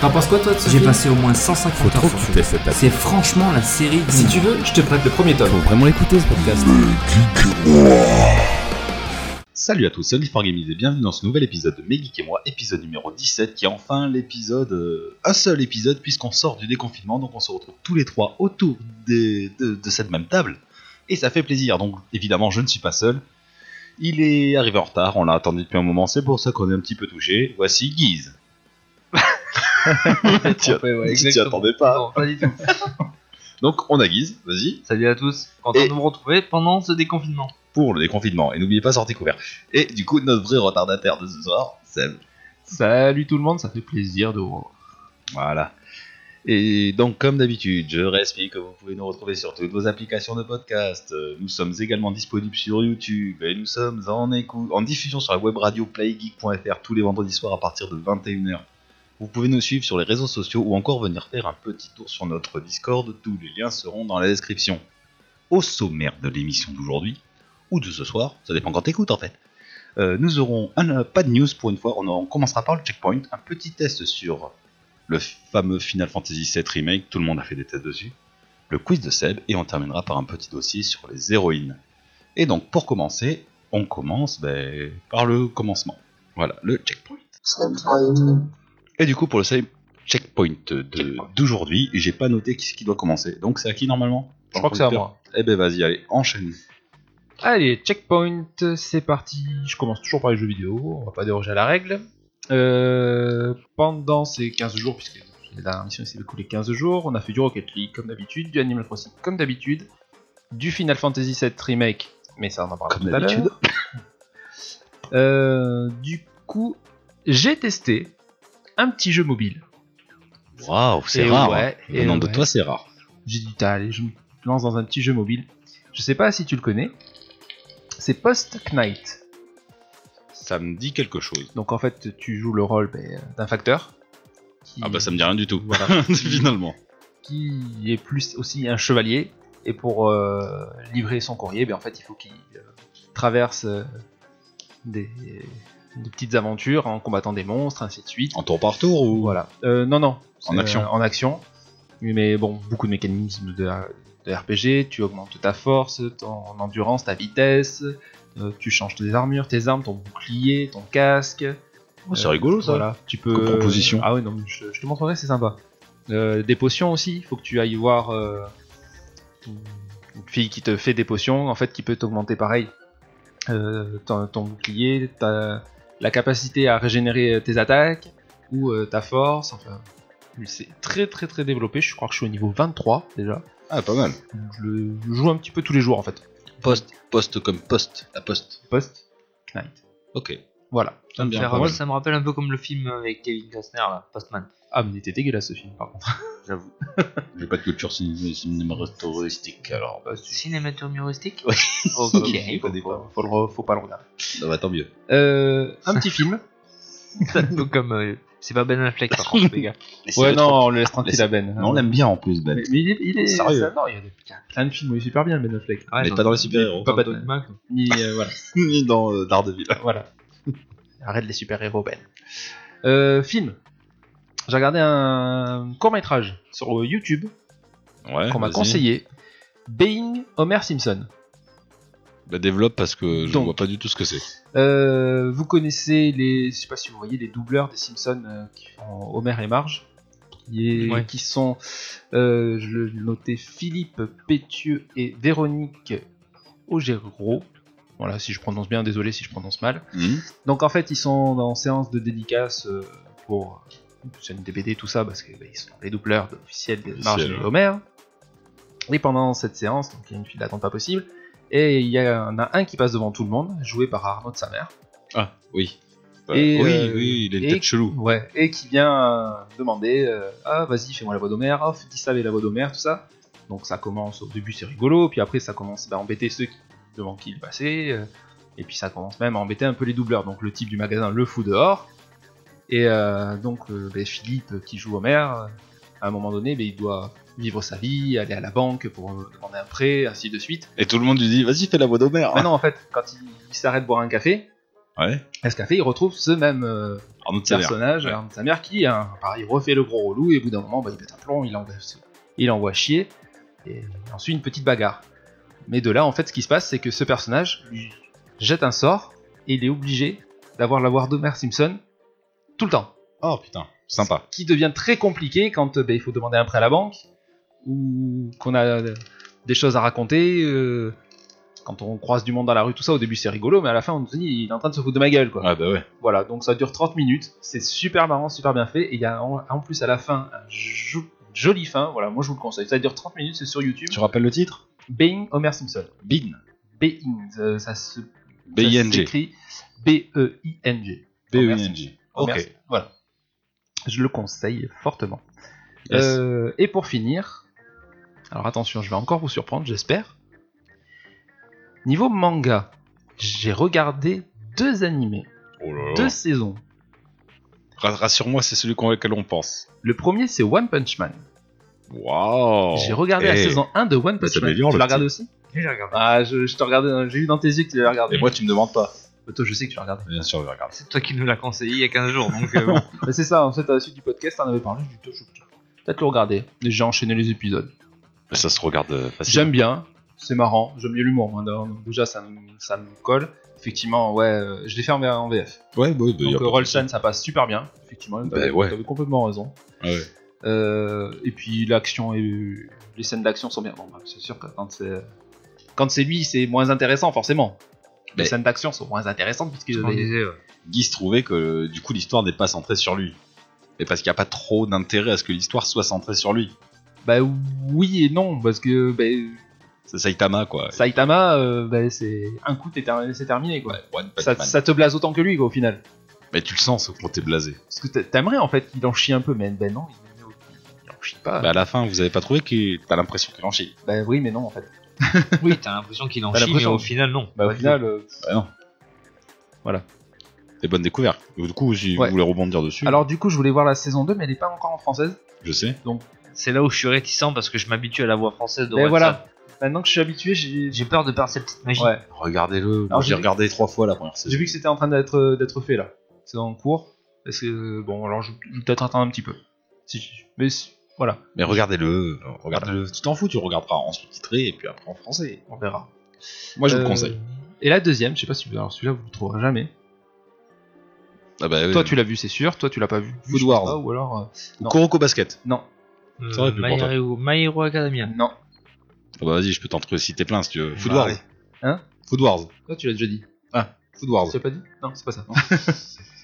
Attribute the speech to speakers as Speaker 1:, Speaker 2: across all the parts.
Speaker 1: T'en penses quoi toi de ce
Speaker 2: J'ai
Speaker 1: film
Speaker 2: passé au moins 150 heures.
Speaker 3: trop
Speaker 2: sur-
Speaker 3: écouter cette app.
Speaker 2: C'est franchement la série.
Speaker 1: Si tu veux, je te prête le premier tome.
Speaker 3: Faut vraiment l'écouter ce podcast.
Speaker 4: Salut à tous, c'est Oliver Gamies et bienvenue dans ce nouvel épisode de Megeek et moi, épisode numéro 17, qui est enfin l'épisode, euh, un seul épisode, puisqu'on sort du déconfinement, donc on se retrouve tous les trois autour des- de, de cette même table, et ça fait plaisir, donc évidemment je ne suis pas seul. Il est arrivé en retard, on l'a attendu depuis un moment, c'est pour ça qu'on est un petit peu touché. Voici Guise. Tu-
Speaker 5: On fait, ouais,
Speaker 4: tu t'y
Speaker 5: exactement.
Speaker 4: attendais pas.
Speaker 5: Non, pas du tout.
Speaker 4: Donc on a Guise, vas-y,
Speaker 5: Salut à tous. Content
Speaker 4: Et-
Speaker 5: de vous retrouver pendant ce déconfinement.
Speaker 4: pour le déconfinement, et n'oubliez pas sortez couvert. Et du coup, notre vrai retardataire de ce soir, Seb.
Speaker 5: Salut tout le monde, ça fait plaisir de vous revoir.
Speaker 4: Voilà. Et donc, comme d'habitude, je respire que vous pouvez nous retrouver sur toutes vos applications de podcast. Euh, Nous sommes également disponibles sur YouTube et nous sommes en, écou- en diffusion sur la web radio playgeek.fr tous les vendredis soirs à partir de 21h. Vous pouvez nous suivre sur les réseaux sociaux ou encore venir faire un petit tour sur notre Discord. Tous les liens seront dans la description. Au sommaire de l'émission d'aujourd'hui, ou de ce soir, ça dépend quand t'écoutes en fait. euh, nous aurons un, euh, pas de news pour une fois, on, en commencera par le checkpoint, un petit test sur le fameux Final Fantasy VII Remake, tout le monde a fait des tests dessus, le quiz de Seb, et on terminera par un petit dossier sur les héroïnes. Et donc, pour commencer, on commence ben, par le commencement. Voilà, le checkpoint. Et du coup, pour le save- checkpoint de- d'aujourd'hui, j'ai pas noté qui, qui doit commencer. Donc, c'est à qui normalement
Speaker 5: Je crois que c'est à moi.
Speaker 4: Eh ben, vas-y, allez, enchaîne.
Speaker 5: Allez, checkpoint, c'est parti. Je commence toujours par les jeux vidéo, on va pas déroger à la règle. Euh, pendant ces 15 jours, puisque la dernière mission s'est découlée 15 jours, on a fait du Rocket League comme d'habitude, du Animal Crossing comme d'habitude, du Final Fantasy VII Remake, mais ça on en parlera
Speaker 4: Comme
Speaker 5: tout à l'heure.
Speaker 4: d'habitude.
Speaker 5: Euh, du coup, j'ai testé un petit jeu mobile.
Speaker 4: Waouh, c'est
Speaker 5: Et
Speaker 4: rare.
Speaker 5: ouais,
Speaker 4: hein.
Speaker 5: et
Speaker 4: Venant de
Speaker 5: ouais.
Speaker 4: toi, c'est rare.
Speaker 5: J'ai dit, t'as, allez, je me lance dans un petit jeu mobile. Je sais pas si tu le connais. C'est Post Knight.
Speaker 4: Ça me dit quelque chose.
Speaker 5: Donc en fait, tu joues le rôle ben, d'un facteur. qui-
Speaker 4: Ah bah, ça me dit rien du tout.
Speaker 5: Voilà.
Speaker 4: Finalement.
Speaker 5: qui est plus aussi un chevalier. Et pour euh, livrer son courrier, ben, en fait, il faut qu'il euh, traverse euh, des, des petites aventures en combattant des monstres, ainsi de suite.
Speaker 4: En tour par tour ou
Speaker 5: Voilà. Euh, non, non.
Speaker 4: Oh. En
Speaker 5: C'est,
Speaker 4: action.
Speaker 5: euh, en action. Mais bon, beaucoup de mécanismes de, de RPG. Tu augmentes ta force, ton endurance, ta vitesse. euh, tu changes tes armures, tes armes, ton bouclier, ton casque.
Speaker 4: Oh, C'est
Speaker 5: Euh,
Speaker 4: rigolo ça.
Speaker 5: Voilà. Tu peux.
Speaker 4: Comme proposition.
Speaker 5: Ah oui, non, mais je, je te montrerai, c'est sympa. Euh, des potions aussi. Il faut que tu ailles voir euh, une fille qui te fait des potions, en fait, qui peut t'augmenter pareil. Euh, ton, ton bouclier, ta, la capacité à régénérer euh, tes attaques ou euh, ta force. Enfin, c'est très très très développé. Je crois que je suis au niveau 23 déjà.
Speaker 4: Ah, pas mal.
Speaker 5: Je le je joue un petit peu tous les jours en fait.
Speaker 4: Poste, poste comme poste, la poste.
Speaker 5: Post Knight.
Speaker 4: Ok.
Speaker 5: Voilà.
Speaker 4: J'aime bien.
Speaker 5: Faire
Speaker 4: pas
Speaker 5: un-
Speaker 6: Moi,
Speaker 4: mal.
Speaker 6: ça me rappelle un peu comme le film euh, avec Kevin Costner, là, Postman.
Speaker 5: Ah, mais il était dégueulasse ce film par contre.
Speaker 6: J'avoue.
Speaker 4: J'ai pas de culture ciné- cinématographique alors.
Speaker 6: Euh,
Speaker 4: bah,
Speaker 6: Cinématurgie heuristique
Speaker 4: Ouais.
Speaker 5: Oh,
Speaker 6: Ok.
Speaker 4: Je connais pas.
Speaker 5: bah, Faut, le re- faut pas le regarder.
Speaker 4: Ah bah, tant mieux.
Speaker 5: Euh, un petit film.
Speaker 6: C'est un peu comme. euh, c'est pas Ben Affleck, par contre, les gars.
Speaker 5: Ouais,
Speaker 4: Laissez-le
Speaker 5: non,
Speaker 4: tranquille.
Speaker 5: on le laisse tranquille à Ben.
Speaker 4: Non, on l'aime bien en plus, Ben.
Speaker 5: Mais, mais il est. il est-
Speaker 4: Sérieux.
Speaker 5: ça- non, il y, a des- il y a plein de films où il est super bien, Ben Affleck.
Speaker 6: Ouais,
Speaker 4: Mais
Speaker 6: non,
Speaker 4: pas dans les super-héros.
Speaker 5: Pas
Speaker 6: dans
Speaker 5: Batman.
Speaker 6: Batman, quoi.
Speaker 5: Mais euh, voilà.
Speaker 4: Ni dans euh, Daredevil.
Speaker 5: voilà. Arrête les super-héros, Ben. Euh, film. J'ai regardé un court-métrage sur euh, YouTube
Speaker 4: Ouais.
Speaker 5: qu'on m'a
Speaker 4: vas-y.
Speaker 5: conseillé. Being Homer Simpson.
Speaker 4: Bah, développe parce que je
Speaker 5: Donc.
Speaker 4: vois pas du tout ce que c'est.
Speaker 5: Euh, vous connaissez les. Je sais pas si vous voyez les doubleurs des Simpsons euh, qui font Homer et Marge. Qui, est-
Speaker 6: Ouais.
Speaker 5: qui sont, euh, je le notais, Philippe Pétieux et Véronique Augéreau. Voilà, si je prononce bien, désolé si je prononce mal.
Speaker 4: Hum,
Speaker 5: Donc en fait, ils sont en séance de dédicace euh, pour euh, chaîne DBD, tout ça, parce qu'ils sont les doubleurs officiels de Marge
Speaker 4: Officiels,
Speaker 5: et
Speaker 4: ouais.
Speaker 5: Homer. Et pendant cette séance, donc il y a une file d'attente pas possible, et il y en a un qui passe devant tout le monde, joué par Arnaud de sa mère.
Speaker 4: Ah, oui. Bah,
Speaker 5: Et,
Speaker 4: oui,
Speaker 5: euh,
Speaker 4: oui, il a une
Speaker 5: et-
Speaker 4: tête chelou.
Speaker 5: Ouais, et qui vient euh, demander euh, Ah, vas-y, fais-moi la voix d'Homer, oh, dis ça avec la voix d'Homer, tout ça. Donc ça commence, au début c'est rigolo, puis après ça commence bah, à embêter ceux qui- devant qui il passait, euh, et puis ça commence même à embêter un peu les doubleurs. Donc le type du magasin le fout dehors, et euh, donc euh, bah, Philippe euh, qui joue Homer, euh, à un moment donné, bah, il doit vivre sa vie, aller à la banque pour euh, demander un prêt, ainsi de suite.
Speaker 4: Et tout le monde lui dit, vas-y, fais la voix d'Homer.
Speaker 5: Ah non, en fait, quand il, il s'arrête boire un café,
Speaker 4: Ouais.
Speaker 5: Escafé, il retrouve ce même euh,
Speaker 4: Arnaud de Saverne.
Speaker 5: personnage,
Speaker 4: ouais.
Speaker 5: Arnaud de sa mère, qui, hein, pareil, refait le gros relou, et au bout d'un moment, bah, il pète un plomb, il envoie, il envoie chier, et ensuite une petite bagarre. Mais de là, en fait, ce qui se passe, c'est que ce personnage lui jette un sort, et il est obligé d'avoir la voix d'Homer Simpson tout le temps.
Speaker 4: Oh putain, sympa.
Speaker 5: Qui devient très compliqué quand euh, bah, il faut demander un prêt à la banque, ou qu'on a euh, des choses à raconter. euh, quand on croise du monde dans la rue, tout ça, au début c'est rigolo, mais à la fin on se dit il est en train de se foutre de ma gueule quoi.
Speaker 4: Ah bah ouais.
Speaker 5: Voilà, donc ça dure 30 minutes, c'est super marrant, super bien fait, et il y a en, en plus à la fin un jo- joli fin, voilà, moi je vous le conseille, ça dure 30 minutes, c'est sur YouTube.
Speaker 4: Tu rappelles le titre
Speaker 5: Being Homer Simpson.
Speaker 4: Bin.
Speaker 5: Being, euh, ça se ça
Speaker 4: B-I-N-G.
Speaker 5: s'écrit E B-E-I-N-G.
Speaker 4: E B-E-I-n-G.
Speaker 5: Homer
Speaker 4: Ok.
Speaker 5: Simpson, Voilà. Je le conseille fortement.
Speaker 4: Yes.
Speaker 5: Euh, et pour finir, alors attention, je vais encore vous surprendre, j'espère. Niveau manga, j'ai regardé deux animés,
Speaker 4: Oh là là.
Speaker 5: deux saisons.
Speaker 4: Ra- Rassure-moi, c'est celui qu'on- auquel on pense.
Speaker 5: Le premier, c'est One Punch Man.
Speaker 4: Waouh.
Speaker 5: J'ai regardé la
Speaker 4: Eh.
Speaker 5: saison 1 de One Punch
Speaker 4: Ça
Speaker 5: Man.
Speaker 4: m'évient,
Speaker 5: tu
Speaker 4: le
Speaker 5: l'as regardé aussi
Speaker 6: J'ai regardé.
Speaker 5: Ah, je, je te regardais, j'ai vu dans tes yeux que tu l'avais regardé.
Speaker 4: Et moi, tu me demandes pas.
Speaker 5: Mais toi, je sais que tu l'as regardé.
Speaker 4: Bien sûr, je regarde.
Speaker 6: Ah, C'est toi qui nous l'as conseillé il y a 15 jours, donc euh, bon.
Speaker 5: Mais c'est ça, en fait, à la suite du podcast, t'en avais parlé, j'ai dit, toi, je vais peut-être le regarder. Et J'ai enchaîné les épisodes.
Speaker 4: Ça se regarde euh, facilement.
Speaker 5: J'aime bien, c'est marrant, j'aime bien l'humour. moi, donc Déjà, ça me, ça me colle. Effectivement, ouais, euh, je l'ai fait en, en VF.
Speaker 4: Ouais, bah, bah, y a
Speaker 5: Donc,
Speaker 4: pas
Speaker 5: euh,
Speaker 4: de
Speaker 5: Rolshan, ça passe super bien. Effectivement,
Speaker 4: Ben
Speaker 5: t'avais
Speaker 4: ouais.
Speaker 5: t'avais complètement raison.
Speaker 4: Ah ouais.
Speaker 5: Euh, et puis l'action et les scènes d'action sont bien. Bon, bah, c'est sûr que quand c'est quand c'est lui, c'est moins intéressant forcément. Les
Speaker 4: Mais-
Speaker 5: scènes d'action sont moins intéressantes puisque
Speaker 6: ce qu'on disait, ouais.
Speaker 4: Guy se trouvait que euh, du coup l'histoire n'est pas centrée sur lui. Et parce qu'il n'y a pas trop d'intérêt à ce que l'histoire soit centrée sur lui.
Speaker 5: bah oui et non parce que bah,
Speaker 4: C'est Saitama quoi.
Speaker 5: Saitama, euh, bah, c'est un coup t'es terminé, c'est terminé quoi.
Speaker 4: Ouais, One Punch
Speaker 5: Ça,
Speaker 4: Man.
Speaker 5: ça te blase autant que lui quoi au final.
Speaker 4: Mais tu le sens sauf quand t'es blasé.
Speaker 5: Parce que t'a- t'aimerais en fait qu'il en chie un peu, mais ben non, il, il en chie pas.
Speaker 4: Bah,
Speaker 5: Bah,
Speaker 4: à la fin, vous avez pas trouvé que t'as l'impression qu'il en chie.
Speaker 5: oui mais non en fait.
Speaker 6: Oui, t'as l'impression qu'il en
Speaker 5: T'as
Speaker 6: chie, mais
Speaker 5: l'impression.
Speaker 6: au final, non.
Speaker 5: Bah au final, euh,
Speaker 4: Bah non.
Speaker 5: Voilà.
Speaker 4: Des bonnes découvertes. Du coup, si
Speaker 5: Ouais.
Speaker 4: vous voulez rebondir dessus,
Speaker 5: alors du coup je voulais voir la saison 2 mais elle est pas encore en française.
Speaker 4: je sais.
Speaker 6: C'est là où je suis réticent parce que je m'habitue à la voix française de
Speaker 5: Mais Ben,
Speaker 6: Watson.
Speaker 5: voilà. Maintenant que je suis habitué, j'ai
Speaker 6: J'ai peur de perdre cette petite magie.
Speaker 5: Ouais.
Speaker 4: Regardez-le.
Speaker 5: Alors,
Speaker 4: Moi, j'ai
Speaker 5: j'ai-
Speaker 4: regardé trois fois la première saison.
Speaker 5: J'ai vu que c'était en train d'être d'être fait là. C'est en cours. Parce que bon, alors je je vais peut-être attendre un petit peu. Si, si- mais si- voilà,
Speaker 4: Mais regardez-le. euh, Regardez-le. Tu t'en fous, tu regarderas en sous-titré et puis après en français.
Speaker 5: on verra.
Speaker 4: Moi, je vous
Speaker 5: Euh,
Speaker 4: le conseille.
Speaker 5: Et la deuxième, je sais pas si vous alors celui-là vous le trouverez jamais.
Speaker 4: Ah bah,
Speaker 5: Toi
Speaker 4: oui.
Speaker 5: tu l'as vu, c'est sûr. Toi tu l'as pas vu.
Speaker 4: Food
Speaker 5: Je sais
Speaker 4: Wars.
Speaker 5: pas, Ou alors euh,
Speaker 4: Ou
Speaker 5: non.
Speaker 4: Kuroko Basket.
Speaker 5: non,
Speaker 6: Euh,
Speaker 4: Ça aurait pu
Speaker 6: My
Speaker 4: pour toi.
Speaker 6: Hero- My Hero Academia.
Speaker 5: non.
Speaker 4: Ah bah, vas-y, je peux t'en trouver- citer plein si tu veux. Food
Speaker 6: Bah,
Speaker 4: Wars.
Speaker 6: ouais.
Speaker 5: Hein
Speaker 4: Food Wars.
Speaker 5: Toi tu l'as déjà dit.
Speaker 4: Food Wars.
Speaker 5: Tu l'as pas dit Non, c'est pas ça.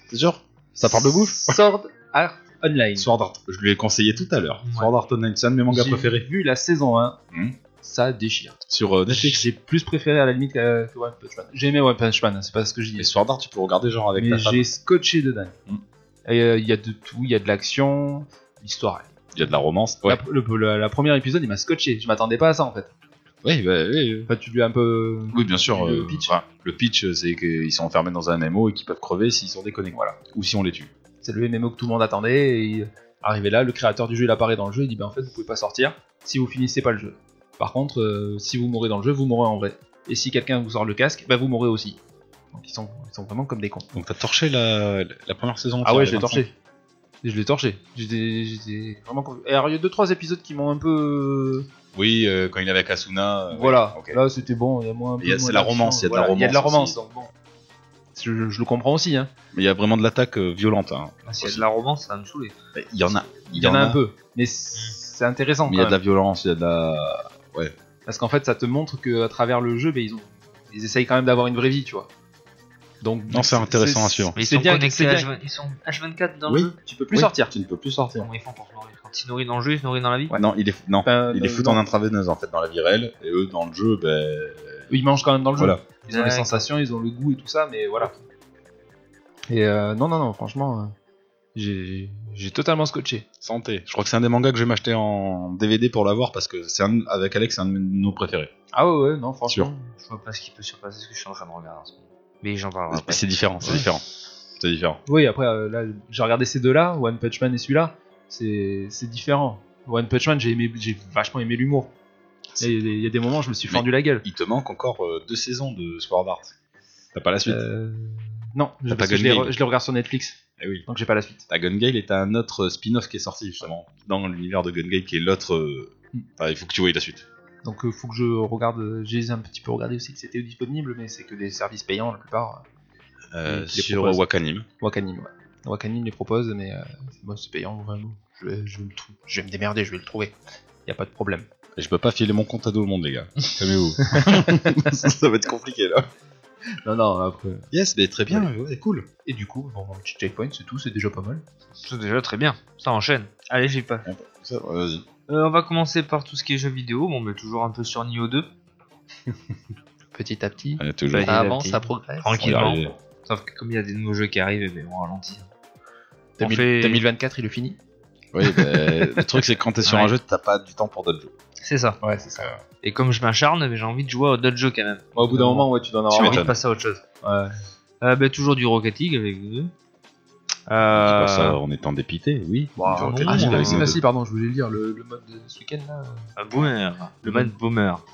Speaker 4: C'est sûr Ça parle de bouffe
Speaker 5: Sword Art Online.
Speaker 4: Sword Art. Je lui ai conseillé tout à l'heure.
Speaker 6: Ouais.
Speaker 4: Sword Art Online, c'est un de mes mangas
Speaker 5: J'ai
Speaker 4: préférés.
Speaker 5: Vu la saison 1,
Speaker 4: Hmm.
Speaker 5: ça déchire.
Speaker 4: Sur euh, Netflix.
Speaker 5: J'ai plus préféré à la limite qu'à- que One Punch Man. J'ai aimé One Punch Man, hein, c'est pas ce que je dis.
Speaker 4: Et Sword Art, tu peux regarder genre avec
Speaker 5: mais
Speaker 4: ta femme.
Speaker 5: j'ai scotché dedans.
Speaker 4: Mm.
Speaker 5: euh, Il y a de tout, il y a de l'action, l'histoire.
Speaker 4: Il y a de la romance. Ouais.
Speaker 5: La, le, le- la première épisode, il m'a scotché. Je m'attendais pas à ça en fait.
Speaker 4: Oui, bah, oui, oui.
Speaker 5: Enfin, tu lui as un peu.
Speaker 4: Oui, bien sûr.
Speaker 5: Le
Speaker 4: euh,
Speaker 5: pitch.
Speaker 4: voilà. Le pitch, euh, c'est qu'ils sont enfermés dans un MMO et qu'ils peuvent crever s'ils sont déconnectés. Voilà. Ou si on les tue.
Speaker 5: C'est le MMO que tout le monde attendait. Et arrivé là, le créateur du jeu il apparaît dans le jeu. Il dit ben en fait, vous pouvez pas sortir si vous finissez pas le jeu. Par contre, euh, si vous mourrez dans le jeu, vous mourrez en vrai. Et si quelqu'un vous sort le casque, ben vous mourrez aussi. Donc ils sont, ils sont vraiment comme des cons.
Speaker 4: Donc t'as torché la, la première saison
Speaker 5: Ah ouais,
Speaker 4: les
Speaker 5: je l'ai
Speaker 4: 25.
Speaker 5: torché. Je l'ai torché. J'étais j'étais vraiment. conf- Alors, il y a 2-3 épisodes qui m'ont un peu.
Speaker 4: Oui, euh, quand il est avec Asuna. euh,
Speaker 5: Voilà,
Speaker 4: ouais, ok.
Speaker 5: là c'était bon, il y a moins. un peu
Speaker 4: Il y a-
Speaker 5: moins
Speaker 4: c'est la
Speaker 5: d'action,
Speaker 4: romance, il y a de la
Speaker 5: voilà. Il y a de la
Speaker 4: romance
Speaker 5: romance, donc bon. Je, je- je le comprends aussi, hein.
Speaker 4: Mais il y a vraiment de l'attaque euh, violente. hein.
Speaker 6: Ah, S'il y a de la romance, ça va me saouler.
Speaker 4: Mais Il y en a. Mm.
Speaker 5: Il y, en a un peu, mais c'est intéressant
Speaker 4: Mais il y
Speaker 5: quand
Speaker 4: a de la
Speaker 5: même.
Speaker 4: violence, il y a de la.
Speaker 5: parce qu'en fait ça te montre que à travers le jeu, ben, ils, ont... ils essayent quand même d'avoir une vraie vie, tu vois. Donc
Speaker 4: Non, c'est intéressant à suivre.
Speaker 6: Mais ils
Speaker 5: C'est
Speaker 6: sont
Speaker 5: bien, c'est
Speaker 6: connectés
Speaker 5: bien.
Speaker 6: à H20 ils sont H24 dans
Speaker 4: Oui.
Speaker 6: le jeu.
Speaker 5: Tu peux plus
Speaker 4: Oui,
Speaker 5: sortir.
Speaker 4: Tu ne peux plus sortir.
Speaker 6: Comment ils font pour se nourrir Quand ils nourrissent dans le jeu, ils se nourrissent dans la vie
Speaker 4: Non, il est. Non.
Speaker 5: Enfin,
Speaker 4: Il est
Speaker 5: ben, dans-
Speaker 4: foot en intraveineuse en fait dans la vie réelle et eux dans le jeu ben
Speaker 5: Ils mangent quand même dans le jeu.
Speaker 4: voilà.
Speaker 5: Ils ont les
Speaker 6: D'accord.
Speaker 5: sensations, ils ont le goût et tout ça, mais voilà. Et euh, non, non, non, franchement, euh, j'ai j'ai totalement scotché.
Speaker 4: Santé. Je crois que c'est un des mangas que je vais m'acheter en DVD pour l'avoir parce que c'est un- avec Alex c'est un de nos préférés.
Speaker 5: Ah ouais, ouais, non, franchement.
Speaker 4: Sûr.
Speaker 6: Je vois pas ce qui peut surpasser ce que je suis en train de regarder en ce moment. Mais j'en parlerai
Speaker 4: Mais
Speaker 6: après.
Speaker 4: c'est différent, c'est
Speaker 5: Ouais.
Speaker 4: différent. C'est différent.
Speaker 5: Oui, après, euh, là, j'ai regardé ces deux-là, One Punch Man et celui-là, c'est c'est différent. One Punch Man, j'ai aimé- j'ai vachement aimé l'humour. Il y a- il y a des moments, je me suis fendu la gueule.
Speaker 4: Il te manque encore euh, deux saisons de Sword Art. T'as pas la suite.
Speaker 5: Euh, Non, je,
Speaker 4: T'as
Speaker 5: parce
Speaker 4: pas
Speaker 5: que je l'ai
Speaker 4: Gun
Speaker 5: re- je le regarde sur Netflix,
Speaker 4: Eh oui.
Speaker 5: donc j'ai pas la suite.
Speaker 4: La Gun Gale est un autre euh, spin-off qui est sorti justement dans l'univers de Gun Gale qui est l'autre. euh, Enfin, il faut que tu voyes la suite.
Speaker 5: Donc euh, faut que je regarde, euh, j'ai un petit peu regardé aussi que c'était disponible, mais c'est que des services payants la plupart.
Speaker 4: Euh,
Speaker 5: Il les
Speaker 4: sur
Speaker 5: propose.
Speaker 4: Wakanim.
Speaker 5: Wakanim, ouais. Wakanim les propose, mais euh, moi c'est payant, vraiment. Je vais, je, vais le trou- je vais me démerder, je vais le trouver. Y a pas de problème.
Speaker 4: Et je peux pas filer mon compte à tout le monde, les gars. Calmez-vous. ça, ça va être compliqué là.
Speaker 5: Non, non, après.
Speaker 4: Yes, mais très bien, ouais, cool.
Speaker 5: Et du coup, bon, un petit checkpoint, c'est tout, c'est déjà pas mal.
Speaker 6: C'est déjà très bien. Ça enchaîne. Allez, j'ai pas.
Speaker 4: Ça, ouais, vas-y.
Speaker 6: Euh, on va commencer par tout ce qui est jeux vidéo. Bon, mais toujours un peu sur Nioh 2.
Speaker 5: Petit à petit,
Speaker 4: Allez, toujours.
Speaker 6: Vas-y.
Speaker 5: ça
Speaker 6: petit à
Speaker 5: avance,
Speaker 6: petit.
Speaker 5: ça progresse.
Speaker 4: On va y
Speaker 6: Tranquillement.
Speaker 4: arriver.
Speaker 6: Sauf que comme il y a des nouveaux jeux qui arrivent, eh ben, on ralentit.
Speaker 5: T'as
Speaker 6: On
Speaker 5: mille-
Speaker 6: fait-
Speaker 5: t'as 1024, il est fini.
Speaker 4: Oui, bah, le truc c'est que quand t'es sur
Speaker 6: Ouais.
Speaker 4: un jeu, t'as pas du temps pour d'autres jeux.
Speaker 6: C'est ça.
Speaker 5: Ouais, c'est ça.
Speaker 6: Et comme je m'acharne, mais j'ai envie de jouer à d'autres jeux quand même.
Speaker 5: au bout d'un moment, ouais, tu dois en avoir
Speaker 4: Tu
Speaker 6: J'ai
Speaker 5: marre.
Speaker 6: envie de
Speaker 4: m'étonnes.
Speaker 6: passer à autre chose.
Speaker 5: Ouais.
Speaker 6: Euh, ben, toujours du Rocket League avec vous deux.
Speaker 4: C'est
Speaker 6: Euh...
Speaker 4: pas ça, on est en dépité, oui.
Speaker 6: Bah,
Speaker 4: Sur
Speaker 6: non,
Speaker 4: Rocket
Speaker 5: Ah,
Speaker 4: League,
Speaker 5: j'ai
Speaker 6: non,
Speaker 5: pas-
Speaker 4: avec
Speaker 5: si,
Speaker 4: nous
Speaker 5: bah,
Speaker 4: deux.
Speaker 5: si, pardon, je voulais lire le, le mode de ce week-end là.
Speaker 6: Un boomer. Le mode boomer.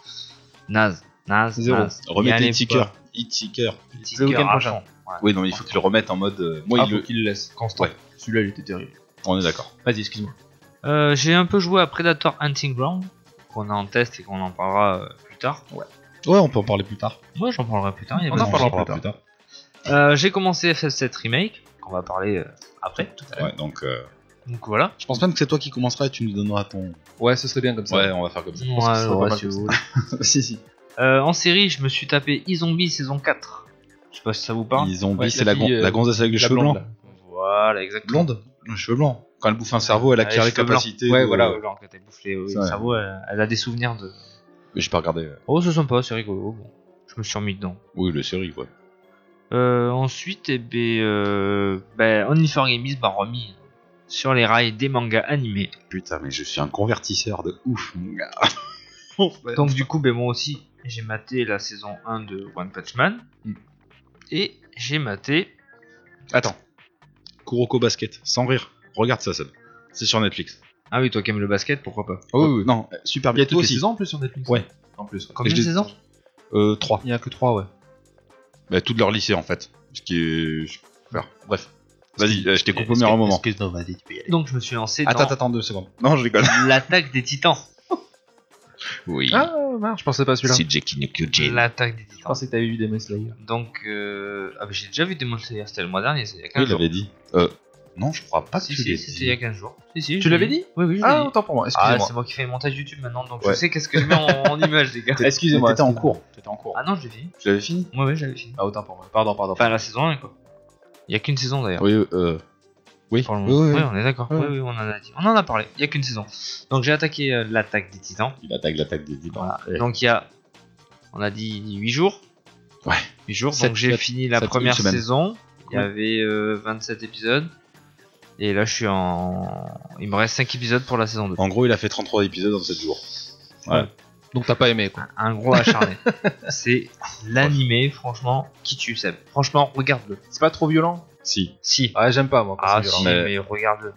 Speaker 6: Naze. Naze.
Speaker 5: Zéro.
Speaker 4: Ah,
Speaker 6: naze. Y
Speaker 4: Remettez
Speaker 6: allez
Speaker 4: les tickers. E-ticker.
Speaker 6: pas.
Speaker 5: Le week-end
Speaker 6: Ticker à
Speaker 5: prochain.
Speaker 6: fond. Ouais.
Speaker 4: Oui, non, mais il faut que tu le remettes en mode. euh, Moi, il le-
Speaker 5: qu'il laisse.
Speaker 4: Constant. Ouais.
Speaker 5: Celui-là, il était terrible.
Speaker 4: On est d'accord.
Speaker 5: Vas-y, excuse-moi.
Speaker 6: Euh, j'ai un peu joué à Predator Hunting Ground, qu'on a en test et qu'on en parlera euh, plus tard.
Speaker 4: Ouais, on peut en parler plus tard.
Speaker 6: Moi j'en parlerai plus tard. il y a
Speaker 5: On
Speaker 6: pas
Speaker 5: en
Speaker 6: de
Speaker 5: parlera
Speaker 6: souci.
Speaker 5: plus tard.
Speaker 6: Euh, j'ai commencé FF7 Remake, qu'on va parler euh, après. Tout à l'heure.
Speaker 4: Ouais, donc. euh,
Speaker 6: Donc voilà.
Speaker 4: Je pense même que c'est toi qui commenceras et tu nous donneras ton.
Speaker 5: Ouais, ce serait bien comme ça.
Speaker 4: Ouais, on va faire comme ça.
Speaker 6: Ouais, Ah,
Speaker 5: ce serait pas
Speaker 6: ouais,
Speaker 5: mal
Speaker 6: si
Speaker 5: comme
Speaker 6: vous
Speaker 5: ça.
Speaker 6: voulez.
Speaker 4: si, si.
Speaker 6: Euh, en série, je me suis tapé E-Zombie saison 4. Je sais pas si ça vous parle.
Speaker 4: Ils ont
Speaker 5: Ouais,
Speaker 4: oublié, c'est
Speaker 5: la
Speaker 4: la, gon-
Speaker 5: fille, euh,
Speaker 4: la gonzesse avec les cheveux blancs.
Speaker 6: Voilà, exactement.
Speaker 4: Blonde Le cheveu blanc. Quand elle bouffe un cerveau, elle
Speaker 6: Ah,
Speaker 4: acquiert
Speaker 6: les
Speaker 4: les
Speaker 6: cheveux blancs.
Speaker 4: capacités.
Speaker 5: Ouais,
Speaker 4: de-
Speaker 5: voilà,
Speaker 6: Blanc, quand elle bouffe les- oui,
Speaker 4: C'est
Speaker 6: le
Speaker 4: vrai.
Speaker 6: cerveau, elle, elle a des souvenirs de.
Speaker 4: Mais j'ai pas regardé. euh.
Speaker 6: Oh, c'est sympa, c'est rigolo. Bon, je me suis remis dedans.
Speaker 4: Oui, le série, ouais.
Speaker 6: Euh, ensuite, eh ben, euh, ben, Only4Gamies m'a remis sur les rails des mangas animés.
Speaker 4: Putain, mais je suis un convertisseur de ouf, mon gars.
Speaker 6: Donc du coup, ben, moi aussi, j'ai maté la saison 1 de One Punch Man.
Speaker 4: Mm.
Speaker 6: Et j'ai maté...
Speaker 4: Attends. Kuroko Basket, sans rire. Regarde ça, Seb. C'est sur Netflix.
Speaker 6: Ah oui, toi qui aimes le basket, pourquoi pas
Speaker 4: Non, euh, Super
Speaker 5: Il y a
Speaker 4: Bientôt
Speaker 5: toutes les
Speaker 4: aussi.
Speaker 5: saisons en plus sur Netflix.
Speaker 4: Ouais.
Speaker 5: En plus.
Speaker 6: Combien
Speaker 4: Et
Speaker 6: de
Speaker 4: je l'ai-
Speaker 6: saisons
Speaker 4: Euh, 3.
Speaker 5: Il y en a que 3, ouais.
Speaker 4: Bah, tout de leur lycée, en fait. Ce qui est. je- enfin, Bref. Vas-y, euh, je t'ai coupé au meilleur moment.
Speaker 5: Excuse-moi, vas-y, tu peux y aller.
Speaker 6: Donc je me suis lancé
Speaker 4: Attends,
Speaker 6: dans
Speaker 4: attends, deux secondes. Non, je rigole.
Speaker 6: l'attaque des titans.
Speaker 4: Oui.
Speaker 5: Ah, merde, je pensais pas à celui-là.
Speaker 4: Jackie no
Speaker 6: L'attaque des
Speaker 5: Je
Speaker 6: titans.
Speaker 5: pensais que t'avais vu des Demon Slayer.
Speaker 6: Donc, euh... ah, ben, j'ai déjà vu Demon Slayer, c'était le mois dernier, c'était il y a 15
Speaker 4: Oui, il
Speaker 6: jours.
Speaker 4: l'avait dit. Euh, non, je crois pas que
Speaker 6: Si,
Speaker 4: tu
Speaker 6: si,
Speaker 4: l'aies
Speaker 6: c'était
Speaker 4: dit.
Speaker 6: il y a 15 jours. Si, si,
Speaker 5: Tu
Speaker 6: je l'ai
Speaker 5: l'avais dit
Speaker 6: Oui, oui, je l'ai
Speaker 5: Ah,
Speaker 6: dit.
Speaker 5: autant pour moi,
Speaker 6: Ah,
Speaker 5: excusez-moi.
Speaker 6: c'est moi qui fais le montage YouTube maintenant, donc
Speaker 4: Ouais.
Speaker 6: je sais qu'est-ce que je mets en, en image, les gars.
Speaker 5: excusez-moi.
Speaker 4: T'étais en
Speaker 5: excusez-moi.
Speaker 4: cours. T'étais en cours.
Speaker 6: Ah non, je l'ai fini.
Speaker 4: Tu l'avais fini
Speaker 6: Ouais, ouais, je l'avais fini.
Speaker 5: Ah, autant pour moi. Pardon, pardon.
Speaker 6: Enfin, la saison 1, quoi. Il y a qu'une saison d'ailleurs.
Speaker 4: Oui, euh. Oui,
Speaker 6: pour le
Speaker 4: oui,
Speaker 6: moment.
Speaker 4: oui,
Speaker 6: Oui,
Speaker 4: oui.
Speaker 6: on est d'accord.
Speaker 4: Ouais.
Speaker 6: Oui, oui, on en a dit. On en a parlé. Il y a qu'une saison. Donc j'ai attaqué euh, l'attaque des titans.
Speaker 4: Il attaque l'attaque des titans.
Speaker 6: Voilà.
Speaker 4: Ouais.
Speaker 6: Donc il y a, on a dit 8 jours.
Speaker 4: Ouais.
Speaker 6: 8 jours.
Speaker 4: Sept,
Speaker 6: donc j'ai
Speaker 4: quatre,
Speaker 6: fini la
Speaker 4: sept, une
Speaker 6: première
Speaker 4: semaine.
Speaker 6: saison. Il y
Speaker 4: Ouais.
Speaker 6: avait euh, 27 épisodes. Et là je suis en. Il me reste 5 épisodes pour la saison 2.
Speaker 4: En gros, il a fait 33 épisodes en 7 jours.
Speaker 5: Donc t'as pas aimé, quoi.
Speaker 6: Un gros acharné. C'est l'animé, franchement, qui tue Seb. Franchement, regarde-le.
Speaker 5: C'est pas trop violent
Speaker 4: Si.
Speaker 6: Si.
Speaker 5: Ah, j'aime pas, moi. quand
Speaker 6: Ah
Speaker 5: c'est
Speaker 6: si,
Speaker 5: violent.
Speaker 6: mais,
Speaker 4: mais-
Speaker 6: regarde-le.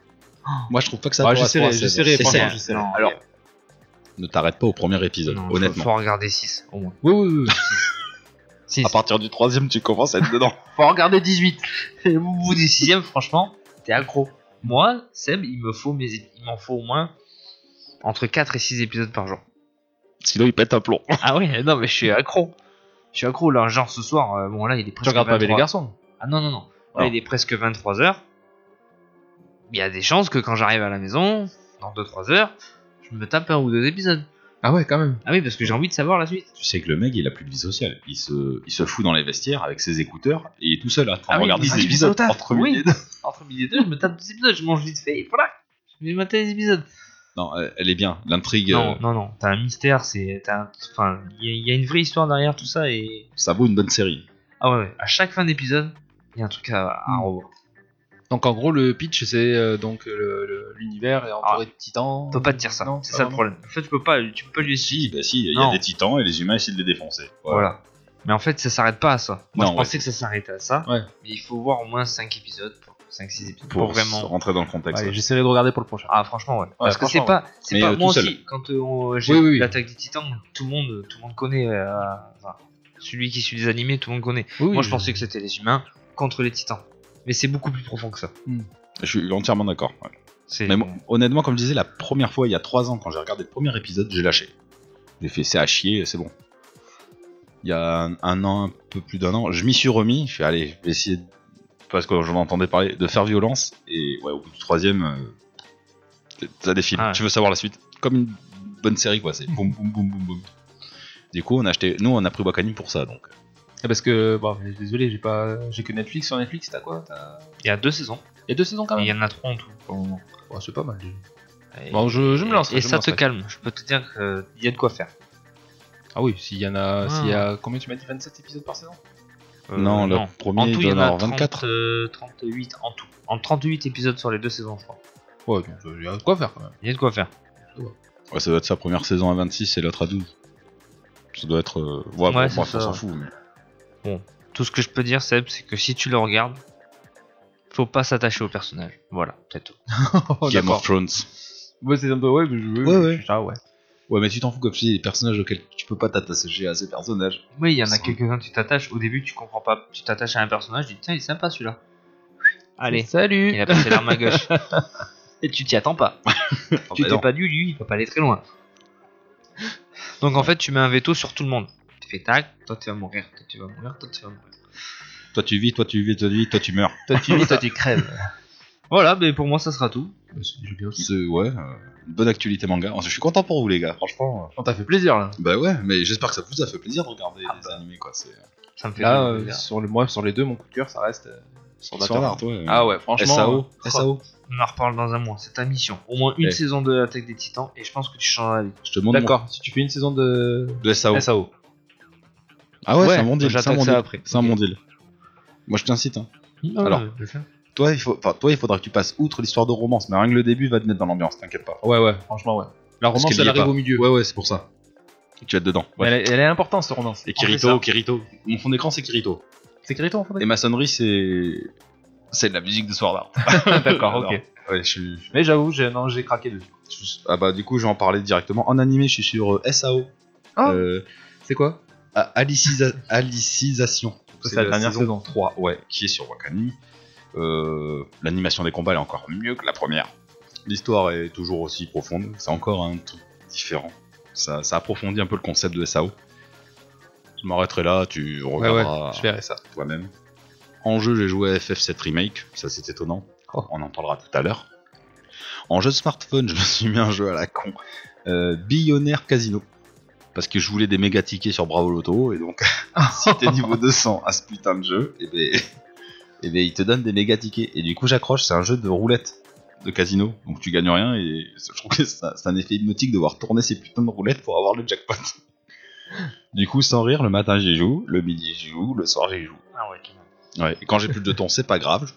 Speaker 4: Moi, je trouve pas que ça
Speaker 5: Ah,
Speaker 4: correspond
Speaker 5: j'essaierai,
Speaker 4: à Seb.
Speaker 5: j'essaierai,
Speaker 4: C'est
Speaker 5: franchement,
Speaker 4: Seb.
Speaker 5: j'essaierai.
Speaker 6: Non,
Speaker 5: Alors,
Speaker 4: Ne t'arrête pas au premier épisode,
Speaker 6: Non,
Speaker 4: honnêtement.
Speaker 6: Faut regarder 6 au moins.
Speaker 5: oui, oui, oui.
Speaker 6: Si,
Speaker 4: À partir du troisième, tu commences à être dedans.
Speaker 6: faut regarder 18. Et vous vous dites 6ème, franchement, t'es accro. Moi, Seb, il me faut mes ép- il m'en faut au moins entre 4 et 6 épisodes par jour.
Speaker 4: Sinon, il pète un plomb.
Speaker 6: Ah oui, non mais je suis accro. Je suis accro là, genre ce soir, euh, bon là il est presque
Speaker 5: Tu regardes pas Belle et
Speaker 6: 23.
Speaker 5: Garçon
Speaker 6: Ah non non non. Là
Speaker 4: Non.
Speaker 6: il est presque 23h. Il y a des chances que quand j'arrive à la maison dans 2 3 heures, je me tape un ou deux épisodes.
Speaker 5: Ah ouais, quand même.
Speaker 6: Ah oui, parce que j'ai envie de savoir la suite.
Speaker 4: Tu sais que le mec, il a plus de vie sociale. Il se, il se fout dans les vestiaires avec ses écouteurs et il est tout seul à
Speaker 6: Ah oui,
Speaker 4: regarder
Speaker 6: il
Speaker 4: ses
Speaker 6: est
Speaker 4: épisodes
Speaker 6: au taf,
Speaker 4: entre
Speaker 6: oui.
Speaker 4: milliers de-
Speaker 6: Entre midi et deux, je me tape deux épisodes, je mange vite fait et voilà. Je vais mater les épisodes.
Speaker 4: Non, euh, elle est bien. L'intrigue, euh,
Speaker 6: Non, non, non, t'as un mystère, c'est. t'as un- Enfin, il y, a- il y a une vraie histoire derrière tout ça et.
Speaker 4: ça vaut une bonne série.
Speaker 6: Ah ouais, ouais, à chaque fin d'épisode, il y a un truc à, à
Speaker 5: Hmm.
Speaker 6: revoir.
Speaker 5: Donc en gros, le pitch, c'est euh, donc le- le- l'univers est entouré de titans.
Speaker 6: On peut pas te dire ça,
Speaker 5: Non,
Speaker 6: c'est
Speaker 5: pas
Speaker 6: ça le
Speaker 5: vraiment.
Speaker 6: problème. En fait, tu peux pas, tu peux pas lui
Speaker 4: Si,
Speaker 6: expliquer.
Speaker 4: bah si, il y
Speaker 6: Non.
Speaker 4: a des titans et les humains essaient de les défoncer. Voilà.
Speaker 6: Voilà. Mais en fait, ça s'arrête pas à ça. Moi,
Speaker 4: Non,
Speaker 6: je pensais que ça s'arrêtait à ça.
Speaker 5: Ouais.
Speaker 6: Mais il faut voir au moins 5 épisodes, 5-6 épisodes
Speaker 4: Pour,
Speaker 6: pour, vraiment.
Speaker 4: rentrer dans le contexte.
Speaker 5: Allez, j'essaierai de regarder pour le prochain.
Speaker 6: Ah, franchement, ouais. Parce que c'est
Speaker 5: franchement,
Speaker 6: pas. C'est
Speaker 4: Mais,
Speaker 6: pas
Speaker 4: euh,
Speaker 6: moi
Speaker 4: tout seul.
Speaker 6: aussi, quand euh, on- j'ai
Speaker 5: Oui, oui, oui.
Speaker 6: l'attaque des titans, tout le monde, tout le monde connaît. euh, enfin, celui qui suit les animés, tout le monde connaît.
Speaker 5: Oui,
Speaker 6: Moi,
Speaker 5: oui,
Speaker 6: je pensais que c'était les humains. contre les titans. Mais c'est beaucoup plus profond que ça.
Speaker 4: Je suis entièrement d'accord. ouais.
Speaker 6: C'est
Speaker 4: Mais bon, honnêtement, comme je disais, la première fois, il y a 3 ans, quand j'ai regardé le premier épisode, j'ai lâché. J'ai fait, c'est à chier, c'est bon. Il y a un, un an, un peu plus d'un an, je m'y suis remis. Je fais, allez, je vais essayer, de- parce que j'en entendais parler, de faire violence. Et ouais, au bout du troisième, euh, ça défile.
Speaker 6: Ah ouais.
Speaker 4: Tu veux savoir la suite Comme une bonne série, quoi. C'est boum, boum, boum, boum, boum. Du coup, on a acheté, nous, on a pris Wakani pour ça, donc.
Speaker 5: Ah, Parce que, bon, désolé, j'ai pas, j'ai que Netflix. Sur Netflix, t'as quoi T'as-
Speaker 6: Il y a deux saisons.
Speaker 5: Il y a deux saisons quand
Speaker 6: et Il
Speaker 5: même.
Speaker 6: y en a trois en tout. pour le moment.
Speaker 5: Ouais, c'est pas mal. déjà.
Speaker 6: Et-
Speaker 5: Bon, je, je me lance.
Speaker 6: Et,
Speaker 5: je me
Speaker 6: ça te
Speaker 5: lancerai.
Speaker 6: calme. Je peux te dire qu'il y a de quoi faire.
Speaker 5: Ah oui, s'il y en a,
Speaker 6: Ah.
Speaker 5: s'il y a, combien tu m'as dit 27 épisodes par saison
Speaker 6: Euh,
Speaker 4: non, le premier,
Speaker 6: En tout, il y en
Speaker 4: doit
Speaker 6: a
Speaker 4: avoir 24.
Speaker 6: 30, euh, 38 en tout. En 38 épisodes sur les deux saisons, je crois.
Speaker 5: Ouais, donc euh, il y a de quoi faire quand même.
Speaker 6: Il y a de quoi faire.
Speaker 4: Ouais, ça doit être sa première saison à 26 et l'autre à 12. Ça doit être. euh, ouais,
Speaker 6: Ouais,
Speaker 4: pour moi,
Speaker 6: c'est
Speaker 4: on
Speaker 6: ça.
Speaker 4: s'en fout. mais-
Speaker 6: Tout ce que je peux dire, Seb, c'est que si tu le regardes, faut pas s'attacher au personnage. Voilà, c'est tout.
Speaker 5: Oh,
Speaker 4: Game of
Speaker 5: D'accord.
Speaker 4: Thrones.
Speaker 5: Ouais, c'est un peu, ouais, mais je veux.
Speaker 4: Ouais, ouais.
Speaker 5: je- Ah ouais.
Speaker 4: Ouais, mais tu t'en fous, comme je dis, les personnages auxquels tu peux pas t'attacher à ces personnages.
Speaker 6: Oui, il y en a
Speaker 4: Ça.
Speaker 6: quelques-uns, tu t'attaches. Au début, tu comprends pas. Tu t'attaches à un personnage, tu dis, tiens, il est sympa celui-là. Allez,
Speaker 5: Salut
Speaker 6: il a passé l'arme à gauche. Oh, Et tu t'y attends pas. tu
Speaker 4: bah
Speaker 6: t'es
Speaker 4: non.
Speaker 6: pas dit, lui, il peut pas aller très loin. Donc en fait, tu mets un veto sur tout le monde. Tu fais tac, toi tu vas mourir, toi tu vas mourir, toi tu vas mourir.
Speaker 4: Toi tu vis, toi tu vis, toi tu vis, toi tu meurs.
Speaker 5: Toi tu vis, toi tu crèves.
Speaker 6: Voilà, mais pour moi, ça sera tout.
Speaker 5: Euh,
Speaker 4: C'est, ouais, euh, une bonne actualité manga. Je suis content pour vous, les gars, franchement.
Speaker 5: On t'a fait plaisir là.
Speaker 4: Bah ouais, mais j'espère que ça vous a fait plaisir de regarder
Speaker 5: Ah
Speaker 4: les
Speaker 5: bah.
Speaker 4: animés, quoi. C'est
Speaker 6: Ça me fait
Speaker 5: Là,
Speaker 6: plaisir.
Speaker 5: euh, sur le, moi, sur les deux, mon coup de cœur, ça reste. euh, Sword
Speaker 4: Sword
Speaker 5: Art.
Speaker 4: Art, ouais.
Speaker 5: Ah ouais, franchement.
Speaker 4: SAO.
Speaker 5: euh,
Speaker 4: SAO.
Speaker 6: On en reparle dans un mois, c'est ta mission. Au moins une
Speaker 4: Ouais.
Speaker 6: saison de l'attaque des titans et je pense que tu changeras la vie.
Speaker 4: Je te demande.
Speaker 5: D'accord, si tu fais une saison de.
Speaker 4: mon- De SAO.
Speaker 5: SAO.
Speaker 4: Ah ouais,
Speaker 6: Ouais,
Speaker 4: c'est un bon deal. C'est
Speaker 6: j'attaque
Speaker 4: un bon
Speaker 6: ça
Speaker 4: deal.
Speaker 6: après.
Speaker 4: C'est un bon deal. Moi je t'incite, hein. Alors. Toi il, faut, enfin, toi, il faudra que tu passes outre l'histoire de romance, mais rien que le début va te mettre dans l'ambiance, t'inquiète pas.
Speaker 5: Ouais, ouais, franchement, ouais. La
Speaker 4: Parce
Speaker 5: romance,
Speaker 4: qu'elle y
Speaker 5: elle
Speaker 4: est
Speaker 5: arrive
Speaker 4: pas.
Speaker 5: au milieu.
Speaker 4: Ouais, ouais, c'est pour ça. Tu vas être dedans. ouais.
Speaker 5: Mais Elle, est- elle est importante, cette romance.
Speaker 4: Et
Speaker 6: On fait
Speaker 4: Kirito,
Speaker 6: ça.
Speaker 4: Kirito. Mon fond d'écran, c'est Kirito.
Speaker 5: C'est Kirito en
Speaker 4: Et
Speaker 5: fait.
Speaker 4: ma sonnerie, c'est. C'est de la musique de Sword Art.
Speaker 5: D'accord,
Speaker 4: Alors,
Speaker 5: ok.
Speaker 4: Ouais, je suis-
Speaker 5: Mais j'avoue, j'ai non, j'ai craqué dessus.
Speaker 4: je- Ah bah, du coup, je vais en parler directement. En animé, je suis sur euh, SAO.
Speaker 5: Ah.
Speaker 4: Euh,
Speaker 5: C'est quoi
Speaker 4: à- Alicisa- Alicisation.
Speaker 5: Ça, c'est la dernière saison.
Speaker 4: 3, ouais, qui est sur Wakani. Euh, L'animation des combats elle est encore mieux que la première. L'histoire est toujours aussi profonde. C'est encore un truc différent. Ça, ça approfondit un peu le concept de SAO. Je m'arrêterai là, tu regarderas
Speaker 5: Je verrai ça.
Speaker 4: toi-même. En jeu, j'ai joué à FF7 Remake, ça c'est étonnant.
Speaker 5: Oh.
Speaker 4: On en parlera tout à l'heure. En jeu de smartphone, je me suis mis un jeu à la con. Euh, Billionaire Casino. Parce que je voulais des méga tickets sur Bravo Loto, et donc si t'es niveau 200 à ce putain de jeu, et ben, eh ben, il te donne des méga tickets. Et du coup, j'accroche, c'est un jeu de roulette de casino, donc tu gagnes rien, et je trouve que ça- c'est un effet hypnotique de voir tourner ces putains de roulettes pour avoir le jackpot. Du coup, sans rire, le matin j'y joue, le midi j'y joue, le soir j'y joue.
Speaker 6: Ah ouais, quand même.
Speaker 4: Ouais, et quand j'ai plus de temps, c'est pas grave.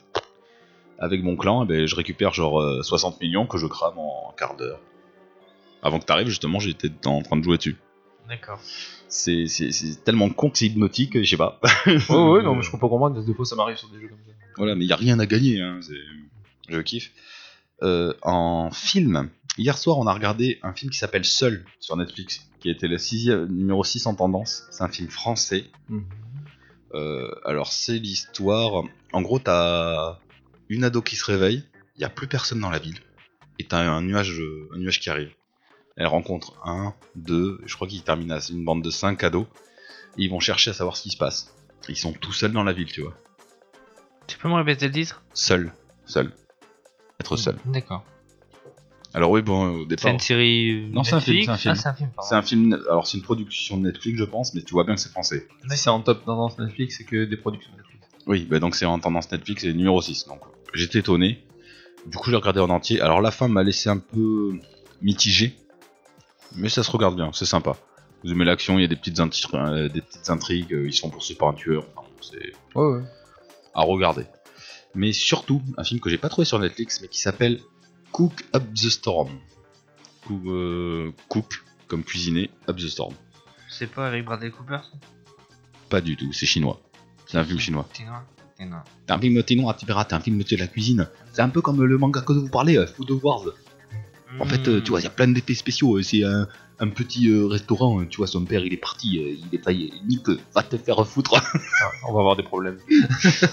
Speaker 4: Avec mon clan, eh ben, je récupère genre euh, 60 millions que je crame en un quart d'heure. Avant que t'arrives, justement, j'étais en train de jouer dessus.
Speaker 6: D'accord.
Speaker 4: C'est- C'est c'est tellement con que c'est hypnotique, je sais pas.
Speaker 5: Ouais, ouais, non, mais je peux pas comprendre, parce que des fois, ça m'arrive sur des jeux comme ça.
Speaker 4: Voilà, mais il a rien à gagner. hein, c'est- Je kiffe. Euh, en film, hier soir, on a regardé un film qui s'appelle Seul sur Netflix, qui était le sixième, numéro 6 en tendance. C'est un film français.
Speaker 5: Mhm.
Speaker 4: Euh, alors, c'est l'histoire. En gros, t'as une ado qui se réveille, il n'y a plus personne dans la ville, et t'as un nuage, euh, un nuage qui arrive. Elle rencontre un, deux, je crois qu'il termine à une bande de cinq ados, et ils vont chercher à savoir ce qui se passe. Ils sont tout seuls dans la ville, tu vois
Speaker 6: Tu peux me répéter le titre
Speaker 4: seul. Seul. Être seul.
Speaker 6: D'accord.
Speaker 4: Hmm. Alors oui, bon, au
Speaker 6: C'est
Speaker 4: départ...
Speaker 6: une série. euh,
Speaker 4: Non, c'est un film,
Speaker 6: Netflix
Speaker 4: c'est un film.
Speaker 6: Ah, c'est un film, pardon.
Speaker 4: C'est un film, alors c'est une production de Netflix, je pense, mais tu vois bien que c'est français.
Speaker 5: Si c'est en top tendance Netflix, c'est que des productions Netflix.
Speaker 4: Oui, bah donc c'est en tendance Netflix, c'est numéro 6, donc j'étais étonné. Du coup, j'ai regardé en entier. Alors la fin m'a laissé un peu mitigé, mais ça se regarde bien, c'est sympa. Vous aimez l'action, il y a des petites, intri- euh, des petites intrigues, euh, ils sont poursuivis par un tueur, enfin, bon, c'est
Speaker 5: Ouais, ouais.
Speaker 4: à regarder. Mais surtout, un film que j'ai pas trouvé sur Netflix, mais qui s'appelle Cook Up the Storm. Cou- euh, cook, comme cuisiner, Up the Storm.
Speaker 6: C'est pas avec Bradley Cooper ça
Speaker 4: Pas du tout, c'est chinois. C'est un film chinois.
Speaker 6: T'es noir T'es noir.
Speaker 4: C'est un film t'es noir, tu verras, c'est un film de la cuisine. C'est un peu comme le manga que vous parlez, euh, Food Wars. En fait, euh, tu vois, il y a plein d'effets spéciaux. euh, C'est un, un petit euh, restaurant. euh, Tu vois, son père, il est parti. euh, Il est taillé. Nick, euh, va te faire foutre.
Speaker 5: Ah, on va avoir des problèmes.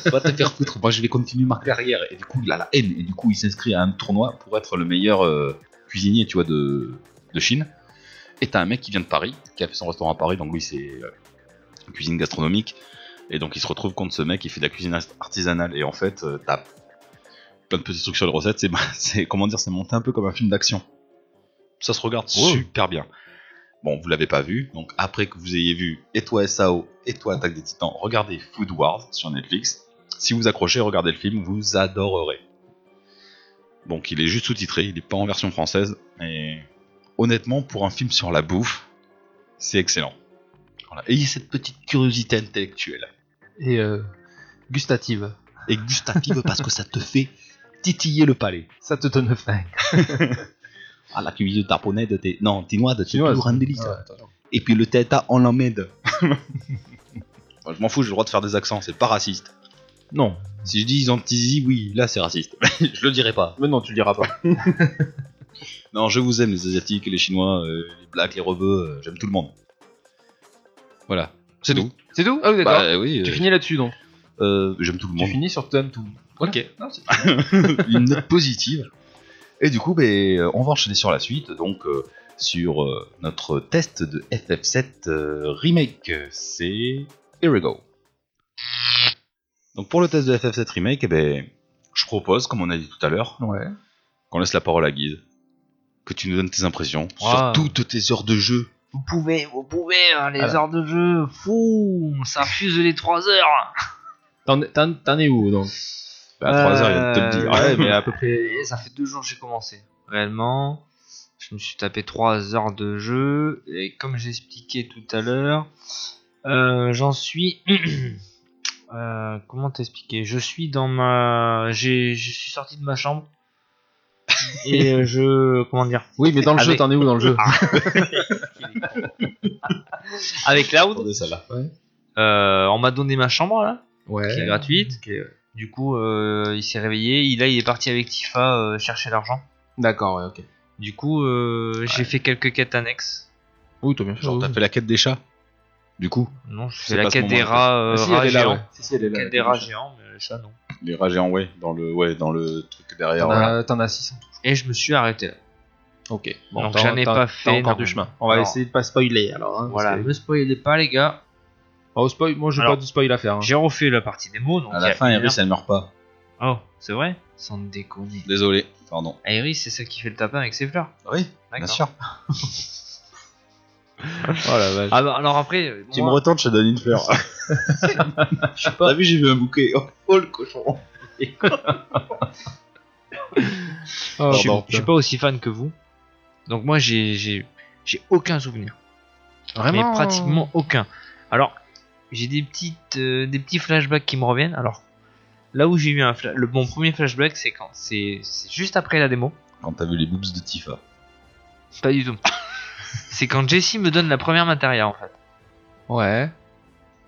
Speaker 4: va te faire foutre. Moi, je vais continuer ma carrière. Et du coup, il a la haine. Et du coup, il s'inscrit à un tournoi pour être le meilleur euh, cuisinier, tu vois, de, de Chine. Et t'as un mec qui vient de Paris, qui a fait son restaurant à Paris. Donc, lui, c'est euh, cuisine gastronomique. Et donc, il se retrouve contre ce mec qui fait de la cuisine art- artisanale. Et en fait, euh, t'as plein de petites structures de recettes. C'est, c'est- comment dire, c'est monté un peu comme un film d'action. Ça se regarde super bien. Bon, vous l'avez pas vu, donc après que vous ayez vu et toi SAO et toi Attaque des Titans, regardez Food Wars sur Netflix. Si vous accrochez, regardez le film, vous adorerez. Donc il est juste sous-titré, il n'est pas en version française, et honnêtement, pour un film sur la bouffe, c'est excellent. Voilà. Ayez cette petite curiosité intellectuelle
Speaker 5: Et euh, gustative.
Speaker 4: et gustative parce que ça te fait titiller le palais.
Speaker 5: Ça te donne faim.
Speaker 4: Ah, la cuisine tarponade, t'es... non, tinoise, c'est
Speaker 5: Chinoise.
Speaker 4: toujours un délice. Et puis le teta, on l'emmène. Moi, je m'en fous, j'ai le droit de faire des accents, c'est pas raciste.
Speaker 5: Non,
Speaker 4: Si je dis ils ont tizi, oui, là c'est raciste. je le dirai pas.
Speaker 5: mais non, tu le diras pas.
Speaker 4: Non, je vous aime les Asiatiques, les Chinois, euh, les Blacks, les Rebeux, euh, j'aime tout le monde. Voilà, c'est tout.
Speaker 5: C'est tout Ah oui, d'accord.
Speaker 4: Bah euh, oui,
Speaker 5: tu
Speaker 4: euh,
Speaker 5: finis là-dessus donc.
Speaker 4: euh, j'aime tout le
Speaker 5: Tu
Speaker 4: monde.
Speaker 5: finis sur Tom tout.
Speaker 4: Ok.
Speaker 5: Non, c'est-
Speaker 4: une note positive. Et du coup, ben, euh, on va enchaîner sur la suite, donc euh, sur euh, notre test de FF7 euh, Remake. C'est Here we go. Donc pour le test de FF7 Remake, eh ben, je propose, comme on a dit tout à l'heure,
Speaker 5: Ouais.
Speaker 4: qu'on laisse la parole à Guise. Que tu nous donnes tes impressions
Speaker 6: Wow.
Speaker 4: sur toutes tes heures de jeu.
Speaker 6: Vous pouvez, vous pouvez, hein, les
Speaker 5: Voilà.
Speaker 6: heures de jeu, fou, ça fuse les 3 heures.
Speaker 5: T'en- T'en t'en es où donc
Speaker 4: Ben, à 3 heures, il vient de te le dire.
Speaker 6: Euh,
Speaker 5: Ouais, mais à peu près.
Speaker 6: Et ça fait deux jours que j'ai commencé. Réellement, je me suis tapé 3 heures de jeu. Et comme j'expliquais tout à l'heure, euh, j'en suis. Euh, comment t'expliquer Je suis dans ma. j'ai- Je suis sorti de ma chambre. et euh, je. Comment dire
Speaker 5: Oui, mais dans le
Speaker 6: Ah,
Speaker 5: jeu,
Speaker 6: mais-
Speaker 5: t'en es où dans le jeu
Speaker 6: Avec Cloud,
Speaker 4: Attendez, ça va.
Speaker 6: euh, on m'a donné ma chambre là, qui est
Speaker 5: Ouais.
Speaker 6: gratuite. Du coup, euh, il s'est réveillé. Il, là, il est parti avec Tifa euh, chercher l'argent.
Speaker 5: D'accord, ouais, ok.
Speaker 6: Du coup, euh, j'ai fait quelques quêtes annexes.
Speaker 5: Oui, t'as bien fait.
Speaker 4: Genre,
Speaker 5: oui.
Speaker 4: t'as fait la quête des chats Du coup,
Speaker 6: Non, je
Speaker 4: C'est
Speaker 6: fais la
Speaker 4: pas ce
Speaker 6: quête des
Speaker 4: moment-là.
Speaker 6: rats, euh,
Speaker 5: Ah, si,
Speaker 6: rats
Speaker 5: elle est là,
Speaker 6: géants.
Speaker 5: ouais. Si, si, elle est là,
Speaker 6: Quête
Speaker 5: la
Speaker 6: des
Speaker 5: quête
Speaker 6: rats
Speaker 5: des chats.
Speaker 6: géants, mais ça non.
Speaker 4: les rats géants, ouais, dans le, ouais, dans le truc derrière.
Speaker 5: T'en
Speaker 4: là.
Speaker 5: as- T'en as 600.
Speaker 6: Et je me suis arrêté là.
Speaker 5: Ok.
Speaker 6: Donc,
Speaker 5: t'en-
Speaker 6: j'en ai
Speaker 5: t'en-
Speaker 6: pas
Speaker 5: t'as
Speaker 6: fait
Speaker 5: encore
Speaker 6: énormément.
Speaker 5: du chemin. On va
Speaker 6: Alors.
Speaker 5: essayer de pas spoiler alors. hein,
Speaker 6: Voilà,
Speaker 5: parce que-
Speaker 6: ne spoilez pas les gars.
Speaker 5: Oh, spoil... Moi, j'ai
Speaker 6: Alors.
Speaker 5: pas de spoil à faire. hein.
Speaker 6: J'ai refait la partie démo. Donc
Speaker 4: À
Speaker 6: il y
Speaker 4: la
Speaker 6: a
Speaker 4: fin,
Speaker 6: une
Speaker 4: Iris, elle meurt pas.
Speaker 6: heure- Oh, c'est vrai Sans déconner.
Speaker 4: Désolé, pardon.
Speaker 6: Iris, c'est ça qui fait le tapin avec ses fleurs.
Speaker 4: Ah Oui, bien
Speaker 6: D'accord.
Speaker 4: sûr.
Speaker 5: Oh la vache.
Speaker 6: Ah bah, alors après, euh,
Speaker 4: Tu me
Speaker 6: moi,
Speaker 4: retentes, je te donne une fleur.
Speaker 5: je sais
Speaker 4: T'as vu, j'ai vu un bouquet. Oh, oh, le cochon.
Speaker 5: Oh,
Speaker 6: je, suis,
Speaker 5: bordel.
Speaker 6: je suis pas aussi fan que vous. Donc moi, j'ai, j'ai, j'ai aucun souvenir.
Speaker 5: Vraiment
Speaker 6: Mais pratiquement aucun. Alors, j'ai des petites, euh, des petits flashbacks qui me reviennent. Alors, là où j'ai eu un fla- le, mon premier flashback, c'est quand c'est, c'est juste après la démo.
Speaker 4: Quand t'as vu les boobs de Tifa.
Speaker 6: Pas du tout. c'est quand Jessie me donne la première matérielle en fait.
Speaker 5: Ouais.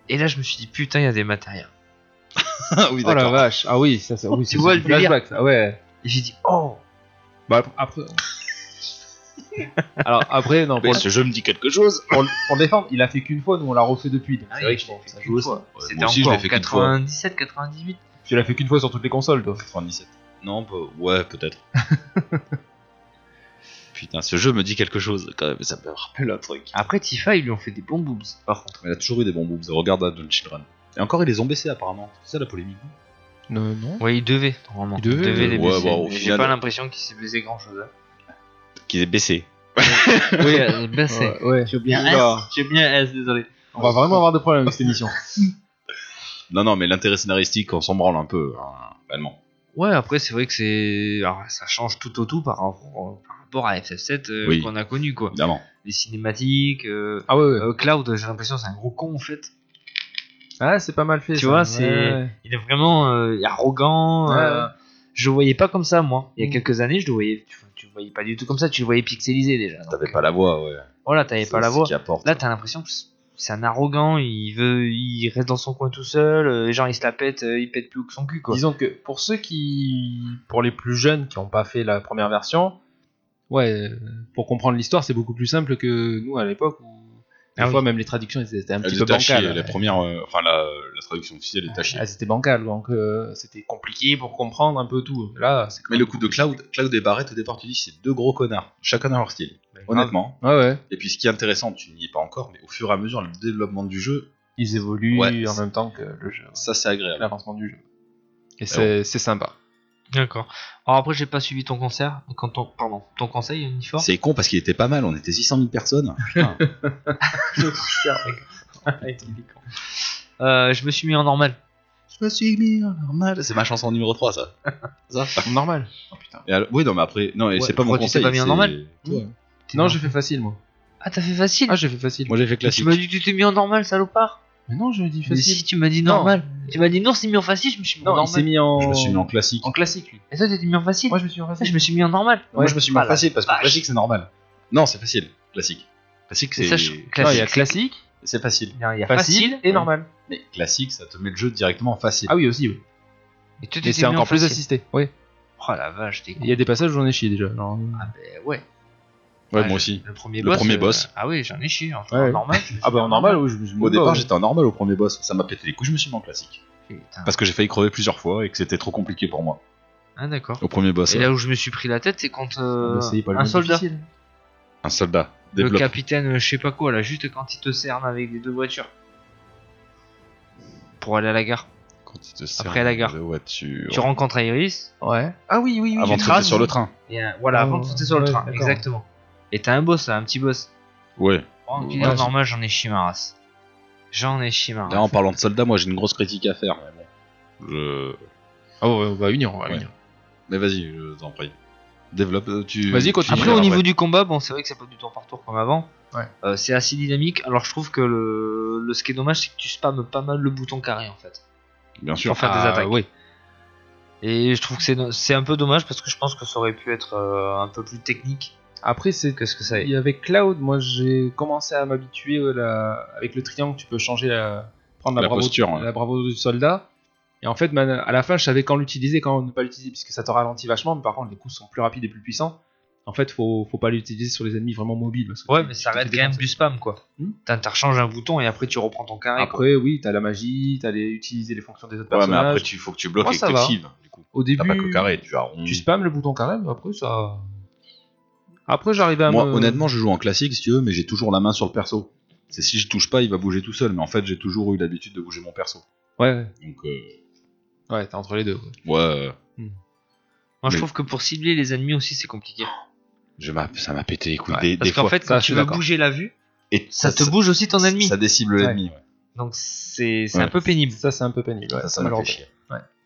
Speaker 6: Et là, je me suis dit, putain, il y a des matériels.
Speaker 4: Ah oui,
Speaker 5: Oh la
Speaker 4: d'accord.
Speaker 5: vache. Ah oui, ça c'est. Oui,
Speaker 6: Oh, Tu
Speaker 5: ça,
Speaker 6: vois
Speaker 5: c'est
Speaker 6: le
Speaker 5: du flashback, ça. Ouais.
Speaker 6: Et j'ai dit, oh
Speaker 5: Bah ap- après. alors après, non. Pour,
Speaker 4: Mais ce jeu me dit quelque chose.
Speaker 5: pour, pour le défendre, il a fait qu'une fois. Nous, on l'a refait depuis. donc
Speaker 6: Ah
Speaker 5: C'est
Speaker 6: oui,
Speaker 5: vrai que
Speaker 6: je
Speaker 5: je
Speaker 6: l'ai
Speaker 5: pense.
Speaker 6: fait
Speaker 5: Ça
Speaker 6: qu'une
Speaker 5: joue aussi.
Speaker 6: fois.
Speaker 4: Ouais,
Speaker 6: C'était
Speaker 4: moi aussi, je
Speaker 6: encore
Speaker 4: l'ai fait qu'une fois.
Speaker 6: 97, 98.
Speaker 5: Tu l'as fait qu'une fois sur toutes les consoles, toi.
Speaker 4: 97. Non, peu- ouais, peut-être. Putain, ce jeu me dit quelque chose quand même. Ça me rappelle un truc.
Speaker 6: Après, Tifa, ils lui ont fait des bons boobs. Par contre,
Speaker 4: Elle a toujours eu des bons boobs. Regarde Adult Children. Et encore, ils les ont baissés apparemment. C'est ça la polémique.
Speaker 5: Non, non.
Speaker 6: ouais, il devait, normalement.
Speaker 5: Il devait,
Speaker 4: il devait.
Speaker 6: les
Speaker 4: Ouais,
Speaker 6: baiser.
Speaker 4: bah, au
Speaker 6: Mais J'ai
Speaker 4: final-
Speaker 6: pas l'impression qu'il s'est hein. baisé grand chose.
Speaker 4: Qu'ils aient baissé.
Speaker 6: oui, euh, baissé.
Speaker 5: Ouais. ouais.
Speaker 6: J'ai bien
Speaker 5: Oula.
Speaker 6: S, j'ai bien S, désolé.
Speaker 5: On va vraiment avoir des problèmes avec cette émission.
Speaker 4: Non, non, mais l'intérêt scénaristique, on s'en branle un peu. hein, Réellement.
Speaker 6: Ouais, après, c'est vrai que c'est. alors, ça change tout au tout par, rapport- euh, par rapport à FF7 euh,
Speaker 4: Oui.
Speaker 6: qu'on a connu, quoi.
Speaker 4: Évidemment.
Speaker 6: Les cinématiques, euh,
Speaker 5: Ah ouais, ouais.
Speaker 6: euh, Cloud, j'ai l'impression que c'est un gros con en fait.
Speaker 5: Ah, c'est pas mal fait.
Speaker 6: Tu
Speaker 5: ça.
Speaker 6: vois,
Speaker 5: Ouais,
Speaker 6: c'est-
Speaker 5: ouais.
Speaker 6: Il est vraiment euh, arrogant.
Speaker 5: Ouais,
Speaker 6: euh, Je le voyais pas comme ça, moi. Il y a
Speaker 5: Mm.
Speaker 6: quelques années, je le voyais. Tu, tu le voyais pas du tout comme ça, tu le voyais pixelisé déjà. donc,
Speaker 4: T'avais
Speaker 6: euh,
Speaker 4: pas la voix, ouais.
Speaker 6: Voilà, t'avais
Speaker 4: C'est-
Speaker 6: pas la
Speaker 4: c'est
Speaker 6: voix.
Speaker 4: Qui apporte.
Speaker 6: Là, t'as l'impression que c'est un arrogant, il veut, il reste dans son coin tout seul, euh, genre il se la pète, euh, il pète plus haut que son cul quoi.
Speaker 5: Disons que pour ceux qui, pour les plus jeunes qui n'ont pas fait la première version, ouais, euh, pour comprendre l'histoire, c'est beaucoup plus simple que nous à l'époque où des
Speaker 6: Ah oui.
Speaker 5: fois même les traductions elles étaient un
Speaker 4: Elles
Speaker 5: petit peu
Speaker 4: étaient à chier,
Speaker 5: bancales.
Speaker 4: la
Speaker 5: ouais. Ah,
Speaker 4: première, euh, enfin la, la traduction officielle est à chier.
Speaker 5: Elles étaient bancales, donc euh, c'était compliqué pour comprendre un peu tout. Là, c'est
Speaker 4: Mais le coup de Cloud, Cloud et Barrett, au départ, tu dis c'est deux gros connards, chacun dans leur style, honnêtement.
Speaker 5: Ouais, ouais.
Speaker 4: Et puis ce qui est intéressant, tu n'y es pas encore, mais au fur et à mesure, le développement du jeu,
Speaker 5: Ils évoluent
Speaker 4: Ouais.
Speaker 5: en même temps que le jeu,
Speaker 4: ça c'est agréable.
Speaker 5: l'avancement du jeu. Et c'est c'est sympa.
Speaker 6: D'accord. Alors après, j'ai pas suivi ton concert. Quand ton, pardon, ton conseil, Unifor.
Speaker 4: C'est con parce qu'il était pas mal, on était 600 000 personnes. Putain.
Speaker 6: Euh, je me suis mis en normal.
Speaker 4: Je me suis mis en normal. C'est ma chanson numéro 3, ça. ça
Speaker 5: Normal. Oh, putain.
Speaker 4: Et alors- oui, non, mais après, non, et
Speaker 6: Ouais,
Speaker 4: c'est pas mon
Speaker 6: pourquoi tu t'es
Speaker 4: conseil.
Speaker 6: pas mis en
Speaker 4: c'est-
Speaker 6: normal
Speaker 4: Toi.
Speaker 5: Non, j'ai fait facile, moi.
Speaker 6: Ah, t'as fait facile.
Speaker 5: Ah, j'ai fait facile.
Speaker 4: Moi j'ai fait
Speaker 6: tu
Speaker 4: classique.
Speaker 6: m'as dit que tu t'es mis en normal, salopard.
Speaker 5: Mais non, je dis
Speaker 6: Mais
Speaker 5: facile.
Speaker 6: si tu m'as dit
Speaker 5: Non.
Speaker 6: normal, tu m'as dit non, c'est mis en facile, je me suis mis en
Speaker 5: Non, il s'est
Speaker 6: normal.
Speaker 5: mis en...
Speaker 4: Je me suis mis en classique.
Speaker 5: en classique, lui.
Speaker 6: Et toi, t'étais mis en facile.
Speaker 5: Moi, je me suis mis en
Speaker 6: Ah,
Speaker 5: facile.
Speaker 6: je me suis mis en normal.
Speaker 4: Moi je me suis mis en
Speaker 6: Ah, la
Speaker 4: classique parce que
Speaker 6: vache.
Speaker 4: classique c'est normal. Non, c'est facile. Classique. Classique
Speaker 6: Et
Speaker 4: c'est
Speaker 6: ça, je-
Speaker 5: Non, il y a
Speaker 6: classique.
Speaker 5: classique,
Speaker 4: c'est facile.
Speaker 6: Il y a- il y a
Speaker 5: facile,
Speaker 6: facile.
Speaker 5: et normal.
Speaker 4: Mais classique ça te met le jeu directement facile.
Speaker 5: Ah oui, aussi, oui. Et
Speaker 6: Et toi, t'étais
Speaker 5: c'est
Speaker 6: mis en
Speaker 5: encore plus
Speaker 6: facile.
Speaker 5: assisté. Oui.
Speaker 6: Oh la vache, t'es con.
Speaker 5: Il y a des passages où j'en ai chié déjà. genre.
Speaker 6: Ah, ben ouais.
Speaker 4: ouais,
Speaker 6: ouais.
Speaker 4: moi aussi.
Speaker 6: Le premier
Speaker 4: Le
Speaker 6: boss.
Speaker 4: premier
Speaker 6: euh,
Speaker 4: boss.
Speaker 6: Ah oui, j'en ai chié. En
Speaker 5: Ouais.
Speaker 6: normal. je me suis
Speaker 5: Ah
Speaker 6: mis
Speaker 5: bah
Speaker 6: en
Speaker 5: normal, oui, je me suis mis
Speaker 4: Au
Speaker 5: en
Speaker 4: départ
Speaker 5: normal.
Speaker 4: j'étais en normal au premier boss. Ça m'a pété les couilles, je me suis mis en classique.
Speaker 6: Putain.
Speaker 4: Parce que j'ai failli crever plusieurs fois et que c'était trop compliqué pour moi.
Speaker 6: Ah d'accord.
Speaker 4: Au premier boss,
Speaker 6: Et là où je me suis pris la tête, c'est quand euh,
Speaker 5: Bah, essayez pas le
Speaker 6: un
Speaker 5: mode
Speaker 6: soldat,
Speaker 5: difficile.
Speaker 4: un soldat.
Speaker 6: le
Speaker 4: Développe.
Speaker 6: capitaine, euh, je sais pas quoi, là, juste quand il te cerne avec les deux voitures pour aller à la gare.
Speaker 4: Quand il te sert
Speaker 6: Après, à la gare.
Speaker 4: de voiture.
Speaker 6: Tu rencontres Iris.
Speaker 5: Ouais. Ah oui, oui, oui.
Speaker 4: Avant
Speaker 5: tu
Speaker 4: de
Speaker 5: traces.
Speaker 4: sauter sur le train.
Speaker 6: Et, euh, voilà,
Speaker 5: Ah,
Speaker 6: avant de sauter sur le
Speaker 5: ouais,
Speaker 6: train,
Speaker 5: d'accord.
Speaker 6: exactement. Et t'as un boss, là, un petit boss.
Speaker 4: Ouais.
Speaker 6: Oh, enculé,
Speaker 4: Ouais,
Speaker 5: Ah,
Speaker 6: en
Speaker 4: c'est-
Speaker 6: normal, j'en ai chié ma race. J'en ai chié ma
Speaker 4: Là,
Speaker 6: race.
Speaker 4: en parlant de soldat, moi j'ai une grosse critique à faire. Mais bon. Je-
Speaker 5: Ah ouais, on va unir, on va
Speaker 4: Ouais.
Speaker 5: unir.
Speaker 4: Mais vas-y, je t'en prie. Développe. euh, Tu...
Speaker 5: Vas-y,
Speaker 4: tu
Speaker 5: continue.
Speaker 4: diras
Speaker 6: Après, au niveau
Speaker 4: après.
Speaker 6: du combat, bon, c'est vrai que c'est pas du tour par tour comme avant.
Speaker 5: Ouais.
Speaker 6: Euh, c'est assez dynamique. Alors, je trouve que le... le- ce qui est dommage, c'est que tu spammes pas mal le bouton carré en fait.
Speaker 4: Bien sûr.
Speaker 6: Pour faire des
Speaker 5: Ah,
Speaker 6: attaques.
Speaker 5: Oui.
Speaker 6: Et je trouve que c'est no- c'est un peu dommage parce que je pense que ça aurait pu être euh, un peu plus technique
Speaker 5: Après, c'est
Speaker 6: que ce que ça est.
Speaker 5: Et avec Cloud, moi j'ai commencé à m'habituer à la- avec le triangle, tu peux changer la, prendre la,
Speaker 4: La
Speaker 5: bravo,
Speaker 4: posture, ouais.
Speaker 5: la bravo du soldat. Et en fait, ma- à la fin, je savais quand l'utiliser, quand ne pas l'utiliser, puisque ça te ralentit vachement. Mais par contre, les coups sont plus rapides et plus puissants. En fait, faut, faut pas l'utiliser sur les ennemis vraiment mobiles. parce que
Speaker 6: Ouais,
Speaker 5: tu-
Speaker 6: mais
Speaker 5: tu
Speaker 6: ça
Speaker 5: te
Speaker 6: reste
Speaker 5: fais
Speaker 6: quand même
Speaker 5: défoncer.
Speaker 6: du spam quoi.
Speaker 5: Hmm
Speaker 6: T'interchanges un bouton et après tu reprends ton carré. quoi.
Speaker 5: Après, oui, t'as la magie, t'as les, utiliser les fonctions des autres
Speaker 4: Ouais, mais
Speaker 5: personnages.
Speaker 4: après, tu faut que tu bloques
Speaker 5: Moi,
Speaker 4: et que
Speaker 5: ça
Speaker 4: tu
Speaker 5: va.
Speaker 4: esquives, Du coup,
Speaker 5: Au début,
Speaker 4: t'as pas que carré, tu as rond.
Speaker 5: tu spammes le bouton carré, mais après, ça. Après, j'arrivais à
Speaker 4: Moi,
Speaker 5: me-
Speaker 4: honnêtement, je joue en classique si tu veux, mais j'ai toujours la main sur le perso. C'est si je touche pas, il va bouger tout seul. Mais en fait, j'ai toujours eu l'habitude de bouger mon perso.
Speaker 5: Ouais, ouais.
Speaker 4: Donc, euh,
Speaker 5: ouais, t'es entre les deux. quoi.
Speaker 4: ouais, euh,
Speaker 6: Moi, je
Speaker 4: mais-
Speaker 6: trouve que pour cibler les ennemis aussi, c'est compliqué.
Speaker 4: je m'a- ça m'a pété les couilles.
Speaker 5: Ouais,
Speaker 4: des,
Speaker 6: Parce
Speaker 4: des
Speaker 6: qu'en
Speaker 4: fois.
Speaker 6: fait,
Speaker 5: ça,
Speaker 6: quand
Speaker 5: Ah, je
Speaker 6: tu
Speaker 5: suis
Speaker 6: veux
Speaker 5: d'accord.
Speaker 6: bouger la vue,
Speaker 4: et
Speaker 6: ça, te bouge aussi ton ennemi.
Speaker 4: Ça décible
Speaker 5: Ouais.
Speaker 4: l'ennemi. ouais.
Speaker 6: Donc c'est c'est
Speaker 4: Ouais.
Speaker 6: un peu pénible.
Speaker 5: Ça, c'est un peu pénible. ouais,
Speaker 4: Ça, ça m'a fait
Speaker 5: malheureux.
Speaker 4: chier.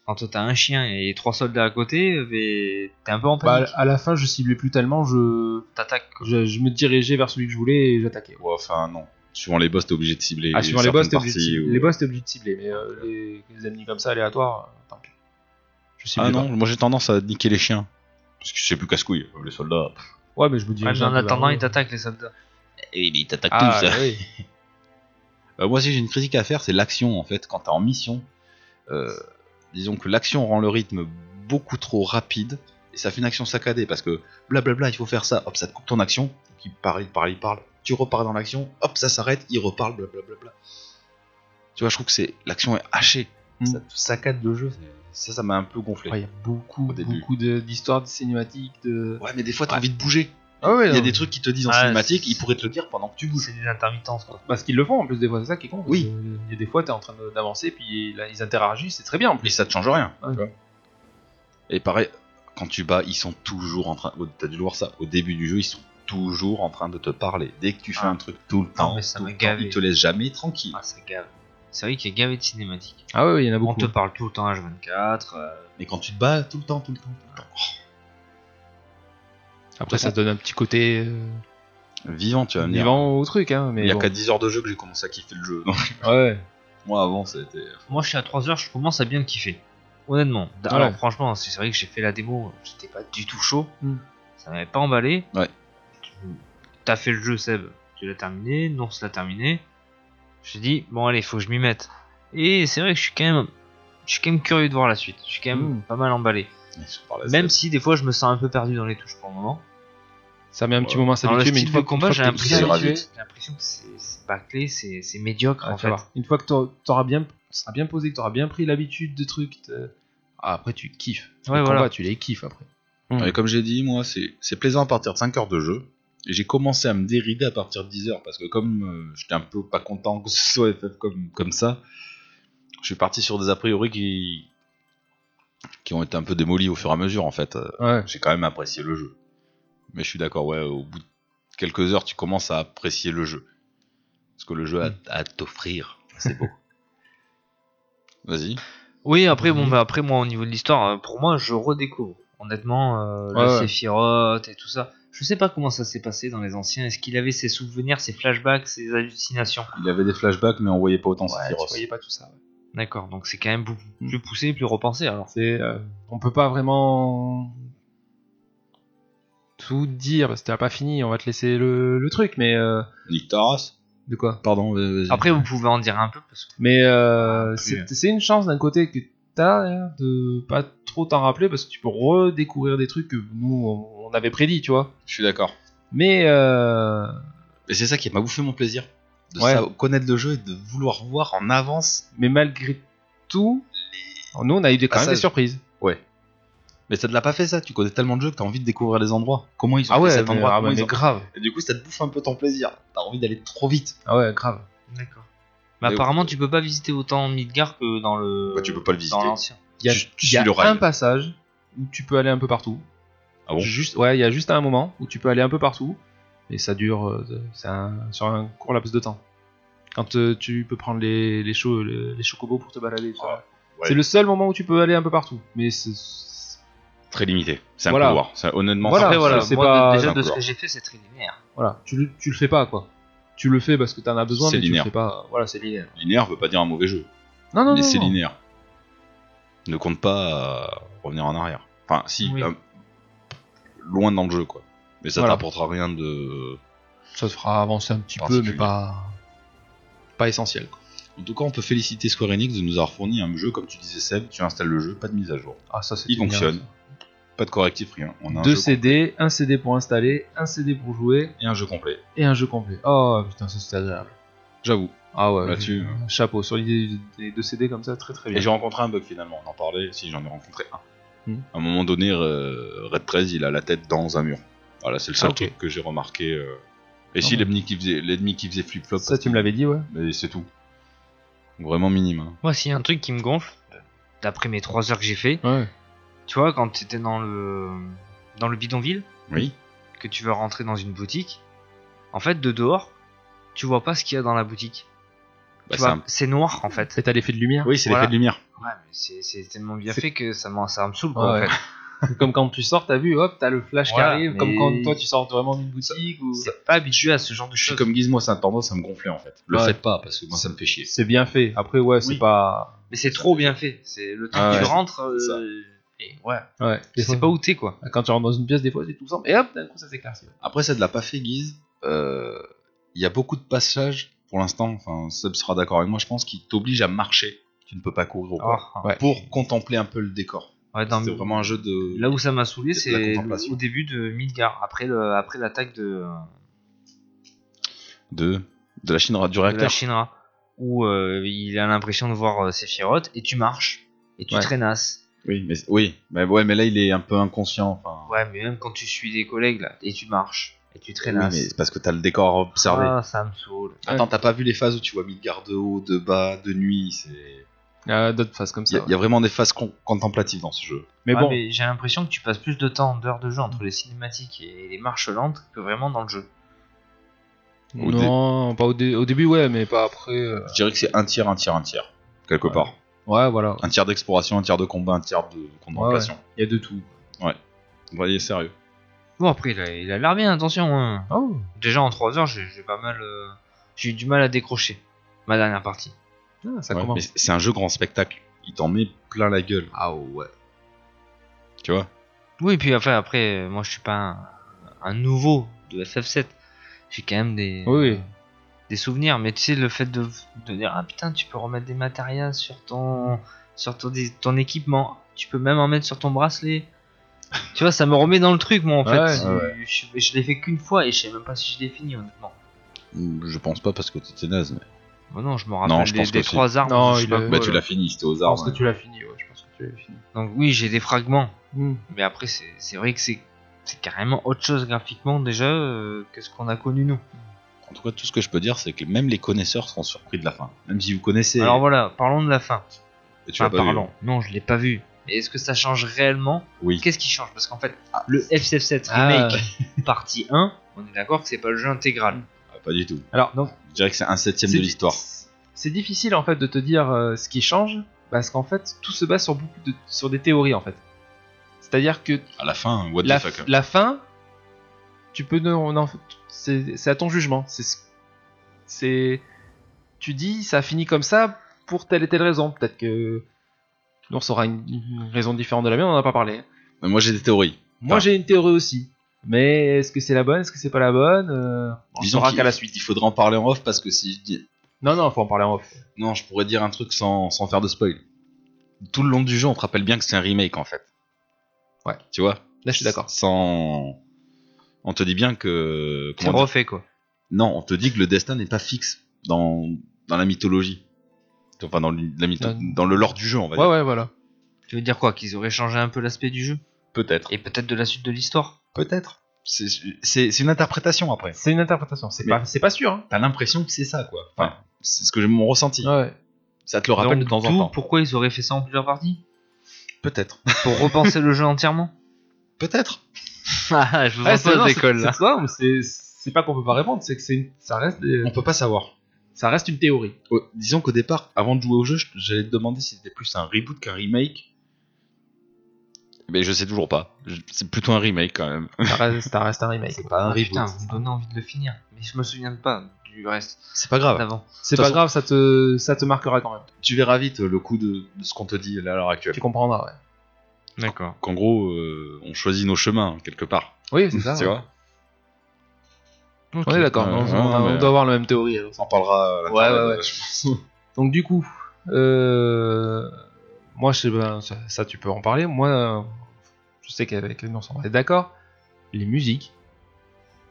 Speaker 6: Quand toi, t'as un chien et trois soldats à côté, euh, mais t'es un peu en
Speaker 5: Bah, à
Speaker 6: panique.
Speaker 5: la- à la fin, je ciblais plus tellement, je,
Speaker 6: T'attaques. quoi.
Speaker 5: je, je me dirigeais vers celui que je voulais et j'attaquais.
Speaker 4: Ouais, enfin, non. Suivant les boss, t'es obligé de cibler.
Speaker 5: Ah, suivant les boss, t'es
Speaker 4: certaines
Speaker 5: obligé, de
Speaker 4: parties
Speaker 5: cibler-
Speaker 4: ou-
Speaker 5: les boss, t'es obligé de cibler, mais euh, les, les ennemis comme ça, aléatoires, euh, tant pis. Je ciblais
Speaker 4: Ah non, moi j'ai tendance à niquer les chiens. Parce que c'est plus casse-couille, euh, les soldats.
Speaker 5: pas. Ouais, mais je me
Speaker 6: Ouais,
Speaker 5: dirigeais.
Speaker 6: Ah, mais en
Speaker 5: un peu vers
Speaker 6: attendant,
Speaker 5: eux.
Speaker 6: ils t'attaquent les soldats.
Speaker 4: Et ils t'attaquent
Speaker 5: Ah, oui.
Speaker 4: Euh, moi, si j'ai une critique à faire, c'est l'action en fait. Quand t'es en mission, euh, disons que l'action rend le rythme beaucoup trop rapide et ça fait une action saccadée parce que blablabla, il faut faire ça, hop, ça te coupe ton action. Donc, il parle, il parle, il parle, tu repars dans l'action, hop, ça s'arrête, il reparle, blablabla. Tu vois, je trouve que c'est l'action est hachée,
Speaker 5: Mm.
Speaker 4: ça te saccade le jeu. Ça, ça m'a un peu gonflé.
Speaker 5: Ouais, il y a beaucoup,
Speaker 4: Au début.
Speaker 5: beaucoup de- d'histoires, de, cinématiques, de.
Speaker 4: Ouais, mais des fois, t'as
Speaker 5: Ouais.
Speaker 4: envie de bouger.
Speaker 5: Ah
Speaker 4: il y
Speaker 5: ouais,
Speaker 4: a
Speaker 5: non,
Speaker 4: des
Speaker 5: mais-
Speaker 4: trucs qui te disent en
Speaker 6: Ah,
Speaker 4: cinématique,
Speaker 6: c'est-
Speaker 4: ils pourraient te le dire pendant que tu bouges.
Speaker 6: C'est des intermittences quoi.
Speaker 5: Parce qu'ils le font en plus, des fois, c'est ça qui est con. parce
Speaker 4: Oui.
Speaker 5: que, euh, Il y a des fois, t'es en train de- d'avancer, puis là, ils interagissent, c'est très bien en
Speaker 4: Et
Speaker 5: plus.
Speaker 4: ça te change rien.
Speaker 5: Ouais.
Speaker 4: tu vois. Et pareil, quand tu bats, ils sont toujours en train. oh, T'as dû le voir ça. Au début du jeu, ils sont toujours en train de te parler. Dès que tu fais un truc, tout le temps,
Speaker 6: Ah. mais ça
Speaker 4: tout
Speaker 6: m'a
Speaker 4: le temps,
Speaker 6: gavé.
Speaker 4: ils te laissent jamais tranquille.
Speaker 6: Ah, ça gave. C'est vrai qu'il y a gavé de cinématiques.
Speaker 5: Ah ouais, ouais, il y en a
Speaker 6: On
Speaker 5: beaucoup.
Speaker 6: te parle tout le temps H24. euh,
Speaker 4: Mais quand tu te bats, tout le temps, tout le temps, tout le temps.
Speaker 5: Après, ça donne un petit côté euh,
Speaker 4: Oh, Vivant, tu vas me dire.
Speaker 5: vivant au truc, hein.
Speaker 4: Il
Speaker 5: Mais
Speaker 4: n'y a
Speaker 5: bon.
Speaker 4: qu'à 10 heures de jeu que j'ai commencé à kiffer le jeu. Donc,
Speaker 5: Ouais.
Speaker 4: moi, avant, ça a été. euh,
Speaker 6: Moi, je suis à 3 heures, je commence à bien kiffer. Honnêtement. D-
Speaker 4: Bah,
Speaker 5: Ouais.
Speaker 6: Alors, franchement, c'est vrai que j'ai fait la démo, j'étais pas du tout chaud.
Speaker 5: Hmm.
Speaker 6: Ça m'avait pas emballé.
Speaker 4: Ouais.
Speaker 6: Tu- T'as fait le jeu, Seb. Tu l'as terminé. Non, l'a terminé. Je dit, bon, allez, faut que je m'y mette. Et c'est vrai que je suis quand même. Je suis quand même curieux de voir la suite. Je suis quand même
Speaker 5: Hmm.
Speaker 6: pas mal emballé.
Speaker 4: Mais je parlais,
Speaker 6: Même
Speaker 4: c'est-
Speaker 6: si des fois je me sens un peu perdu dans les touches pour le moment.
Speaker 5: Ça met un petit moment à
Speaker 6: Dans le
Speaker 5: s'habituer, mais une
Speaker 6: style de
Speaker 5: fois que-
Speaker 6: combat,
Speaker 5: une fois
Speaker 6: j'ai
Speaker 5: que
Speaker 4: tu
Speaker 5: t'es bien
Speaker 6: l'impression
Speaker 4: seras
Speaker 6: que
Speaker 5: habitué-
Speaker 6: c'est- j'ai l'impression que c'est c'est bâclé, c'est c'est médiocre
Speaker 5: Ah,
Speaker 6: en
Speaker 5: tu
Speaker 6: fait.
Speaker 5: vas voir. Une fois que t'aur- t'auras bien, t'auras bien posé, que t'auras bien pris l'habitude de trucs, te- ah, après tu kiffes.
Speaker 6: Ouais,
Speaker 5: les
Speaker 6: voilà.
Speaker 5: combats, tu les kiffes après.
Speaker 4: Ouais, Euh, comme j'ai dit, moi, c'est c'est plaisant à partir de 5 heures de jeu. Et J'ai commencé à me dérider à partir de 10 heures parce que comme euh, j'étais un peu pas content que ce soit FF comme, comme ça, je suis parti sur des a priori qui, qui ont été un peu démolis au fur et à mesure en fait. Euh,
Speaker 5: Ouais.
Speaker 4: J'ai quand même apprécié le jeu. Mais je suis d'accord, ouais, au bout de quelques heures, tu commences à apprécier le jeu. Parce que le jeu a à t'offrir, c'est beau. Vas-y.
Speaker 6: Oui, après, bon,
Speaker 5: Mhm.
Speaker 6: bah, après, moi, au niveau de l'histoire, euh, pour moi, je redécouvre. Honnêtement, euh,
Speaker 5: Ouais,
Speaker 6: le
Speaker 5: ouais.
Speaker 6: Sephiroth et tout ça. Je sais pas comment ça s'est passé dans les anciens. Est-ce qu'il avait ses souvenirs, ses flashbacks, ses hallucinations
Speaker 4: Il avait des flashbacks, mais on voyait pas autant
Speaker 5: Ouais, tu
Speaker 4: Sephiroth.
Speaker 5: voyais pas tout ça. ouais.
Speaker 6: D'accord, donc c'est quand même beaucoup
Speaker 5: Mhm.
Speaker 6: plus poussé, plus repensé alors.
Speaker 5: C'est, euh, on peut pas vraiment tout dire parce que t'as pas fini. On va te laisser le, le truc, mais euh,
Speaker 4: Nick Taras
Speaker 5: de quoi
Speaker 4: Pardon, vas- vas-y.
Speaker 6: Après, vous pouvez en dire un peu parce que.
Speaker 5: Mais euh,
Speaker 6: Plus.
Speaker 5: c'est c'est une chance d'un côté que t'as hein, de pas trop t'en rappeler parce que tu peux redécouvrir des trucs que nous on- on avait prédit, tu vois.
Speaker 4: Je suis d'accord.
Speaker 5: Mais euh,
Speaker 4: Et c'est ça qui m'a bouffé mon plaisir. De
Speaker 5: Ouais.
Speaker 4: sa- connaître le jeu et de vouloir voir en avance.
Speaker 5: mais malgré tout, nous on a
Speaker 6: Ah,
Speaker 5: eu des, quand même des
Speaker 4: Passage.
Speaker 5: surprises.
Speaker 4: Mais ça ne l'a pas fait ça. Tu connais tellement de jeux que t'as envie de découvrir les endroits. Comment ils ont
Speaker 5: Ah ouais,
Speaker 4: fait cet
Speaker 5: mais-
Speaker 4: endroit
Speaker 5: ah
Speaker 4: comment
Speaker 5: ouais,
Speaker 4: ils
Speaker 5: mais
Speaker 4: ont-
Speaker 5: grave.
Speaker 4: Et du coup, ça te bouffe un peu ton plaisir. T'as envie d'aller trop vite.
Speaker 5: Ah ouais, grave.
Speaker 6: D'accord. Mais
Speaker 4: Mais
Speaker 6: apparemment,
Speaker 4: au-
Speaker 6: tu peux pas visiter autant Midgard que dans le.
Speaker 4: Bah, tu peux pas le
Speaker 6: Dans
Speaker 4: visiter.
Speaker 6: l'ancien.
Speaker 5: Il y a,
Speaker 4: Tu- tu
Speaker 5: il y a
Speaker 4: suis le rail.
Speaker 5: un passage où tu peux aller un peu partout.
Speaker 4: Ah bon
Speaker 5: juste, ouais, il y a juste un moment où tu peux aller un peu partout et ça dure euh, de- c'est un- sur un court laps de temps. Quand euh, tu peux prendre les, les, cho- les, les chocobos pour te balader. tu vois.
Speaker 4: Ah, ouais.
Speaker 5: C'est le seul moment où tu peux aller un peu partout. Mais c'est- c'est-
Speaker 4: Très limité. C'est un
Speaker 5: Voilà.
Speaker 4: couloir. Ça, honnêtement,
Speaker 5: Voilà,
Speaker 4: ça-
Speaker 6: Après, voilà,
Speaker 5: c'est
Speaker 6: moi,
Speaker 5: pas-
Speaker 6: déjà
Speaker 4: c'est
Speaker 6: de ce
Speaker 4: encore.
Speaker 6: que j'ai fait, c'est très linéaire.
Speaker 5: voilà, tu, le- tu le fais pas quoi. Tu le fais parce que t'en as besoin,
Speaker 4: C'est
Speaker 5: mais
Speaker 4: linéaire.
Speaker 5: tu le fais pas. Voilà, c'est linéaire.
Speaker 4: Linéaire veut pas dire un mauvais jeu.
Speaker 5: Non, non,
Speaker 4: mais
Speaker 5: non,
Speaker 4: c'est
Speaker 5: non.
Speaker 4: linéaire. Ne compte pas euh, revenir en arrière. Enfin, si,
Speaker 6: Oui.
Speaker 4: euh, loin dans le jeu, quoi. Mais ça
Speaker 5: Voilà.
Speaker 4: t'apportera rien de.
Speaker 5: Ça te fera avancer un petit peu,
Speaker 4: Particulier.
Speaker 5: mais pas pas essentiel. quoi.
Speaker 4: En tout cas, on peut féliciter Square Enix de nous avoir fourni un jeu, comme tu disais Seb, tu installes le jeu, pas de mise à jour.
Speaker 5: Ah, ça, c'est
Speaker 4: Il fonctionne. Pas de correctif, rien. On a un
Speaker 5: Deux
Speaker 4: jeu
Speaker 5: CD, un CD pour installer, un CD pour jouer
Speaker 4: com- et un jeu complet.
Speaker 5: et un jeu complet. Oh putain, ça c'était agréable.
Speaker 4: J'avoue.
Speaker 5: Ah ouais,
Speaker 4: Là-dessus, hein.
Speaker 5: euh, chapeau sur l'idée des deux CD comme ça, très très bien.
Speaker 4: Et j'ai rencontré un bug finalement, on en parlait, si j'en ai rencontré un.
Speaker 5: Hmm.
Speaker 4: À un moment donné, euh, Red 13, il a la tête dans un mur. Voilà, c'est le seul
Speaker 5: Ah, ok.
Speaker 4: truc que j'ai remarqué. euh. Et si
Speaker 5: mais-
Speaker 4: l'ennemi qui faisait, l'ennemi qui faisait flip-flop,
Speaker 5: Ça, tu me l'avais dit, ouais.
Speaker 4: mais c'est tout. Vraiment minime. hein.
Speaker 6: Moi, s'il y a un truc qui me gonfle, d'après mes 3 heures que j'ai fait,
Speaker 5: Ouais.
Speaker 6: tu vois, quand t'étais dans le dans le bidonville,
Speaker 4: Oui.
Speaker 6: que tu veux rentrer dans une boutique, en fait, de dehors, tu vois pas ce qu'il y a dans la boutique.
Speaker 4: Bah,
Speaker 6: Tu
Speaker 4: c'est
Speaker 6: vois,
Speaker 4: un-
Speaker 6: c'est noir en fait.
Speaker 5: Et t'as l'effet de lumière.
Speaker 4: Oui, c'est l'effet
Speaker 6: Voilà.
Speaker 4: de lumière.
Speaker 6: Ouais, mais c'est- c'est tellement bien
Speaker 5: C'est-
Speaker 6: fait que ça, m'en- ça me saoule quoi.
Speaker 5: Ouais.
Speaker 6: en fait.
Speaker 5: comme quand tu sors, t'as vu, hop, t'as le flash
Speaker 6: Voilà,
Speaker 5: qui arrive.
Speaker 6: mais-
Speaker 5: Comme quand toi, tu sors vraiment d'une boutique. Ou...
Speaker 6: C'est pas habitué à ce genre de
Speaker 4: Je suis
Speaker 6: choses.
Speaker 4: comme Gizmo, c'est un tendance à me gonfler en fait. Le
Speaker 5: Ouais.
Speaker 4: faites pas, parce que moi ça me fait chier. Ah.
Speaker 5: C'est bien fait. Après, ouais, c'est
Speaker 4: Oui.
Speaker 5: pas.
Speaker 6: Mais c'est trop bien fait. C'est le temps
Speaker 4: Ah
Speaker 6: que tu
Speaker 4: ouais.
Speaker 6: rentres. euh,
Speaker 4: Ça.
Speaker 6: et ouais.
Speaker 5: Ouais.
Speaker 6: Tu
Speaker 5: Des
Speaker 6: sais
Speaker 5: fois,
Speaker 6: pas où t'es quoi.
Speaker 5: Quand tu rentres dans une pièce, des fois, c'est tout simple. Et hop, d'un coup, ça s'éclaircit.
Speaker 4: Après, ça ne l'a pas fait, Guise. Euh, Il y a beaucoup de passages pour l'instant. Enfin, Seb sera d'accord avec moi, je pense, qui t'oblige à marcher. Tu ne peux pas courir au corps
Speaker 6: Oh.
Speaker 5: Ouais.
Speaker 4: pour contempler un peu le décor.
Speaker 6: Ouais, dans-
Speaker 4: C'était vraiment un jeu de.
Speaker 6: Là où ça m'a saoulé,
Speaker 4: C'est
Speaker 6: c'est
Speaker 4: de la contemplation.
Speaker 6: au début de Midgar, après le- après l'attaque de,
Speaker 4: de de la Chine du
Speaker 6: de la
Speaker 4: réacteur.
Speaker 6: Shinra, où euh, il a l'impression de voir euh, Sephiroth, et tu marches, et tu
Speaker 5: Ouais.
Speaker 6: traînasses.
Speaker 4: Oui, mais oui, mais ouais, mais là il est un peu inconscient. Enfin,
Speaker 6: Ouais, mais même quand tu suis des collègues, là, et tu marches, et tu
Speaker 4: Oui,
Speaker 6: traînasses.
Speaker 4: mais c'est parce que t'as le décor à observer.
Speaker 6: Ah, ça me saoule.
Speaker 4: Attends, t'as pas vu les phases où tu vois Midgard de haut, de bas, de nuit. C'est.
Speaker 5: Ah, D'autres phases comme
Speaker 4: Il y,
Speaker 5: ça.
Speaker 4: a- il y a vraiment des phases con- contemplatives dans ce jeu.
Speaker 5: Mais
Speaker 6: Ouais,
Speaker 5: bon,
Speaker 6: mais j'ai l'impression que tu passes plus de temps en dehors de jeu entre les cinématiques et les marches lentes que vraiment dans le jeu.
Speaker 4: au dé-
Speaker 5: non, pas au, dé- au début, ouais, mais pas après. euh.
Speaker 4: Je dirais que c'est un tiers, un tiers, un tiers, quelque
Speaker 5: Ouais.
Speaker 4: part.
Speaker 5: Ouais, voilà.
Speaker 4: Un tiers d'exploration, un tiers de combat, un tiers de contemplation.
Speaker 5: Il y a de tout.
Speaker 4: Vous voyez, sérieux.
Speaker 6: Bon, après, il a- il a l'air bien, attention. hein.
Speaker 5: Oh.
Speaker 6: Déjà en 3 heures, j'ai j'ai pas mal. euh, J'ai eu du mal à décrocher ma dernière partie.
Speaker 5: Ah, ça
Speaker 4: Ouais, mais
Speaker 5: commence.
Speaker 4: c'est- c'est un jeu grand spectacle. Il t'en met plein la gueule.
Speaker 5: Ah ouais.
Speaker 4: Tu vois
Speaker 6: Oui, et puis enfin, après, euh, moi je suis pas un, un nouveau de FF7. J'ai quand même des, euh,
Speaker 5: Oui.
Speaker 6: des souvenirs, mais tu sais, le fait de, de dire Ah putain, tu peux remettre des matérias sur ton, sur ton, ton équipement, tu peux même en mettre sur ton bracelet. Tu vois, ça me remet dans le truc, moi, en
Speaker 5: Ouais,
Speaker 6: fait.
Speaker 4: ouais.
Speaker 6: Je, je l'ai fait qu'une fois et je sais même pas si je l'ai fini, honnêtement.
Speaker 4: Je pense pas parce que t'étais naze. Mais...
Speaker 6: Bon, non, je me rappelle
Speaker 4: Non, je
Speaker 6: des,
Speaker 4: pense
Speaker 6: des
Speaker 4: que si.
Speaker 6: trois armes.
Speaker 5: Non,
Speaker 6: je sais
Speaker 5: il
Speaker 6: pas
Speaker 5: a-
Speaker 6: quoi.
Speaker 4: Bah,
Speaker 5: Ouais.
Speaker 4: tu l'as fini, c'était aux
Speaker 5: Je pense
Speaker 4: armes.
Speaker 5: que tu l'as fini, ouais, je pense que tu l'as fini.
Speaker 6: Donc oui, j'ai des fragments.
Speaker 5: Hmm.
Speaker 6: Mais après, c'est c'est vrai que c'est c'est carrément autre chose graphiquement déjà euh, que ce qu'on a connu nous.
Speaker 4: En tout cas, tout ce que je peux dire, c'est que même les connaisseurs seront surpris de la fin. Même si vous connaissez.
Speaker 6: Alors voilà, parlons de la fin.
Speaker 4: et tu
Speaker 6: Enfin,
Speaker 4: l'as pas vu.
Speaker 6: parlons. Non, je l'ai pas vu. Mais est-ce que ça change réellement
Speaker 4: Oui.
Speaker 6: Qu'est-ce qui change Parce qu'en fait, le FCF7
Speaker 5: Ah.
Speaker 6: Remake partie 1, on est d'accord que c'est pas le jeu intégral.
Speaker 4: Ah, pas du tout.
Speaker 5: Alors, donc,
Speaker 4: Je dirais que c'est un septième
Speaker 5: C'est-
Speaker 4: de l'histoire.
Speaker 5: c'est difficile en fait de te dire euh, ce qui change parce qu'en fait tout se base sur beaucoup de sur des théories en fait. C'est-à-dire que
Speaker 4: À la fin, what
Speaker 5: la,
Speaker 4: the fuck. hein.
Speaker 5: la fin, tu peux ne- on en- c'est c'est à ton jugement. C'est ce- c'est tu dis ça finit comme ça pour telle et telle raison. Peut-être que l'ours aura une, une raison différente de la mienne, on en a pas parlé.
Speaker 4: Mais Moi, j'ai des théories.
Speaker 5: Moi
Speaker 4: Ah.
Speaker 5: j'ai une théorie aussi. Mais est-ce que c'est la bonne, est-ce que c'est pas la bonne Euh, On
Speaker 4: Disons
Speaker 5: saura
Speaker 4: qu'il-
Speaker 5: qu'à la suite.
Speaker 4: Il faudrait en parler en off parce que si je dis.
Speaker 5: Non non, faut en parler en off.
Speaker 4: Non, je pourrais dire un truc sans, sans faire de spoil. Tout le long du jeu, on te rappelle bien que c'est un remake en fait.
Speaker 5: Ouais.
Speaker 4: Tu vois
Speaker 5: Là je suis d'accord.
Speaker 4: Sans. On te dit bien que.
Speaker 6: C'est
Speaker 4: comment dire
Speaker 6: refait quoi.
Speaker 4: Non, on te dit que le destin n'est pas fixe dans, dans la mythologie. Enfin, dans, le- la mytho-
Speaker 5: Ouais.
Speaker 4: dans le lore du jeu, on va
Speaker 5: Ouais
Speaker 4: dire.
Speaker 5: ouais voilà.
Speaker 6: Tu veux dire quoi Qu'ils auraient changé un peu l'aspect du jeu
Speaker 4: Peut-être.
Speaker 6: Et peut-être de la suite de l'histoire
Speaker 4: Peut-être. C'est c'est- c'est une interprétation après.
Speaker 5: C'est une interprétation, c'est
Speaker 4: Mais-
Speaker 5: pas c'est pas sûr. hein.
Speaker 4: T'as l'impression que c'est ça, quoi. Enfin, c'est ce que j'ai mon ressenti.
Speaker 5: Ouais.
Speaker 4: Ça te le rappelle
Speaker 6: Donc,
Speaker 4: de temps
Speaker 6: d'où
Speaker 4: en temps.
Speaker 6: Pourquoi ils auraient fait ça en plusieurs parties
Speaker 4: Peut-être.
Speaker 6: Pour repenser le jeu entièrement
Speaker 4: Peut-être.
Speaker 6: Ah, je vous
Speaker 5: Ah,
Speaker 6: en
Speaker 5: c'est non,
Speaker 6: pose
Speaker 5: c'est-
Speaker 6: d'école là.
Speaker 5: c'est- non, mais c'est- c'est pas qu'on peut pas répondre, c'est que c'est une- ça reste des-
Speaker 4: On peut pas savoir.
Speaker 5: ça reste une théorie.
Speaker 4: Au- disons qu'au départ, avant de jouer au jeu, je- j'allais te demander si c'était plus un reboot qu'un remake. Mais je sais toujours pas. Je- C'est plutôt un remake quand même.
Speaker 5: Ça reste, ça reste un remake.
Speaker 4: pas
Speaker 6: Ah, putain, vous me donnez envie de le finir. Mais je me souviens pas du reste
Speaker 4: C'est pas grave.
Speaker 6: d'avant.
Speaker 5: C'est
Speaker 4: De
Speaker 5: pas
Speaker 4: toute
Speaker 5: grave, ça te ça te marquera quand même.
Speaker 4: Tu verras vite euh, le coup de, de ce qu'on te dit là, à l'heure actuelle.
Speaker 5: Tu comprendras. Ouais.
Speaker 6: D'accord.
Speaker 4: Qu'en gros, euh, on choisit nos chemins quelque part.
Speaker 5: Oui, c'est ça.
Speaker 4: tu
Speaker 5: ouais.
Speaker 4: vois
Speaker 5: On est d'accord.
Speaker 4: Ouais,
Speaker 5: on,
Speaker 4: ouais,
Speaker 5: on a-
Speaker 4: ouais,
Speaker 5: on
Speaker 4: mais-
Speaker 5: doit avoir la même théorie. alors.
Speaker 4: On en parlera. à la
Speaker 5: Ouais,
Speaker 4: fin,
Speaker 5: ouais,
Speaker 4: euh,
Speaker 5: ouais.
Speaker 4: je pense.
Speaker 5: Donc du coup, euh, moi je sais pas, ça, ça, tu peux en parler. Moi, euh, je sais qu'avec nous on est d'accord. Les musiques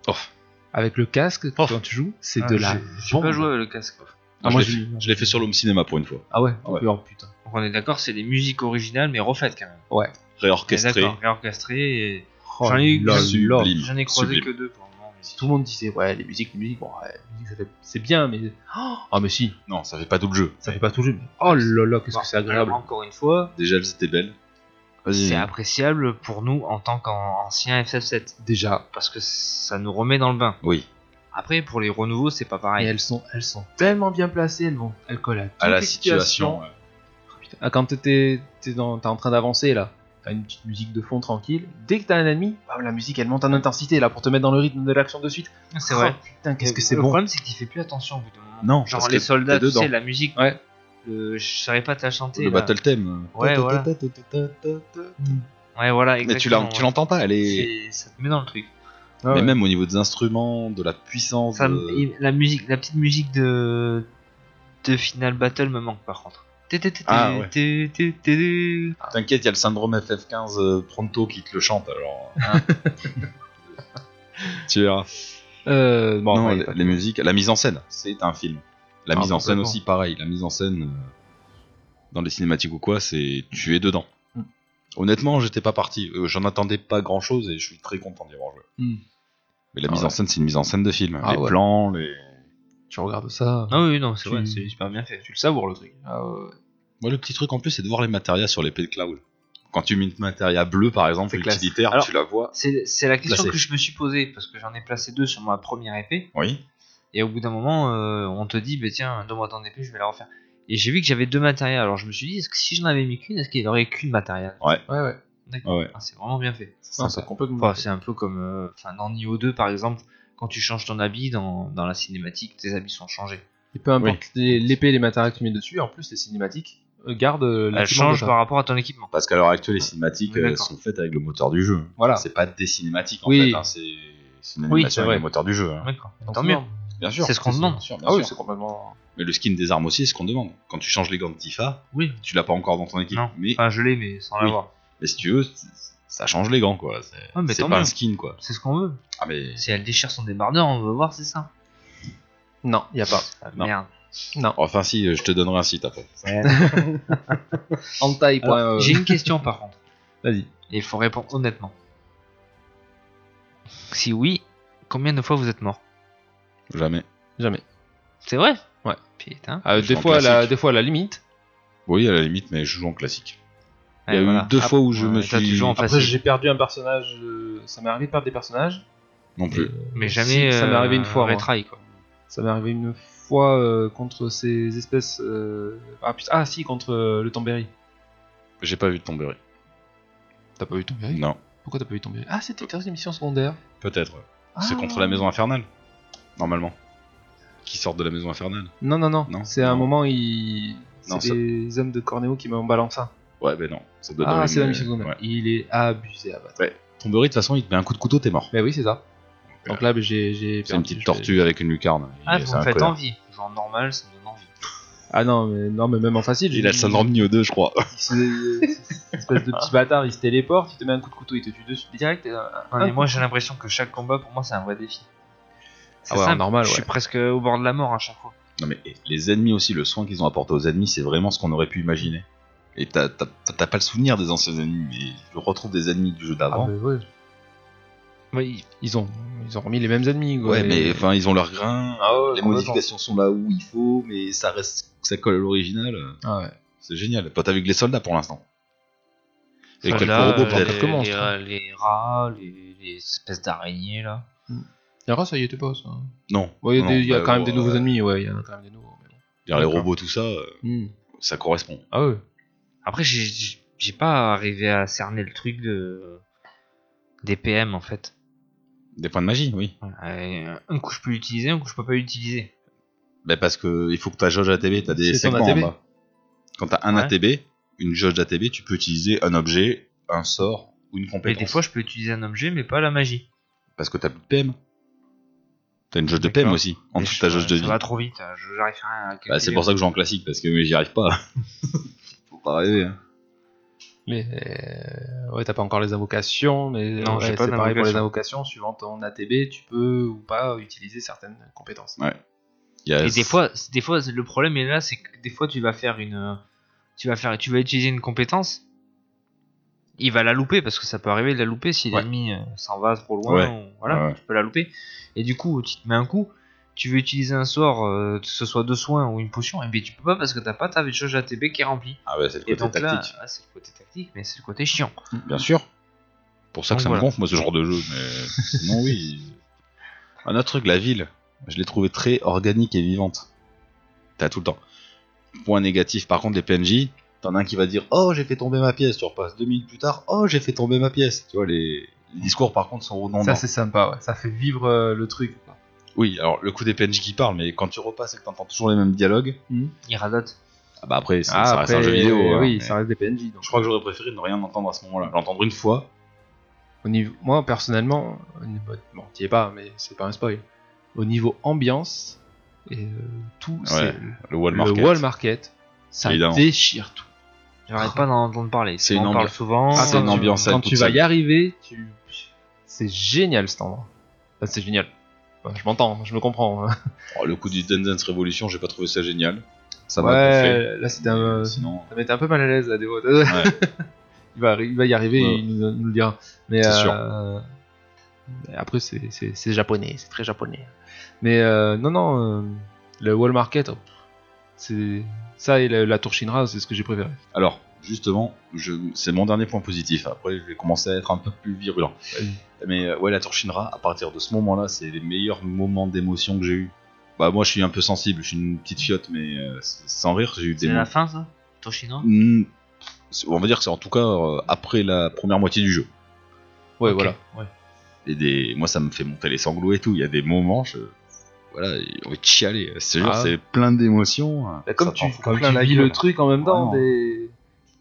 Speaker 4: Oh.
Speaker 5: avec le casque
Speaker 4: Oh.
Speaker 5: quand tu joues, c'est
Speaker 6: Ah,
Speaker 5: de la.
Speaker 6: Je peux pas jouer avec le casque.
Speaker 4: Non,
Speaker 5: Ah, moi,
Speaker 4: je l'ai
Speaker 5: je-
Speaker 4: fait- je l'ai fait sur l'Home Cinéma pour une fois.
Speaker 5: Ah ouais.
Speaker 4: Ah ouais.
Speaker 5: oh putain.
Speaker 6: Donc on est d'accord, c'est des musiques originales mais refaites quand même.
Speaker 4: Réorchestré.
Speaker 6: Ah, D'accord, réorchestré et
Speaker 5: Oh
Speaker 6: J'en ai eu-
Speaker 5: là là.
Speaker 4: Sublime.
Speaker 6: j'en ai croisé
Speaker 4: Sublime.
Speaker 6: que deux pour le moment. mais-
Speaker 5: tout le monde disait ouais les musiques les musiques bon ouais, les musiques, ça fait- c'est bien mais ah mais si
Speaker 4: Non, ça fait pas double jeu.
Speaker 5: ça fait pas tout le jeu mais oh là là qu'est-ce
Speaker 6: Bon,
Speaker 5: que c'est agréable
Speaker 6: alors, Encore une fois,
Speaker 4: Déjà, elles étaient belles. Vas-y.
Speaker 6: c'est appréciable pour nous en tant qu'anciens FF7
Speaker 5: déjà
Speaker 6: parce que ça nous remet dans le bain.
Speaker 4: Oui.
Speaker 6: Après, pour les renouveaux, c'est pas
Speaker 5: et
Speaker 6: pareil.
Speaker 5: elles sont elles sont tellement bien placées elles vont elles collent à,
Speaker 4: À
Speaker 5: toutes
Speaker 4: la
Speaker 5: les
Speaker 4: situation.
Speaker 5: situations.
Speaker 4: ouais.
Speaker 5: Ah, quand t'es t'es dans- t'es en train d'avancer là t'as une petite musique de fond tranquille dès que t'as un ennemi bam, la musique elle monte en intensité là pour te mettre dans le rythme de l'action de suite
Speaker 6: C'est
Speaker 5: Oh,
Speaker 6: vrai.
Speaker 5: putain qu'est-ce que c'est
Speaker 6: le
Speaker 5: bon
Speaker 6: problème, c'est qu'il fait plus attention au bout d'un moment.
Speaker 4: Non, parce
Speaker 6: genre
Speaker 4: que
Speaker 6: les soldats,
Speaker 4: t'es
Speaker 6: tu sais,
Speaker 4: dedans.
Speaker 6: la musique.
Speaker 5: Ouais.
Speaker 6: le- je savais pas te la chanter.
Speaker 4: Le
Speaker 6: là.
Speaker 4: battle theme.
Speaker 6: Ouais, voilà. Ouais, voilà,
Speaker 4: Mais tu
Speaker 6: exactement.
Speaker 4: l'en- tu l'entends pas, elle est.
Speaker 6: C'est- Ça te met dans le truc.
Speaker 5: Ah,
Speaker 4: Mais
Speaker 5: ouais.
Speaker 4: même au niveau des instruments, de la puissance. euh,
Speaker 6: Ça me-
Speaker 4: de-
Speaker 6: il- la musique, la petite musique de de Final Battle me manque par contre. Té, té, té,
Speaker 4: Ah,
Speaker 6: té,
Speaker 4: ouais.
Speaker 6: té, té, té.
Speaker 4: T'inquiète, il y a le syndrome FF15 euh, pronto qui te le chante alors.
Speaker 6: Ah.
Speaker 4: euh. tu verras.
Speaker 5: Euh, bon,
Speaker 4: non,
Speaker 5: enfin, y a
Speaker 4: les,
Speaker 5: pas-
Speaker 4: les musiques, la mise en scène, c'est un film. La
Speaker 5: Ah,
Speaker 4: mise en scène
Speaker 5: complètement.
Speaker 4: aussi, pareil. La mise en scène euh, dans les cinématiques ou quoi, c'est tu es dedans.
Speaker 5: Hmm.
Speaker 4: Honnêtement, j'étais pas parti. Euh, J'en attendais pas grand chose et je suis très content d'y avoir joué.
Speaker 5: Hmm.
Speaker 4: Mais la
Speaker 5: Ah
Speaker 4: mise en
Speaker 5: ouais.
Speaker 4: scène, c'est une mise en scène de film.
Speaker 5: Ah
Speaker 4: les
Speaker 5: ouais.
Speaker 4: plans, les.
Speaker 5: tu regardes ça
Speaker 6: Ah oui, non, c'est
Speaker 5: Tu-
Speaker 6: vrai, c'est super bien fait.
Speaker 5: tu le savoures le truc ah, ouais, ouais.
Speaker 4: Moi, le petit truc en plus, c'est de voir les matérias sur l'épée de Cloud. Quand tu mets une matéria bleue, par exemple,
Speaker 5: C'est classe.
Speaker 4: utilitaire,
Speaker 6: Alors-
Speaker 4: tu la vois.
Speaker 6: C'est c'est la question
Speaker 4: Placé.
Speaker 6: que je me suis posée parce que j'en ai placé deux sur ma première épée
Speaker 4: Oui.
Speaker 6: et au bout d'un moment, euh, on te dit, bah tiens, donne-moi ton épée, je vais la refaire. Et j'ai vu que j'avais deux matériels, alors je me suis dit, est-ce que si j'en avais mis qu'une, est-ce qu'il n'y aurait qu'une matériel
Speaker 5: ouais ouais
Speaker 6: D'accord.
Speaker 4: Ouais, ouais.
Speaker 6: Ah, c'est vraiment bien fait.
Speaker 5: Non, c'est complètement
Speaker 6: Enfin, c'est un peu comme euh, enfin, dans Nioh 2 par exemple, quand tu changes ton habit dans, dans la cinématique, tes habits sont changés.
Speaker 5: Et peu importe les- l'épée, les matériaux que tu mets dessus, en plus les cinématiques euh, gardent euh, la
Speaker 6: Elle change par rapport à ton équipement.
Speaker 4: Parce qu'à l'heure actuelle, les cinématiques
Speaker 6: Oui,
Speaker 4: euh,
Speaker 6: d'accord.
Speaker 4: sont faites avec le moteur du jeu.
Speaker 5: Voilà.
Speaker 4: C'est pas des cinématiques en
Speaker 5: Oui.
Speaker 4: fait. hein, C'est c'est une
Speaker 5: Oui,
Speaker 4: animation
Speaker 5: c'est
Speaker 4: avec
Speaker 5: vrai.
Speaker 4: le moteur du jeu. hein.
Speaker 6: D'accord. Tant mieux.
Speaker 4: Bien sûr.
Speaker 6: C'est ce qu'on
Speaker 4: Bien
Speaker 6: demande.
Speaker 4: sûr, bien
Speaker 5: Ah oui,
Speaker 4: sûr.
Speaker 5: c'est complètement.
Speaker 4: Mais le skin des armes aussi, c'est ce qu'on demande. Quand tu changes les gants de Tifa,
Speaker 6: Oui.
Speaker 4: tu l'as pas encore dans ton équipe.
Speaker 6: Non.
Speaker 4: Mais,
Speaker 6: Enfin, je l'ai, mais sans
Speaker 4: Oui.
Speaker 6: l'avoir.
Speaker 4: mais si tu veux, c'est- c'est- ça change les gants, quoi. C'est
Speaker 6: Ah, mais
Speaker 4: c'est
Speaker 6: tant
Speaker 4: pas un
Speaker 6: mieux.
Speaker 4: skin, quoi.
Speaker 6: C'est ce qu'on veut.
Speaker 4: Ah, mais.
Speaker 6: Si elle déchire son débardeur, on veut voir, c'est ça.
Speaker 5: Non, il a pas.
Speaker 6: Ah,
Speaker 4: Non.
Speaker 6: Merde.
Speaker 4: Enfin, si, je te donnerai un site après.
Speaker 5: Hentai.
Speaker 6: Alors,
Speaker 5: point, euh,
Speaker 6: J'ai une question par contre.
Speaker 5: Vas-y.
Speaker 6: Et il faut répondre honnêtement. Si oui, combien de fois vous êtes mort
Speaker 4: Jamais.
Speaker 5: Jamais.
Speaker 6: C'est vrai
Speaker 5: Ouais.
Speaker 6: Putain.
Speaker 5: Ah,
Speaker 4: Je
Speaker 5: des,
Speaker 4: suis en
Speaker 5: fois, à la,
Speaker 4: classique.
Speaker 5: des fois, à la limite.
Speaker 4: Oui, à la limite, mais je joue en classique. Il y
Speaker 6: Ouais,
Speaker 4: a
Speaker 6: voilà.
Speaker 4: eu deux
Speaker 6: Ah,
Speaker 4: fois où je
Speaker 6: ouais,
Speaker 4: me
Speaker 6: toi, tu
Speaker 4: suis.
Speaker 6: joues en
Speaker 5: Après,
Speaker 6: facile.
Speaker 5: j'ai perdu un personnage. euh, Ça m'est arrivé de perdre des personnages.
Speaker 4: Non plus.
Speaker 6: Mais jamais.
Speaker 5: Si, ça m'est
Speaker 6: euh,
Speaker 5: arrivé une fois, moi.
Speaker 6: Retry, quoi.
Speaker 5: Ça m'est arrivé une fois euh, contre ces espèces. euh, Ah, putain, ah, si, contre euh, le Tambéry.
Speaker 4: J'ai pas vu de tomber.
Speaker 5: T'as pas eu Tambéry
Speaker 4: Non.
Speaker 5: Pourquoi t'as pas eu Tambéry Ah, c'était une mission secondaire.
Speaker 4: Peut-être. C'est
Speaker 5: Ah.
Speaker 4: contre la maison infernale. Normalement. Qui sortent de la maison infernale.
Speaker 5: Non, non, non.
Speaker 4: Non,
Speaker 5: c'est à un
Speaker 4: non.
Speaker 5: moment, il.
Speaker 4: Non,
Speaker 5: C'est
Speaker 4: ça-
Speaker 5: des hommes de Cornéo qui m'ont balancé ça.
Speaker 4: Ouais, ben non. Ça doit
Speaker 5: Ah,
Speaker 4: dans
Speaker 5: c'est la
Speaker 4: les-
Speaker 5: mission secondaire.
Speaker 4: euh, Ouais.
Speaker 5: Il est abusé à battre.
Speaker 4: Tombery, de toute façon, il te met un coup de couteau, t'es mort.
Speaker 5: Mais oui, c'est ça. Donc là, ben, j'ai. j'ai
Speaker 4: C'est une
Speaker 5: perdu,
Speaker 4: petite
Speaker 5: je-
Speaker 4: tortue avec une lucarne.
Speaker 6: Ah,
Speaker 4: Il-
Speaker 6: vous
Speaker 4: c'est
Speaker 6: me
Speaker 4: un
Speaker 6: faites
Speaker 4: connard.
Speaker 6: envie. Genre normal, ça me donne envie.
Speaker 5: Ah non, mais, non, mais même en facile.
Speaker 4: Il a le syndrome Nioh 2, je crois.
Speaker 5: C'est espèce de petit bâtard, il se téléporte, il te met un coup de couteau, il te tue dessus direct. et, euh,
Speaker 4: Ah,
Speaker 6: Non, mais moi j'ai l'impression que chaque combat pour moi c'est un vrai défi. C'est
Speaker 5: Ah ouais,
Speaker 6: simple,
Speaker 5: normal,
Speaker 6: Je suis
Speaker 5: ouais.
Speaker 6: presque au bord de la mort à chaque fois.
Speaker 4: Non mais et les ennemis aussi, le soin qu'ils ont apporté aux ennemis, c'est vraiment ce qu'on aurait pu imaginer. Et t'as t'as- t'as- t'as pas le souvenir des anciens ennemis, mais je retrouve des ennemis du jeu
Speaker 5: Ah,
Speaker 4: d'avant.
Speaker 5: mais ouais.
Speaker 6: Oui.
Speaker 5: Ils ont, ils ont remis les mêmes ennemis. quoi.
Speaker 4: ouais,
Speaker 5: Et-
Speaker 4: mais enfin ils ont leur grain,
Speaker 5: Ah ouais,
Speaker 4: les
Speaker 5: complètement.
Speaker 4: modifications sont là où il faut, mais ça reste, ça colle à l'original.
Speaker 5: Ah ouais.
Speaker 4: C'est génial. Pas avec les soldats pour l'instant. Et
Speaker 6: Enfin,
Speaker 4: quelques
Speaker 6: là,
Speaker 4: robots
Speaker 6: euh,
Speaker 4: peut-être.
Speaker 5: quelques monstres,
Speaker 6: les,
Speaker 5: hein.
Speaker 6: les, les rats, les, les espèces d'araignées là.
Speaker 5: Yara, ça y était pas ça.
Speaker 4: Non.
Speaker 5: Ouais, il y a,
Speaker 4: non,
Speaker 5: des- il y a
Speaker 4: bah,
Speaker 5: quand même
Speaker 4: bon,
Speaker 5: des nouveaux
Speaker 4: euh,
Speaker 5: ennemis, ouais, il y en a quand même des nouveaux. mais bon.
Speaker 4: Il y a les
Speaker 5: D'accord.
Speaker 4: robots, tout ça, euh,
Speaker 5: Hmm.
Speaker 4: ça correspond.
Speaker 5: Ah ouais.
Speaker 6: Après j'ai- j'ai j'ai pas arrivé à cerner le truc de des PM en fait.
Speaker 4: Des points de magie, oui.
Speaker 6: Ouais, euh, Un coup je peux l'utiliser, un coup je peux pas l'utiliser.
Speaker 4: Bah parce que il faut que ta jauge ATB, t'as des
Speaker 5: C'est ton
Speaker 4: segments en
Speaker 5: ATB.
Speaker 4: bas. Quand t'as un
Speaker 6: Ouais.
Speaker 4: ATB, une jauge d'ATB, tu peux utiliser un objet, un sort ou une
Speaker 6: Mais
Speaker 4: compétence.
Speaker 6: des fois je peux utiliser un objet mais pas la magie.
Speaker 4: Parce que t'as plus de PM. T'as une jauge de PM
Speaker 6: D'accord.
Speaker 4: aussi, en
Speaker 6: Et
Speaker 4: dessous de
Speaker 6: je-
Speaker 4: ta jauge de vie.
Speaker 6: Ça va trop vite, euh, je- j'arrive à rien à
Speaker 4: Bah, c'est pour ça que je joue en classique, parce que j'y arrive pas. Faut pas rêver. hein.
Speaker 5: Mais euh, ouais, t'as pas encore les invocations, mais
Speaker 6: Non,
Speaker 5: ouais,
Speaker 6: j'ai
Speaker 5: c'est
Speaker 6: pas
Speaker 5: pareil pour les
Speaker 6: d'invocation.
Speaker 5: invocations. Suivant ton ATB, tu peux ou pas utiliser certaines compétences.
Speaker 6: Et
Speaker 4: Yes.
Speaker 6: des fois, des fois, le problème est là, c'est que des fois tu vas faire une, tu vas faire, tu vas utiliser une compétence, il va la louper parce que ça peut arriver de la louper si
Speaker 4: Ouais.
Speaker 6: l'ennemi euh, s'en va trop loin,
Speaker 4: Ouais.
Speaker 6: ou- voilà,
Speaker 4: Ouais.
Speaker 6: tu peux la louper. Et du coup, tu te mets un coup, tu veux utiliser un sort, euh, que ce soit de soin ou une potion, et bien tu peux pas parce que t'as pas ta jauge ATB qui est remplie.
Speaker 4: Ah ouais, c'est le
Speaker 6: Et
Speaker 4: côté
Speaker 6: donc
Speaker 4: tactique.
Speaker 6: là, ah, c'est le côté tactique, mais c'est le côté chiant.
Speaker 4: Bien sûr. Pour ça que
Speaker 6: Donc
Speaker 4: ça
Speaker 6: voilà.
Speaker 4: me gonfle, moi, ce genre de jeu. Mais non, oui. Un autre truc, la ville, je l'ai trouvée très organique et vivante. T'as tout le temps. Point négatif, par contre, les PNJ, t'en as un qui va dire Oh, j'ai fait tomber ma pièce. Tu repasses deux minutes plus tard Oh, j'ai fait tomber ma pièce. Tu vois, les, les discours, par contre, sont redondants.
Speaker 5: ça, c'est sympa, ouais. Ça fait vivre euh, le truc. quoi.
Speaker 4: Oui, alors le coup des PNJ qui parlent, mais quand tu repasses et que t'entends toujours les mêmes dialogues,
Speaker 6: Il radote.
Speaker 4: ah bah après, c'est-
Speaker 5: Ah,
Speaker 4: ça reste un jeu
Speaker 5: après,
Speaker 4: vidéo. hein,
Speaker 5: oui,
Speaker 4: mais
Speaker 5: ça reste des PNJ. Donc.
Speaker 4: Je crois que j'aurais préféré ne rien entendre à ce moment-là. L'entendre une fois.
Speaker 5: Au niveau, moi personnellement, au niveau- bon, t'y es pas, mais c'est pas un spoil. Au niveau ambiance et euh, tout, c'est
Speaker 4: Le Wall
Speaker 5: le
Speaker 4: Market.
Speaker 5: wall market, ça
Speaker 4: Évidemment.
Speaker 5: déchire tout.
Speaker 6: J'arrête pas d'en entendre parler.
Speaker 4: C'est
Speaker 6: On
Speaker 4: une
Speaker 6: en parle
Speaker 4: ambiance-
Speaker 6: souvent.
Speaker 4: Ah, c'est
Speaker 5: quand
Speaker 4: une
Speaker 5: tu-
Speaker 4: ambiance à
Speaker 5: Quand
Speaker 4: toute
Speaker 5: tu vas
Speaker 4: seule.
Speaker 5: y arriver, tu... c'est génial cet endroit. Enfin, c'est génial. Enfin, je m'entends, je me comprends. hein.
Speaker 4: Oh, le coup du Dance Dance Revolution, j'ai pas trouvé ça génial. Ça m'a bouffé.
Speaker 5: ouais, là c'était un,
Speaker 4: Mais
Speaker 5: euh,
Speaker 4: Sinon,
Speaker 5: ça m'était un peu mal à l'aise là des fois.
Speaker 4: Ouais.
Speaker 5: il, va, arri- il va y arriver,
Speaker 4: Ouais.
Speaker 5: il nous, il nous le dira. Mais
Speaker 4: C'est
Speaker 5: euh,
Speaker 4: sûr.
Speaker 5: mais après c'est- c'est c'est japonais, c'est très japonais. Mais euh, non non, euh, le wall market, oh, c'est ça et la, la tour Shinra, c'est ce que j'ai préféré.
Speaker 4: alors justement, je... c'est mon dernier point positif. Après, je vais commencer à être un peu plus virulent. Mais euh, ouais, la tour Shinra, à partir de ce moment-là, c'est les meilleurs moments d'émotion que j'ai eu. Bah moi, je suis un peu sensible, je suis une petite fiotte, mais euh, c'est- sans rire, j'ai eu des.
Speaker 6: C'est la
Speaker 4: moments-
Speaker 6: fin ça, Toshino.
Speaker 4: Hmm, c'est- on va dire que c'est en tout cas euh, après la première moitié du jeu.
Speaker 5: Ouais
Speaker 6: Ok.
Speaker 5: voilà.
Speaker 4: Et des, moi, ça me fait monter les sanglots et tout. Il y a des moments, je... voilà, j'ai envie de chialer. C'est
Speaker 5: Ah.
Speaker 4: c'est plein d'émotions.
Speaker 5: Bah, comme
Speaker 4: Ça
Speaker 5: tu,
Speaker 4: t'en fout
Speaker 5: comme
Speaker 4: plein
Speaker 5: tu
Speaker 4: la
Speaker 5: vis
Speaker 4: gueule.
Speaker 5: le truc en même temps.
Speaker 4: Vraiment.
Speaker 5: Des...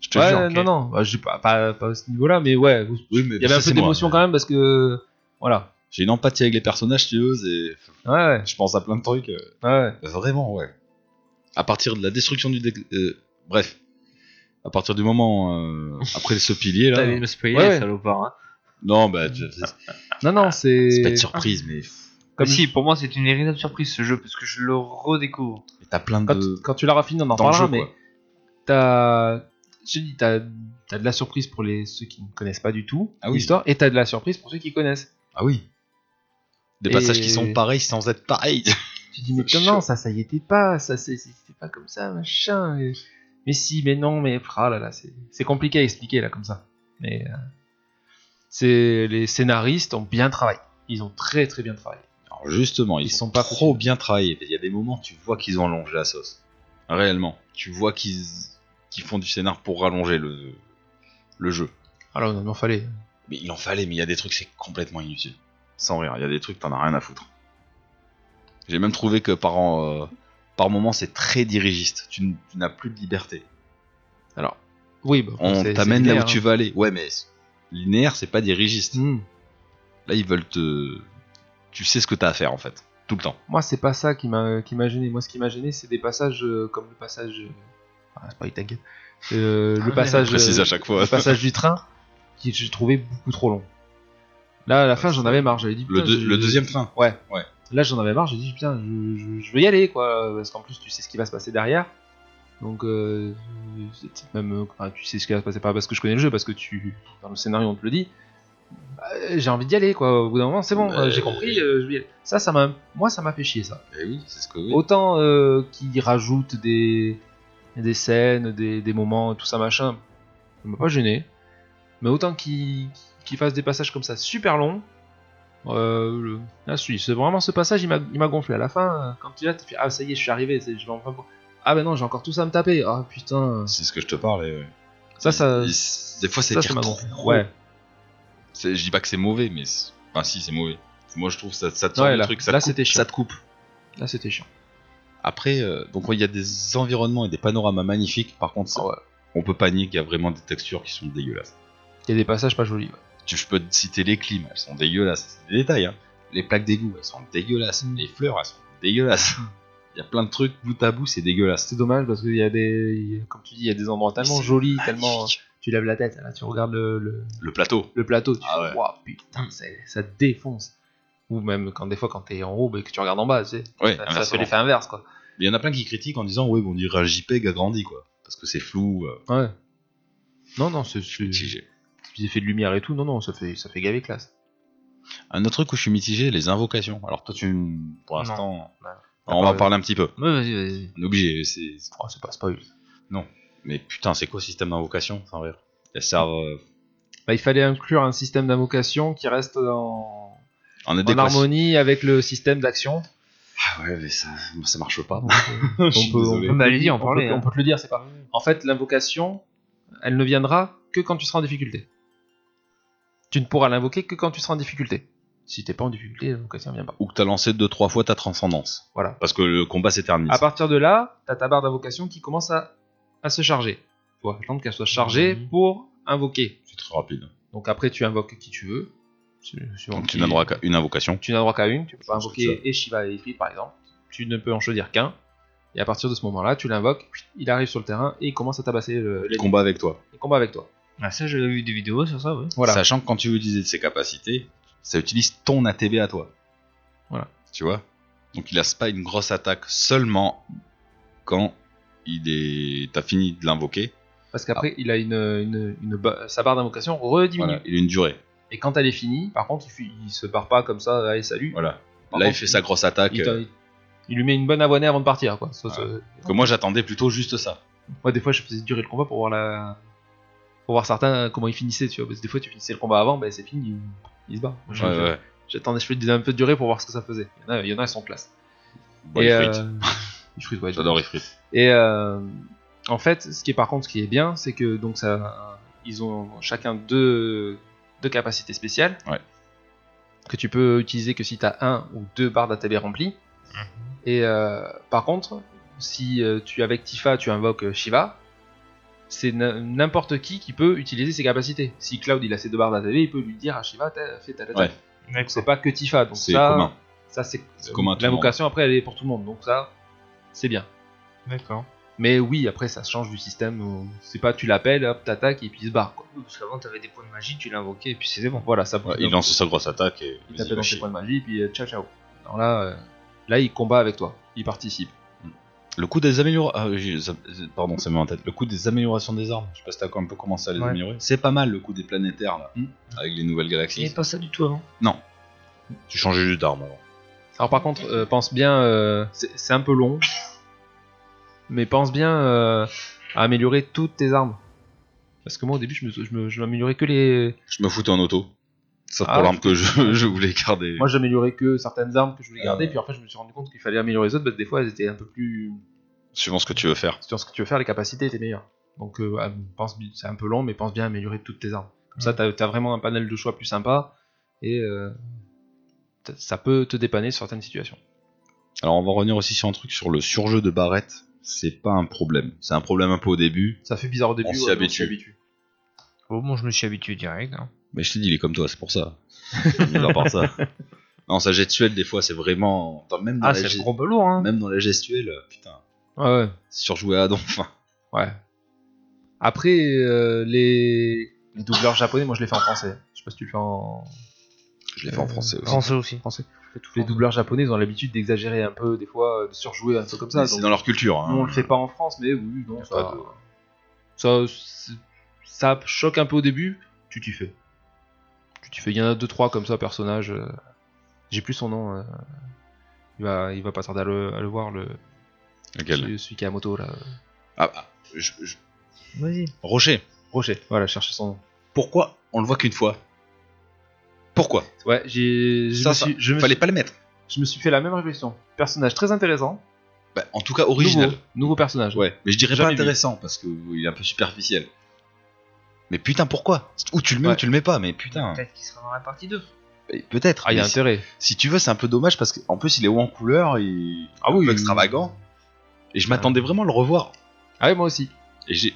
Speaker 4: Je te
Speaker 5: ouais,
Speaker 4: jure.
Speaker 5: non, non, bah, j'ai pas, pas, pas à ce niveau-là, mais ouais, vous-
Speaker 4: Oui, mais
Speaker 5: il y avait
Speaker 4: ça,
Speaker 5: un peu
Speaker 4: c'est moi.
Speaker 5: d'émotion quand même parce que. Voilà.
Speaker 4: J'ai une empathie avec les personnages, tu veux, et
Speaker 5: Ouais, ouais,
Speaker 4: je pense à plein de trucs. euh,
Speaker 5: ouais.
Speaker 4: Vraiment, ouais. À partir de la destruction du. dé- euh, bref. à partir du moment euh, après ce pilier là.
Speaker 6: T'as les spoilers,
Speaker 5: Ouais, ouais.
Speaker 6: salopard. hein.
Speaker 4: Non, bah je-
Speaker 5: Non, non, c'est.
Speaker 4: Ah, c'est pas de surprise, mais
Speaker 5: Comme-
Speaker 6: Mais Si, pour moi, c'est une véritable surprise ce jeu, parce que je le redécouvre.
Speaker 4: mais t'as plein
Speaker 5: Quand,
Speaker 4: de
Speaker 5: quand tu l'auras fini, on en
Speaker 4: d'enjeux
Speaker 5: parlera,
Speaker 4: mais...
Speaker 5: mais t'as. Je te dis, t'as t'as de la surprise pour les, ceux qui ne connaissent pas du tout
Speaker 4: Ah oui.
Speaker 5: l'histoire, et t'as de la surprise pour ceux qui connaissent.
Speaker 4: Ah oui. Des
Speaker 5: Et-
Speaker 4: passages qui sont pareils sans être pareils.
Speaker 5: Tu dis, mais
Speaker 4: C'est
Speaker 5: comment
Speaker 4: chaud.
Speaker 5: ça, ça y était pas, ça, c'est- c'était pas comme ça, machin. et- Mais si, mais non, mais ah là là, c'est c'est compliqué à expliquer là comme ça. Mais euh, c'est les scénaristes ont bien travaillé. Ils ont très très bien travaillé.
Speaker 4: Alors justement, ils,
Speaker 5: Ils
Speaker 4: sont,
Speaker 5: sont pas
Speaker 4: trop
Speaker 5: foutus.
Speaker 4: bien travaillés. Il y a des moments, tu vois qu'ils ont allongé la sauce. Réellement, tu vois qu'ils qu'ils font du scénar pour rallonger le, le jeu.
Speaker 5: Alors il en fallait.
Speaker 4: Mais il en fallait, mais il y a des trucs, c'est complètement inutile. Sans rire, il y a des trucs, t'en as rien à foutre. J'ai même trouvé que par, en, euh, par moment, c'est très dirigiste. Tu n- tu n'as plus de liberté.
Speaker 5: Alors oui, bah,
Speaker 4: On
Speaker 5: c'est-
Speaker 4: t'amène
Speaker 5: c'est
Speaker 4: là où
Speaker 5: linéaire,
Speaker 4: tu
Speaker 5: hein.
Speaker 4: veux aller. Ouais, mais c- linéaire, c'est pas dirigiste.
Speaker 5: Hmm.
Speaker 4: Là, ils veulent te. Tu sais ce que t'as à faire en fait, tout le temps.
Speaker 5: Moi c'est pas ça qui m'a qui m'a gêné. Moi ce qui m'a gêné c'est des passages euh, comme le passage. euh, Ah, c'est pas ta gueule. Euh, le passage.
Speaker 4: Précise
Speaker 5: euh,
Speaker 4: à chaque fois.
Speaker 5: le passage du train qui j'ai trouvé beaucoup trop long. Là, à la fin, j'en avais marre. J'avais dit.
Speaker 4: Le,
Speaker 5: putain,
Speaker 4: deux-
Speaker 5: j'ai-
Speaker 4: le deuxième train.
Speaker 5: Ouais.
Speaker 4: Ouais.
Speaker 5: Là, j'en avais marre. J'ai dit putain, je, je- je veux y aller quoi, parce qu'en plus, tu sais ce qui va se passer derrière. Donc, euh, c'est même, euh, enfin, tu sais ce qui va se passer pas parce que je connais le jeu, parce que tu dans le scénario on te le dit. Bah, j'ai envie d'y aller quoi. Au bout d'un moment, c'est bon.
Speaker 4: Mais-
Speaker 5: euh, j'ai compris. euh, je vais y aller. Ça, ça m'a, moi, ça m'a fait chier ça.
Speaker 4: Eh oui, c'est ce que oui.
Speaker 5: Autant euh, qu'ils rajoutent des, des scènes, des, des moments, tout ça machin, ça m'a pas gêné. Mais autant qu'ils qu'ils fassent des passages comme ça super longs, euh, le- là, celui- c'est vraiment ce passage, il m'a il m'a gonflé. À la fin, euh, quand tu es là, tu fais Ah, ça y est, je suis arrivé, c'est- je vais enfin. Ah, ben non, j'ai encore tout ça à me taper. Ah, putain.
Speaker 4: C'est ce que je te parlais. ouais.
Speaker 5: Ça, ça.
Speaker 4: Il- Des fois, c'est
Speaker 5: ça, ça m'a
Speaker 4: trop.
Speaker 5: gonflé. Ouais,
Speaker 4: C'est- Je dis pas que c'est mauvais, mais. c'est- Enfin, si, c'est mauvais. Moi, je trouve ça, ça te sort
Speaker 5: Ouais,
Speaker 4: du
Speaker 5: là-
Speaker 4: truc. Ça
Speaker 5: là,
Speaker 4: te
Speaker 5: c'était
Speaker 4: coupe,
Speaker 5: chiant.
Speaker 4: ça te coupe.
Speaker 5: là, c'était chiant.
Speaker 4: Après, euh, donc, ouais, il y a des environnements et des panoramas magnifiques. Par contre,
Speaker 5: Ah ouais.
Speaker 4: on peut pas nier qu'il y a vraiment des textures qui sont dégueulasses.
Speaker 5: Il y a des passages pas jolis. ouais.
Speaker 4: Tu- je peux te citer les clims, elles sont dégueulasses, c'est des détails. Hein. Les plaques d'égout, elles sont dégueulasses.
Speaker 5: Mm.
Speaker 4: Les fleurs, elles sont dégueulasses. Il y a plein de trucs bout à bout, c'est dégueulasse.
Speaker 5: C'est dommage parce qu'il y a des. il y a- Comme tu dis, il y a des endroits tellement
Speaker 4: c'est
Speaker 5: jolis, tellement. hein. euh,
Speaker 4: Magnifique.
Speaker 5: Tu lèves la tête, là, tu regardes le- le,
Speaker 4: Le plateau.
Speaker 5: le plateau, tu
Speaker 4: Ah
Speaker 5: fais
Speaker 4: ouais.
Speaker 5: Waouh, putain, c'est- ça te défonce. Ou même quand des fois quand t'es en haut et que tu regardes en bas, tu sais,
Speaker 4: Ouais,
Speaker 5: ça, ça fait
Speaker 4: inversement.
Speaker 5: l'effet inverse quoi.
Speaker 4: Il y en a plein qui critiquent en disant Ouais, bon, on dirait un JPEG agrandi, quoi. Parce que c'est flou, euh,
Speaker 5: Ouais. Non non, c'est c'est-
Speaker 4: mitigé.
Speaker 5: des effets de lumière et tout, non non, ça fait ça fait gaver classe.
Speaker 4: Un autre truc où je suis mitigé, les invocations. Alors, toi, tu. m- Pour
Speaker 6: Non.
Speaker 4: l'instant.
Speaker 6: Non.
Speaker 4: on va en parler un petit peu.
Speaker 6: Ouais, vas-y, vas-y.
Speaker 4: On est obligé. c'est-
Speaker 5: Oh, c'est pas spoil.
Speaker 4: Mais putain, c'est quoi le système d'invocation Sans rire. Elles servent euh,
Speaker 5: Bah, il fallait inclure un système d'invocation qui reste en,
Speaker 4: en
Speaker 5: en
Speaker 4: adéquation.
Speaker 5: harmonie avec le système d'action.
Speaker 4: Ah ouais, mais ça, moi, ça marche pas.
Speaker 5: Donc, euh,
Speaker 4: Je suis
Speaker 5: on peut-
Speaker 4: désolé.
Speaker 5: on peut-
Speaker 6: Bah, allez-y, en
Speaker 5: on peut-
Speaker 6: parler, hein.
Speaker 5: On peut te le dire, c'est pas. En fait, l'invocation, elle ne viendra que quand tu seras en difficulté. Tu ne pourras l'invoquer que quand tu seras en difficulté. Si t'es pas en difficulté, l'invocation ne vient pas.
Speaker 4: Ou que t'as lancé deux, trois fois ta transcendance.
Speaker 5: Voilà. Ah,
Speaker 4: Parce que le combat s'éternise.
Speaker 5: À partir de là, t'as ta barre d'invocation qui commence à, à se charger. Tu vois, attendre qu'elle soit chargée
Speaker 6: Mhm.
Speaker 5: pour invoquer.
Speaker 4: C'est très rapide.
Speaker 5: Donc après, tu invoques qui tu veux. su- suivant
Speaker 4: Donc tu
Speaker 5: qui-
Speaker 4: n'as droit qu'à une invocation.
Speaker 5: tu n'as droit qu'à une. Tu peux pas
Speaker 4: pense que
Speaker 5: invoquer et Shiva et Ifrit par exemple. Tu ne peux en choisir qu'un. Et à partir de ce moment-là, tu l'invoques, il arrive sur le terrain et il commence à tabasser le,
Speaker 4: Le
Speaker 5: les
Speaker 4: combat avec toi.
Speaker 5: les combats avec toi.
Speaker 6: Ah, ça, j'avais vu des vidéos sur ça, ouais.
Speaker 5: Voilà.
Speaker 4: Sachant que quand tu utilises ses capacités, ça utilise ton ATB à toi.
Speaker 5: Voilà.
Speaker 4: Tu vois Donc il lance pas une grosse attaque seulement quand il est. T'as fini de l'invoquer.
Speaker 5: Parce qu'après, il a une, une, une ba- sa barre d'invocation rediminue.
Speaker 4: Voilà, il a une durée.
Speaker 5: Et quand elle est finie, par contre, il, fuit- il se barre pas comme ça, allez, salut.
Speaker 4: Voilà.
Speaker 5: Par
Speaker 4: Là, il
Speaker 5: contre,
Speaker 4: fait sa grosse attaque.
Speaker 5: il,
Speaker 4: euh,
Speaker 5: il- il lui met une bonne abonnée avant de partir. Quoi. Ça, ça-
Speaker 4: Que moi, j'attendais plutôt juste ça.
Speaker 5: Moi, des fois, je faisais durer le combat pour voir la. Pour voir certains euh, comment ils finissaient, tu vois. Parce que des fois, tu finissais le combat avant, ben c'est fini, ils ils se barrent. Moi, je-
Speaker 4: Ouais, ouais.
Speaker 5: J'attendais, je faisais un peu de durée pour voir ce que ça faisait. Il y en a, il y en a, ils sont classe.
Speaker 4: Bon,
Speaker 5: Et,
Speaker 4: Ifrit.
Speaker 5: euh, Ifrit, ouais,
Speaker 4: J'adore Ifrit.
Speaker 5: Et euh, en fait, ce qui est par contre, ce qui est bien, c'est que donc ça, ils ont chacun deux, deux capacités spéciales.
Speaker 4: Ouais.
Speaker 5: Que tu peux utiliser que si t'as un ou deux barres d'ATB remplies.
Speaker 4: Mhm.
Speaker 5: Et euh, par contre, si euh, tu avec Tifa, tu invoques euh, Shiva, c'est n- n'importe qui qui peut utiliser ses capacités. Si Cloud il a ses deux barres d'ATB, il peut lui dire à Shiva, t'as fait ta
Speaker 4: Ouais.
Speaker 5: C'est pas que Tifa. Donc
Speaker 4: C'est
Speaker 5: ça,
Speaker 4: commun.
Speaker 5: ça c'est
Speaker 4: C'est commun à tout le monde.
Speaker 5: l'invocation après elle est pour tout le monde. Donc ça, c'est bien.
Speaker 6: D'accord.
Speaker 5: Mais oui, après, ça change du système où c'est pas tu l'appelles, hop, t'attaques et puis il se barre. Quoi.
Speaker 6: Oui, Parce qu'avant, t'avais des points de magie, tu l'invoquais et puis c'était bon.
Speaker 5: Voilà, ça
Speaker 4: Ouais, il lance sa grosse attaque et.
Speaker 5: il
Speaker 4: vas-y,
Speaker 5: t'appelle dans
Speaker 4: vas-y.
Speaker 5: ses points de magie et puis euh, ciao ciao. Alors là, euh, là, il combat avec toi, il participe.
Speaker 4: Le coup des améliorations. pardon, ça me met en tête. Le coup des améliorations des armes. Je sais pas si t'as quand même un peu commencé à les
Speaker 6: Ouais.
Speaker 4: améliorer. C'est pas mal le coup des planétaires là,
Speaker 5: Hmm.
Speaker 4: avec les nouvelles
Speaker 6: Il n'y
Speaker 4: galaxies.
Speaker 6: avait pas ça du tout avant.
Speaker 4: Tu changeais juste d'arme avant.
Speaker 5: Alors par contre, euh, pense bien, euh, c'est c'est un peu long, mais pense bien euh, à améliorer toutes tes armes. Parce que moi au début, je me, je me- je n'améliorais que les,
Speaker 4: Je me foutais en auto. Sauf
Speaker 5: Ah
Speaker 4: pour
Speaker 5: ouais.
Speaker 4: l'arme que je, je voulais garder.
Speaker 5: moi j'améliorais que certaines armes que je voulais garder.
Speaker 4: Euh.
Speaker 5: Puis après, je me suis rendu compte qu'il fallait améliorer les autres parce que des fois, elles étaient un peu plus
Speaker 4: Suivant ce que tu veux faire.
Speaker 5: sur ce que tu veux faire, les capacités étaient meilleures. Donc euh, ouais, pense, bi- c'est un peu long, mais pense bien à améliorer toutes tes armes. Comme ça, t'as as vraiment un panel de choix plus sympa et euh, t- ça peut te dépanner sur certaines situations.
Speaker 4: Alors on va revenir aussi sur un truc sur le surjeu de Barrette. C'est pas un problème. C'est un problème un peu au début.
Speaker 5: Ça fait bizarre au début.
Speaker 4: On s'y
Speaker 5: ouais, mais
Speaker 4: habitue.
Speaker 6: Bon, bon, je me suis habitué direct. hein.
Speaker 4: Mais je te dis, il est comme toi, c'est pour ça. Il va par ça. Non, sa gestuelle, des fois, c'est vraiment. dans- même, dans
Speaker 6: Ah,
Speaker 4: la
Speaker 6: c'est
Speaker 4: ge-
Speaker 6: le gros velours, hein.
Speaker 4: même dans la gestuelle, euh, putain.
Speaker 5: Ouais, ouais.
Speaker 4: Surjoué à don. Enfin,
Speaker 5: Ouais. Après, euh, les... les doubleurs japonais, moi je les fais en français. Je sais pas si tu le fais en
Speaker 4: je l'ai fait en français aussi.
Speaker 6: Français aussi.
Speaker 5: français.
Speaker 6: Les
Speaker 5: Les doubleurs japonais, ils ont l'habitude d'exagérer un peu, des fois, de surjouer un peu comme ça.
Speaker 4: c'est
Speaker 5: donc,
Speaker 4: dans leur culture. hein.
Speaker 5: Nous, on le fait pas en France, mais oui, non,
Speaker 4: Y a
Speaker 5: ça,
Speaker 4: pas de-
Speaker 5: ça, c'est- ça choque un peu au début. Tu t'y fais. Tu t'y fais. Il y en a deux trois comme ça personnages. euh, J'ai plus son nom. euh, Il va, il va pas tarder à le, à le voir le
Speaker 4: Lequel
Speaker 5: celui, celui qui est à moto là.
Speaker 4: Ah, bah, je- je-
Speaker 6: Vas-y.
Speaker 4: Rocher,
Speaker 5: Roger. Voilà, chercher son nom.
Speaker 4: pourquoi on le voit qu'une fois Pourquoi
Speaker 5: Ouais, j'ai. Je,
Speaker 4: Ça,
Speaker 5: me
Speaker 4: ça,
Speaker 5: suis- je me
Speaker 4: Fallait
Speaker 5: suis-
Speaker 4: pas le mettre.
Speaker 5: je me suis fait la même réflexion. Personnage très intéressant.
Speaker 4: Bah, en tout cas, original.
Speaker 5: Nouveau, nouveau personnage.
Speaker 4: Ouais, mais je dirais pas
Speaker 5: Jamais vu.
Speaker 4: intéressant parce que euh, il est un peu superficiel. Mais putain, pourquoi Ou tu le mets
Speaker 5: Ouais.
Speaker 4: ou tu le mets pas, mais putain.
Speaker 6: Peut-être qu'il sera dans la partie 2.
Speaker 4: Mais Peut-être.
Speaker 5: Ah, il y a
Speaker 4: mais si,
Speaker 5: intérêt.
Speaker 4: si tu veux, c'est un peu dommage parce qu'en plus, il est haut en couleur, il
Speaker 5: Ah
Speaker 4: un
Speaker 5: oui,
Speaker 4: peu
Speaker 5: oui.
Speaker 4: extravagant. Et je m'attendais vraiment à le revoir.
Speaker 5: Ah oui, moi aussi.
Speaker 4: Et j'ai.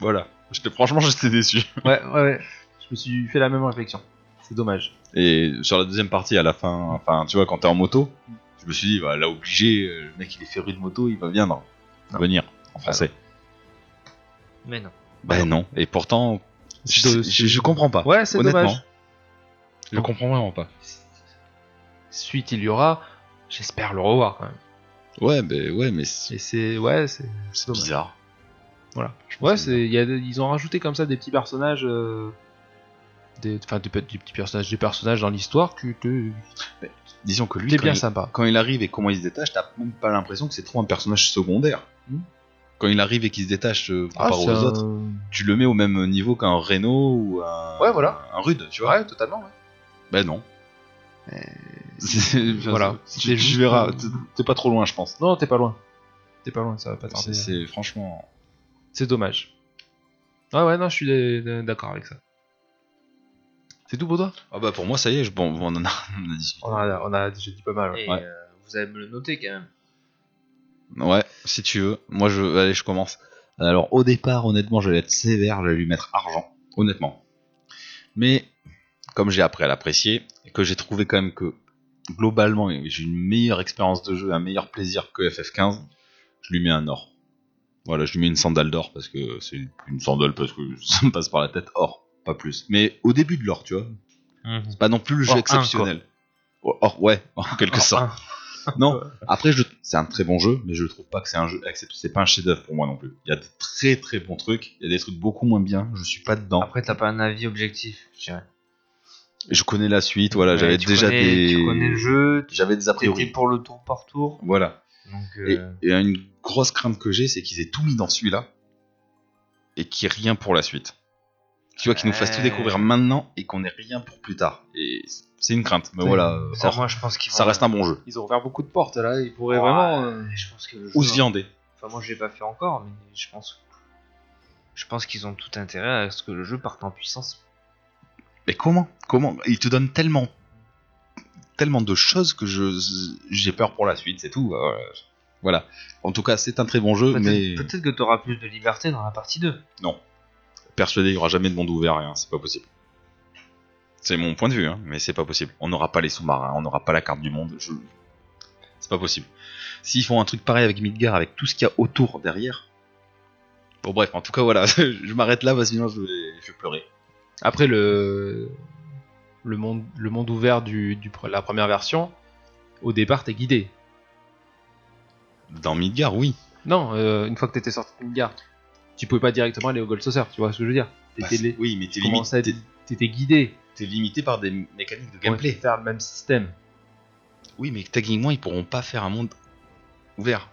Speaker 4: Voilà. J'étais- Franchement, j'étais déçu.
Speaker 5: Ouais, ouais, ouais. Je me suis fait la même réflexion. C'est dommage.
Speaker 4: Et sur la deuxième partie, à la fin, enfin, tu vois, quand t'es en moto, je me suis dit, bah, là, obligé, euh, le mec, il est féru de moto, il va venir. Venir, en français.
Speaker 6: Mais non.
Speaker 4: Ben non. Et pourtant, je,
Speaker 5: De-
Speaker 4: je- je, je comprends pas.
Speaker 5: Ouais, c'est
Speaker 4: honnêtement.
Speaker 5: dommage.
Speaker 4: Je comprends vraiment pas.
Speaker 5: Suite, il y aura. J'espère le revoir quand même.
Speaker 4: Ouais, mais, ouais, mais c'est
Speaker 5: Et c'est. Ouais, c'est.
Speaker 4: c'est
Speaker 5: dommage.
Speaker 4: bizarre.
Speaker 5: Voilà.
Speaker 4: Je pense
Speaker 5: Ouais,
Speaker 4: que
Speaker 5: c'est. il y a des- ils ont rajouté comme ça des petits personnages. euh, Des, enfin, des, pe- des petits personnages, des personnages dans l'histoire que que-
Speaker 4: Disons que lui,
Speaker 5: qui est
Speaker 4: quand,
Speaker 5: bien
Speaker 4: il,
Speaker 5: sympa.
Speaker 4: quand il arrive et comment il se détache, t'as même pas l'impression que c'est trop un personnage secondaire.
Speaker 5: Hmm.
Speaker 4: Quand il arrive et qu'il se détache euh,
Speaker 5: Ah,
Speaker 4: comparé
Speaker 5: c'est
Speaker 4: aux
Speaker 5: un-
Speaker 4: autres, tu le mets au même niveau qu'un Renault ou un,
Speaker 5: Ouais, voilà.
Speaker 4: un Rude, tu vois.
Speaker 5: Ouais, totalement. ouais.
Speaker 4: Ben non.
Speaker 5: Voilà.
Speaker 4: voilà. Tu,
Speaker 5: C'était
Speaker 4: tu
Speaker 5: juste,
Speaker 4: verras.
Speaker 5: euh,
Speaker 4: T'es- T'es pas trop loin, je pense.
Speaker 5: Non, t'es pas loin. T'es pas loin, ça va pas tarder.
Speaker 4: C'est- C'est franchement.
Speaker 5: C'est dommage. Ouais, ouais, non, je suis d- d'accord avec ça. C'est tout pour toi
Speaker 4: Ah bah pour moi, ça y est, je- bon, on en a, on a discuté.
Speaker 5: On a, on a déjà dit pas mal.
Speaker 6: Et
Speaker 4: Ouais.
Speaker 6: euh, vous allez me le noter quand même.
Speaker 4: Ouais, si tu veux. Moi, je. Allez, je commence. Alors, au départ, honnêtement, j'allais être sévère, j'allais lui mettre argent. Honnêtement. Mais, comme j'ai appris à l'apprécier, et que j'ai trouvé quand même que, globalement, j'ai une meilleure expérience de jeu, un meilleur plaisir que FF15, je lui mets un or. Voilà, je lui mets une sandale d'or, parce que c'est une sandale, parce que ça me passe par la tête, or, pas plus. Mais au début de l'or, tu vois.
Speaker 6: Mhm.
Speaker 4: C'est pas non plus le jeu
Speaker 6: Or un,
Speaker 4: exceptionnel. Or, ouais, en quelque sorte.
Speaker 6: un.
Speaker 4: Non, après, je... c'est un très bon jeu, mais je trouve pas que c'est un jeu acceptable. C'est pas un chef-d'œuvre pour moi non plus. Il y a de très très bons trucs, il y a des trucs beaucoup moins bien. Je suis pas dedans.
Speaker 6: Après, t'as pas un avis objectif, je dirais.
Speaker 4: Je connais la suite, voilà,
Speaker 6: Ouais,
Speaker 4: Bah, j'avais
Speaker 6: tu
Speaker 4: déjà
Speaker 6: connais-
Speaker 4: des.
Speaker 6: Tu connais le jeu, tu
Speaker 4: J'avais des a
Speaker 6: t'étais
Speaker 4: priori.
Speaker 6: pour le tour par tour.
Speaker 4: Voilà.
Speaker 6: Donc,
Speaker 4: Et,
Speaker 6: euh,
Speaker 4: et une grosse crainte que j'ai, c'est qu'ils aient tout mis dans celui-là et qu'il n'y ait rien pour la suite. Tu vois, qu'ils nous fassent tout
Speaker 6: Ouais.
Speaker 4: découvrir maintenant et qu'on ait rien pour plus tard. Et c'est une crainte, mais
Speaker 5: C'est-
Speaker 4: voilà.
Speaker 6: ça,
Speaker 4: or,
Speaker 6: moi, je pense qu'ils
Speaker 4: ça
Speaker 6: vont-
Speaker 4: reste un bon jeu.
Speaker 5: Ils ont ouvert beaucoup de portes là, ils pourraient
Speaker 6: Ouais,
Speaker 5: vraiment. euh,
Speaker 6: Je pense que le jeu.
Speaker 4: Ou se viander.
Speaker 6: Enfin, moi, je l'ai pas fait encore, mais je pense. Je pense qu'ils ont tout intérêt à ce que le jeu parte en puissance.
Speaker 4: Mais comment Comment Il te donne tellement tellement de choses que je j'ai peur pour la suite, c'est tout. Euh, Voilà. En tout cas, c'est un très bon jeu,
Speaker 6: Peut-être
Speaker 4: Euh, mais
Speaker 6: peut-être que t'auras plus de liberté dans la partie 2.
Speaker 4: persuadé, il n'y aura jamais de monde ouvert, rien, c'est pas possible. hein, C'est mon point de vue, hein, mais c'est pas possible. On n'aura pas les sous-marins, on n'aura pas la carte du monde. je- C'est pas possible. S'ils font un truc pareil avec Midgar, avec tout ce qu'il y a autour derrière. Bon, bref, en tout cas, voilà. je m'arrête là, parce que sinon je vais, je vais pleurer.
Speaker 5: Après le le monde le monde ouvert du, du pre- la première version, au départ t'es guidé.
Speaker 4: Dans Midgar, oui.
Speaker 5: Non, euh, une fois que t'étais sorti de Midgard, tu pouvais pas directement aller au Gold Saucer, tu vois ce que je veux dire T'étais
Speaker 4: Parce- oui, mais t'es
Speaker 5: tu commençais à
Speaker 4: limité,
Speaker 5: être- t'étais guidé.
Speaker 4: t'es limité par des mécaniques de
Speaker 5: pour
Speaker 4: gameplay.
Speaker 5: faire le même système.
Speaker 4: Oui, mais techniquement, ils pourront pas faire un monde ouvert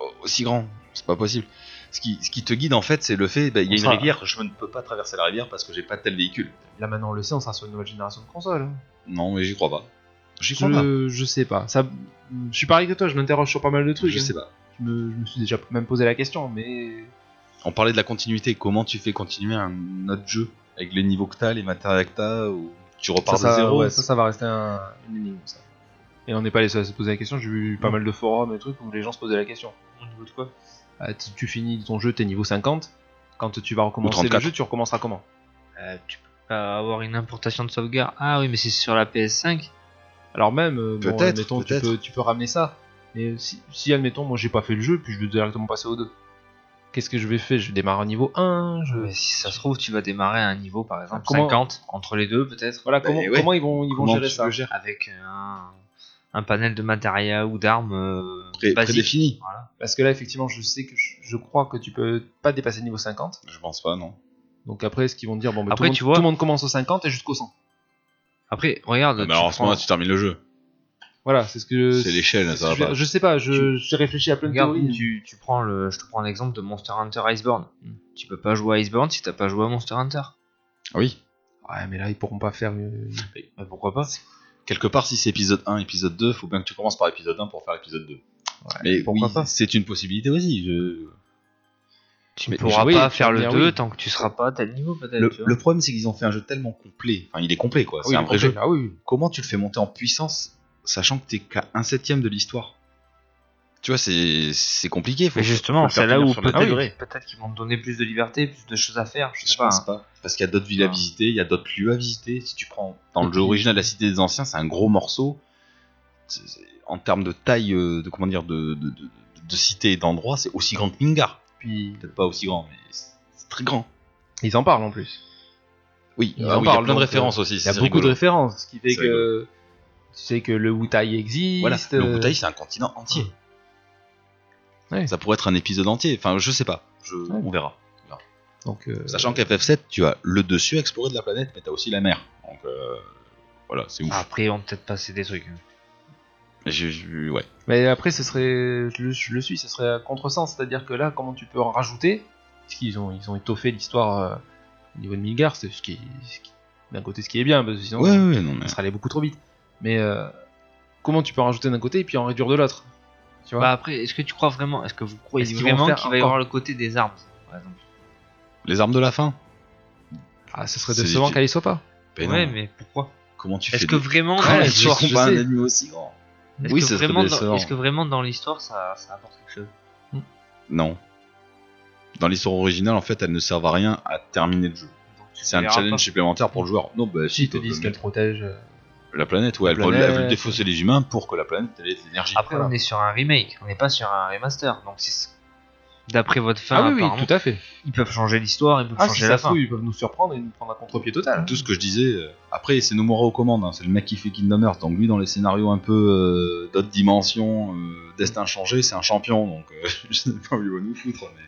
Speaker 4: au- aussi grand. C'est pas possible. Ce qui, ce qui te guide en fait, c'est le fait bah, il y
Speaker 5: On
Speaker 4: a une
Speaker 5: sera-
Speaker 4: rivière, je ne peux pas traverser la rivière parce que j'ai pas tel véhicule.
Speaker 5: Là maintenant on le sait, on sera sur une nouvelle génération de consoles. hein.
Speaker 4: Non, mais j'y crois pas. J'y crois pas.
Speaker 5: Je, je sais pas. Ça, je suis pareil que toi, je m'interroge sur pas mal de trucs.
Speaker 4: je
Speaker 5: hein.
Speaker 4: sais pas.
Speaker 5: Je me, je me suis déjà même posé la question, mais
Speaker 4: On parlait de la continuité. Comment tu fais continuer un autre jeu avec les niveaux que t'as, les matériaux que t'as, ou tu repars
Speaker 5: ça,
Speaker 4: de
Speaker 5: ça,
Speaker 4: zéro
Speaker 5: ouais, ça, ça va rester un, une énigme. Ça. Et on n'est pas les seuls à se poser la question. J'ai vu pas mal de forums et trucs où les gens se posaient la question.
Speaker 6: Au niveau de quoi
Speaker 5: Ah, tu, tu finis ton jeu, t'es niveau 50. Quand tu vas recommencer le
Speaker 4: 34.
Speaker 5: jeu, tu recommenceras comment
Speaker 6: Euh, Tu peux pas avoir une importation de sauvegarde. Ah oui, mais c'est sur la PS5.
Speaker 5: Alors même, euh, bon,
Speaker 4: Peut-être,
Speaker 5: admettons, tu
Speaker 4: peut-être.
Speaker 5: peux, tu peux ramener ça. Mais si, si, admettons, moi j'ai pas fait le jeu, puis je vais directement passer au 2. Qu'est-ce que je vais faire Je vais démarrer au niveau 1 je...
Speaker 6: Mais si ça se trouve, tu vas démarrer à un niveau par exemple
Speaker 5: Comment-
Speaker 6: 50 entre les deux peut-être.
Speaker 5: Voilà,
Speaker 4: Bah,
Speaker 5: comment,
Speaker 4: ouais.
Speaker 5: comment ils vont, ils vont
Speaker 4: Comment
Speaker 5: gérer
Speaker 4: tu
Speaker 5: ça
Speaker 4: le gères
Speaker 6: Avec euh, un, un panel de matériel ou d'armes euh,
Speaker 4: Pré-
Speaker 6: basiques.
Speaker 4: Prédéfini
Speaker 6: Voilà.
Speaker 5: Parce que là, effectivement, je sais que je, je crois que tu peux pas dépasser le niveau 50.
Speaker 4: Je pense pas, non.
Speaker 5: Donc après, est-ce qu'ils vont dire bon, bah,
Speaker 6: Après,
Speaker 5: tout, le
Speaker 6: tu
Speaker 5: monde-
Speaker 6: vois-
Speaker 5: tout le monde commence au 50 et jusqu'au 100
Speaker 6: Après, regarde.
Speaker 5: Bah,
Speaker 4: Mais
Speaker 6: tu
Speaker 4: alors en ce
Speaker 6: prends-
Speaker 4: moment, tu termines le jeu.
Speaker 5: Voilà, c'est ce que
Speaker 4: C'est l'échelle,
Speaker 5: c'est ce
Speaker 4: ça
Speaker 5: que je,
Speaker 4: va pas.
Speaker 5: je sais pas, je, j'ai réfléchi à plein de
Speaker 6: Regarde,
Speaker 5: théories.
Speaker 6: tu, tu prends le, je te prends l'exemple de Monster Hunter Iceborne. Tu peux pas jouer à Iceborne si t'as pas joué à Monster Hunter.
Speaker 4: Oui.
Speaker 5: Ouais, mais là, ils pourront pas faire. euh,
Speaker 6: Mais pourquoi pas
Speaker 4: Quelque part, si c'est épisode 1, épisode 2, faut bien que tu commences par épisode 1 pour faire épisode 2. mais
Speaker 5: pourquoi
Speaker 4: oui,
Speaker 5: pas
Speaker 4: c'est une possibilité aussi. je-
Speaker 6: Tu
Speaker 4: Mais-
Speaker 6: pourras
Speaker 5: oui,
Speaker 6: pas
Speaker 5: tu
Speaker 6: faire
Speaker 5: vas me
Speaker 6: le
Speaker 5: dire
Speaker 6: 2
Speaker 5: oui.
Speaker 6: tant que tu seras pas à tel niveau peut-être.
Speaker 4: Le,
Speaker 6: tu vois.
Speaker 4: le problème, c'est qu'ils ont fait un jeu tellement complet. Enfin, il est complet, quoi. C'est
Speaker 5: oui,
Speaker 4: un
Speaker 5: le
Speaker 4: vrai
Speaker 5: projet,
Speaker 4: jeu.
Speaker 5: là, oui, oui.
Speaker 4: Comment tu le fais monter en puissance, sachant que t'es qu'à un septième de l'histoire Tu vois, c'est c'est compliqué. Faut,
Speaker 6: Mais justement,
Speaker 4: faut le faire
Speaker 6: c'est là
Speaker 4: tenir
Speaker 6: où
Speaker 4: sur la
Speaker 5: Ah
Speaker 6: peut-être
Speaker 4: durée.
Speaker 6: peut-être qu'ils vont te donner plus de liberté, plus de choses à faire. Je
Speaker 4: Je
Speaker 6: sais pas.
Speaker 4: pense
Speaker 6: hein.
Speaker 4: pas. Parce qu'il y a d'autres villes à
Speaker 6: Ah.
Speaker 4: visiter, il y a d'autres lieux à visiter. Si tu prends dans le jeu
Speaker 6: Mhm.
Speaker 4: original La Cité des Anciens, c'est un gros morceau. C'est- c'est- En termes de taille, euh, de comment dire, de, de, de- de cité et d'endroit, c'est aussi grand que Mingar.
Speaker 5: Puis
Speaker 4: Peut-être pas aussi grand, mais c'est c'est très grand.
Speaker 5: ils en parlent en plus.
Speaker 4: Oui,
Speaker 5: Ils
Speaker 4: ah
Speaker 5: en
Speaker 4: oui, il y a
Speaker 5: parlent,
Speaker 4: plein de
Speaker 5: donc,
Speaker 4: références aussi.
Speaker 5: Il y a beaucoup de références, ce qui fait
Speaker 4: C'est
Speaker 5: que tu sais que le Wutai existe.
Speaker 4: Voilà,
Speaker 5: euh,
Speaker 4: le Bouteille, c'est un continent entier.
Speaker 5: Ouais.
Speaker 4: Ça pourrait être un épisode entier. Enfin, je sais pas. Je- On verra.
Speaker 5: Donc, euh,
Speaker 4: Sachant qu'FF7, tu as le dessus à explorer de la planète, mais t'as aussi la mer. Donc, euh, voilà, c'est
Speaker 5: Ah.
Speaker 4: ouf.
Speaker 6: Après, ils vont peut-être passer des trucs. hein.
Speaker 4: J'ai- j'ai- ouais.
Speaker 5: Mais après, ce serait, je le, je le suis, ce serait à contresens, c'est-à-dire que là, comment tu peux en rajouter Parce qu'ils ont, ils ont étoffé l'histoire euh, au niveau de Milgar, c'est ce qui, ce qui- d'un côté ce qui est bien, parce que sinon
Speaker 4: Ouais, ouais, non, mais.
Speaker 5: ça serait allé beaucoup trop vite. Mais euh, comment tu peux en rajouter d'un côté et puis en réduire de l'autre Tu vois
Speaker 6: Bah après, est-ce que tu crois vraiment, est-ce que vous croyez
Speaker 5: Est-ce qu'ils vont
Speaker 6: vraiment
Speaker 5: faire
Speaker 6: qu'il va y
Speaker 5: encore-
Speaker 6: avoir le côté des armes par exemple
Speaker 4: Les armes de la fin
Speaker 5: Ah, ce serait de
Speaker 4: c'est
Speaker 5: décevant
Speaker 4: difficile.
Speaker 5: qu'elle y soit pas.
Speaker 4: Ben
Speaker 6: Ouais,
Speaker 4: non.
Speaker 6: mais pourquoi
Speaker 4: Comment tu fais
Speaker 6: Est-ce que
Speaker 4: des-
Speaker 6: vraiment
Speaker 4: Comment
Speaker 6: dans
Speaker 4: tu
Speaker 6: l'histoire,
Speaker 5: je
Speaker 4: combats un
Speaker 5: sais.
Speaker 4: ennemi aussi grand
Speaker 6: est-ce
Speaker 4: Oui,
Speaker 6: que
Speaker 4: ça serait
Speaker 6: vraiment dans-
Speaker 4: décevant.
Speaker 6: est-ce que vraiment dans l'histoire ça, ça apporte quelque chose
Speaker 4: Non. Dans l'histoire originale, en fait, elles ne servent à rien à terminer le jeu.
Speaker 6: Donc, tu
Speaker 4: C'est un
Speaker 6: verras
Speaker 4: challenge
Speaker 6: pas.
Speaker 4: supplémentaire pour le joueur. Non, bah si,
Speaker 5: Ils te
Speaker 4: t'as-
Speaker 5: disent qu'elle protège. euh,
Speaker 4: La planète, ouais,
Speaker 5: La
Speaker 4: elle, veut- elle veut
Speaker 5: planète.
Speaker 4: défausser les humains pour que la planète ait de l'énergie.
Speaker 6: Après,
Speaker 5: Voilà.
Speaker 6: on est sur un remake, on n'est pas sur un remaster. Donc, si c'est- d'après votre fin,
Speaker 5: Ah oui, oui,
Speaker 6: apparemment,
Speaker 5: tout à fait.
Speaker 6: ils peuvent changer l'histoire, ils peuvent
Speaker 5: Ah, si
Speaker 6: changer
Speaker 5: ça
Speaker 6: la
Speaker 5: se
Speaker 6: fin.
Speaker 5: trouve, ils peuvent nous surprendre et nous prendre à contre-pied total.
Speaker 4: Tout ce que je disais, euh, après, c'est Nomura aux commandes, hein, c'est le mec qui fait Kingdom Hearts, donc lui, dans les scénarios un peu euh, d'autres dimensions, euh, destin changé, c'est un champion, donc euh, je sais pas où il va nous foutre, mais.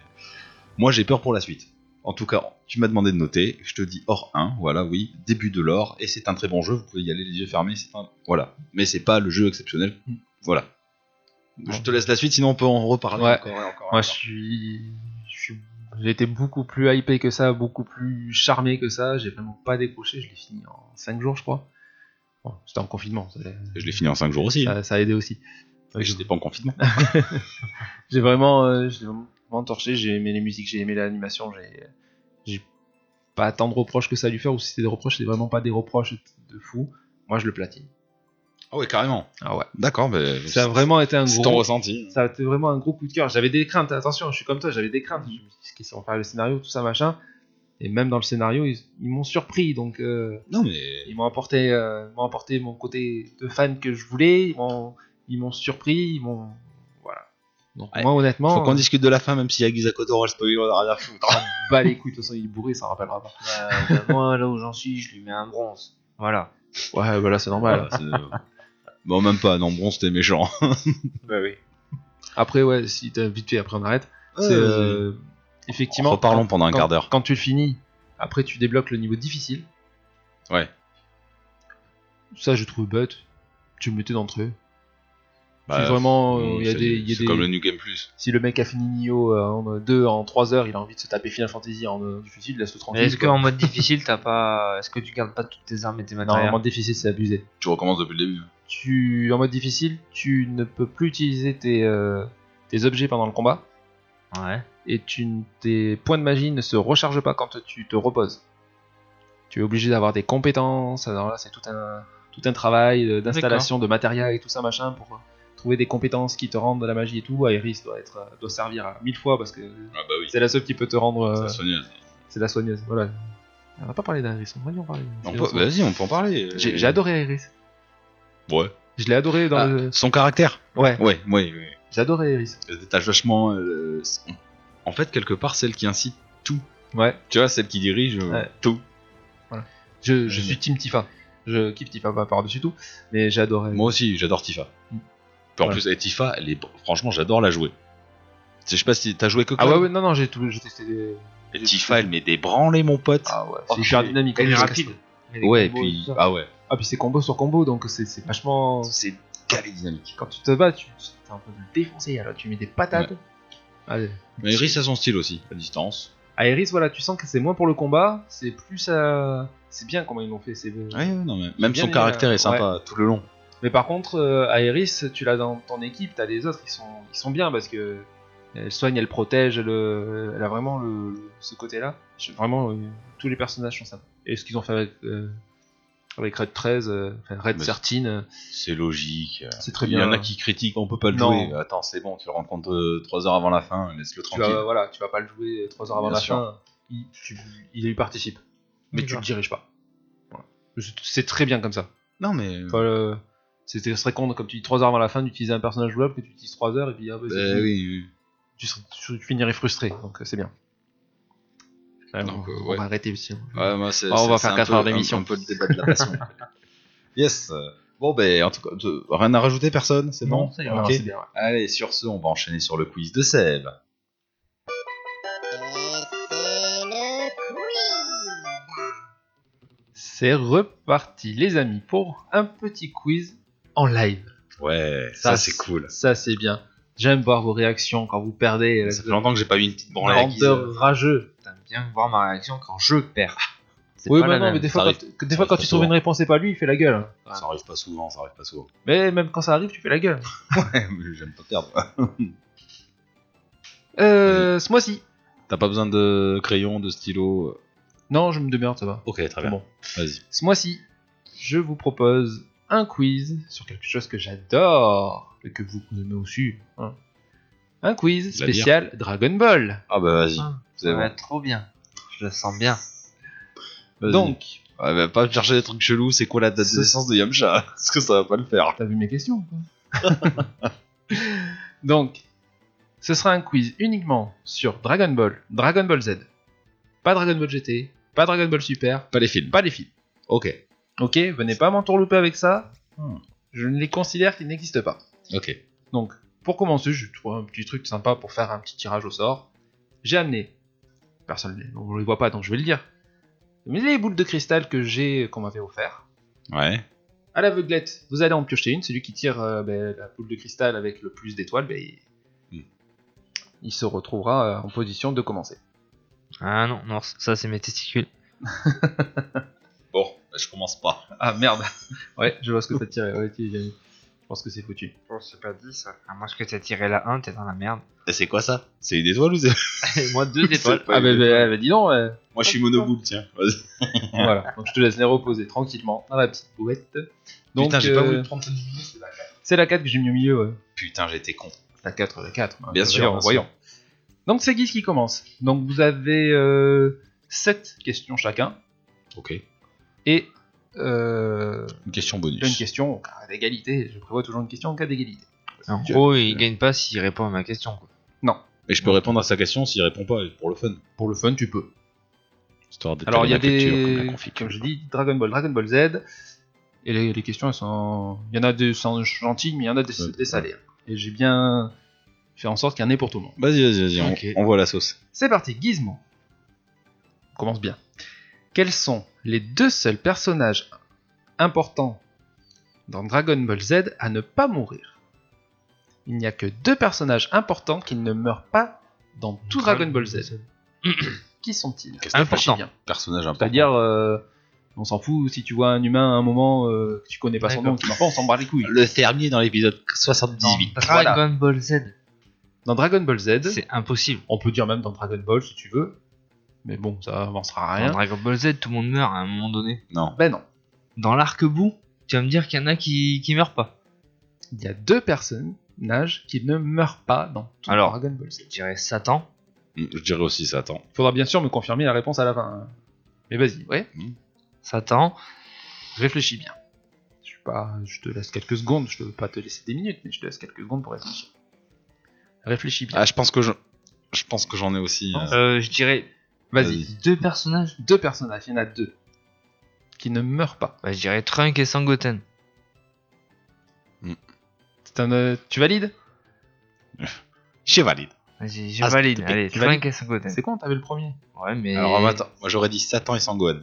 Speaker 4: Moi, j'ai peur pour la suite. En tout cas, tu m'as demandé de noter, je te dis hors 1, voilà, oui, début de l'or, et c'est un très bon jeu, vous pouvez y aller les yeux fermés, c'est un. Voilà. Mais c'est pas le jeu exceptionnel, voilà. Je te laisse la suite, sinon on peut en reparler
Speaker 5: Ouais.
Speaker 4: encore et encore.
Speaker 5: Moi, je suis. je suis- J'ai été beaucoup plus hypé que ça, beaucoup plus charmé que ça. J'ai vraiment pas décroché. Je l'ai fini en 5 jours, je crois. Bon, C'était en confinement. ça-
Speaker 4: Je l'ai fini en 5 jours aussi, hein.
Speaker 5: Ça, ça a aidé aussi.
Speaker 4: et j'étais pas en confinement.
Speaker 5: J'ai vraiment, euh, j'ai vraiment torché. J'ai aimé les musiques, j'ai aimé l'animation. J'ai, j'ai pas tant de reproches que ça à lui faire. Ou si c'était des reproches, c'était vraiment pas des reproches de fou. Moi, je le platine.
Speaker 4: Ah ouais, carrément.
Speaker 5: Ah ouais.
Speaker 4: D'accord, mais.
Speaker 5: Ça a vraiment été un
Speaker 4: C'est ton
Speaker 5: gros.
Speaker 4: ressenti.
Speaker 5: Ça a été vraiment un gros coup de cœur. J'avais des craintes. Attention, je suis comme toi. J'avais des
Speaker 4: Mm.
Speaker 5: craintes. Je me dis, qu'est-ce qu'ils vont faire le scénario, tout ça, machin. Et même dans le scénario, ils, ils m'ont surpris. Donc, euh,
Speaker 4: Non, mais.
Speaker 5: ils m'ont apporté, euh, ils m'ont apporté mon côté de fan que je voulais. Ils m'ont, ils ils m'ont surpris, ils m'ont. Voilà. Donc,
Speaker 4: Ouais.
Speaker 5: moi, honnêtement,
Speaker 4: Faut qu'on
Speaker 5: euh,
Speaker 4: discute de la fin, même si Yakuza Kotor, le spoiler, on a rien à foutre.
Speaker 5: bah les couilles, de toute façon, il est bourré, ça rappellera pas.
Speaker 6: Ouais, bah, moi, là où j'en suis, je lui mets un bronze. Voilà.
Speaker 5: Ouais, voilà, c'est normal.
Speaker 4: Voilà, c'est- bon, même pas, non, bon, c'était méchant.
Speaker 6: Bah oui.
Speaker 5: Après, ouais, si t'as vite fait, après on arrête.
Speaker 4: Ouais,
Speaker 5: c'est
Speaker 4: vas-y.
Speaker 5: euh, effectivement.
Speaker 4: Reparlons pendant un
Speaker 5: quand-
Speaker 4: quart d'heure.
Speaker 5: Quand tu le finis, après tu débloques le niveau difficile.
Speaker 4: Ouais.
Speaker 5: Ça, je trouve bête. Tu le mettais d'entrée.
Speaker 4: Bah,
Speaker 5: si vraiment, euh,
Speaker 4: bon,
Speaker 5: il y a
Speaker 4: c'est-
Speaker 5: des. il y a
Speaker 4: c'est
Speaker 5: des-
Speaker 4: comme le New Game Plus.
Speaker 5: Si le mec a fini Nioh euh, en 2 en 3 heures, il a envie de se taper Final Fantasy en euh, difficile, laisse-le
Speaker 6: Mais
Speaker 5: tranquille.
Speaker 6: est-ce
Speaker 5: quoi.
Speaker 6: qu'en mode difficile, t'as pas. Est-ce que tu gardes pas toutes tes armes et tes
Speaker 5: Non, en
Speaker 6: matériels
Speaker 5: mode difficile, c'est abusé.
Speaker 4: Tu recommences depuis le début.
Speaker 5: Tu, en mode difficile, tu ne peux plus utiliser tes, euh, tes objets pendant le combat
Speaker 6: Ouais.
Speaker 5: et tu, n- tes points de magie ne se rechargent pas quand tu te reposes. Tu es obligé d'avoir des compétences. Alors là, c'est tout un, tout un travail euh, d'installation de matériel et tout ça machin pour euh, trouver des compétences qui te rendent de la magie et tout. Iris doit être, euh, doit servir à mille fois parce que
Speaker 4: Ah bah oui,
Speaker 5: c'est la seule qui peut te rendre. euh,
Speaker 4: c'est la soigneuse.
Speaker 5: C'est la soigneuse, voilà. On va pas parler d'Iris, on va y en parler.
Speaker 4: On peut- bah, Vas-y, on peut en parler.
Speaker 5: J'ai j'ai adoré Iris.
Speaker 4: Ouais.
Speaker 5: Je l'ai adoré dans
Speaker 4: Ah,
Speaker 5: le.
Speaker 4: Son caractère
Speaker 5: Ouais,
Speaker 4: Ouais, ouais, ouais.
Speaker 5: j'ai adoré Iris.
Speaker 4: Elle se détache vachement. euh, En fait, quelque part, celle qui incite tout.
Speaker 5: Ouais.
Speaker 4: Tu vois, celle qui dirige euh,
Speaker 5: Ouais.
Speaker 4: tout.
Speaker 5: Je, je suis Team Tifa. Je kiffe Tifa pas par-dessus tout, mais j'ai adoré.
Speaker 4: Moi aussi, j'adore Tifa.
Speaker 5: Mm.
Speaker 4: Puis en
Speaker 5: Ouais.
Speaker 4: plus, avec Tifa, elle est... franchement, j'adore la jouer. Tu sais, Je sais pas si t'as joué que
Speaker 5: ah ouais,
Speaker 4: Cloud.
Speaker 5: ouais, non, non, j'ai tout. j'ai testé-
Speaker 4: Et Tifa, elle met des branlées, mon pote.
Speaker 5: Ah ouais,
Speaker 6: Oh,
Speaker 5: c'est hyper
Speaker 6: c'est-
Speaker 5: dynamique.
Speaker 6: Elle est
Speaker 5: hein,
Speaker 6: rapide. Mais les
Speaker 4: ouais, et
Speaker 6: combos,
Speaker 4: puis.
Speaker 6: tout ça.
Speaker 4: Ah ouais.
Speaker 5: Ah, puis c'est combo sur combo, donc c'est c'est vachement.
Speaker 4: C'est calé dynamique.
Speaker 5: Quand tu te bats, tu t'es un peu défoncé, alors tu mets des patates. Allez.
Speaker 4: Mais Iris a son style aussi, à distance.
Speaker 5: Ah, Iris, voilà, tu sens que c'est moins pour le combat, c'est plus à. C'est bien comment ils l'ont fait. c'est
Speaker 4: Ouais, ouais, non, mais même
Speaker 5: bien
Speaker 4: son
Speaker 5: les-
Speaker 4: caractère
Speaker 5: ouais.
Speaker 4: est sympa tout le long.
Speaker 5: Mais par contre, euh, Aeris, tu l'as dans ton équipe, t'as les autres, ils sont, ils sont bien parce que elle soigne, elle protège, elle, euh, elle a vraiment le, ce côté-là. Je- Vraiment, euh, tous les personnages sont sympas. Et ce qu'ils ont fait avec, euh, avec Red 13, euh, enfin, Red
Speaker 4: Mais-
Speaker 5: 13, euh,
Speaker 4: Bah, C'est logique.
Speaker 5: c'est très
Speaker 4: Il
Speaker 5: bien.
Speaker 4: y en a qui critiquent, on peut pas le
Speaker 5: Non.
Speaker 4: jouer. Attends, c'est bon, tu le rencontres 3 heures avant la fin, laisse-le
Speaker 5: Tu
Speaker 4: tranquille.
Speaker 5: vas, voilà, tu vas pas le jouer 3 heures avant
Speaker 4: Bien
Speaker 5: la
Speaker 4: sûr.
Speaker 5: fin. Il, tu- il y participe. Mais tu
Speaker 6: D'accord.
Speaker 5: le diriges pas. Voilà. C'est- C'est très bien comme ça.
Speaker 4: Non, mais.
Speaker 5: Enfin, le- c'est très serait con, comme tu dis 3 heures avant la fin, d'utiliser un personnage jouable que tu utilises 3 heures et puis ah, bah,
Speaker 4: Bah
Speaker 5: c'est fini.
Speaker 4: oui, oui.
Speaker 5: tu, serais- tu finirais frustré, donc euh, c'est bien. Ouais,
Speaker 4: Donc,
Speaker 5: on-
Speaker 4: euh,
Speaker 5: on
Speaker 4: ouais.
Speaker 5: va arrêter ici.
Speaker 4: Ouais, moi, c'est-
Speaker 5: Ah, on
Speaker 4: c'est-
Speaker 5: va
Speaker 4: c'est
Speaker 5: faire
Speaker 4: un
Speaker 5: quatre
Speaker 4: peu-
Speaker 5: heures d'émission.
Speaker 4: Un, un peu le débat de la passion. yes. euh, Bon, ben, en tout cas, euh, rien à rajouter, personne C'est bon
Speaker 5: ça
Speaker 4: Ok.
Speaker 5: c'est bien. ouais.
Speaker 4: Allez, sur ce, on va enchaîner sur le quiz de Seb.
Speaker 5: C'est reparti, les amis, pour un petit quiz en live.
Speaker 4: Ouais, ça,
Speaker 5: Ça,
Speaker 4: c'est cool.
Speaker 5: Ça, c'est bien. J'aime voir vos réactions quand vous perdez. euh,
Speaker 4: Ça fait longtemps que j'ai pas eu une petite branlée à Guise.
Speaker 5: Grandeur rageux.
Speaker 6: T'aimes bien voir ma réaction quand je perds. C'est
Speaker 5: Oui,
Speaker 6: pas
Speaker 5: bah
Speaker 6: la
Speaker 5: non,
Speaker 6: même.
Speaker 5: mais des fois,
Speaker 4: Ça
Speaker 5: quand, que- des fois,
Speaker 4: arrive
Speaker 5: quand
Speaker 4: pas
Speaker 5: tu trouves
Speaker 4: souvent.
Speaker 5: une réponse et pas lui, il fait la gueule.
Speaker 4: Ça arrive pas souvent, ça arrive pas souvent.
Speaker 5: Mais même quand ça arrive, tu fais la gueule.
Speaker 4: J'aime pas perdre.
Speaker 5: Euh, ce mois-ci.
Speaker 4: T'as pas besoin de crayon, de euh. stylo.
Speaker 5: Non, je me demeure, ça va.
Speaker 4: Ok, très bien.
Speaker 5: Bon.
Speaker 4: Vas-y.
Speaker 5: Ce mois-ci, je vous propose un quiz sur quelque chose que j'adore et que vous aimez aussi. hein. Un quiz
Speaker 4: La bière.
Speaker 5: spécial Dragon Ball.
Speaker 4: Ah bah vas-y.
Speaker 6: Ah,
Speaker 4: C'est
Speaker 6: Ça va
Speaker 4: bon.
Speaker 6: être trop bien. Je le sens bien.
Speaker 4: Vas-y.
Speaker 5: Donc,
Speaker 4: Ouais, bah, pas chercher des trucs chelous, c'est quoi la date de
Speaker 5: Ce-
Speaker 4: naissance de Yamcha Parce que ça va pas le faire.
Speaker 5: t'as vu mes questions ou pas Donc, ce sera un quiz uniquement sur Dragon Ball, Dragon Ball Z. Pas Dragon Ball GT, pas Dragon Ball Super,
Speaker 4: Pas les films.
Speaker 5: pas les films.
Speaker 4: Ok.
Speaker 5: Ok, venez pas m'entourlouper avec ça.
Speaker 4: Hmm.
Speaker 5: Je ne les considère qu'ils n'existent pas.
Speaker 4: Ok.
Speaker 5: Donc, pour commencer, je trouve un petit truc sympa pour faire un petit tirage au sort. J'ai amené, personne ne le voit pas donc je vais le dire, mais les boules de cristal que j'ai, qu'on m'avait offert.
Speaker 4: Ouais.
Speaker 5: À l'aveuglette, vous allez en piocher une, celui qui tire euh, ben, la boule de cristal avec le plus d'étoiles, ben, il...
Speaker 4: Hmm.
Speaker 5: il se retrouvera euh, en position de commencer.
Speaker 6: Ah non, non, ça c'est mes testicules.
Speaker 4: Bon, bah, je commence pas.
Speaker 5: Ah merde Ouais, je vois ce que t'as tiré, ouais, tu- je pense que c'est foutu.
Speaker 6: Bon, Oh, c'est pas dit ça. À moins que t'aies tiré la 1, t'es dans la merde.
Speaker 4: Et c'est quoi ça C'est une étoile ou c'est.
Speaker 6: Et moi, deux étoiles.
Speaker 5: Ah ben, ben, ben, dis donc, euh,
Speaker 4: Moi je suis monoboule, tiens. Vas-y.
Speaker 5: voilà, donc je te laisse les reposer tranquillement dans la petite boîte. Donc,
Speaker 4: Putain, j'ai pas
Speaker 5: euh,
Speaker 4: voulu prendre ton idée, c'est la carte.
Speaker 5: C'est la 4 que j'ai mis au milieu, ouais.
Speaker 4: Putain, j'étais con.
Speaker 5: La 4, la 4.
Speaker 4: Bien sûr, bien sûr.
Speaker 5: voyons. Donc c'est Guise qui commence. euh, Donc vous avez 7 questions chacun
Speaker 4: Ok.
Speaker 5: et euh,
Speaker 4: Une question
Speaker 5: il y a une
Speaker 4: bonus.
Speaker 5: question en cas d'égalité. Je prévois toujours une question en cas d'égalité.
Speaker 6: En
Speaker 5: Je-
Speaker 6: gros, il gagne pas s'il répond à ma question. Quoi.
Speaker 4: Et je peux répondre à sa question s'il répond pas, pour le fun.
Speaker 5: Pour le fun, tu peux.
Speaker 4: Histoire de
Speaker 5: Alors il y a
Speaker 4: terminer la culture,
Speaker 5: des,
Speaker 4: comme la
Speaker 5: comme,
Speaker 4: confiture.
Speaker 5: je dis, Dragon Ball, Dragon Ball Z, et les, les questions elles sont, il y en a des sont gentilles, mais il y en a des,
Speaker 4: Ouais,
Speaker 5: des salées. Et j'ai bien fait en sorte qu'il y en ait pour tout le monde.
Speaker 4: Vas-y, vas-y, vas-y, on-
Speaker 6: Ok.
Speaker 4: on voit la sauce.
Speaker 5: C'est parti, Gizmo. On commence bien. Quels sont les deux seuls personnages importants dans Dragon Ball Z à ne pas mourir Il n'y a que deux personnages importants qui ne meurent pas dans tout Dragon Ball Z. qui sont-ils
Speaker 4: Qu'est-ce
Speaker 6: que t'as fait
Speaker 5: Important.
Speaker 4: Personnage important.
Speaker 5: C'est-à-dire, euh, on s'en fout si tu vois un humain à un moment euh, que tu connais pas son
Speaker 6: D'accord.
Speaker 5: nom, qui meurt pas, on s'en bat les
Speaker 6: Euh,
Speaker 5: couilles.
Speaker 4: le fermier dans l'épisode
Speaker 6: Dans
Speaker 4: 78.
Speaker 6: Dragon
Speaker 5: Voilà.
Speaker 6: Ball Z,
Speaker 5: Dans Dragon Ball Z,
Speaker 6: c'est impossible.
Speaker 5: on peut dire même dans Dragon Ball si tu veux, mais bon, ça avancera à
Speaker 6: Dans
Speaker 5: rien.
Speaker 6: Dragon Ball Z, tout le monde meurt à un moment donné.
Speaker 4: Non.
Speaker 5: Ben non,
Speaker 6: Dans l'arc-bout, tu vas me dire qu'il y en a qui, qui meurent pas.
Speaker 5: il y a deux personnages qui ne meurent pas dans tout
Speaker 6: Alors.
Speaker 5: Dragon Ball Z.
Speaker 6: Je dirais Satan.
Speaker 4: Mm, Je dirais aussi ça, attends.
Speaker 5: Il faudra bien sûr me confirmer la réponse à la fin. hein. Mais vas-y, ouais,
Speaker 6: Satan.
Speaker 5: réfléchis bien. Je, suis pas, je te laisse quelques secondes, je ne veux pas te laisser des minutes, mais je te laisse quelques secondes pour réfléchir. Réfléchis bien.
Speaker 4: Ah, je pense que je, je pense que j'en ai aussi. euh,
Speaker 6: Euh, je dirais
Speaker 5: Vas-y,
Speaker 6: deux personnages.
Speaker 5: deux personnages, il y en a deux qui ne meurent pas.
Speaker 6: Bah, je dirais Trunk et Sangoten.
Speaker 5: C'est un, euh, tu valides
Speaker 4: Je valide.
Speaker 6: Vas-y, je
Speaker 4: Ah, s'il
Speaker 6: valide.
Speaker 4: te plaît,
Speaker 6: Allez,
Speaker 5: tu
Speaker 6: Trunk et Sangoten.
Speaker 5: C'est con, t'avais le premier.
Speaker 6: Ouais, mais.
Speaker 4: Alors attends, moi j'aurais dit Satan et Sangohan.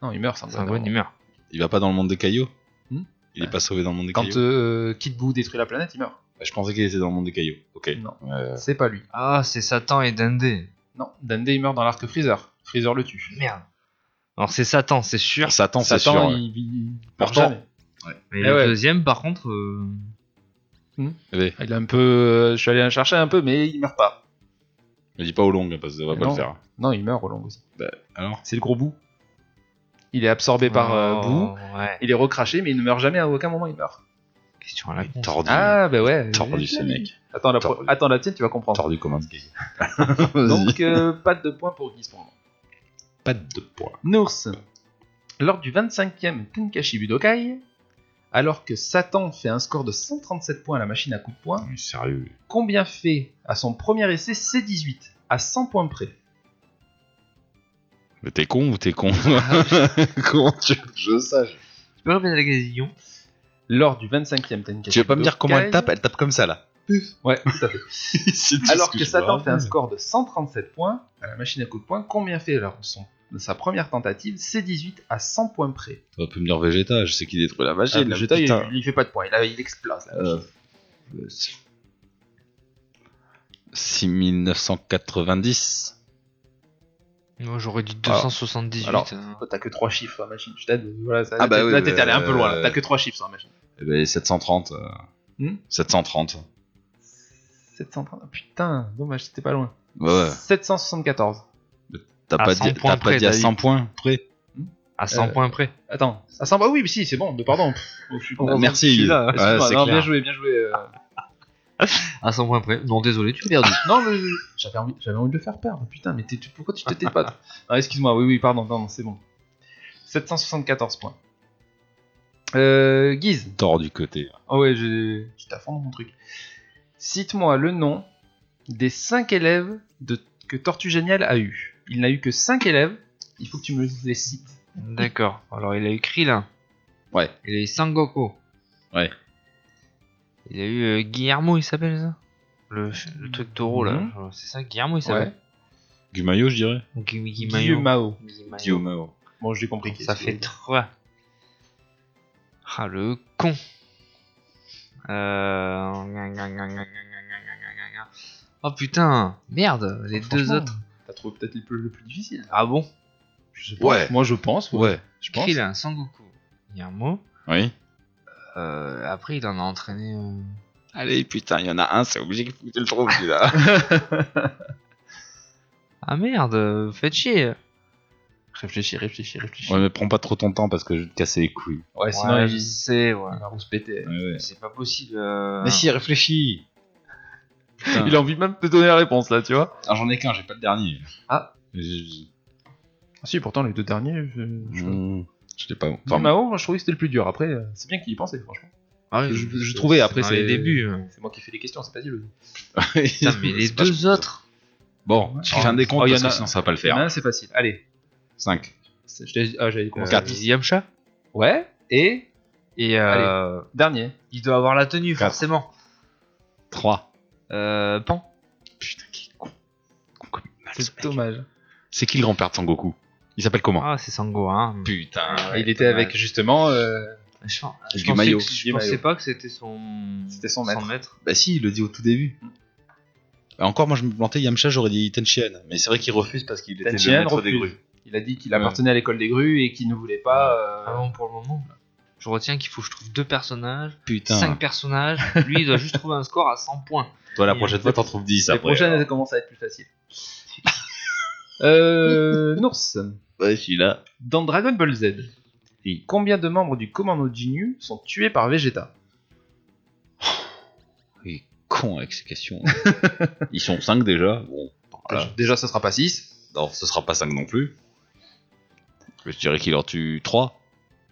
Speaker 5: Non, il meurt sans
Speaker 6: Sangoten, il meurt.
Speaker 4: Il va pas dans le monde des cailloux
Speaker 5: Hmm
Speaker 4: Il est pas sauvé dans le monde des
Speaker 5: Quand
Speaker 4: cailloux
Speaker 5: euh, Kid Buu détruit la planète, il meurt.
Speaker 4: Je pensais qu'il était dans le monde des cailloux. Ok.
Speaker 5: Non,
Speaker 4: Euh,
Speaker 5: c'est pas lui.
Speaker 6: Ah, c'est Satan et Dundee.
Speaker 5: Non, Dundee il meurt dans l'arc Freezer. Freezer le tue.
Speaker 6: Merde. Alors c'est Satan, c'est sûr.
Speaker 4: Satan, c'est sûr.
Speaker 5: Satan,
Speaker 4: ouais.
Speaker 5: il, il meurt
Speaker 4: Pourtant-
Speaker 5: jamais.
Speaker 6: Mais
Speaker 5: Eh
Speaker 6: le
Speaker 5: ouais.
Speaker 6: deuxième, par contre. euh,
Speaker 4: Ouais.
Speaker 5: Il est un peu. euh, je suis allé le chercher un peu, mais il meurt pas.
Speaker 4: Mais dis pas au long, parce que ça va
Speaker 5: Mais
Speaker 4: pas
Speaker 5: non.
Speaker 4: le faire.
Speaker 5: Non, il meurt au long aussi.
Speaker 4: Alors
Speaker 5: C'est le gros bout. Il est absorbé par euh,
Speaker 6: oh,
Speaker 5: Boo.
Speaker 6: Ouais.
Speaker 5: Il est recraché, mais il ne meurt jamais. À aucun moment, il meurt.
Speaker 6: Question à la con.
Speaker 4: Tordu.
Speaker 5: Ah, bah ouais.
Speaker 4: tordu ce mec.
Speaker 5: Attends la, pro-
Speaker 4: Tordu.
Speaker 5: Attends, la tienne, tu vas comprendre.
Speaker 4: Tordu comme un gay.
Speaker 5: Donc, euh, pas de points pour Guy pour le moment.
Speaker 4: pas de poids.
Speaker 5: Nours. Lors du 25e Tenkashi Budokai, alors que Satan fait un score de 137 points à la machine à coups de poing,
Speaker 4: Ah, Mais sérieux.
Speaker 5: combien fait à son premier essai C18 à 100 points près
Speaker 4: Mais t'es con ou t'es con Comment tu veux que Ah, je sache
Speaker 6: Tu peux répéter la question
Speaker 5: lors du 25e Tenkashi
Speaker 4: Tu veux pas me dire
Speaker 5: Budokai,
Speaker 4: comment elle tape Elle tape comme ça là.
Speaker 5: Ouais, tout à fait.
Speaker 4: C'est tout
Speaker 5: Alors
Speaker 4: ce
Speaker 5: que,
Speaker 4: je peux
Speaker 5: Satan fait un
Speaker 4: raconter.
Speaker 5: score de 137 points à la machine à coups de poing, combien fait lors de, son- de sa première tentative C18 à 100 points près
Speaker 4: Ça aurait pu me dire Vegeta, je sais qu'il détruit la machine.
Speaker 5: Ah,
Speaker 4: là,
Speaker 5: Vegeta, il,
Speaker 4: putain.
Speaker 5: il fait pas de points, il, a- il explose. la machine.
Speaker 4: Euh, 6990
Speaker 6: Moi j'aurais dit 278.
Speaker 5: Alors,
Speaker 6: hein.
Speaker 5: Toi, T'as que 3 chiffres sur la machine, je t'aide. Voilà, ça-
Speaker 4: Ah bah
Speaker 5: là,
Speaker 4: oui,
Speaker 5: là, t'étais
Speaker 4: bah,
Speaker 5: allé un peu loin, là.
Speaker 4: euh,
Speaker 5: t'as que 3 chiffres sur la machine.
Speaker 4: eh ben, 730 euh,
Speaker 5: Hmm
Speaker 4: 730
Speaker 5: 730. oh, Putain, dommage, c'était pas loin.
Speaker 4: ouais, Bah ouais.
Speaker 5: 774.
Speaker 4: t'as
Speaker 6: À
Speaker 4: pas
Speaker 6: 100
Speaker 4: dit,
Speaker 6: points
Speaker 4: t'as pas
Speaker 6: près,
Speaker 4: dit à
Speaker 6: t'as dit.
Speaker 4: 100 points près
Speaker 6: À 100
Speaker 5: euh,
Speaker 6: points près.
Speaker 5: Attends, ça sent pas. Ah, Oui, mais si, c'est bon, de pardon. Oh, je suis
Speaker 4: Ah,
Speaker 5: content.
Speaker 4: merci
Speaker 5: Je suis là.
Speaker 4: Ouais,
Speaker 5: Excuse-moi,
Speaker 4: c'est
Speaker 5: non,
Speaker 4: clair.
Speaker 5: bien joué, bien joué. euh.
Speaker 6: À 100 points près. Non, désolé, tu as perdu.
Speaker 5: non, mais j'avais envie, j'avais envie de le faire perdre. Putain, mais t'es- tu- pourquoi tu t'étais pas Ah, excuse-moi, oui, oui, pardon, pardon, c'est bon. 774 points. Euh, Guise.
Speaker 4: tord du côté
Speaker 5: Ah ouais, j'ai- j'étais à fond dans mon truc. Cite-moi le nom des 5 élèves de... que Tortue Génial a eu. Il n'a eu que 5 élèves, il faut que tu me les cites.
Speaker 6: D'accord. Alors il a eu Krillin.
Speaker 4: Ouais.
Speaker 6: Il a eu Sangoku.
Speaker 4: Ouais.
Speaker 6: Il a eu euh, Guillermo, il s'appelle ça le, le truc taureau là.
Speaker 5: Mhm.
Speaker 6: Genre, C'est ça, Guillermo il s'appelle
Speaker 4: Gumayo je dirais
Speaker 6: Ou Gui- Guimayo.
Speaker 5: Guillaume Mao.
Speaker 6: Guimayo.
Speaker 4: Guillaume
Speaker 5: Bon, j'ai compris.
Speaker 6: Ça fait 3. Ah le con. Euh... Oh putain, merde, les deux autres.
Speaker 5: T'as trouvé peut-être le plus, le plus difficile.
Speaker 6: Ah bon
Speaker 5: Je sais
Speaker 4: Ouais.
Speaker 5: Moi, je pense. Ouais.
Speaker 4: ouais
Speaker 5: Je pense.
Speaker 6: Krillin, Sangoku, Guillermo.
Speaker 4: oui
Speaker 6: Euh, après il en a entraîné... euh,
Speaker 4: allez putain il y en a un c'est obligé que tu le trouves celui-là
Speaker 6: Ah merde, euh, faites chier.
Speaker 5: Réfléchis, réfléchis, réfléchis.
Speaker 4: ouais mais prends pas trop ton temps parce que je vais te casser les couilles
Speaker 5: Ouais, sinon,
Speaker 6: Ouais, je
Speaker 5: il,
Speaker 6: sais, ouais.
Speaker 5: il va vous se péter.
Speaker 6: C'est pas possible. euh.
Speaker 4: mais si réfléchis Putain.
Speaker 5: Il a envie même de te donner la réponse là, tu vois.
Speaker 4: Ah, j'en ai qu'un j'ai pas le dernier
Speaker 5: Ah.
Speaker 4: Je- je-
Speaker 5: Mm. Si, pourtant, les deux derniers. je- je-
Speaker 4: Hmm. Je sais pas. enfin,
Speaker 5: Enfin, Mao, moi, je trouvais que c'était le plus dur. Après, euh, c'est bien qu'il y pensait, franchement.
Speaker 6: Ah
Speaker 4: je- je trouvais, après,
Speaker 6: dans
Speaker 4: c'est-
Speaker 6: les débuts. hein.
Speaker 5: C'est moi qui ai fait les questions, c'est pas dit le.
Speaker 6: Putain, mais les deux autres.
Speaker 4: Bon, je fais un décompte
Speaker 5: Oh, il y
Speaker 4: parce
Speaker 5: en a-
Speaker 4: que sinon ça va pas le
Speaker 5: Il y en a
Speaker 4: faire.
Speaker 5: un, c'est facile. Allez.
Speaker 4: 5.
Speaker 5: C'est- je t'ai- Ah, j'avais commencé.
Speaker 4: Quatre.
Speaker 6: Dixième chat.
Speaker 5: Ouais. Et
Speaker 6: euh, Et euh,
Speaker 5: dernier.
Speaker 6: il doit avoir la tenue,
Speaker 4: Quatre.
Speaker 6: forcément.
Speaker 4: 3.
Speaker 6: Euh, Pan.
Speaker 4: Putain, qui con. con comme une malle, ce
Speaker 5: C'est
Speaker 4: mec.
Speaker 5: dommage.
Speaker 4: C'est qui le grand-père de Sangoku Il s'appelle comment
Speaker 6: Ah, c'est Sango, hein.
Speaker 4: Putain.
Speaker 5: Ah, il était avec justement. euh,
Speaker 6: Je, pense- je
Speaker 4: Du
Speaker 6: pensais,
Speaker 4: maillot.
Speaker 6: que- je
Speaker 5: Du
Speaker 6: pensais
Speaker 5: maillot.
Speaker 6: pas que c'était son...
Speaker 5: C'était son maître.
Speaker 4: Bah si, il le dit au tout début. Euh, Encore, moi je me plantais Yamcha, j'aurais dit Tenchien. Mais c'est vrai qu'il refuse parce qu'il était le
Speaker 5: Tenchien
Speaker 4: maître des
Speaker 5: refuse.
Speaker 4: grues.
Speaker 5: Il a dit qu'il
Speaker 4: Ouais.
Speaker 5: appartenait à l'école des grues et qu'il ne voulait pas.
Speaker 6: Ah
Speaker 5: euh,
Speaker 6: bon, pour le moment, je retiens qu'il faut que je trouve deux personnages,
Speaker 4: Putain.
Speaker 6: cinq personnages. Lui, il doit juste trouver un score à 100 points.
Speaker 4: Toi la
Speaker 6: Il-
Speaker 4: prochaine fois t'en trouves 10
Speaker 5: Les
Speaker 4: après. Ah,
Speaker 5: prochaines, elles commencent à être plus faciles. euh, Nours,
Speaker 4: Ouais, celui-là.
Speaker 5: dans Dragon Ball Z,
Speaker 4: Oui.
Speaker 5: combien de membres du commando Ginyu sont tués par Vegeta
Speaker 4: Il est con avec ces questions. Ils sont 5 déjà. Bon, voilà.
Speaker 5: Déjà, ça sera pas 6.
Speaker 4: Non, ce sera pas 5 non plus. Mais je dirais qu'il en tue 3,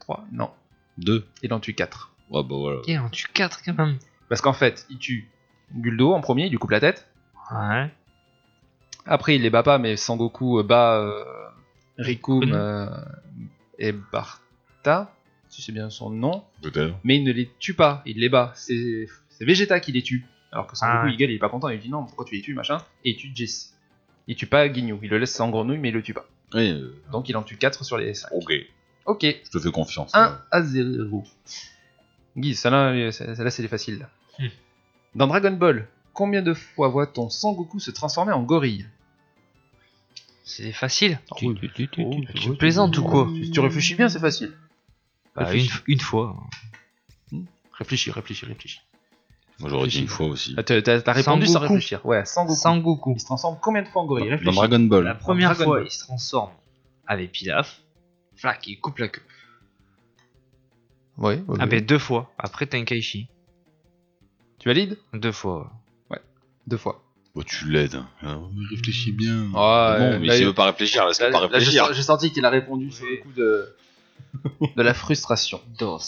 Speaker 5: 3, non.
Speaker 4: 2.
Speaker 5: Il en tue 4.
Speaker 4: Ouais, bah voilà.
Speaker 6: Il en tue 4 quand même.
Speaker 5: Parce qu'en fait, il tue Guldo en premier, il lui coupe la tête.
Speaker 6: Ouais.
Speaker 5: Après, il les bat pas, mais Sangoku euh, bat euh, Rikun
Speaker 6: Rikun.
Speaker 5: euh, et Barta, si c'est bien son nom.
Speaker 4: Peut-être.
Speaker 5: mais il ne les tue pas, il les bat. C'est c'est Vegeta qui les tue. Alors que Sangoku,
Speaker 6: Ah ouais.
Speaker 5: il gueule, il est pas content, il dit non, pourquoi tu les tues, machin Et il tue Jess. Il tue pas Ginyu, il le laisse sans grenouille, mais il le tue pas.
Speaker 4: Oui, euh,
Speaker 5: Donc il en tue 4 sur les 5.
Speaker 4: ok,
Speaker 5: Ok,
Speaker 4: je te fais confiance.
Speaker 5: 1 à 0. Guy, celle-là, euh, celle-là, c'est les faciles. là.
Speaker 6: Hmm.
Speaker 5: Dans Dragon Ball, combien de fois voit-on Sangoku se transformer en gorille
Speaker 6: C'est facile.
Speaker 5: Oh,
Speaker 6: tu, tu- tu- tu- tu plaisantes ou quoi
Speaker 5: Si tu réfléchis bien, c'est facile.
Speaker 6: Bah, une,
Speaker 5: Réfléchis.
Speaker 6: une fois.
Speaker 5: Réfléchis, réfléchis, réfléchis.
Speaker 4: Moi j'aurais dit une fois aussi.
Speaker 5: Ah, T'as t'as- t'as répondu sans
Speaker 6: Sangoku.
Speaker 5: réfléchir. Ouais, Sangoku.
Speaker 6: Sangoku.
Speaker 5: Il se transforme combien de fois en gorille
Speaker 4: Dans
Speaker 5: Réfléchis.
Speaker 4: Dragon
Speaker 6: La
Speaker 4: Ball.
Speaker 6: première
Speaker 5: Dragon
Speaker 6: fois,
Speaker 5: Ball.
Speaker 6: il se transforme avec Pilaf. Flac, il coupe la queue.
Speaker 5: Ouais, ouais,
Speaker 6: Ah,
Speaker 5: ouais.
Speaker 6: ben deux fois. Après Tenkaichi.
Speaker 5: Tu valides
Speaker 6: Deux fois.
Speaker 5: Deux fois.
Speaker 4: Oh, tu l'aides. hein. Réfléchis bien.
Speaker 5: Ah,
Speaker 4: bon,
Speaker 5: euh,
Speaker 4: mais
Speaker 5: là,
Speaker 4: s'il
Speaker 5: il-
Speaker 4: veut pas réfléchir, laisse-le
Speaker 5: Là,
Speaker 4: pas
Speaker 5: là, j'ai
Speaker 4: réfléchir.
Speaker 5: sen- j'ai senti qu'il a répondu sur le coup de, de la frustration.
Speaker 6: Dos.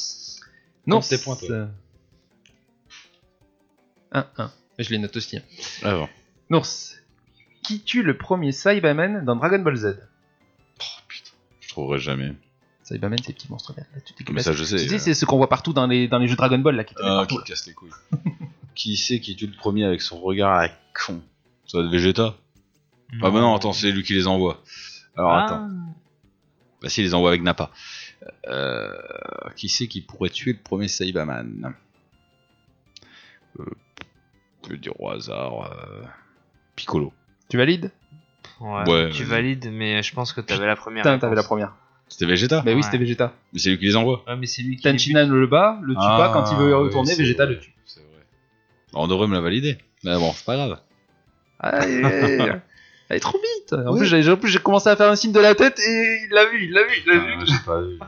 Speaker 5: Non,
Speaker 4: Compte tes points, toi.
Speaker 5: 1, 1. Je les note aussi. hein.
Speaker 4: Ah, bon.
Speaker 5: Nours, qui tue le premier Saibaman dans Dragon Ball Z
Speaker 4: Oh, Je trouverai jamais.
Speaker 5: Saibaman, c'est petit monstre. là, là, tu t'es
Speaker 4: Mais ça je sais.
Speaker 5: Tu sais,
Speaker 4: euh,
Speaker 5: c'est ce qu'on voit partout dans les, dans les jeux Dragon Ball là, qui te met
Speaker 4: Ah,
Speaker 5: partout,
Speaker 4: qui
Speaker 5: là.
Speaker 4: casse les couilles. qui c'est qui tue le premier avec son regard à la con Ça doit être Vegeta Ah bah non, attends, c'est lui qui les envoie. Alors
Speaker 6: Ah,
Speaker 4: attends. Bah si, il les envoie avec Nappa. Euh, qui c'est qui pourrait tuer le premier Saibaman euh, Je veux dire au hasard. euh, Piccolo.
Speaker 5: Tu valides
Speaker 6: Ouais,
Speaker 4: Ouais,
Speaker 6: tu
Speaker 4: vas-y.
Speaker 6: valides, mais je pense que t'avais la première.
Speaker 5: Putain, t'avais la
Speaker 6: réponse.
Speaker 5: première.
Speaker 4: C'était Vegeta
Speaker 5: Bah oui,
Speaker 6: Ouais.
Speaker 5: c'était Vegeta.
Speaker 4: Mais c'est lui qui les envoie.
Speaker 6: Ouais, mais c'est lui qui. débute.
Speaker 5: Tanchinan le bat, le tue pas, quand il veut
Speaker 4: Ah,
Speaker 5: retourner,
Speaker 4: oui, c'est
Speaker 5: Vegeta
Speaker 4: vrai,
Speaker 5: le tue.
Speaker 4: C'est vrai. On devrait me la valider. Mais bon, c'est pas grave.
Speaker 5: Aïe, aïe, aïe. Elle est trop vite En
Speaker 4: Oui.
Speaker 5: plus, j'ai- en plus, j'ai commencé à faire un signe de la tête et il l'a vu, il l'a vu, il l'a vu.
Speaker 4: j'ai Ah, pas vu.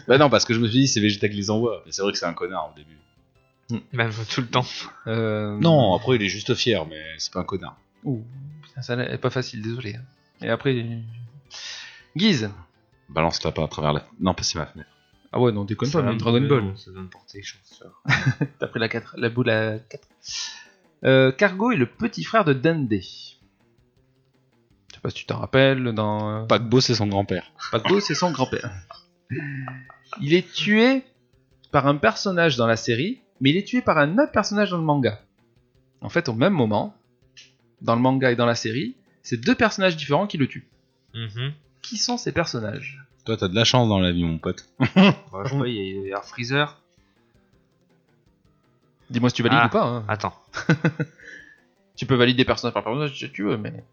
Speaker 4: bah non, parce que je me suis dit, c'est Vegeta qui les envoie. Mais c'est vrai que c'est un connard au début.
Speaker 6: Même Bah, tout le temps.
Speaker 4: Ah.
Speaker 5: Euh,
Speaker 4: Non, après il est juste fier, mais c'est pas un connard.
Speaker 5: Ouh, putain, ça n'est pas facile, désolé. Et après. Guise
Speaker 4: Balance la pas à travers la. Non, pas c'est ma fenêtre.
Speaker 5: Ah ouais, non, déconne
Speaker 6: Ça
Speaker 5: pas,
Speaker 6: va
Speaker 5: même Dragon
Speaker 6: me-
Speaker 5: Ball.
Speaker 6: Ça va me porter chance.
Speaker 5: T'as pris la, 4, la boule à 4. Euh, Cargo est le petit frère de Dende. Je sais pas si tu t'en rappelles, dans. euh,
Speaker 4: Paquebot, c'est son grand-père.
Speaker 5: Paco, c'est son grand-père. Il est tué par un personnage dans la série, mais il est tué par un autre personnage dans le manga. En fait, au même moment, dans le manga et dans la série, c'est deux personnages différents qui le tuent.
Speaker 6: Mhm.
Speaker 5: Qui sont ces personnages
Speaker 4: Toi, t'as de la chance dans la vie, mon pote.
Speaker 6: Bah, je sais pas, il y a- il y a un Freezer.
Speaker 5: Dis-moi si tu valides
Speaker 6: Ah.
Speaker 5: ou pas. hein.
Speaker 6: Attends.
Speaker 5: Tu peux valider personnage par personnage si tu veux, mais.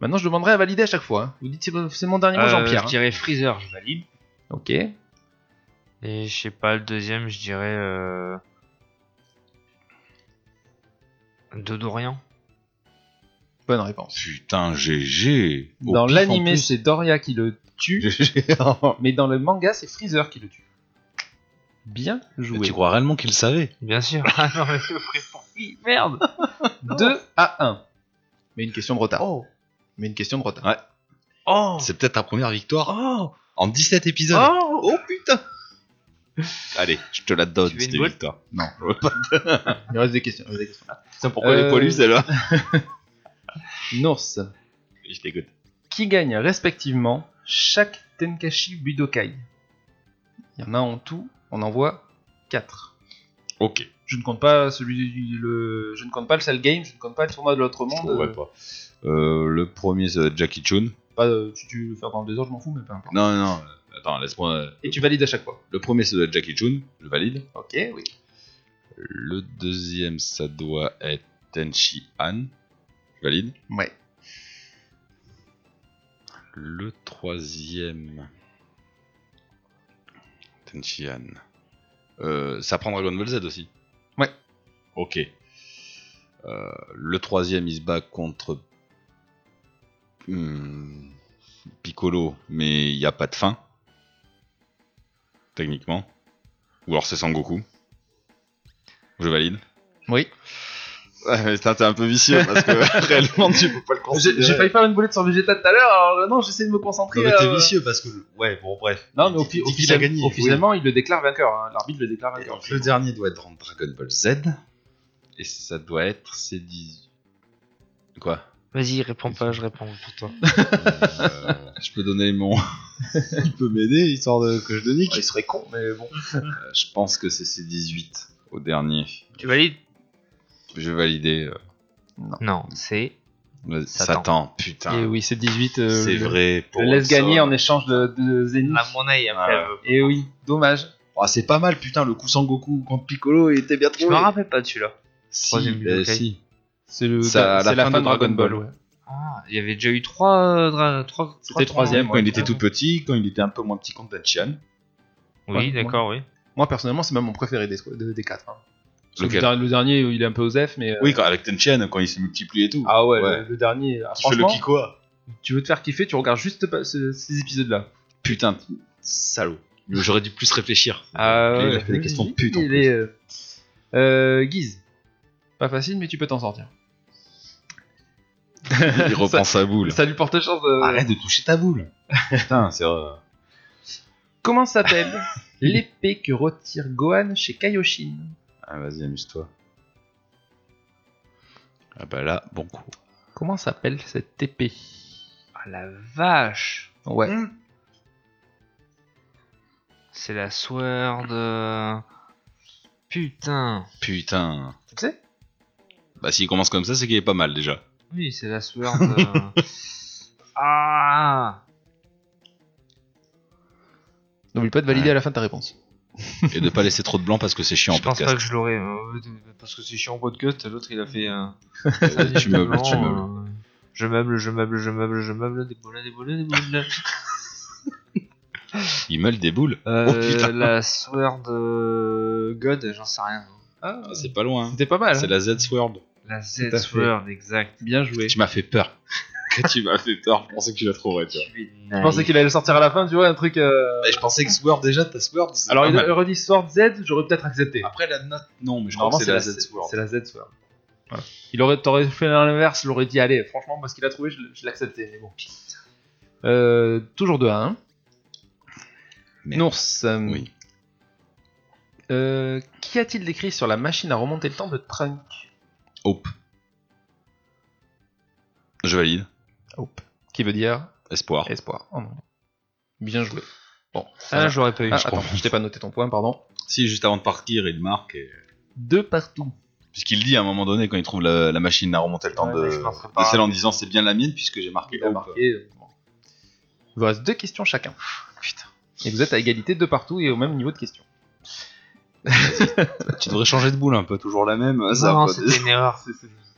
Speaker 5: Maintenant, je demanderai à valider à chaque fois. hein. Vous dites c'est c'est mon dernier mot,
Speaker 6: Euh,
Speaker 5: Jean-Pierre.
Speaker 6: Je
Speaker 5: hein.
Speaker 6: dirais Freezer, je valide.
Speaker 5: Ok.
Speaker 6: Et je sais pas, le deuxième, je dirais. Euh... Dodorian.
Speaker 5: Bonne réponse.
Speaker 4: Putain, GG. Au
Speaker 5: dans
Speaker 4: pif, en
Speaker 5: l'anime,
Speaker 4: plus.
Speaker 5: c'est Doria qui le tue,
Speaker 4: GG.
Speaker 5: mais dans le manga, c'est Freezer qui le tue. Bien
Speaker 4: Mais
Speaker 5: joué.
Speaker 4: tu crois réellement qu'il le savait
Speaker 6: Bien sûr. Ah non, mais je me prépare. Hi, Merde.
Speaker 5: 2 à Oh. 1. Mais une question de retard. Mais une question de retard.
Speaker 4: Ouais.
Speaker 6: Oh.
Speaker 4: C'est peut-être ta première victoire
Speaker 6: Oh.
Speaker 4: En 17 épisodes.
Speaker 6: Oh
Speaker 4: Oh, putain Allez, je te la donne,
Speaker 6: Tu veux une
Speaker 4: c'était
Speaker 6: boule
Speaker 4: victoire. Non, je veux pas.
Speaker 5: Il reste des questions. il reste des questions.
Speaker 4: Putain, pourquoi
Speaker 5: Euh,
Speaker 4: les poilus, là
Speaker 5: Nourse,
Speaker 4: Je dégoûte.
Speaker 5: qui gagnent respectivement chaque Tenkashi Budokai. Il y en a en tout, on en voit 4.
Speaker 4: Ok,
Speaker 5: Je ne compte pas celui du- le je ne compte pas le Cell Game, je ne compte pas le tournoi de l'autre
Speaker 4: je
Speaker 5: monde.
Speaker 4: comprends
Speaker 5: euh,
Speaker 4: pas. Euh, le premier, c'est Jackie Chun.
Speaker 5: pas, euh, si tu veux le faire dans le désordre, je m'en fous, mais peu importe.
Speaker 4: Non, non, non, euh, attends, laisse-moi. euh,
Speaker 5: Et tu valides à chaque fois.
Speaker 4: Le premier, c'est Jackie Chun, je valide.
Speaker 5: Ok, oui.
Speaker 4: Le deuxième, ça doit être Tenchi Han, je valide.
Speaker 5: Ouais.
Speaker 4: Le troisième. Tenchi Han. Euh, ça prend Dragon Ball Z aussi
Speaker 5: Ouais.
Speaker 4: Ok. Euh, le troisième, il se bat contre. hmm, Piccolo, mais il n'y a pas de fin. Techniquement. Ou alors c'est Sangoku. Je valide.
Speaker 5: Oui.
Speaker 4: Ouais, mais putain, t'es un peu vicieux parce que réellement tu peux pas le
Speaker 5: J'ai j'ai failli faire une boulette sur Vegeta tout à l'heure, alors euh, non, j'essaie de me concentrer.
Speaker 4: Non, mais t'es
Speaker 5: euh,
Speaker 4: vicieux parce que. Ouais, bon, bref.
Speaker 5: Non, mais
Speaker 4: Il
Speaker 5: au
Speaker 4: dit- il dit
Speaker 5: fi-
Speaker 4: qu'il a
Speaker 5: officiel-
Speaker 4: gagné.
Speaker 5: officiellement, il le déclare vainqueur. hein. L'arbitre le déclare
Speaker 4: Oui. Et
Speaker 5: vainqueur.
Speaker 4: donc, le dernier doit être en Dragon Ball Z. Et ça doit être C10. Quoi
Speaker 6: Vas-y, réponds pas, je réponds pour toi.
Speaker 4: Euh, Je peux donner mon. tu peux m'aider histoire de... que je le nique
Speaker 5: Ouais, il serait con, mais bon.
Speaker 4: Euh, Je pense que c'est C18 au dernier.
Speaker 6: Tu valides
Speaker 4: Je vais valider. euh,
Speaker 6: Non, c'est.
Speaker 4: le-
Speaker 6: Satan.
Speaker 4: Satan, putain.
Speaker 5: Et oui, c'est 18. euh,
Speaker 4: C'est
Speaker 5: le-
Speaker 4: vrai.
Speaker 5: Le
Speaker 4: pour
Speaker 5: laisse
Speaker 4: Watson.
Speaker 5: gagner en échange de, de Zenith.
Speaker 6: À mon œil, après.
Speaker 4: Ah.
Speaker 6: euh,
Speaker 5: Et oui, dommage.
Speaker 4: Ah, c'est pas mal, putain, le coup Sangoku contre Piccolo, il était bien
Speaker 6: Je
Speaker 4: trouvé.
Speaker 6: me rappelle pas de celui-là.
Speaker 4: Si,
Speaker 6: Troisième
Speaker 4: bah,
Speaker 6: Budokai.
Speaker 4: si.
Speaker 5: C'est le-
Speaker 4: Ça, à la
Speaker 5: c'est
Speaker 4: fin de Dragon Ball.
Speaker 5: ouais.
Speaker 6: Ah, il y avait déjà eu trois. euh, dra- trois
Speaker 5: C'était
Speaker 6: trois
Speaker 5: troisième,
Speaker 4: Quand il était tout petit, quand il était un peu moins petit contre Dachian.
Speaker 6: Oui, d'accord, oui.
Speaker 5: Moi, personnellement, c'est même mon préféré des, de- des quatre. hein. Parce que
Speaker 4: Lequel
Speaker 5: Le, der- le dernier, il est un peu osef, mais. euh,
Speaker 4: euh, Oui, quand- avec Tenchian, quand il se multiplie et tout.
Speaker 5: Ah ouais,
Speaker 4: Ouais.
Speaker 5: Le, le dernier. ah,
Speaker 4: Tu fais le
Speaker 5: franchement,
Speaker 4: Kikoa.
Speaker 5: tu veux te faire kiffer, tu regardes juste pas ce- ces épisodes-là.
Speaker 4: Putain, salaud. J'aurais dû plus réfléchir.
Speaker 5: Ah
Speaker 4: Euh, Il a fait des questions de pute, en
Speaker 5: Il
Speaker 4: plus.
Speaker 5: est. euh, euh, Guise. Pas facile, mais tu peux t'en sortir.
Speaker 4: Il reprend sa boule.
Speaker 5: Ça lui porte chance. euh,
Speaker 4: Arrête de toucher ta boule. Putain, c'est vrai.
Speaker 5: Comment s'appelle l'épée que retire Gohan chez Kaioshin
Speaker 4: Ah, vas-y, amuse-toi. Ah bah là, bon coup.
Speaker 5: Comment s'appelle cette épée
Speaker 6: Ah la vache
Speaker 5: Ouais.
Speaker 6: C'est la sword. euh, Putain
Speaker 4: Putain.
Speaker 5: Tu le sais
Speaker 4: Bah s'il commence comme ça, c'est qu'il est pas mal déjà.
Speaker 6: Oui, c'est la sword. euh, ah
Speaker 5: N'oublie pas de valider
Speaker 4: Ouais.
Speaker 5: à la fin de ta réponse.
Speaker 4: Et de pas laisser trop de blanc parce que c'est chiant en
Speaker 6: Je pense pas
Speaker 4: podcast.
Speaker 6: que je l'aurais. euh, Parce que c'est chiant en podcast, l'autre il a fait. euh,
Speaker 4: Vas-y, tu meubles, tu
Speaker 6: Non,
Speaker 4: meubles.
Speaker 6: euh, Je meuble, je meuble, je meuble, je meuble, des boules, des boules, des boules.
Speaker 4: Il meule des boules.
Speaker 5: Oh,
Speaker 6: Euh,
Speaker 4: putain.
Speaker 6: la sword euh, God, j'en sais rien.
Speaker 5: Ah,
Speaker 4: Ah, c'est pas loin. hein.
Speaker 5: c'était pas mal.
Speaker 4: C'est
Speaker 5: hein.
Speaker 4: la Z-Sword.
Speaker 6: La
Speaker 5: Tout à
Speaker 6: Z
Speaker 5: fait.
Speaker 6: sword, exact.
Speaker 5: Bien joué.
Speaker 4: Tu m'as fait peur. tu m'as fait peur. Je pensais que tu la trouverais, tu vois.
Speaker 6: Tu es
Speaker 5: Je pensais qu'il allait sortir à la fin, tu vois, un truc. euh,
Speaker 4: je pensais que Sword, déjà, ta Sword. c'est
Speaker 5: Alors,
Speaker 4: pas
Speaker 5: il
Speaker 4: mal.
Speaker 5: redit Sword Z, j'aurais peut-être accepté.
Speaker 4: Après la note, non, mais je crois
Speaker 5: Normalement,
Speaker 4: que c'est la Z-Sword.
Speaker 5: C'est la Z
Speaker 6: Ah,
Speaker 5: Sword. Voilà. Il aurait, t'aurais fait l'inverse, je l'aurais dit, allez, franchement, moi, ce qu'il a trouvé, je, l- je l'acceptais, mais bon. Euh, toujours 2 à 1.
Speaker 4: Merde.
Speaker 5: Nours. euh,
Speaker 4: Oui.
Speaker 5: euh, Qu'y a-t-il décrit sur la machine à remonter le temps de Trunk
Speaker 4: Hope. Je valide.
Speaker 5: Hope. Qui veut dire
Speaker 4: Espoir.
Speaker 5: espoir en anglais. Bien joué. Bon.
Speaker 6: Ah, j'aurais pas eu.
Speaker 5: Ah,
Speaker 4: je
Speaker 5: attends,
Speaker 4: comprends.
Speaker 5: je t'ai pas noté ton point, pardon.
Speaker 4: Si, juste avant de partir, il marque. Et...
Speaker 5: Deux partout.
Speaker 4: Puisqu'il dit à un moment donné, quand il trouve la, la machine à remonter le temps
Speaker 6: Ouais,
Speaker 4: de,
Speaker 6: mais je penserais pas.
Speaker 4: de celle en disant c'est bien la mienne, puisque j'ai marqué
Speaker 5: Il a
Speaker 4: Hope.
Speaker 5: marqué. euh, bon. Il vous reste deux questions chacun. Putain. Et vous êtes à égalité deux partout et au même niveau de questions.
Speaker 4: Tu devrais changer de boule un peu, toujours la même.
Speaker 5: ah,
Speaker 4: Ça,
Speaker 6: non,
Speaker 4: pas-
Speaker 6: c'était une erreur.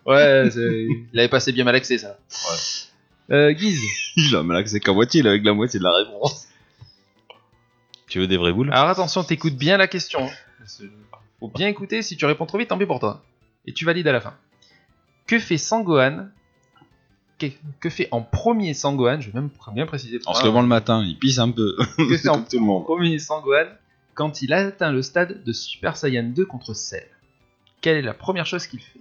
Speaker 5: Ouais, c'est- il avait passé bien mal axé ça. Euh, Guise.
Speaker 4: il a malaxé qu'à moitié, il est avec la moitié de la réponse. Tu veux des vraies boules
Speaker 5: Alors attention, t'écoutes bien la question. hein. Faut bien écouter, si tu réponds trop vite, tant pis pour toi. Et tu valides à la fin. Que fait Sangohan que, que fait en premier Sangohan Je vais même bien préciser.
Speaker 4: En se levant le matin, il pisse un peu.
Speaker 5: Que fait en
Speaker 4: Comme tout le monde.
Speaker 5: premier Sangohan quand il atteint le stade de Super Saiyan 2 contre Cell. Quelle est la première chose qu'il fait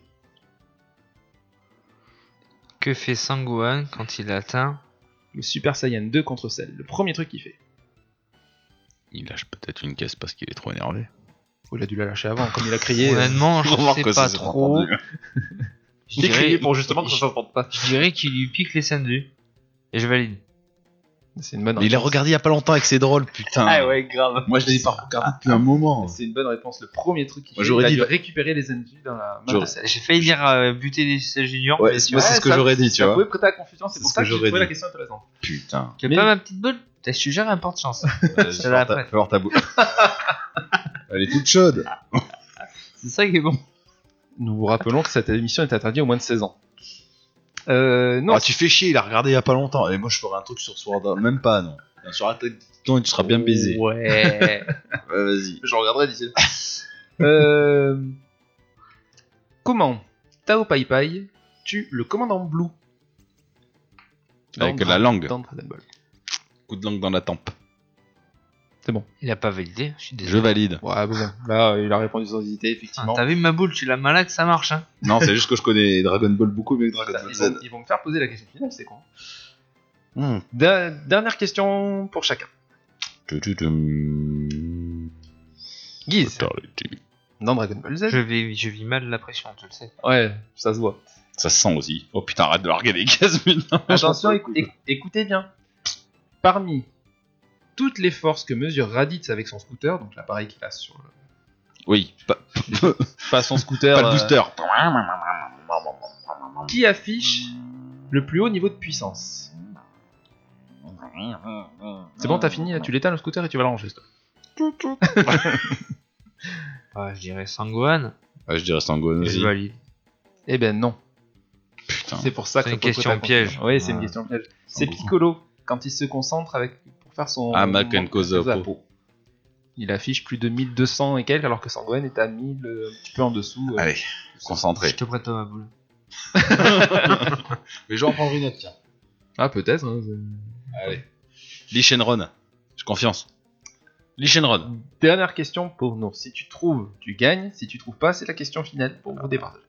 Speaker 6: Que fait Sangohan quand il atteint
Speaker 5: Le Super Saiyan 2 contre Cell, le premier truc qu'il fait.
Speaker 4: Il lâche peut-être une caisse parce qu'il est trop énervé.
Speaker 5: Ou Oh, il a dû la lâcher avant, comme il a crié. euh,
Speaker 6: Honnêtement, je
Speaker 4: Remarque
Speaker 6: sais
Speaker 4: que ça
Speaker 6: pas
Speaker 4: s'est
Speaker 6: trop.
Speaker 4: entendu.
Speaker 6: Je
Speaker 5: J'ai crié
Speaker 6: dirais,
Speaker 5: pour justement que
Speaker 6: je-
Speaker 5: ça s'entende pas.
Speaker 6: je dirais qu'il lui pique les sendus. Et je valide.
Speaker 5: C'est une bonne
Speaker 4: Mais il a regardé il y a pas longtemps avec ses drôles, putain.
Speaker 5: Ah ouais, grave. Ah,
Speaker 4: Moi je l'ai pas regardé depuis un moment.
Speaker 5: C'est une bonne réponse. Le premier truc qu'il
Speaker 4: Moi,
Speaker 5: fait,
Speaker 4: j'aurais
Speaker 5: il a
Speaker 4: dit-
Speaker 5: dû récupérer les envies dans la main
Speaker 4: J'aurais-
Speaker 5: de sa-
Speaker 6: Ah, J'ai failli dire euh, buter les ses juniors.
Speaker 4: Ouais,
Speaker 6: mais
Speaker 4: c'est-
Speaker 6: tu
Speaker 4: moi
Speaker 6: vois,
Speaker 4: c'est ce que
Speaker 5: ça-
Speaker 4: j'aurais dit, tu
Speaker 5: Ça
Speaker 4: vois.
Speaker 5: pouvait prêter à confusion, c'est
Speaker 4: C'est
Speaker 5: pour
Speaker 4: ce
Speaker 5: ça
Speaker 4: que
Speaker 5: que j'ai
Speaker 4: j'aurais
Speaker 5: trouvé la
Speaker 4: dit.
Speaker 5: question intéressante.
Speaker 4: Putain.
Speaker 6: c'est pas ma petite boule. Putain, Je suis un porte chance.
Speaker 4: Euh,
Speaker 6: Je te
Speaker 4: fais
Speaker 6: la
Speaker 4: voir ta-
Speaker 6: prête.
Speaker 4: fais voir ta boule. Elle est toute chaude.
Speaker 6: C'est ça qui est bon.
Speaker 5: Nous vous rappelons que cette émission est interdite au moins de 16 ans. Euh, non,
Speaker 4: Ah, tu fais chier, il a regardé il y a pas longtemps. Et moi je ferais un truc sur Sword Art. Même pas, non. Non, Sur la tête du temps, tu seras bien baisé.
Speaker 6: Ouais.
Speaker 4: Ouais, vas-y.
Speaker 5: je regarderai d'ici là. Euh, comment Tao Pai Pai tue le commandant Blue
Speaker 4: Avec
Speaker 5: Dans-
Speaker 4: la langue.
Speaker 5: dans Dragon Ball.
Speaker 4: Coup de langue dans la tempe.
Speaker 6: Il a pas validé. Je suis
Speaker 4: Je
Speaker 6: désolé.
Speaker 4: valide.
Speaker 5: Ouais, bon, là, il a répondu sans hésiter,
Speaker 6: Putain,
Speaker 5: effectivement.
Speaker 6: Ah,
Speaker 4: Ah,
Speaker 6: T'as vu ma boule, tu la malade, ça marche. Hein.
Speaker 4: Non, c'est juste que je connais Dragon Ball beaucoup mieux que Dragon
Speaker 5: Putain,
Speaker 4: Ball
Speaker 5: ils, vont,
Speaker 4: Z.
Speaker 5: ils vont me faire poser la question finale, c'est con.
Speaker 4: Hmm.
Speaker 5: Da- dernière question pour chacun.
Speaker 4: Tududum.
Speaker 5: Guise,
Speaker 4: Attends, hmm. les petits.
Speaker 5: dans Dragon Ball Z.
Speaker 6: Je, vais, je vis mal la pression, tu le sais.
Speaker 5: Ouais, ça se voit.
Speaker 4: Ça se sent aussi. Oh putain, arrête de larguer des cases maintenant.
Speaker 5: Attention, écou- éc- écoutez bien. Parmi toutes les forces que mesure Raditz avec son scooter, donc l'appareil qu'il a sur le...
Speaker 4: Oui, pas,
Speaker 5: Pas son scooter, euh,
Speaker 4: pas le booster.
Speaker 5: Qui affiche le plus haut niveau de puissance C'est bon, t'as fini, là, tu l'éteins le scooter et tu vas le ranger. toi.
Speaker 6: Ah, je dirais Sangohan.
Speaker 4: Ouais, Ah, je dirais Sangon
Speaker 6: Et
Speaker 4: aussi.
Speaker 6: je valide.
Speaker 5: Eh ben non,
Speaker 4: Putain.
Speaker 5: c'est pour ça que
Speaker 6: C'est une
Speaker 5: Popotin
Speaker 6: question
Speaker 5: continue.
Speaker 6: piège.
Speaker 5: Oui, c'est une
Speaker 6: Ouais.
Speaker 5: question piège. C'est
Speaker 4: beaucoup.
Speaker 5: Piccolo quand il se concentre avec pour faire son
Speaker 4: Ah, Mac and Kozapo.
Speaker 5: Kozapo. Il affiche plus de 1200 et quelques alors que Sangoen est à 1000 euh, un petit peu en dessous. euh,
Speaker 4: Allez,
Speaker 6: Je
Speaker 4: concentré.
Speaker 6: te prête pas ma boule.
Speaker 4: Mais je vais en prendre une autre, tiens.
Speaker 5: Ah peut-être. hein, c'est-
Speaker 4: Allez. Lee Shenron. J'ai confiance. Lee Shenron.
Speaker 5: Dernière question pour nous. Si tu trouves, tu gagnes. Si tu trouves pas, c'est la question finale pour vous départager.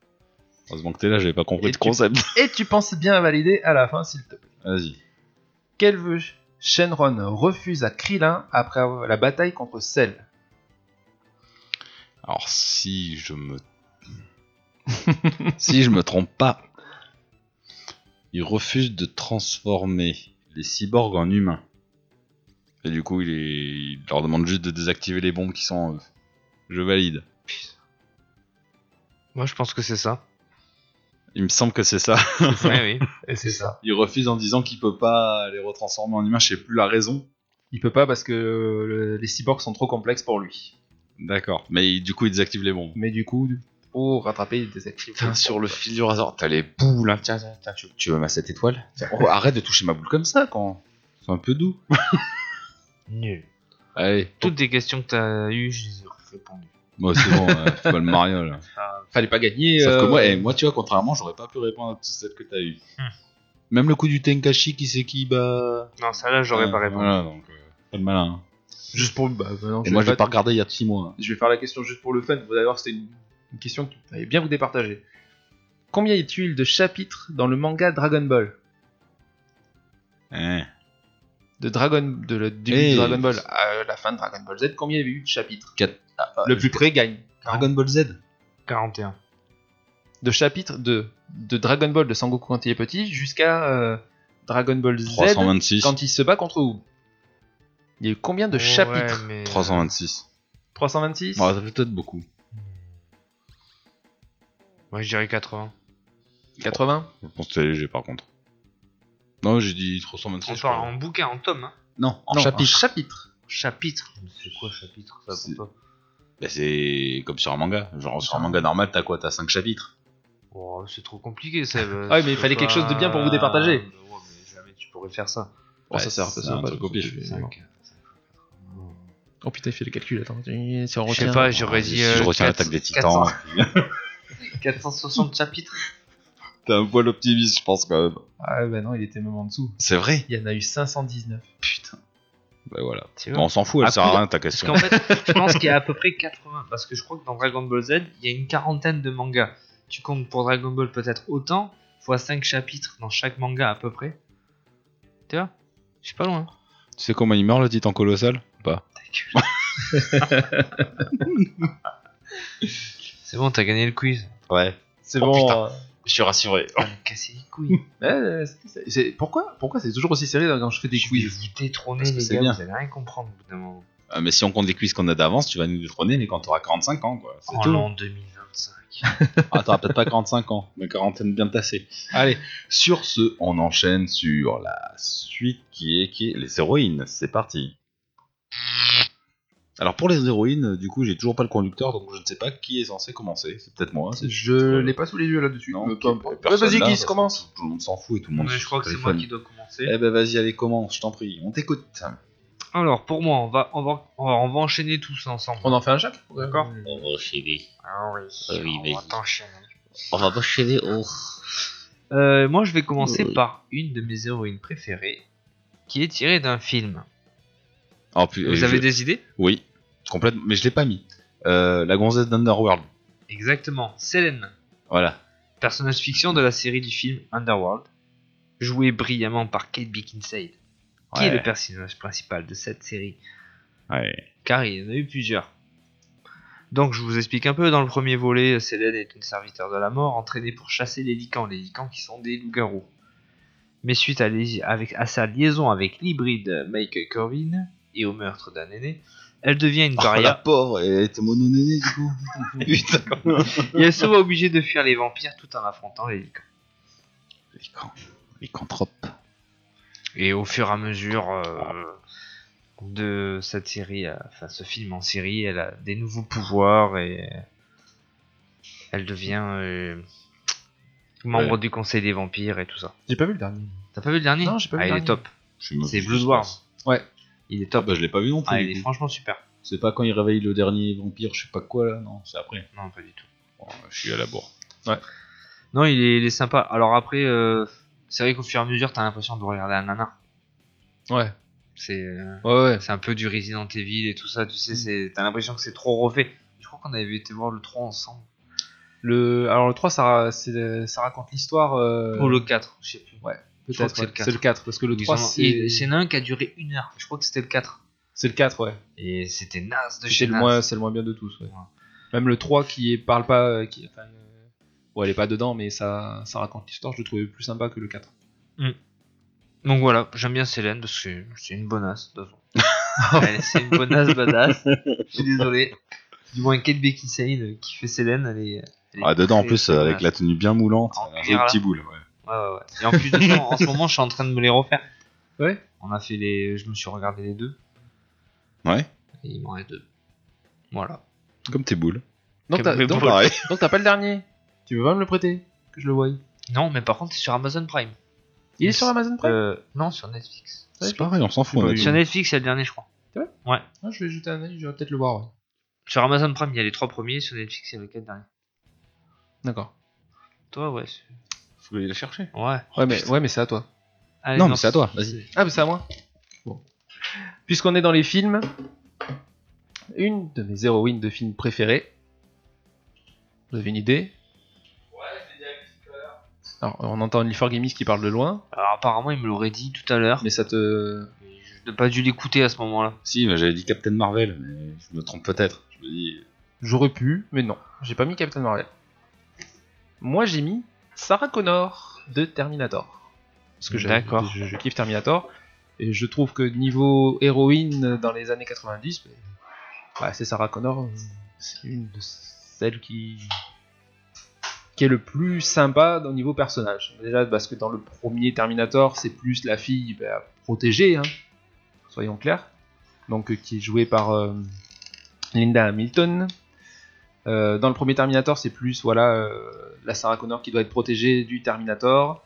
Speaker 4: Heureusement que t'es là, j'avais pas compris
Speaker 5: Et
Speaker 4: le
Speaker 5: tu-
Speaker 4: concept.
Speaker 5: Et tu penses bien à valider à la fin, s'il te plaît.
Speaker 4: Vas-y.
Speaker 5: Quel vœu Shenron refuse à Krillin après avoir- la bataille contre Cell
Speaker 4: Alors, si je me. si je me trompe pas, il refuse de transformer les cyborgs en humains. Et du coup, il, est- il leur demande juste de désactiver les bombes qui sont en eux. Je valide.
Speaker 6: Moi, je pense que c'est ça.
Speaker 4: Il me semble que c'est ça.
Speaker 6: ouais, oui.
Speaker 5: Et c'est ça.
Speaker 4: Il refuse en disant qu'il peut pas les retransformer en humains, je sais plus la raison.
Speaker 5: Il peut pas parce que euh, les cyborgs sont trop complexes pour lui.
Speaker 4: D'accord. Mais il- du coup, il désactive les bombes.
Speaker 5: Mais du coup, pour rattraper, il désactive.
Speaker 4: Putain, sur le fil du rasoir, t'as les boules. hein. Tiens, tiens, tiens, tu, tu veux ma cette étoile Tiens, oh, Arrête de toucher ma boule comme ça quand. C'est un peu doux.
Speaker 6: Nul.
Speaker 4: Allez,
Speaker 6: Toutes les questions que t'as eues, je les ai répondues.
Speaker 4: Moi, c'est bon, euh, c'est pas le Mario là.
Speaker 5: Fallait pas gagner.
Speaker 4: Sauf que
Speaker 5: euh,
Speaker 4: moi, eh, moi, tu vois, contrairement, j'aurais pas pu répondre à toutes celles que t'as eues. Même le coup du Tenkashi qui sait qui bat.
Speaker 6: Non, ça là, j'aurais
Speaker 4: Euh,
Speaker 6: pas répondu.
Speaker 4: Voilà, donc, euh, pas de malin. hein.
Speaker 5: Juste pour. Bah, bah non,
Speaker 4: Et
Speaker 5: je
Speaker 4: moi,
Speaker 5: vais
Speaker 4: je l'ai pas
Speaker 5: pas-
Speaker 4: regardé il y a 6 mois.
Speaker 5: Je vais faire la question juste pour le fun. Vous allez voir, c'était une, une question qui allait bien vous départager. Combien y a-t-il de chapitres dans le manga Dragon Ball
Speaker 4: Hein.
Speaker 5: De Dragon, de le début
Speaker 4: Eh.
Speaker 5: de Dragon Ball à la fin de Dragon Ball Z, combien il y avait eu de chapitres Ah,
Speaker 4: Quatre.
Speaker 5: Le plus près gagne.
Speaker 4: Dragon Ball Z
Speaker 6: 41.
Speaker 5: De chapitres de, de Dragon Ball de Sangoku quand il est petit jusqu'à euh, Dragon Ball Z
Speaker 4: 326.
Speaker 5: quand il se bat contre Oob. Il y a eu combien de
Speaker 6: Ouais,
Speaker 5: chapitres
Speaker 6: mais-
Speaker 4: 326.
Speaker 5: 326
Speaker 4: Ouais, ça fait peut-être beaucoup.
Speaker 6: Moi, je dirais 80.
Speaker 5: 80
Speaker 4: Je pense que c'est léger par contre. Non, j'ai dit 326.
Speaker 6: On
Speaker 4: je
Speaker 6: parle
Speaker 4: crois.
Speaker 6: en bouquin, en tome. Hein.
Speaker 4: Non, en
Speaker 5: Non,
Speaker 4: chapitre.
Speaker 5: un chapitre.
Speaker 6: Chapitre. C'est quoi chapitre ça
Speaker 4: C'est-
Speaker 6: pour toi
Speaker 4: Bah, c'est comme sur un manga. Genre, sur un manga normal, t'as quoi T'as 5 chapitres.
Speaker 6: Oh, C'est trop compliqué, Seb.
Speaker 5: Ah oui, mais il fallait quelque chose de bien pour vous départager.
Speaker 6: Ouais, mais jamais tu pourrais faire ça.
Speaker 5: Oh, ça sert à
Speaker 4: c'est
Speaker 5: ça,
Speaker 4: un
Speaker 5: pas
Speaker 4: truc
Speaker 5: de-
Speaker 4: au pif.
Speaker 6: Cinq.
Speaker 5: Oh putain, il fait les calculs, attends. Si on
Speaker 6: Je
Speaker 5: retient-
Speaker 6: sais pas, j'aurais dit.
Speaker 4: Ah, Si je
Speaker 6: euh,
Speaker 4: retiens
Speaker 6: quatre-
Speaker 4: l'attaque des titans.
Speaker 6: 400 460 chapitres.
Speaker 4: T'es un poil optimiste, je pense quand même.
Speaker 5: Ah bah non, il était même en dessous.
Speaker 4: C'est vrai
Speaker 5: Il y en a eu 519.
Speaker 4: Putain. Bah voilà.
Speaker 6: Tu
Speaker 4: Bon, on s'en fout, elle
Speaker 6: Après,
Speaker 4: sert à rien ta
Speaker 6: Parce
Speaker 4: question.
Speaker 6: qu'en fait, je pense qu'il y a à peu près 80. Parce que je crois que dans Dragon Ball Z, il y a une quarantaine de mangas. Tu comptes pour Dragon Ball peut-être autant, fois 5 chapitres dans chaque manga à peu près. Tu vois Je suis pas loin.
Speaker 4: Tu sais comment il meurt le titan colossal Pas.
Speaker 6: C'est bon, t'as gagné le quiz.
Speaker 4: Ouais,
Speaker 5: C'est
Speaker 4: Oh, putain.
Speaker 5: bon. euh,
Speaker 4: je suis rassuré.
Speaker 6: Ah, Cassez les couilles.
Speaker 5: ouais, c'est- c'est- c'est- pourquoi pourquoi c'est toujours aussi serré quand je fais des
Speaker 6: Je vais
Speaker 5: quiz
Speaker 6: vous détrôner,
Speaker 4: Parce que
Speaker 6: les
Speaker 4: c'est
Speaker 6: gars.
Speaker 4: bien.
Speaker 6: Vous allez rien comprendre au bout d'un moment.
Speaker 4: Ah, mais si on compte les quiz qu'on a d'avance, tu vas nous détrôner, mais quand t'auras 45 ans, quoi. C'est
Speaker 6: En
Speaker 4: tout.
Speaker 6: Oh, l'an 2025.
Speaker 4: Ah, t'auras peut-être pas 45 ans, mais quarantaine bien tassée. Allez, sur ce, on enchaîne sur la suite qui est, qui est les héroïnes. C'est parti. Alors pour les héroïnes, du coup, j'ai toujours pas le conducteur, donc je ne sais pas qui est censé commencer. C'est peut-être moi. c'est-
Speaker 5: Je l'ai pas sous les yeux là-dessus.
Speaker 4: Non,
Speaker 5: mais
Speaker 4: ok,
Speaker 5: peu importe. Ouais,
Speaker 4: personne
Speaker 5: Vas-y,
Speaker 4: là,
Speaker 5: qui
Speaker 4: parce
Speaker 5: se
Speaker 4: que
Speaker 5: commence
Speaker 4: Tout le monde s'en fout et tout le monde.
Speaker 6: Mais
Speaker 4: sur
Speaker 6: je crois que c'est
Speaker 4: téléphone.
Speaker 6: moi qui dois commencer.
Speaker 4: Eh ben vas-y, allez, commence, je t'en prie, on t'écoute.
Speaker 6: Alors, pour moi, on va, on va, on va, on va enchaîner tous ensemble.
Speaker 5: On en fait un chaque
Speaker 6: D'accord
Speaker 3: On va enchaîner.
Speaker 6: Ah oui,
Speaker 3: oui,
Speaker 6: on va
Speaker 3: vas-y.
Speaker 6: t'enchaîner.
Speaker 3: On va enchaîner au.
Speaker 6: Euh, moi, je vais commencer
Speaker 3: Oui.
Speaker 6: par une de mes héroïnes préférées, qui est tirée d'un film.
Speaker 4: Oh, puis,
Speaker 6: Vous
Speaker 4: euh,
Speaker 6: avez
Speaker 4: je-
Speaker 6: des idées
Speaker 4: Oui, complètement, mais je l'ai pas mis. Euh, la gonzesse d'Underworld.
Speaker 6: Exactement. Selene,
Speaker 4: Voilà.
Speaker 6: personnage fiction de la série du film Underworld, jouée brillamment par Kate Beckinsale, qui est
Speaker 4: Ouais.
Speaker 6: le personnage principal de cette série,
Speaker 4: Ouais.
Speaker 6: car il y en a eu plusieurs. Donc, je vous explique un peu. Dans le premier volet, Selene est une serviteur de la mort entraînée pour chasser les licans, les licans qui sont des loups-garous. Mais suite à, les- avec- à sa liaison avec l'hybride Michael Corvin et au meurtre d'un aîné, elle devient une
Speaker 4: Oh, la
Speaker 6: paria
Speaker 4: pauvre, elle était mononénée du coup. Putain.
Speaker 6: et elle se voit obligée de fuir les vampires tout en affrontant les licans.
Speaker 4: Les can- les cantropes.
Speaker 6: Et au fur et à mesure
Speaker 5: Ah.
Speaker 6: euh, de cette série, euh, enfin ce film en série, elle a des nouveaux pouvoirs et elle devient euh, membre du conseil des vampires et tout ça.
Speaker 5: J'ai pas vu le dernier.
Speaker 6: T'as pas vu le dernier
Speaker 5: Non, j'ai pas vu
Speaker 6: Ah,
Speaker 5: le
Speaker 6: il est
Speaker 5: dernier.
Speaker 6: top.
Speaker 4: Je sais même
Speaker 6: C'est
Speaker 4: plus
Speaker 6: Blood
Speaker 4: ce qui se
Speaker 6: Wars.
Speaker 4: passe.
Speaker 5: Ouais.
Speaker 6: Il est
Speaker 4: Ah
Speaker 6: top.
Speaker 4: bah je l'ai pas vu non plus.
Speaker 6: Ah,
Speaker 4: du
Speaker 6: il est
Speaker 4: coup.
Speaker 6: franchement super.
Speaker 4: C'est pas quand il réveille le dernier vampire, je sais pas quoi là, non, c'est après.
Speaker 6: Non, pas du tout.
Speaker 4: Bon, je suis à la bourre.
Speaker 6: Non, il est, il est sympa. Alors après, euh, c'est vrai qu'au fur et à mesure, t'as l'impression de regarder un nanar.
Speaker 5: Ouais.
Speaker 6: C'est euh,
Speaker 5: Ouais, ouais.
Speaker 6: c'est un peu du Resident Evil et tout ça, tu sais, c'est- t'as l'impression que c'est trop refait. Je crois qu'on avait été voir le 3 ensemble.
Speaker 5: Le, alors le 3, ça, c'est- ça raconte l'histoire. euh,
Speaker 6: Ou le 4, je sais plus.
Speaker 5: Ouais,
Speaker 6: je crois que
Speaker 5: peut-être,
Speaker 6: c'est
Speaker 5: ouais.
Speaker 6: le 4.
Speaker 5: c'est le 4. Parce que le
Speaker 6: Ils
Speaker 5: 3,
Speaker 6: ont-
Speaker 5: c'est
Speaker 6: il- c'est un qui a duré une heure. Je crois que c'était le 4.
Speaker 5: c'est le 4, ouais.
Speaker 6: Et c'était naze de
Speaker 5: C'est
Speaker 6: chez
Speaker 5: le,
Speaker 6: naze.
Speaker 5: moins, c'est le moins bien de tous, ouais.
Speaker 6: Ouais.
Speaker 5: Même le 3 qui est- parle pas. euh, Qui, enfin, euh, bon, elle est pas dedans, mais ça, ça raconte l'histoire. Je le trouvais plus sympa que le 4.
Speaker 6: Donc voilà, j'aime bien Célène parce que c'est une bonasse. De toute façon. Elle- c'est une bonasse badass. Je suis désolé. Du moins, Kate Beckinsale qui fait Célène, elle est. elle est
Speaker 4: Ah, dedans en
Speaker 6: très,
Speaker 4: plus,
Speaker 6: très
Speaker 4: euh, avec la
Speaker 6: bonasse.
Speaker 4: tenue bien moulante,
Speaker 6: En
Speaker 4: un
Speaker 6: cuir,
Speaker 4: joli
Speaker 6: là.
Speaker 4: petit boule. ouais.
Speaker 6: Ouais, ouais, ouais. Et en plus de ça, en ce moment, je suis en train de me les refaire.
Speaker 5: Ouais.
Speaker 6: On a fait les. Je me suis regardé les deux.
Speaker 4: Ouais,
Speaker 6: Et il m'en reste deux. Voilà.
Speaker 4: comme tes boules.
Speaker 5: Donc
Speaker 6: Quel
Speaker 5: t'as,
Speaker 6: mauvais
Speaker 5: donc-
Speaker 6: bol.
Speaker 4: Pareil.
Speaker 5: donc t'as pas le dernier. Tu veux pas me le prêter Que je le voie.
Speaker 6: Non, mais par contre, c'est sur Amazon Prime.
Speaker 5: Il est sur Amazon Prime
Speaker 6: Euh, non, sur Netflix.
Speaker 4: C'est pareil, on s'en fout.
Speaker 5: J'ai
Speaker 4: on a
Speaker 5: pas
Speaker 4: dit.
Speaker 5: eu.
Speaker 6: Sur Netflix, c'est le dernier, je crois.
Speaker 5: Ah, Je vais jeter un œil, je vais peut-être le voir. ouais.
Speaker 6: Sur Amazon Prime, il y a les trois premiers, sur Netflix, il y a les quatre derniers.
Speaker 5: D'accord.
Speaker 6: Toi, ouais. c'est-
Speaker 4: Faut aller la chercher.
Speaker 6: Ouais.
Speaker 5: Ouais, mais, ouais, mais c'est à toi.
Speaker 6: Allez,
Speaker 4: Non, mais c'est à toi, vas-y.
Speaker 6: c'est-
Speaker 5: Oh, Ah, mais c'est à moi Bon. Puisqu'on est dans les films, une de mes héroïnes de films préférées. Vous avez une idée Alors, on entend Onlyfor Games qui parle de loin,
Speaker 6: Alors, apparemment, il me l'aurait dit tout à l'heure.
Speaker 5: mais ça te.
Speaker 6: mais Je n'ai pas dû l'écouter à ce moment-là.
Speaker 4: Si, mais j'avais dit Captain Marvel, mais je me trompe peut-être. Je me dis.
Speaker 5: J'aurais pu, mais non. J'ai pas mis Captain Marvel. Moi, j'ai mis Sarah Connor de Terminator. Parce que je,
Speaker 6: D'accord.
Speaker 5: je, je kiffe Terminator. Et je trouve que niveau héroïne euh, dans les années 90, ben, bah, c'est Sarah Connor. euh, C'est une de celles qui. qui est le plus sympa au niveau personnage. Déjà, parce que dans le premier Terminator, c'est plus la fille bah, protégée, hein, soyons clairs. Donc, euh, qui est jouée par euh, Linda Hamilton. Euh, dans le premier Terminator, c'est plus voilà euh, la Sarah Connor qui doit être protégée du Terminator.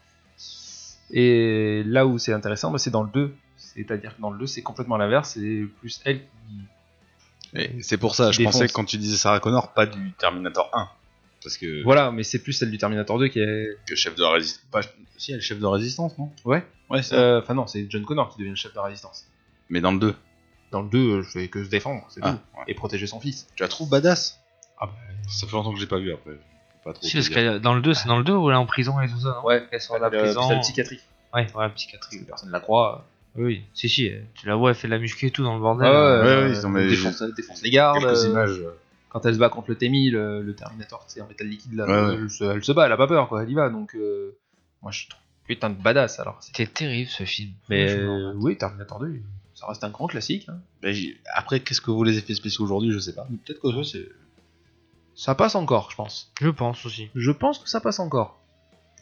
Speaker 5: Et là où c'est intéressant, bah, c'est dans le 2. C'est-à-dire que dans le 2, c'est complètement l'inverse. C'est plus elle qui.
Speaker 4: Eh, C'est pour ça, je
Speaker 5: Défonce.
Speaker 4: pensais que quand tu disais Sarah Connor, pas du Terminator 1. Parce que,
Speaker 5: Voilà, mais c'est plus celle du Terminator 2 qui est.
Speaker 4: que chef de résistance. Pas... Si, elle est chef de résistance, non
Speaker 5: Ouais.
Speaker 4: Ouais, c'est
Speaker 5: Euh, Enfin, non, c'est John Connor qui devient le chef de la résistance.
Speaker 4: Mais dans le 2.
Speaker 5: Dans le 2, je fais que se défendre, c'est
Speaker 4: Ah,
Speaker 5: tout. Et protéger son fils.
Speaker 4: Tu la trouves badass
Speaker 5: Ah bah,
Speaker 4: Ça fait longtemps que j'ai pas vu après. Je peux Pas trop
Speaker 6: Si,
Speaker 4: te
Speaker 6: parce
Speaker 4: dire.
Speaker 6: qu'elle est dans le 2, c'est dans le 2 ou elle est en prison et tout ça, non
Speaker 5: Ouais,
Speaker 6: elle sort de la
Speaker 5: Euh,
Speaker 6: prison.
Speaker 5: l'hôpital psychiatrique.
Speaker 6: Ouais, ouais, la psychiatrie.
Speaker 5: Personne ne la croit.
Speaker 6: Oui, si, si, euh, tu la vois, elle fait de la muscu et tout dans le bordel.
Speaker 5: Ah
Speaker 6: euh,
Speaker 4: ouais, ouais, ils ont mis-
Speaker 5: défonce, défonce les gardes.
Speaker 4: Quelques
Speaker 5: euh,
Speaker 4: images.
Speaker 5: Quand elle se bat contre le Temi, le, le Terminator, c'est en métal liquide là,
Speaker 4: Ouais, ouais.
Speaker 5: Elle, se, elle se bat, elle a pas peur quoi, elle y va donc. euh, moi je trouve putain de badass alors. c'est-
Speaker 6: C'était terrible ce film.
Speaker 5: Mais
Speaker 6: Franchement.
Speaker 5: euh, oui, Terminator 2, ça reste un grand classique. hein.
Speaker 4: Ben, j'ai- Après, qu'est-ce que vaut les effets spéciaux aujourd'hui Je sais pas. Mais Peut-être que ça, c'est.
Speaker 5: Ça passe encore, je pense.
Speaker 6: Je pense aussi.
Speaker 5: Je pense que ça passe encore.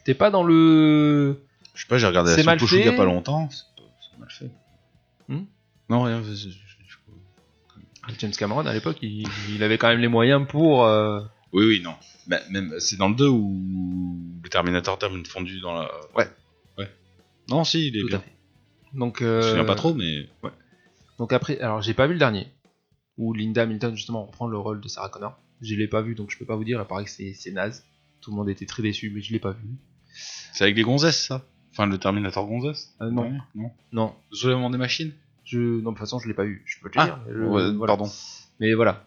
Speaker 5: T'es pas dans le.
Speaker 4: Je sais pas, j'ai regardé
Speaker 5: C'est
Speaker 4: la
Speaker 5: mal
Speaker 4: Pochou il y a
Speaker 5: fait.
Speaker 4: pas longtemps. C'est pas- c'est mal fait.
Speaker 5: Hmm
Speaker 4: non, rien. c'est- c'est- je-
Speaker 5: James Cameron à l'époque, il, il avait quand même les moyens pour. euh,
Speaker 4: Oui, oui, non. Bah, même, c'est dans le 2 où le Terminator termine fondu dans la. Ouais. Ouais. Non, si, il est
Speaker 5: Tout à
Speaker 4: bien.
Speaker 5: fait. Donc.
Speaker 4: Je me
Speaker 5: euh,
Speaker 4: souviens pas trop, mais.
Speaker 5: Donc après, alors j'ai pas vu le dernier, où Linda Hamilton justement reprend le rôle de Sarah Connor. Je l'ai pas vu, donc je peux pas vous dire, il paraît que c'est c'est naze. Tout le monde était très déçu, mais je l'ai pas vu.
Speaker 4: C'est avec les gonzesses, ça Enfin, le Terminator gonzesse
Speaker 5: Euh, non.
Speaker 4: Ouais, Non.
Speaker 5: Non,
Speaker 4: Le Soulèvement des machines
Speaker 5: je, non, de toute façon, je l'ai pas vu, je peux te le
Speaker 4: Ah,
Speaker 5: dire. mais je-
Speaker 4: ouais,
Speaker 5: voilà.
Speaker 4: Pardon.
Speaker 5: Mais voilà.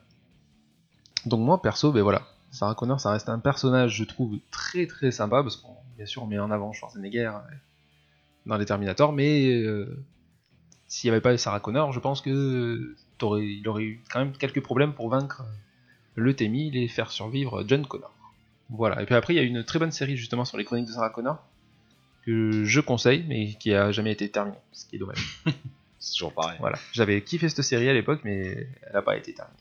Speaker 5: Donc moi, perso, ben voilà. Sarah Connor, ça reste un personnage, je trouve, très très sympa, parce qu'on, bien sûr, on met en avant Schwarzenegger euh, dans les Terminators, mais euh, s'il n'y avait pas Sarah Connor, je pense que euh, t'aurais- il aurait eu quand même quelques problèmes pour vaincre euh, le Témi et faire survivre euh, John Connor. Voilà. Et puis après, il y a une très bonne série justement sur les chroniques de Sarah Connor que je conseille, mais qui a jamais été terminée, ce qui est dommage.
Speaker 4: C'est toujours pareil.
Speaker 5: Voilà, j'avais kiffé cette série à l'époque, mais elle n'a pas été terminée.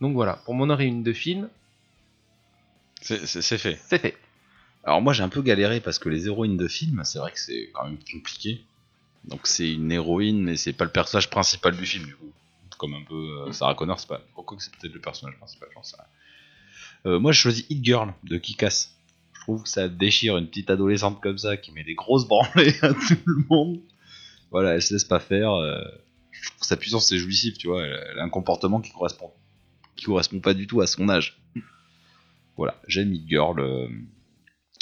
Speaker 5: Donc voilà, pour mon heure et une de film,
Speaker 4: C'est- C'est c'est fait.
Speaker 5: c'est fait.
Speaker 4: Alors moi j'ai un peu galéré parce que les héroïnes de films, c'est vrai que c'est quand même compliqué. Donc c'est une héroïne, mais c'est pas le personnage principal du film du coup. Comme un peu euh, Sarah Connor, c'est pas. Quoique c'est peut-être le personnage principal, j'en sais rien. Euh, moi je choisis Hit Girl de Kikas. Je trouve que ça déchire une petite adolescente comme ça qui met des grosses branlées à tout le monde. Voilà, elle se laisse pas faire. euh, je trouve que sa puissance est jouissive, tu vois. Elle elle a un comportement qui correspond, qui correspond pas du tout à son âge. Voilà, j'aime Hit Girl. euh,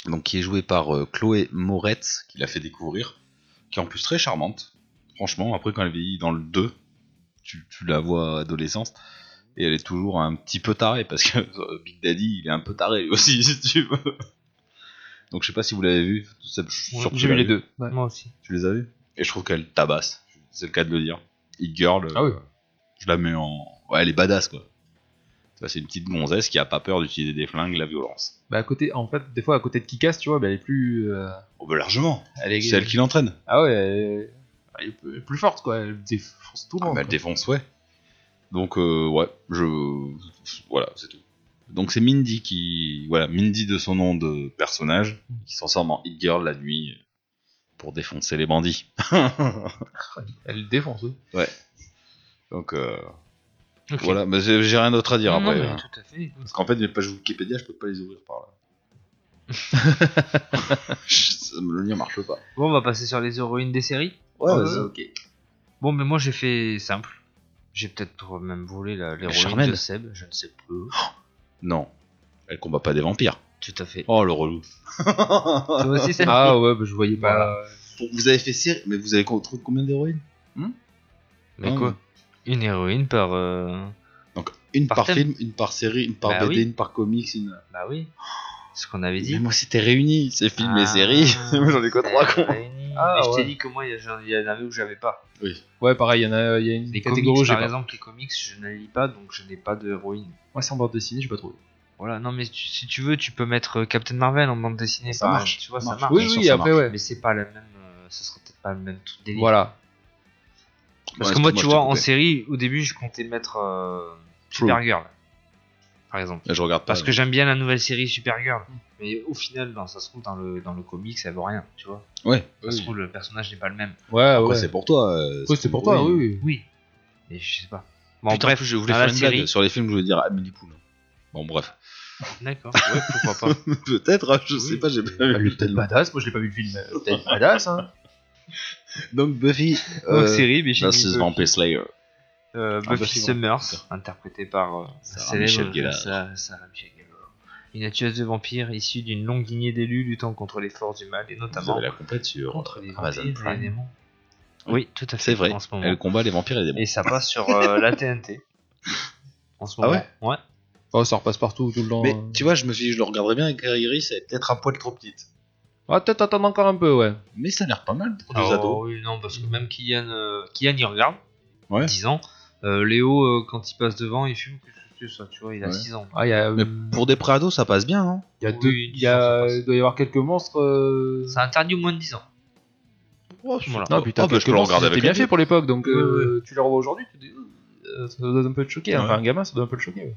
Speaker 4: donc qui est jouée par euh, Chloé Moretz, qui l'a fait découvrir, qui est en plus très charmante. Franchement, après quand elle vieillit dans le 2, tu, tu la vois à adolescence, et elle est toujours un petit peu tarée, parce que euh, Big Daddy, il est un peu taré lui aussi, si tu veux. Donc je sais pas si vous l'avez vu, Seb, je suis sûr que tu
Speaker 5: J'ai vu
Speaker 4: l'as
Speaker 5: les deux. Ouais.
Speaker 6: Moi aussi.
Speaker 4: Tu les as vus Et je trouve qu'elle tabasse, c'est le cas de le dire. Hit Girl, euh,
Speaker 5: Ah oui.
Speaker 4: je la mets en... Ouais, elle est badass, quoi. Ça, C'est une petite gonzesse qui a pas peur d'utiliser des flingues, la violence.
Speaker 5: Bah à côté, en fait, des fois à côté de Kikas, tu vois, bah, elle est plus. euh,
Speaker 4: Oh bah largement,
Speaker 5: elle est,
Speaker 4: c'est elle qui l'entraîne.
Speaker 5: Ah ouais, elle est, elle est plus- plus forte quoi, elle défonce tout le
Speaker 4: Ah,
Speaker 5: monde.
Speaker 4: bah, elle
Speaker 5: quoi.
Speaker 4: défonce, ouais. Donc, euh, ouais, je. Voilà, c'est tout. Donc, c'est Mindy qui. Voilà, Mindy de son nom de personnage, qui s'en sort en Hit Girl la nuit pour défoncer les bandits.
Speaker 5: Elle défonce. oui.
Speaker 4: Donc, euh,
Speaker 6: Ok.
Speaker 4: voilà, mais j'ai j'ai rien d'autre à dire
Speaker 6: Non, non,
Speaker 4: après.
Speaker 6: mais
Speaker 4: hein.
Speaker 6: tout à fait.
Speaker 4: Parce qu'en fait, les pages Wikipédia, je peux pas les ouvrir par là. Je- Le lien marche pas.
Speaker 6: Bon, on va passer sur les héroïnes des séries.
Speaker 4: Ouais,
Speaker 5: vas-y.
Speaker 6: Bon, mais moi j'ai fait simple. J'ai peut-être même volé la- l'héroïne
Speaker 4: Charmaine.
Speaker 6: de Seb, je ne sais plus.
Speaker 4: Non, elle combat pas des vampires.
Speaker 6: Tout à fait.
Speaker 4: Oh, le relou.
Speaker 6: Toi aussi, Seb
Speaker 5: Ah ouais, bah, je voyais pas.
Speaker 4: Vous avez fait série, mais vous avez trouvé combien d'héroïnes
Speaker 6: Mais
Speaker 4: Non.
Speaker 6: quoi Une héroïne par. euh,
Speaker 4: Donc une
Speaker 6: Par
Speaker 4: par,
Speaker 6: thème.
Speaker 4: film, une par série, une par
Speaker 6: Bah
Speaker 4: BD,
Speaker 6: oui.
Speaker 4: une par comics, une.
Speaker 6: Bah oui. Ce qu'on avait dit.
Speaker 4: Mais moi c'était réuni, ces films et
Speaker 6: Ah,
Speaker 4: séries. J'en ai quoi trois
Speaker 6: c'est
Speaker 4: quoi.
Speaker 6: réuni.
Speaker 5: Ah,
Speaker 6: Mais Je
Speaker 5: ouais.
Speaker 6: t'ai dit que moi il y a- il y en avait où j'avais pas.
Speaker 5: Ouais, pareil, il y en a, il y a une
Speaker 6: Les
Speaker 5: catégorie où
Speaker 6: comics
Speaker 5: j'ai
Speaker 6: par
Speaker 5: pas.
Speaker 6: exemple, les comics je ne les lis pas donc je n'ai pas de héroïne.
Speaker 5: Moi, c'est en bande dessinée, j'ai pas trouvé.
Speaker 6: Voilà, non mais tu- si tu veux tu peux mettre euh, Captain Marvel en bande dessinée.
Speaker 4: Ça
Speaker 6: par-
Speaker 4: marche,
Speaker 6: Tu vois, ça
Speaker 4: marche.
Speaker 6: marche.
Speaker 5: oui,
Speaker 4: bien sûr,
Speaker 5: oui,
Speaker 4: ça
Speaker 5: après, ouais.
Speaker 6: Ah, Mais c'est pas la même. euh, Ce sera peut-être pas le même tout délire.
Speaker 5: Voilà.
Speaker 6: Parce
Speaker 4: Ouais,
Speaker 6: que moi,
Speaker 4: excuse-moi,
Speaker 6: tu
Speaker 4: je t'ai
Speaker 6: vois, en
Speaker 4: coupé.
Speaker 6: série, au début, je comptais mettre euh,
Speaker 4: True.
Speaker 6: Supergirl, par exemple.
Speaker 4: Là, je regarde pas.
Speaker 6: Parce que j'aime bien la nouvelle série Supergirl. Mais au final, non, ça se trouve, dans le, dans le comics, elle vaut rien, tu vois.
Speaker 4: Ouais.
Speaker 6: Ça se trouve, le personnage n'est pas le même.
Speaker 5: Ouais,
Speaker 4: Après,
Speaker 5: ouais.
Speaker 4: c'est pour toi. euh,
Speaker 5: Ouais, c'est pour toi, oui. oui.
Speaker 6: Oui. Mais je sais pas. Bon,
Speaker 4: Bon, Putain,
Speaker 6: bref,
Speaker 4: bref, je voulais
Speaker 6: dans
Speaker 4: faire
Speaker 6: la
Speaker 4: une
Speaker 6: série.
Speaker 4: blague sur les films, je voulais dire ah, Amélie Poulain. Bon, bref.
Speaker 6: D'accord. Ouais, pourquoi pas.
Speaker 4: Peut-être, hein, je sais
Speaker 6: Oui.
Speaker 4: pas, j'ai pas
Speaker 5: Elle
Speaker 4: vu
Speaker 5: est
Speaker 4: le
Speaker 5: peut-être
Speaker 4: film.
Speaker 5: badass, moi je l'ai pas vu le film, mais peut-être badass, hein.
Speaker 4: Donc Buffy,
Speaker 6: Donc,
Speaker 4: euh,
Speaker 6: série, mais j'ai
Speaker 4: This
Speaker 6: dit
Speaker 4: is Vampire Slayer.
Speaker 6: Buffy- euh,
Speaker 4: Ah,
Speaker 6: Buffy
Speaker 4: Buffy
Speaker 6: Summers, interprétée par euh,
Speaker 4: Sarah
Speaker 6: célèbre-
Speaker 4: Michelle Gellar.
Speaker 6: Sa- Sarah Michelle Gellar. Une tueuse de vampires issue d'une longue lignée d'élus luttant contre les forces du mal et
Speaker 4: Vous
Speaker 6: notamment
Speaker 4: avez la complète sur.
Speaker 6: contre les
Speaker 4: Amazon
Speaker 6: vampires et les
Speaker 4: Prime.
Speaker 6: démons. Oui, tout à fait.
Speaker 4: C'est vrai,
Speaker 6: En ce moment.
Speaker 4: elle combat les vampires et les démons.
Speaker 6: Et ça passe sur euh, la TNT. En ce
Speaker 4: Ah
Speaker 6: moment. ouais
Speaker 5: Oh, ça repasse partout, tout le temps.
Speaker 4: Mais
Speaker 5: euh.
Speaker 4: tu vois, je me suis dit, je le regarderais bien avec Iris, elle est peut-être un poil trop petite.
Speaker 5: Ah, peut-être attendre encore un peu, ouais.
Speaker 4: Mais ça a l'air pas mal pour deux
Speaker 6: Ah,
Speaker 4: ados.
Speaker 6: oui, non, parce que même Kylian, euh, Kylian il regarde,
Speaker 4: Ouais.
Speaker 6: 10 ans. Euh, Léo, euh, quand il passe devant, il fume. Qu'est-ce que c'est ça Tu vois, il a
Speaker 4: Ouais.
Speaker 6: 6 ans.
Speaker 5: Ah, il y a,
Speaker 4: Mais
Speaker 5: euh,
Speaker 4: pour des pré-ados, ça passe bien, hein. non
Speaker 5: il y a
Speaker 6: oui,
Speaker 5: deux.
Speaker 6: oui,
Speaker 5: il y a-
Speaker 6: ça, ça passe.
Speaker 5: il doit y avoir quelques monstres. euh,
Speaker 6: C'est interdit au moins de 10 ans. Voilà.
Speaker 5: Non, putain,
Speaker 4: Ah, bah, je peux le regarder
Speaker 5: c'était
Speaker 4: avec
Speaker 5: bien
Speaker 4: les
Speaker 5: fait
Speaker 4: deux.
Speaker 5: pour l'époque, donc euh, tu le revois aujourd'hui, tu te dis, euh, ça doit un peu te choquer. hein.
Speaker 4: Ouais.
Speaker 5: Enfin, un gamin, ça doit un peu le choquer. ouais.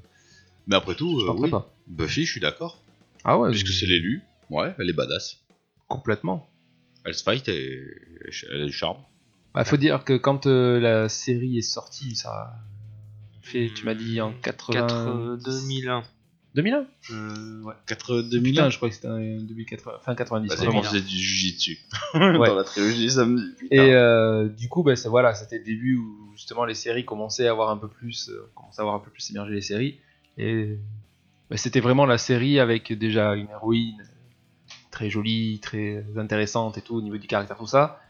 Speaker 4: Mais après tout,
Speaker 5: Je
Speaker 4: euh,
Speaker 5: tenterai
Speaker 4: oui.
Speaker 5: pas.
Speaker 4: Buffy, je suis d'accord.
Speaker 5: Ah ouais,
Speaker 4: Puisque c'est l'élu, ouais, elle est badass.
Speaker 5: complètement.
Speaker 4: Elle se fight et elle a du charme.
Speaker 5: Bah, faut dire que quand euh, la série est sortie, ça fait, tu m'as dit en 80...
Speaker 6: 4 2001.
Speaker 5: 2001
Speaker 4: Euh,
Speaker 6: Je... Ouais.
Speaker 4: 82
Speaker 5: Putain, je crois que c'était en 2080, fin 90.
Speaker 4: Bah,
Speaker 5: ouais.
Speaker 4: c'est bon,
Speaker 6: bizarre.
Speaker 4: c'est du jujitsu.
Speaker 5: Ouais.
Speaker 4: Dans la trilogie samedi. Putain.
Speaker 5: Et euh, du coup, bah, ça- voilà, c'était le début où justement les séries commençaient à avoir un peu plus, euh, commençaient à avoir un peu plus émergé les séries. Et bah, c'était vraiment la série avec déjà une héroïne euh, très jolie, très intéressante et tout au niveau du caractère, tout ça.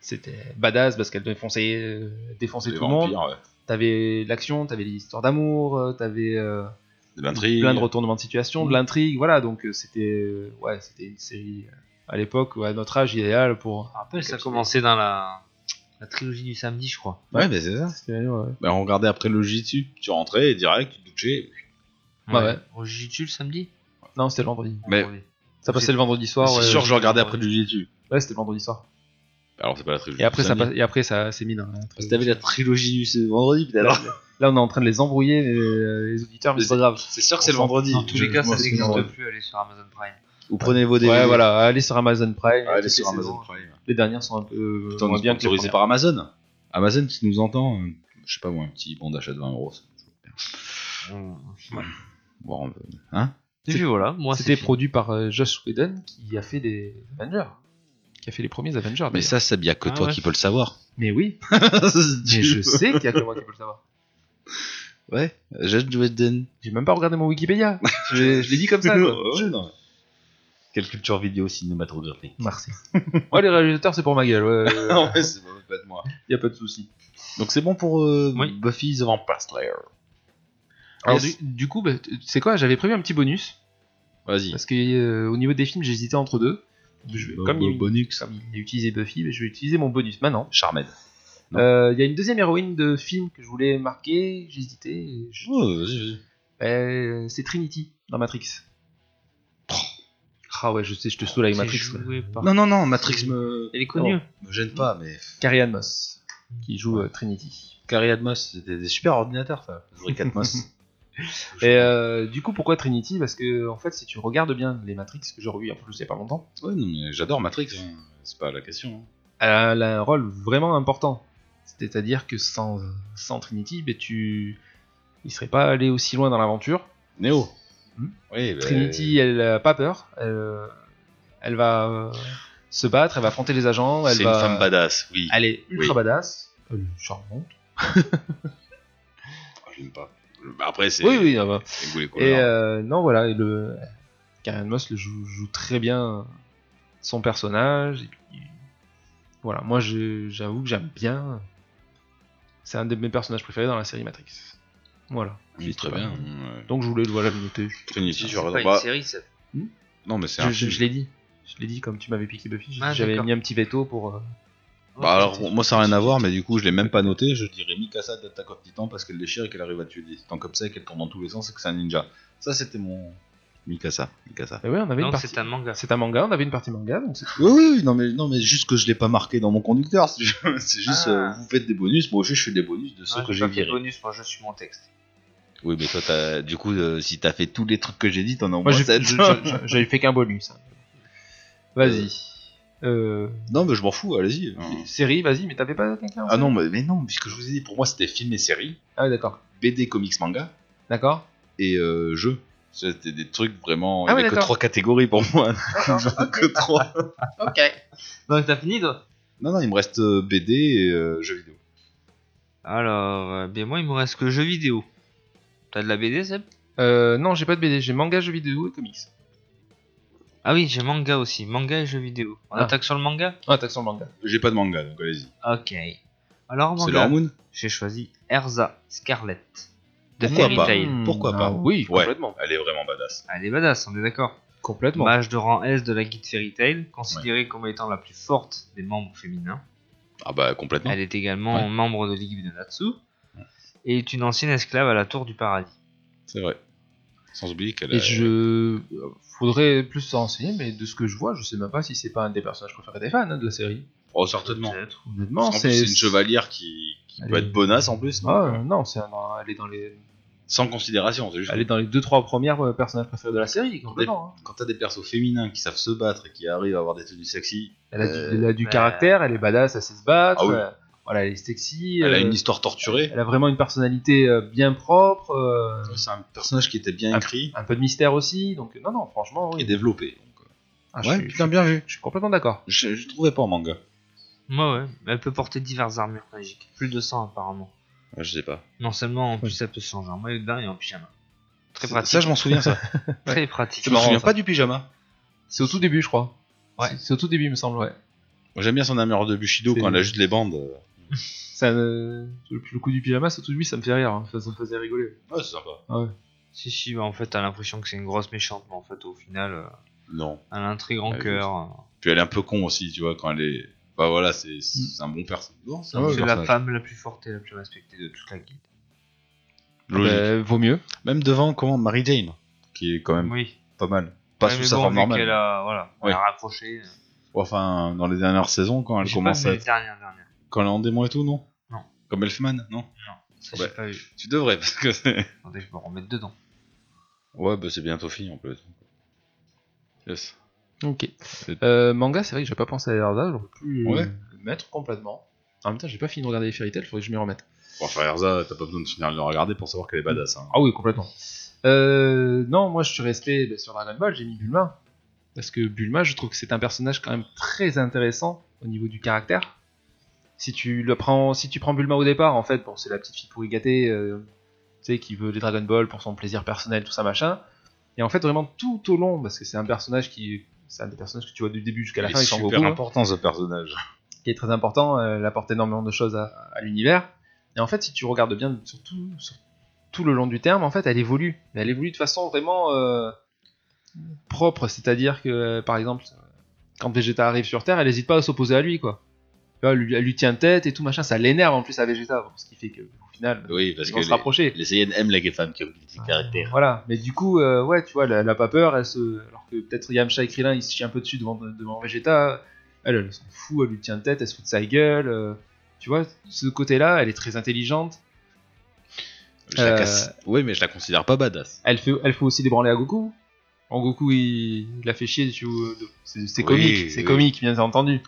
Speaker 5: C'était badass parce qu'elle défonçait, euh, défonçait
Speaker 4: Les
Speaker 5: tout le monde.
Speaker 4: vampires, ouais.
Speaker 5: T'avais l'action, t'avais l'histoire d'amour, euh, t'avais euh,
Speaker 4: Des intrigues.
Speaker 5: plein de retournements de situation, de l'intrigue, voilà. Donc euh, c'était, euh, ouais, c'était une série euh, à l'époque, ouais, à notre âge idéal pour.
Speaker 6: Je me rappelle, ça commençait dans la... la trilogie du samedi, je crois.
Speaker 4: Ouais, mais c'est ça.
Speaker 5: C'était, ouais.
Speaker 4: Bah, on regardait après le jujitsu. Tu rentrais et direct, tu te douchais.
Speaker 5: Bah Ouais, ouais.
Speaker 6: Au Jiu-Jitsu le samedi
Speaker 5: Non, c'était le vendredi.
Speaker 4: Mais-
Speaker 6: Ouais.
Speaker 5: Ça passait le vendredi soir.
Speaker 4: c'est
Speaker 5: ouais.
Speaker 4: sûr que je regardais après le jujitsu.
Speaker 5: Ouais, c'était le vendredi soir.
Speaker 4: Bah, Alors, c'est pas la trilogie.
Speaker 5: Et après,
Speaker 4: du
Speaker 5: ça,
Speaker 4: samedi.
Speaker 5: passe- et après, ça s'est mis dans. la-
Speaker 4: Parce que t'avais la trilogie du ce vendredi,
Speaker 5: Là,
Speaker 4: peut-être.
Speaker 5: là, on est en train de les embrouiller, mais, euh, les auditeurs, mais
Speaker 4: Mais
Speaker 5: c'est pas grave.
Speaker 4: C'est sûr que
Speaker 5: c'est
Speaker 4: c'est
Speaker 5: le
Speaker 4: le vendredi.
Speaker 6: Dans tous les cas, ça n'existe plus, aller sur Amazon Prime.
Speaker 4: Vous prenez vos DVD.
Speaker 5: Ouais, voilà, allez sur Amazon Prime.
Speaker 4: Ah, elle est
Speaker 5: Toutes
Speaker 4: sur
Speaker 5: les
Speaker 4: Amazon
Speaker 5: saisons.
Speaker 4: Prime.
Speaker 5: Les dernières sont un peu
Speaker 4: Putain, on
Speaker 5: moins
Speaker 4: est
Speaker 5: bien que les
Speaker 4: sponsorisé
Speaker 5: premières.
Speaker 4: par Amazon. Amazon qui nous entend, euh, je sais pas moi, un petit bon d'achat de 20 euros. ça- Voir un peu. Hein
Speaker 6: Et puis voilà, moi
Speaker 5: C'était
Speaker 6: c'était
Speaker 5: produit par euh, Josh Whedon qui a fait des Avengers. Qui a fait les premiers Avengers.
Speaker 4: Mais
Speaker 5: d'ailleurs.
Speaker 4: ça, c'est bien que
Speaker 6: Ah
Speaker 4: toi
Speaker 6: ouais.
Speaker 4: qui peux le savoir.
Speaker 5: Mais oui, mais
Speaker 4: Mais
Speaker 5: je sais qu'il y a que moi qui peux le savoir.
Speaker 4: Ouais, Judge Wedden.
Speaker 5: J'ai même pas regardé mon Wikipédia. je l'ai je l'ai dit comme ça. quoi.
Speaker 4: Quelle culture vidéo cinématographique.
Speaker 5: Merci. Moi, les réalisateurs, c'est pour ma gueule. ouais, ouais, ouais.
Speaker 4: Non, mais c'est pas de moi.
Speaker 5: Y a pas de souci.
Speaker 4: Donc c'est bon pour euh,
Speaker 6: Oui.
Speaker 4: Buffy the Vampire Slayer.
Speaker 5: Alors,
Speaker 4: Yes.
Speaker 5: du, du coup, bah, tu tu sais quoi, j'avais prévu un petit bonus.
Speaker 4: Vas-y.
Speaker 5: Parce que euh, au niveau des films, j'hésitais entre deux. Je vais- comme, il,
Speaker 4: Bah, bonus.
Speaker 5: comme il a utilisé Buffy, mais je vais utiliser mon bonus maintenant.
Speaker 4: Charmed. Non.
Speaker 5: Euh, Il y a une deuxième héroïne de film que je voulais marquer, j'hésitais. et je-
Speaker 4: Oh,
Speaker 5: Euh, c'est Trinity dans Matrix. Ah ouais, je sais, je te saoule avec Matrix. ouais.
Speaker 4: Non, non, non, Matrix me...
Speaker 6: Elle est connue.
Speaker 4: me gêne pas, mais...
Speaker 5: Carrie Ann Moss qui joue euh, Trinity.
Speaker 4: Carrie Atmos, c'était des super ordinateurs, ça. Rick Atmos.
Speaker 5: Et euh, du coup, pourquoi Trinity Parce que en fait, si tu regardes bien les Matrix que j'ai revu en plus il y a pas longtemps.
Speaker 4: ouais, non, mais j'adore Matrix, hein. c'est pas la question. hein.
Speaker 5: elle a un rôle vraiment important. C'est-à-dire que sans, sans Trinity, ben tu... il serait pas allé aussi loin dans l'aventure.
Speaker 4: Néo.
Speaker 5: Hmm
Speaker 4: Oui, bah,
Speaker 5: Trinity, elle a pas peur. Elle, elle va euh, se battre, elle va affronter les agents. Elle
Speaker 4: C'est
Speaker 5: va...
Speaker 4: une femme badass, oui.
Speaker 5: Elle est ultra
Speaker 4: Oui.
Speaker 5: badass. Elle est charmante.
Speaker 4: Ah, J'aime pas. Après, c'est...
Speaker 5: Oui, oui, elle va.
Speaker 4: c'est goût les couleurs.
Speaker 5: Et euh, non, voilà, et le... Karen Moss le joue, joue très bien son personnage. Et puis, Voilà, moi je- j'avoue que j'aime bien. C'est un de mes personnages préférés dans la série Matrix. Voilà.
Speaker 4: Oui, très bien. hein, ouais.
Speaker 5: Donc je voulais voilà, le noter. Je-
Speaker 4: Trinity, je
Speaker 6: C'est pas
Speaker 4: regarde
Speaker 6: une
Speaker 4: Ah, pas.
Speaker 6: série, ça.
Speaker 4: Non, mais c'est
Speaker 5: Je,
Speaker 4: un
Speaker 5: je
Speaker 4: film.
Speaker 5: l'ai dit. Je l'ai dit comme tu m'avais piqué Buffy.
Speaker 6: Ah,
Speaker 5: J'avais
Speaker 6: d'accord.
Speaker 5: mis un petit veto pour. euh,
Speaker 4: Bah alors, bon, moi ça n'a rien à voir, mais du coup, je l'ai même pas noté. Je dirais Mikasa d'Attack of Titan parce qu'elle déchire et qu'elle arrive à tuer des titans comme ça et qu'elle tourne dans tous les sens et que c'est un ninja. Ça, c'était mon. Mikasa. Mikasa.
Speaker 5: Mais Ah ouais, on avait une
Speaker 6: Non,
Speaker 5: partie.
Speaker 6: c'est un manga.
Speaker 5: C'est un manga, on avait une partie manga. Donc c'est-
Speaker 4: Oui, oui, oui, non, mais, non, mais juste que je l'ai pas marqué dans mon conducteur. C'est ju- c'est juste,
Speaker 6: Ah.
Speaker 4: euh, vous faites des bonus. Moi aussi, je fais des bonus de ceux
Speaker 6: Ah,
Speaker 4: que
Speaker 6: j'ai
Speaker 4: j'ai
Speaker 6: pas fait de
Speaker 4: virés.
Speaker 6: bonus, moi je suis mon texte.
Speaker 4: Oui, mais toi, t'as- du coup, euh, si t'as fait tous les trucs que j'ai dit, t'en as au moins
Speaker 5: Moi j'ai-
Speaker 4: sept.
Speaker 5: je- je- j'avais fait qu'un bonus. hein. Vas-y. Euh,
Speaker 4: Non, mais je m'en fous, allez-y.
Speaker 5: Série, vas-y, mais t'avais pas quelqu'un en
Speaker 4: Ah non, mais, mais non, puisque je vous ai dit, pour moi, c'était film et série,
Speaker 5: Ah ouais, d'accord.
Speaker 4: BD, comics, manga.
Speaker 5: D'accord.
Speaker 4: et euh, jeu. C'était des trucs vraiment.
Speaker 5: Ah
Speaker 4: il n'y
Speaker 5: ouais,
Speaker 4: avait que
Speaker 5: d'accord.
Speaker 4: trois catégories pour moi. J'en ai que trois.
Speaker 6: Ok. Donc t'as fini toi
Speaker 4: Non, non, il me reste euh, BD et euh, jeux vidéo.
Speaker 6: Alors, euh, bien moi il me reste que jeux vidéo. T'as de la BD Seb
Speaker 5: Euh, non, j'ai pas de BD, j'ai manga, jeux vidéo et comics.
Speaker 6: Ah oui, j'ai manga aussi, manga et jeux vidéo. On
Speaker 5: Ah.
Speaker 6: attaque sur le manga
Speaker 5: Ah, t'as que sur le manga.
Speaker 4: J'ai pas de manga, donc allez-y.
Speaker 6: Ok. Alors
Speaker 4: C'est Sailor
Speaker 6: manga,
Speaker 4: Moon
Speaker 6: j'ai choisi Erza Scarlet. De
Speaker 4: Pourquoi
Speaker 6: Fairy
Speaker 4: pas
Speaker 6: Tail.
Speaker 4: Hmm, Pourquoi
Speaker 5: Ah
Speaker 4: pas
Speaker 5: Oui,
Speaker 4: Ouais,
Speaker 5: complètement.
Speaker 4: elle est vraiment badass.
Speaker 6: Elle est badass, on est d'accord
Speaker 5: Complètement.
Speaker 6: mage de rang S de la guide Fairy Tail, considérée comme étant la plus forte des membres féminins.
Speaker 4: Ah bah complètement.
Speaker 6: Elle est également membre de l'équipe de Natsu et est une ancienne esclave à la tour du paradis.
Speaker 4: C'est vrai. Sans oublier qu'elle
Speaker 5: Et
Speaker 4: a-
Speaker 5: je. euh, Faudrait plus s'en renseigner, mais de ce que je vois, je sais même pas si c'est pas un des personnages préférés des fans hein, de la série.
Speaker 4: Oh certainement.
Speaker 6: Peut-être.
Speaker 5: Honnêtement,
Speaker 4: En plus, c'est
Speaker 5: c'est.
Speaker 4: une chevalière qui, qui peut
Speaker 5: Elle est-
Speaker 4: être bonasse en plus. non
Speaker 5: Ah, euh, non, c'est un- elle est dans les.
Speaker 4: Sans considération. C'est juste
Speaker 5: Elle est dans les deux trois premières euh, personnages préférés de la série, complètement. hein.
Speaker 4: quand t'as des persos féminins qui savent se battre et qui arrivent à avoir des tenues sexy,
Speaker 5: Elle a du,
Speaker 4: Euh,
Speaker 5: elle a du
Speaker 6: bah-
Speaker 5: caractère, elle est badass, elle sait se battre.
Speaker 4: Ah oui.
Speaker 5: euh, voilà, elle est sexy.
Speaker 4: elle a
Speaker 5: euh,
Speaker 4: une histoire torturée.
Speaker 5: elle a vraiment une personnalité euh, bien propre. euh,
Speaker 4: C'est un personnage qui était bien
Speaker 5: Ah.
Speaker 4: écrit
Speaker 5: un peu de mystère aussi. Donc, non, non, franchement,
Speaker 4: et
Speaker 5: oui.
Speaker 4: développé. Donc, euh,
Speaker 5: Ah, je, suis,
Speaker 4: bien vu.
Speaker 5: je suis complètement d'accord.
Speaker 4: Je, je trouvais pas en manga.
Speaker 6: Ouais, ouais. Elle peut porter diverses armures magiques, plus de 100 apparemment.
Speaker 4: Ouais, je sais pas.
Speaker 6: Non seulement en plus ça peut se changer en maillot de bain et en pyjama. Très
Speaker 4: Ça,
Speaker 6: pratique.
Speaker 4: ça, je m'en souviens, ça.
Speaker 6: Très pratique.
Speaker 4: je m'en souviens pas du pyjama.
Speaker 5: C'est au tout début, je crois.
Speaker 6: Ouais.
Speaker 5: C'est- C'est au tout début, il me semble, ouais.
Speaker 4: Moi, j'aime bien son armure de Bushido
Speaker 5: C'est-
Speaker 4: quand elle a juste les bandes. euh.
Speaker 5: Ça me- le, le coup du pyjama, c'est au tout début, ça me fait rire. hein. Ça, ça me faisait rigoler.
Speaker 4: Ouais, c'est sympa.
Speaker 6: Si, si, bah, en fait, t'as l'impression que c'est une grosse méchante, mais en fait, au final, euh,
Speaker 4: Non.
Speaker 6: elle a un très grand
Speaker 4: Ah,
Speaker 6: cœur.
Speaker 4: Puis elle est un peu con aussi, tu vois, quand elle est. Bah voilà, c'est c'est un bon personnage. Non, c'est un
Speaker 5: Ouais,
Speaker 4: bon
Speaker 6: C'est la
Speaker 4: Ah personnage.
Speaker 6: femme la plus forte et la plus respectée de toute la guilde.
Speaker 4: Logique.
Speaker 5: Euh, vaut mieux.
Speaker 4: Même devant, comment Mary Jane, qui est quand même
Speaker 6: Oui.
Speaker 4: pas mal. Mm. Pas
Speaker 6: Ouais,
Speaker 4: sous
Speaker 6: mais
Speaker 4: sa
Speaker 6: bon,
Speaker 4: forme
Speaker 6: vu
Speaker 4: normale.
Speaker 6: qu'elle a, voilà, on
Speaker 4: Ouais.
Speaker 6: l'a raccroché. euh,
Speaker 4: Enfin, dans les dernières saisons, quand elle
Speaker 6: j'ai
Speaker 4: commence
Speaker 6: pas
Speaker 4: à
Speaker 6: vu les dernières, dernières.
Speaker 4: Quand elle est en démon et tout, non
Speaker 6: Non.
Speaker 4: Comme Elfman, non
Speaker 6: Ça,
Speaker 4: Ouais.
Speaker 6: j'ai pas vu.
Speaker 4: Tu devrais, parce que c'est.
Speaker 6: Attendez, je vais me remettre dedans.
Speaker 4: Ouais, bah c'est bientôt fini en plus. Yes.
Speaker 5: Ok. Euh, manga, c'est vrai que j'ai pas pensé à Erda, j'aurais pu euh,
Speaker 4: Ouais.
Speaker 5: le mettre complètement. En même temps, j'ai pas fini de regarder les Fairy Tail, faudrait que je m'y remette.
Speaker 4: Bon, enfin, Erza, t'as pas besoin de finir de le regarder pour savoir qu'elle est badass. Hein.
Speaker 5: Ah oui, complètement. Euh, non, moi je suis resté bah, sur Dragon Ball, j'ai mis Bulma. Parce que Bulma, je trouve que c'est un personnage quand même très intéressant au niveau du caractère. Si tu, le prends, si tu prends Bulma au départ, en fait, bon, c'est la petite fille pourri gâtée, euh, tu sais, qui veut les Dragon Ball pour son plaisir personnel, tout ça, machin. Et en fait, vraiment tout au long, parce que c'est un personnage qui. C'est un des personnages que tu vois du début jusqu'à la
Speaker 4: Il
Speaker 5: fin,
Speaker 4: est
Speaker 5: ils sont
Speaker 4: super important ce personnage.
Speaker 5: qui est très important, euh, elle apporte énormément de choses à, à l'univers. Et en fait, si tu regardes bien sur tout, sur tout le long du terme, en fait, elle évolue. Mais elle évolue de façon vraiment euh, propre, c'est-à-dire que, euh, par exemple, quand Vegeta arrive sur Terre, elle n'hésite pas à s'opposer à lui, quoi. Tu vois, Elle lui, elle lui tient tête et tout machin, ça l'énerve en plus à Vegeta, ce qui fait que au final,
Speaker 4: Oui, parce
Speaker 5: ils
Speaker 4: que
Speaker 5: vont se
Speaker 4: les,
Speaker 5: rapprocher.
Speaker 4: les Saiyans aiment les femmes qui ont des
Speaker 6: Ah.
Speaker 4: caractères.
Speaker 5: Voilà, mais du coup, euh, ouais, tu vois, elle, elle a pas peur, elle se... alors que peut-être Yamcha et Krillin, ils se chient un peu dessus devant, devant Vegeta, elle, elle s'en fout, elle lui tient tête, elle se fout de sa gueule, euh, tu vois, ce côté-là, elle est très intelligente,
Speaker 4: Je la
Speaker 5: Euh,
Speaker 4: casse. Oui, mais je la considère pas badass.
Speaker 5: elle fait, elle fait aussi des branlées à Goku. En Goku, il, il a fait chier, tu vois, de- c'est c'est
Speaker 4: Oui,
Speaker 5: comique, c'est
Speaker 4: oui.
Speaker 5: comique, bien entendu.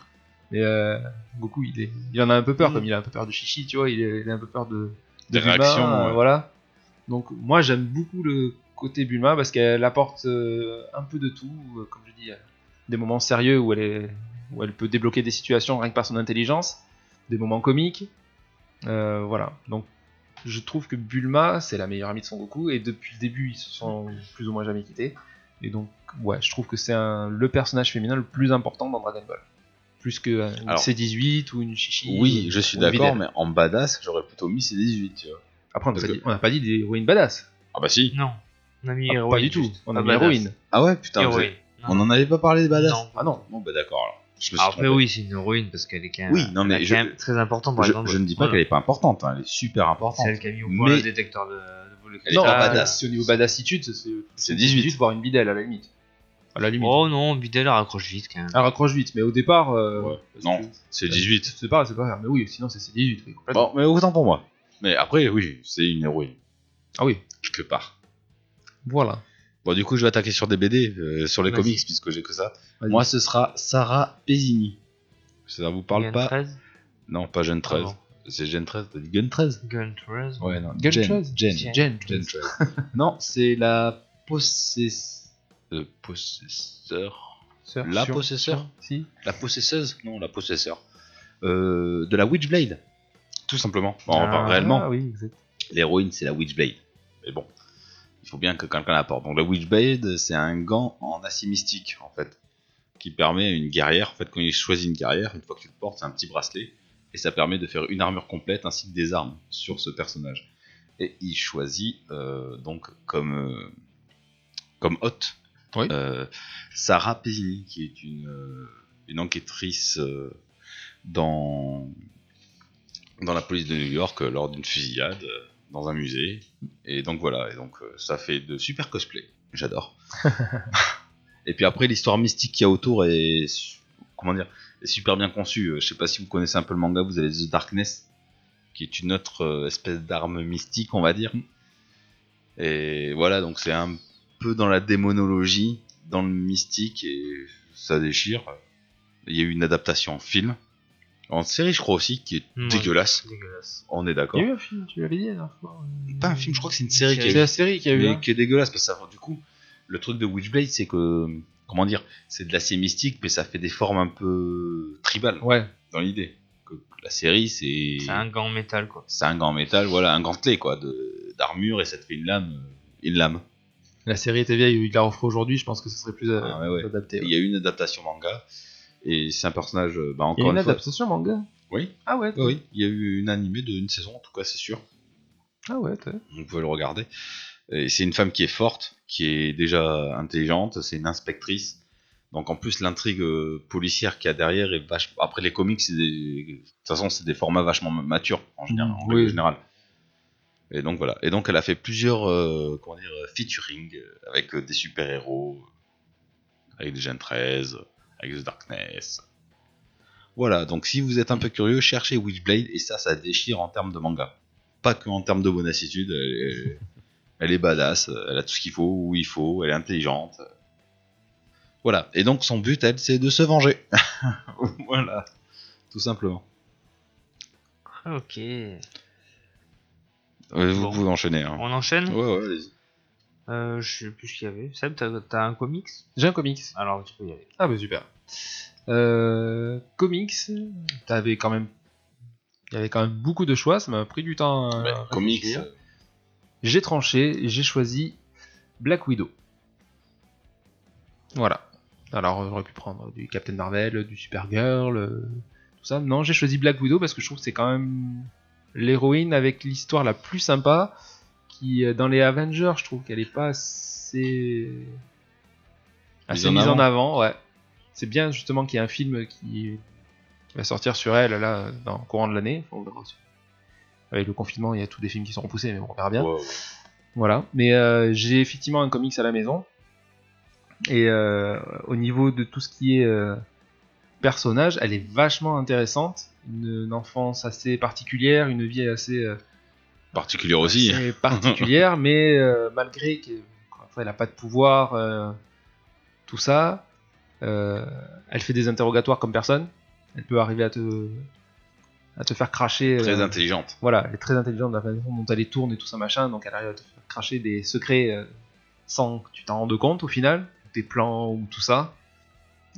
Speaker 5: Mais euh, Goku, il, est, il en a un peu peur, comme il a un peu peur de Chichi, tu vois, il, est- il a un peu peur de,
Speaker 4: Mm. Des
Speaker 5: Bulma,
Speaker 4: réactions,
Speaker 5: euh,
Speaker 4: ouais.
Speaker 5: Voilà. Donc moi j'aime beaucoup le côté Bulma parce qu'elle apporte euh, un peu de tout, euh, comme je dis, euh, des moments sérieux où elle, est, où elle peut débloquer des situations rien que par son intelligence, des moments comiques. Euh, voilà. Donc je trouve que Bulma c'est la meilleure amie de Son Goku et depuis le début ils se sont plus ou moins jamais quittés. Et donc ouais, je trouve que c'est un- le personnage féminin le plus important dans Dragon Ball. Plus que euh, une
Speaker 4: Alors-
Speaker 5: C18 ou une Chichi.
Speaker 4: Oui, je suis
Speaker 5: ou une
Speaker 4: d'accord,
Speaker 5: Videl.
Speaker 4: mais en badass, j'aurais plutôt mis ses 18, tu vois.
Speaker 5: Après on n'a
Speaker 4: parce
Speaker 5: pas,
Speaker 4: que-
Speaker 5: dit- on n'a pas dit des héroïnes badass.
Speaker 4: Ah bah si.
Speaker 6: Non, on a mis
Speaker 5: Ah,
Speaker 6: héroïne.
Speaker 5: pas du tout,
Speaker 6: juste.
Speaker 5: on
Speaker 6: Pas
Speaker 5: a mis
Speaker 6: badass.
Speaker 5: héroïne.
Speaker 4: Ah ouais, putain. vous avez-
Speaker 6: Héroïne. Non.
Speaker 4: Hein On en avait pas parlé de badass
Speaker 6: Non.
Speaker 5: Ah non,
Speaker 4: Bon, bah d'accord. alors. Je me suis
Speaker 6: Après,
Speaker 4: trompé.
Speaker 6: Ah, oui, c'est une héroïne parce qu'elle est quand même,
Speaker 4: Oui, non,
Speaker 6: elle
Speaker 4: mais
Speaker 6: est
Speaker 4: je-
Speaker 6: quand même très importante. Par
Speaker 4: Je,
Speaker 6: exemple,
Speaker 4: je ne dis pas
Speaker 6: Voilà.
Speaker 4: qu'elle est pas importante, hein, elle est super importante.
Speaker 6: C'est elle qui a mis au point
Speaker 4: Mais-
Speaker 6: le détecteur de, de boule de
Speaker 4: Elle est
Speaker 5: non,
Speaker 4: pas
Speaker 5: bah,
Speaker 4: badass.
Speaker 5: si au niveau badassitude, c'est- c'est
Speaker 4: C'est
Speaker 5: 18,
Speaker 4: 18.
Speaker 5: voire une bidelle à la limite. À la limite.
Speaker 6: Oh non, Bidel la raccroche vite quand même.
Speaker 4: Ah,
Speaker 5: Elle raccroche vite, mais au départ. euh,
Speaker 4: Ouais,
Speaker 5: parce
Speaker 4: non,
Speaker 5: que-
Speaker 4: C'est 18.
Speaker 5: C'est pas, c'est pas grave, mais oui, sinon c'est c'est 18. oui, complètement.
Speaker 4: Bon, mais autant pour moi. Mais après, oui, c'est une héroïne,
Speaker 5: Ah oui,
Speaker 4: quelque part.
Speaker 5: voilà.
Speaker 4: Bon, du coup, je vais attaquer sur des BD, euh, sur les
Speaker 6: Vas-y.
Speaker 4: comics, puisque j'ai que ça.
Speaker 5: Vas-y.
Speaker 4: Moi, ce sera Sarah Pesini. Ça vous parle
Speaker 6: Gun
Speaker 4: pas
Speaker 6: 13,
Speaker 4: Non, pas Gen 13.
Speaker 6: Ah bon.
Speaker 4: C'est Gen 13, t'as dit Gen 13
Speaker 6: Gun 13.
Speaker 4: Ouais, non.
Speaker 5: Gen
Speaker 4: Gen
Speaker 5: 13.
Speaker 4: Gen.
Speaker 6: Gen.
Speaker 5: Jen,
Speaker 4: Gen 13. non, c'est la possesse... euh, possesseur
Speaker 5: sœur,
Speaker 4: La
Speaker 5: sur-
Speaker 4: possesseur
Speaker 5: Si.
Speaker 4: La possesseuse Non, la possesseur. Euh, de la Witchblade. Tout simplement. Bon, enfin,
Speaker 6: Ah.
Speaker 4: réellement,
Speaker 5: Ah oui, exact.
Speaker 4: L'héroïne, c'est la Witchblade. Mais bon, il faut bien que quelqu'un la porte. Donc la Witchblade, c'est un gant en acier mystique, en fait, qui permet à une guerrière, en fait, quand il choisit une guerrière, une fois que tu le portes, c'est un petit bracelet, et ça permet de faire une armure complète ainsi que des armes sur ce personnage. Et il choisit, euh, donc, comme, euh, comme hôte,
Speaker 5: Oui.
Speaker 4: Euh, Sarah Pesini, qui est une, euh, une enquêtrice euh, dans, dans la police de New York euh, lors d'une fusillade euh, dans un musée. Et donc voilà, et donc euh, ça fait de super cosplay. J'adore. et puis après, l'histoire mystique qu'il y a autour est, su- comment dire, est super bien conçue. Euh, Je sais pas si vous connaissez un peu le manga, vous avez The Darkness, qui est une autre euh, espèce d'arme mystique, on va dire. Et voilà, donc c'est un peu dans la démonologie, dans le mystique, et ça déchire. Il y a eu une adaptation en film, en série, je crois aussi, qui est
Speaker 6: Ouais.
Speaker 4: dégueulasse.
Speaker 6: dégueulasse.
Speaker 4: On est
Speaker 5: Il
Speaker 4: d'accord.
Speaker 5: y a eu un film, tu l'avais dit la dernière fois. euh,
Speaker 4: Pas un film, je crois que c'est une série qui a
Speaker 5: C'est la série qui a eu.
Speaker 4: mais
Speaker 5: hein.
Speaker 4: qui est dégueulasse parce que ça, du coup le truc de Witchblade c'est que comment dire c'est de l'acier mystique mais ça fait des formes un peu tribales
Speaker 5: Ouais.
Speaker 4: dans l'idée que la série c'est
Speaker 6: C'est un gant en métal quoi.
Speaker 4: c'est un gant en métal voilà un gantelet quoi de d'armure et ça te fait une lame euh, une lame
Speaker 5: La série était vieille, il la refait aujourd'hui, je pense que ce serait plus euh,
Speaker 4: Ah ouais, ouais.
Speaker 5: adapté.
Speaker 4: Et
Speaker 5: ouais.
Speaker 4: il y a eu une adaptation manga et c'est un personnage euh, bah,
Speaker 5: Il y
Speaker 4: encore
Speaker 5: a
Speaker 4: une,
Speaker 5: une
Speaker 4: fois
Speaker 5: adaptation manga
Speaker 4: oui
Speaker 5: Ah ouais,
Speaker 4: oui, oui il y a eu une animée de une saison en tout cas c'est sûr
Speaker 5: ah ouais. t'as-
Speaker 4: vous pouvez le regarder. Et c'est une femme qui est forte, qui est déjà intelligente, c'est une inspectrice. Donc en plus l'intrigue euh, policière qu'il y a derrière est vachement... Après les comics, c'est des- de toute façon c'est des formats vachement matures en général. en règle
Speaker 5: oui.
Speaker 4: générale. Et donc voilà. Et donc elle a fait plusieurs euh, comment dire, featuring euh, avec euh, des super-héros, avec des Gen 13, avec The Darkness. Voilà, donc si vous êtes un peu curieux, cherchez Witchblade et ça, ça déchire en termes de manga. Pas que en termes de bonassitude, elle est, elle est badass, elle a tout ce qu'il faut, où il faut, elle est intelligente. Voilà, et donc son but, elle, c'est de se venger. voilà, tout simplement.
Speaker 6: Ah, ok.
Speaker 4: Euh, Vous
Speaker 6: Bon.
Speaker 4: pouvez enchaîner. hein.
Speaker 6: On enchaîne
Speaker 4: Ouais, ouais, allez-y.
Speaker 6: euh, Je sais plus ce qu'il y avait. Seb, t'as t'as un comics
Speaker 5: J'ai un comics.
Speaker 6: Alors tu peux y aller.
Speaker 5: Ah bah super. Euh, comics, t'avais quand même, il y avait quand même beaucoup de choix. Ça m'a pris du temps. à
Speaker 4: Ouais,
Speaker 5: réfléchir.
Speaker 4: Bah, comics. euh,
Speaker 5: J'ai tranché, j'ai choisi Black Widow. Voilà. Alors euh, j'aurais pu prendre du Captain Marvel, du Supergirl, euh, tout ça. Non, j'ai choisi Black Widow parce que je trouve que c'est quand même l'héroïne avec l'histoire la plus sympa. Qui euh, dans les Avengers, je trouve qu'elle est pas assez, assez
Speaker 4: en
Speaker 5: mise en
Speaker 4: avant.
Speaker 5: avant. Ouais. C'est bien justement qu'il y ait un film qui va sortir sur elle là dans le courant de l'année. On verra. Avec le confinement, il y a tous des films qui sont repoussés, mais bon, on verra bien.
Speaker 4: Ouais, ouais.
Speaker 5: Voilà. Mais euh, j'ai effectivement un comics à la maison. Et euh, au niveau de tout ce qui est euh, personnage, elle est vachement intéressante. Une, une enfance assez particulière, une vie assez, euh,
Speaker 4: Particulier aussi.
Speaker 5: assez particulière, mais euh, malgré qu'elle n'a pas de pouvoir, euh, tout ça, euh, elle fait des interrogatoires comme personne. Elle peut arriver à te, à te faire cracher.
Speaker 4: hein. Très
Speaker 5: euh,
Speaker 4: intelligente.
Speaker 5: voilà, elle est très intelligente de la façon dont elle les tourne et tout ça machin, donc elle arrive à te faire cracher des secrets euh, sans que tu t'en rendes compte au final, des plans ou tout ça.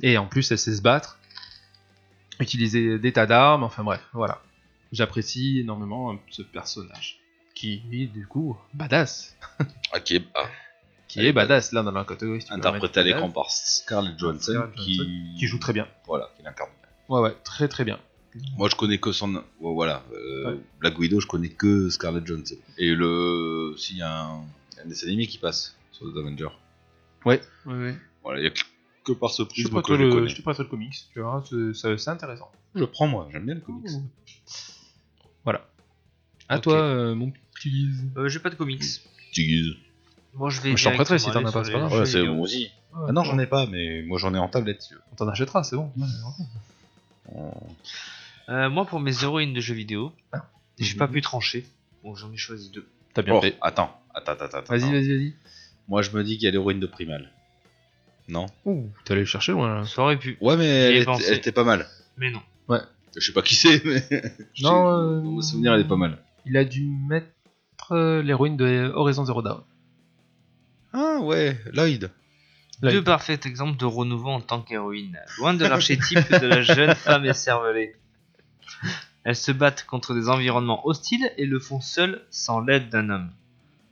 Speaker 5: Et en plus, elle sait se battre, utiliser des tas d'armes, enfin bref, voilà. J'apprécie énormément euh, ce personnage qui est du coup badass,
Speaker 4: Ah, qui est- ah,
Speaker 5: qui
Speaker 4: Elle
Speaker 5: est
Speaker 4: est
Speaker 5: badass là dans la catégorie. si tu peux
Speaker 4: interprétée à
Speaker 5: mettre
Speaker 4: l'écran
Speaker 5: badass,
Speaker 4: par Scarlett Johansson,
Speaker 5: Bah, Scarlett
Speaker 4: qui...
Speaker 5: qui joue très bien.
Speaker 4: Voilà, qui l'incarne.
Speaker 5: Ouais ouais, très très bien.
Speaker 4: Moi, je connais que son. ouais, Voilà. euh,
Speaker 5: Ouais.
Speaker 4: Black Widow, je connais que Scarlett Johansson. Et le. S'il y a un, un dessin animé qui passe sur The Avenger.
Speaker 5: Ouais, ouais.
Speaker 4: Voilà, il n'y a que- que par ce
Speaker 5: Je te
Speaker 4: prisme
Speaker 5: prête
Speaker 4: que je le
Speaker 5: le,
Speaker 4: connais.
Speaker 5: je te prêterai le comics, tu verras, c'est- c'est c'est intéressant.
Speaker 4: Je le prends, moi. J'aime bien le comics.
Speaker 5: Voilà. À
Speaker 6: Ok.
Speaker 5: toi, euh, mon petit.
Speaker 6: Euh, j'ai pas de comics.
Speaker 4: Tu guises.
Speaker 6: Moi je vais.
Speaker 5: Moi, je t'en
Speaker 6: directement
Speaker 5: prêterai si t'en
Speaker 6: aller
Speaker 5: as pas,
Speaker 6: sur
Speaker 5: c'est
Speaker 6: les
Speaker 5: pas grave.
Speaker 6: jeux
Speaker 4: Ouais, c'est
Speaker 6: vidéo.
Speaker 4: bon aussi.
Speaker 5: Ouais,
Speaker 4: Ah non, j'en ai pas, mais moi, j'en ai en tablette. si tu veux.
Speaker 5: On t'en achètera, c'est bon.
Speaker 6: Euh, moi pour mes héroïnes de jeux vidéo, j'ai
Speaker 5: Mhm.
Speaker 6: pas pu trancher. Bon, j'en ai choisi deux.
Speaker 5: T'as bien
Speaker 4: Oh,
Speaker 5: fait.
Speaker 4: attends. Attends, attends, attends.
Speaker 5: Vas-y,
Speaker 4: attends.
Speaker 5: vas-y, vas-y.
Speaker 4: Moi, je me dis qu'il y a l'héroïne de Primal. Non
Speaker 5: Ouh, t'es allé le chercher loin là.
Speaker 6: Ça aurait pu,
Speaker 4: Ouais, mais elle,
Speaker 6: ai
Speaker 4: était-
Speaker 6: pensé.
Speaker 4: elle était pas mal.
Speaker 6: mais non.
Speaker 4: Je sais pas qui c'est, mais. je sais-
Speaker 5: Non, euh,
Speaker 4: Dans mon souvenir, elle est pas mal.
Speaker 5: Il a dû mettre euh, l'héroïne de Horizon Zero Dawn.
Speaker 4: Ah ouais, Lloyd.
Speaker 5: Là,
Speaker 6: deux
Speaker 5: il-
Speaker 6: parfaits exemples de renouveau en tant qu'héroïne. Loin de l'archétype de la jeune femme écervelée. Elles se battent contre des environnements hostiles et le font seules sans l'aide d'un homme.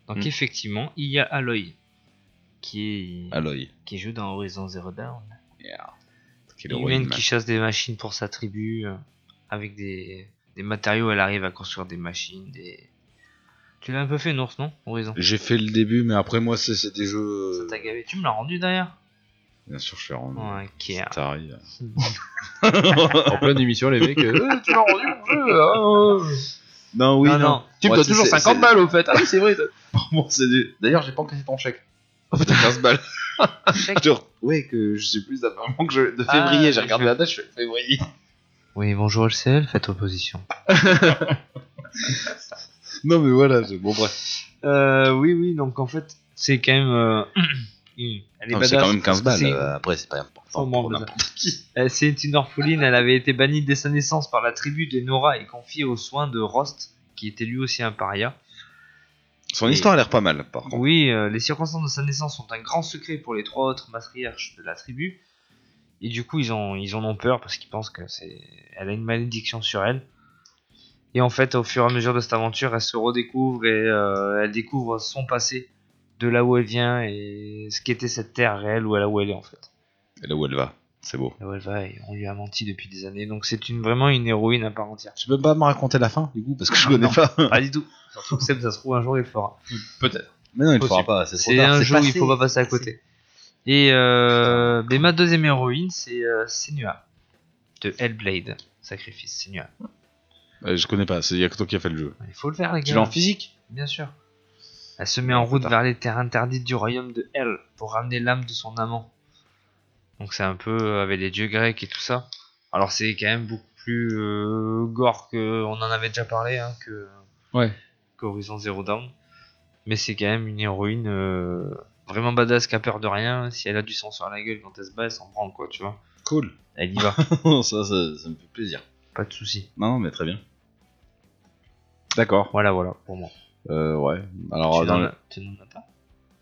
Speaker 6: Donc
Speaker 4: Hmm.
Speaker 6: effectivement, il y a Aloy qui, est-
Speaker 4: Aloy.
Speaker 6: qui joue dans Horizon Zero Dawn.
Speaker 4: Ah, Yeah. Quelle héroïne,
Speaker 6: Humaine
Speaker 4: man.
Speaker 6: qui chasse des machines pour sa tribu. euh, Avec des, des matériaux, elle arrive à construire des machines, des, Tu l'as un peu fait une ours, non Horizon
Speaker 4: J'ai fait le début, mais après, moi, c'est- c'est des jeux.
Speaker 6: Ça t'a gavé. Tu me l'as rendu derrière
Speaker 4: Bien sûr, je suis rendu.
Speaker 6: Ok.
Speaker 4: Ça arrive.
Speaker 5: En pleine émission, les mecs. euh,
Speaker 7: tu m'as rendu mon jeu ah,
Speaker 5: hein.
Speaker 7: euh.
Speaker 4: Non, oui,
Speaker 6: non,
Speaker 4: non.
Speaker 6: Ah non.
Speaker 7: Tu me
Speaker 4: Ouais,
Speaker 7: dois
Speaker 4: c'est-
Speaker 7: toujours
Speaker 4: c'est-
Speaker 7: 50
Speaker 4: c'est-
Speaker 7: balles au fait. Ah oui, c'est vrai. t'as-
Speaker 4: Bon, c'est des- D'ailleurs, j'ai pas encaissé ton chèque. Oh putain, 15 balles. Genre, ouais, que je sais plus apparemment que je... de
Speaker 6: Ah,
Speaker 4: février, j'ai
Speaker 6: oui,
Speaker 4: regardé la date, je fais février.
Speaker 6: Oui, bonjour LCL, faites opposition.
Speaker 4: Non, mais voilà, c'est- bon, bref.
Speaker 6: Euh, oui, oui, donc en fait, c'est quand même. euh, une- elle est
Speaker 4: Non, mais c'est
Speaker 6: badass
Speaker 4: quand même 15
Speaker 6: parce
Speaker 4: balles.
Speaker 6: que c'est-
Speaker 4: euh, Après, c'est pas important.
Speaker 6: Oh, mon
Speaker 4: pour
Speaker 6: Dieu.
Speaker 4: n'importe qui.
Speaker 6: Euh, C'est une orpheline, elle avait été bannie dès sa naissance par la tribu des Nora et confiée aux soins de Rost, qui était lui aussi un paria.
Speaker 4: Son histoire a l'air pas mal, par contre.
Speaker 6: Oui, euh, les circonstances de sa naissance sont un grand secret pour les trois autres matriarches de la tribu. Et du coup, ils, ont, ils en ont peur parce qu'ils pensent que c'est, elle a une malédiction sur elle. Et en fait, au fur et à mesure de cette aventure, elle se redécouvre et euh, elle découvre son passé, de là où elle vient et ce qu'était cette terre réelle où elle, où elle est en fait.
Speaker 4: Et Là où elle va, c'est beau.
Speaker 6: Là où elle va et on lui a menti depuis des années. Donc c'est une, vraiment une héroïne à part entière.
Speaker 4: Tu peux pas me raconter la fin, du coup, parce que je connais
Speaker 6: Ah, non.
Speaker 4: pas.
Speaker 6: Pas du tout. Surtout que Seb, ça se trouve un jour il le fera.
Speaker 4: Mais non, il le fera
Speaker 6: Possible.
Speaker 4: pas, c'est trop
Speaker 6: C'est
Speaker 4: tard.
Speaker 6: un
Speaker 4: c'est
Speaker 6: jeu où il
Speaker 4: passé.
Speaker 6: faut pas passer à côté. Et euh, mais ma deuxième héroïne, c'est euh, Senua de Hellblade Sacrifice. Senua.
Speaker 4: Euh, je connais pas, c'est Yakuto qui a fait le jeu.
Speaker 6: Il faut le faire, les
Speaker 4: Tu l'as en
Speaker 6: gars.
Speaker 4: physique
Speaker 6: Bien sûr. Elle se met en route vers les terres interdites du royaume de Hell pour ramener l'âme de son amant. Donc c'est un peu euh, avec les dieux grecs et tout ça. Alors c'est quand même beaucoup plus euh, gore que on en avait déjà parlé hein, que
Speaker 5: Ouais.
Speaker 6: qu'Horizon Zero Dawn. Mais c'est quand même une héroïne euh, vraiment badass qui a peur de rien. Si elle a du sang sur la gueule quand elle se bat, elle s'en prend quoi, tu vois.
Speaker 4: Cool.
Speaker 6: Elle y va,
Speaker 4: ça, ça, ça me fait plaisir.
Speaker 6: pas de souci.
Speaker 4: Non, non, mais très bien. D'accord.
Speaker 6: Voilà, voilà pour moi.
Speaker 4: Euh, ouais. Alors,
Speaker 6: tu
Speaker 4: dans
Speaker 6: n'en
Speaker 4: le...
Speaker 6: as- tu n'en as pas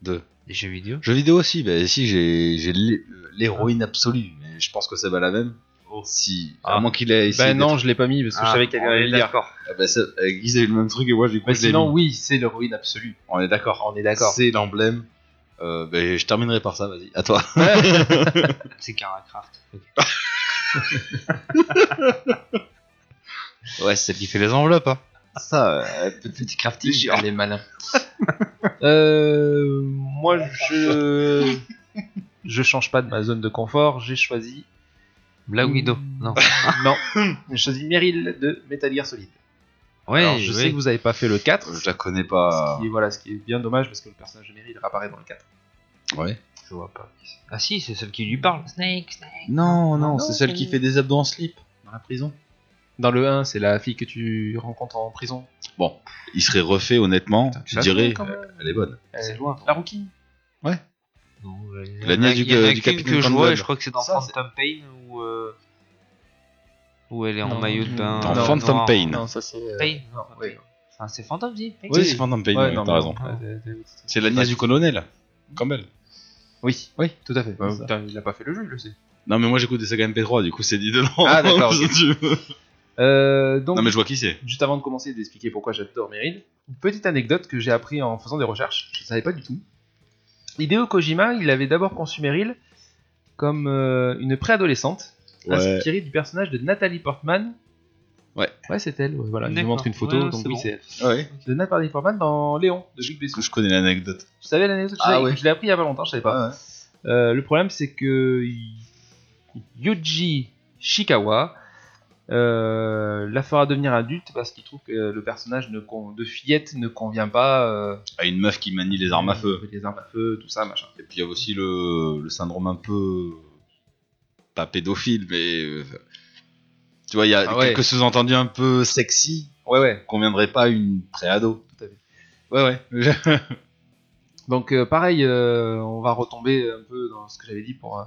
Speaker 4: Deux.
Speaker 6: Des jeux vidéo
Speaker 4: Jeux vidéo aussi, bah si, j'ai j'ai l'hé- l'héroïne absolue, mais je pense que c'est pas la même. Ben Si, à
Speaker 6: Ah.
Speaker 4: moins qu'il ait essayé.
Speaker 5: Bah non, je l'ai pas mis parce que je
Speaker 6: Ah,
Speaker 5: savais qu'elle
Speaker 6: on
Speaker 5: allait
Speaker 6: est
Speaker 5: le lire.
Speaker 6: D'accord.
Speaker 4: d'être- Ah, bah, ça- euh, Guise a eu le même truc et moi, du coup,
Speaker 5: Mais
Speaker 4: je l'ai
Speaker 5: sinon,
Speaker 4: mis.
Speaker 5: oui, c'est l'héroïne absolue.
Speaker 4: On est d'accord.
Speaker 5: On est d'accord.
Speaker 4: C'est l'emblème. Euh, bah, je terminerai par ça, vas-y. À toi.
Speaker 6: C'est Caracraft.
Speaker 4: ouais, c'est celle qui fait les enveloppes, hein. Ça, euh,
Speaker 6: Petit crafting.
Speaker 5: Elle est malin. euh, moi, je. Je change pas de ma zone de confort. J'ai choisi.
Speaker 6: Black Widow. Non.
Speaker 5: Non, j'ai choisi Meryl de Metal Gear Solid.
Speaker 6: Ouais,
Speaker 5: Alors, je sais que vous avez pas fait le 4.
Speaker 4: je la connais
Speaker 5: Ce
Speaker 4: pas.
Speaker 5: qui est, voilà, ce qui est bien dommage parce que le personnage de Meryl réapparaît dans le 4.
Speaker 4: Ouais.
Speaker 6: Je vois pas. Ah si, c'est celle qui lui parle. Snake, Snake.
Speaker 4: Non, non,
Speaker 5: non,
Speaker 4: c'est celle qui fait des abdos en slip dans la prison.
Speaker 5: Dans le 1, c'est la fille que tu rencontres en prison.
Speaker 4: Bon, il serait refait, honnêtement.
Speaker 5: Putain,
Speaker 4: tu
Speaker 5: la
Speaker 4: dirais,
Speaker 5: connais quand même.
Speaker 4: euh, elle est bonne.
Speaker 5: C'est loin. La rookie.
Speaker 6: Non, euh, il y en
Speaker 4: La
Speaker 6: a-
Speaker 4: nièce du-
Speaker 6: il y en a
Speaker 4: du
Speaker 6: qu'une
Speaker 4: capitaine
Speaker 6: que je
Speaker 4: Campbell.
Speaker 6: vois, et je crois que c'est dans
Speaker 4: Ça,
Speaker 6: Phantom Pain où, euh, où elle est en
Speaker 5: Non,
Speaker 6: maillot de bain.
Speaker 5: non,
Speaker 4: Dans
Speaker 6: euh,
Speaker 4: Phantom
Speaker 6: noir.
Speaker 4: Pain.
Speaker 5: Non, ça c'est. euh,
Speaker 6: Pain.
Speaker 5: Non, ouais.
Speaker 6: Enfin, c'est Phantom Pain.
Speaker 4: Tu sais, c'est Phantom Pain, ouais,
Speaker 5: non,
Speaker 4: t'as
Speaker 5: mais
Speaker 4: raison.
Speaker 5: non, euh, euh,
Speaker 4: C'est la nièce du colonel. Campbell.
Speaker 5: Oui, oui, tout à fait.
Speaker 4: Ouais,
Speaker 5: C'est ça. il a pas fait le jeu, il le sait.
Speaker 4: Non, mais moi j'écoute des sagas MP3, du coup c'est dit dedans.
Speaker 5: Ah, d'accord,
Speaker 4: Si
Speaker 5: ok.
Speaker 4: tu veux.
Speaker 5: Euh, donc,
Speaker 4: Non, mais je vois qui c'est.
Speaker 5: juste avant de commencer d'expliquer pourquoi j'adore Meryl, une petite anecdote que j'ai appris en faisant des recherches, je ne savais pas du tout. Hideo Kojima, il avait d'abord conçu Meryl comme euh, une préadolescente, inspirée du personnage de Nathalie Portman.
Speaker 4: Ouais.
Speaker 5: Ouais, c'est elle, ouais, voilà. Il nous
Speaker 6: D'accord.
Speaker 5: montre une photo,
Speaker 6: Ouais,
Speaker 5: donc
Speaker 6: c'est
Speaker 5: oui,
Speaker 6: bon.
Speaker 5: c'est elle.
Speaker 4: Ouais.
Speaker 5: De Nathalie Portman dans Léon, de Luc Besson.
Speaker 4: Je connais l'anecdote. hein
Speaker 5: Tu savais l'anecdote Je
Speaker 4: Ah
Speaker 5: l'ai-
Speaker 4: ouais.
Speaker 5: Je l'ai appris il y a pas longtemps, je savais pas. Euh, le problème, c'est que Y- Yuji Shikawa euh, la fera devenir adulte parce qu'il trouve que le personnage ne con- de fillette ne convient pas. euh,
Speaker 4: À une meuf qui manie les armes à feu.
Speaker 5: Les armes à feu, tout ça, machin.
Speaker 4: Et puis il y a aussi le, le syndrome un peu. pas pédophile, mais. euh, Tu vois, il y a
Speaker 5: Ah ouais.
Speaker 4: quelques sous-entendus un peu sexy
Speaker 5: Ouais, ouais,
Speaker 4: qu'on viendrait pas à une préado.
Speaker 5: tout à fait.
Speaker 4: Ouais, ouais.
Speaker 5: Donc, euh, pareil, euh, on va retomber un peu dans ce que j'avais dit pour, euh,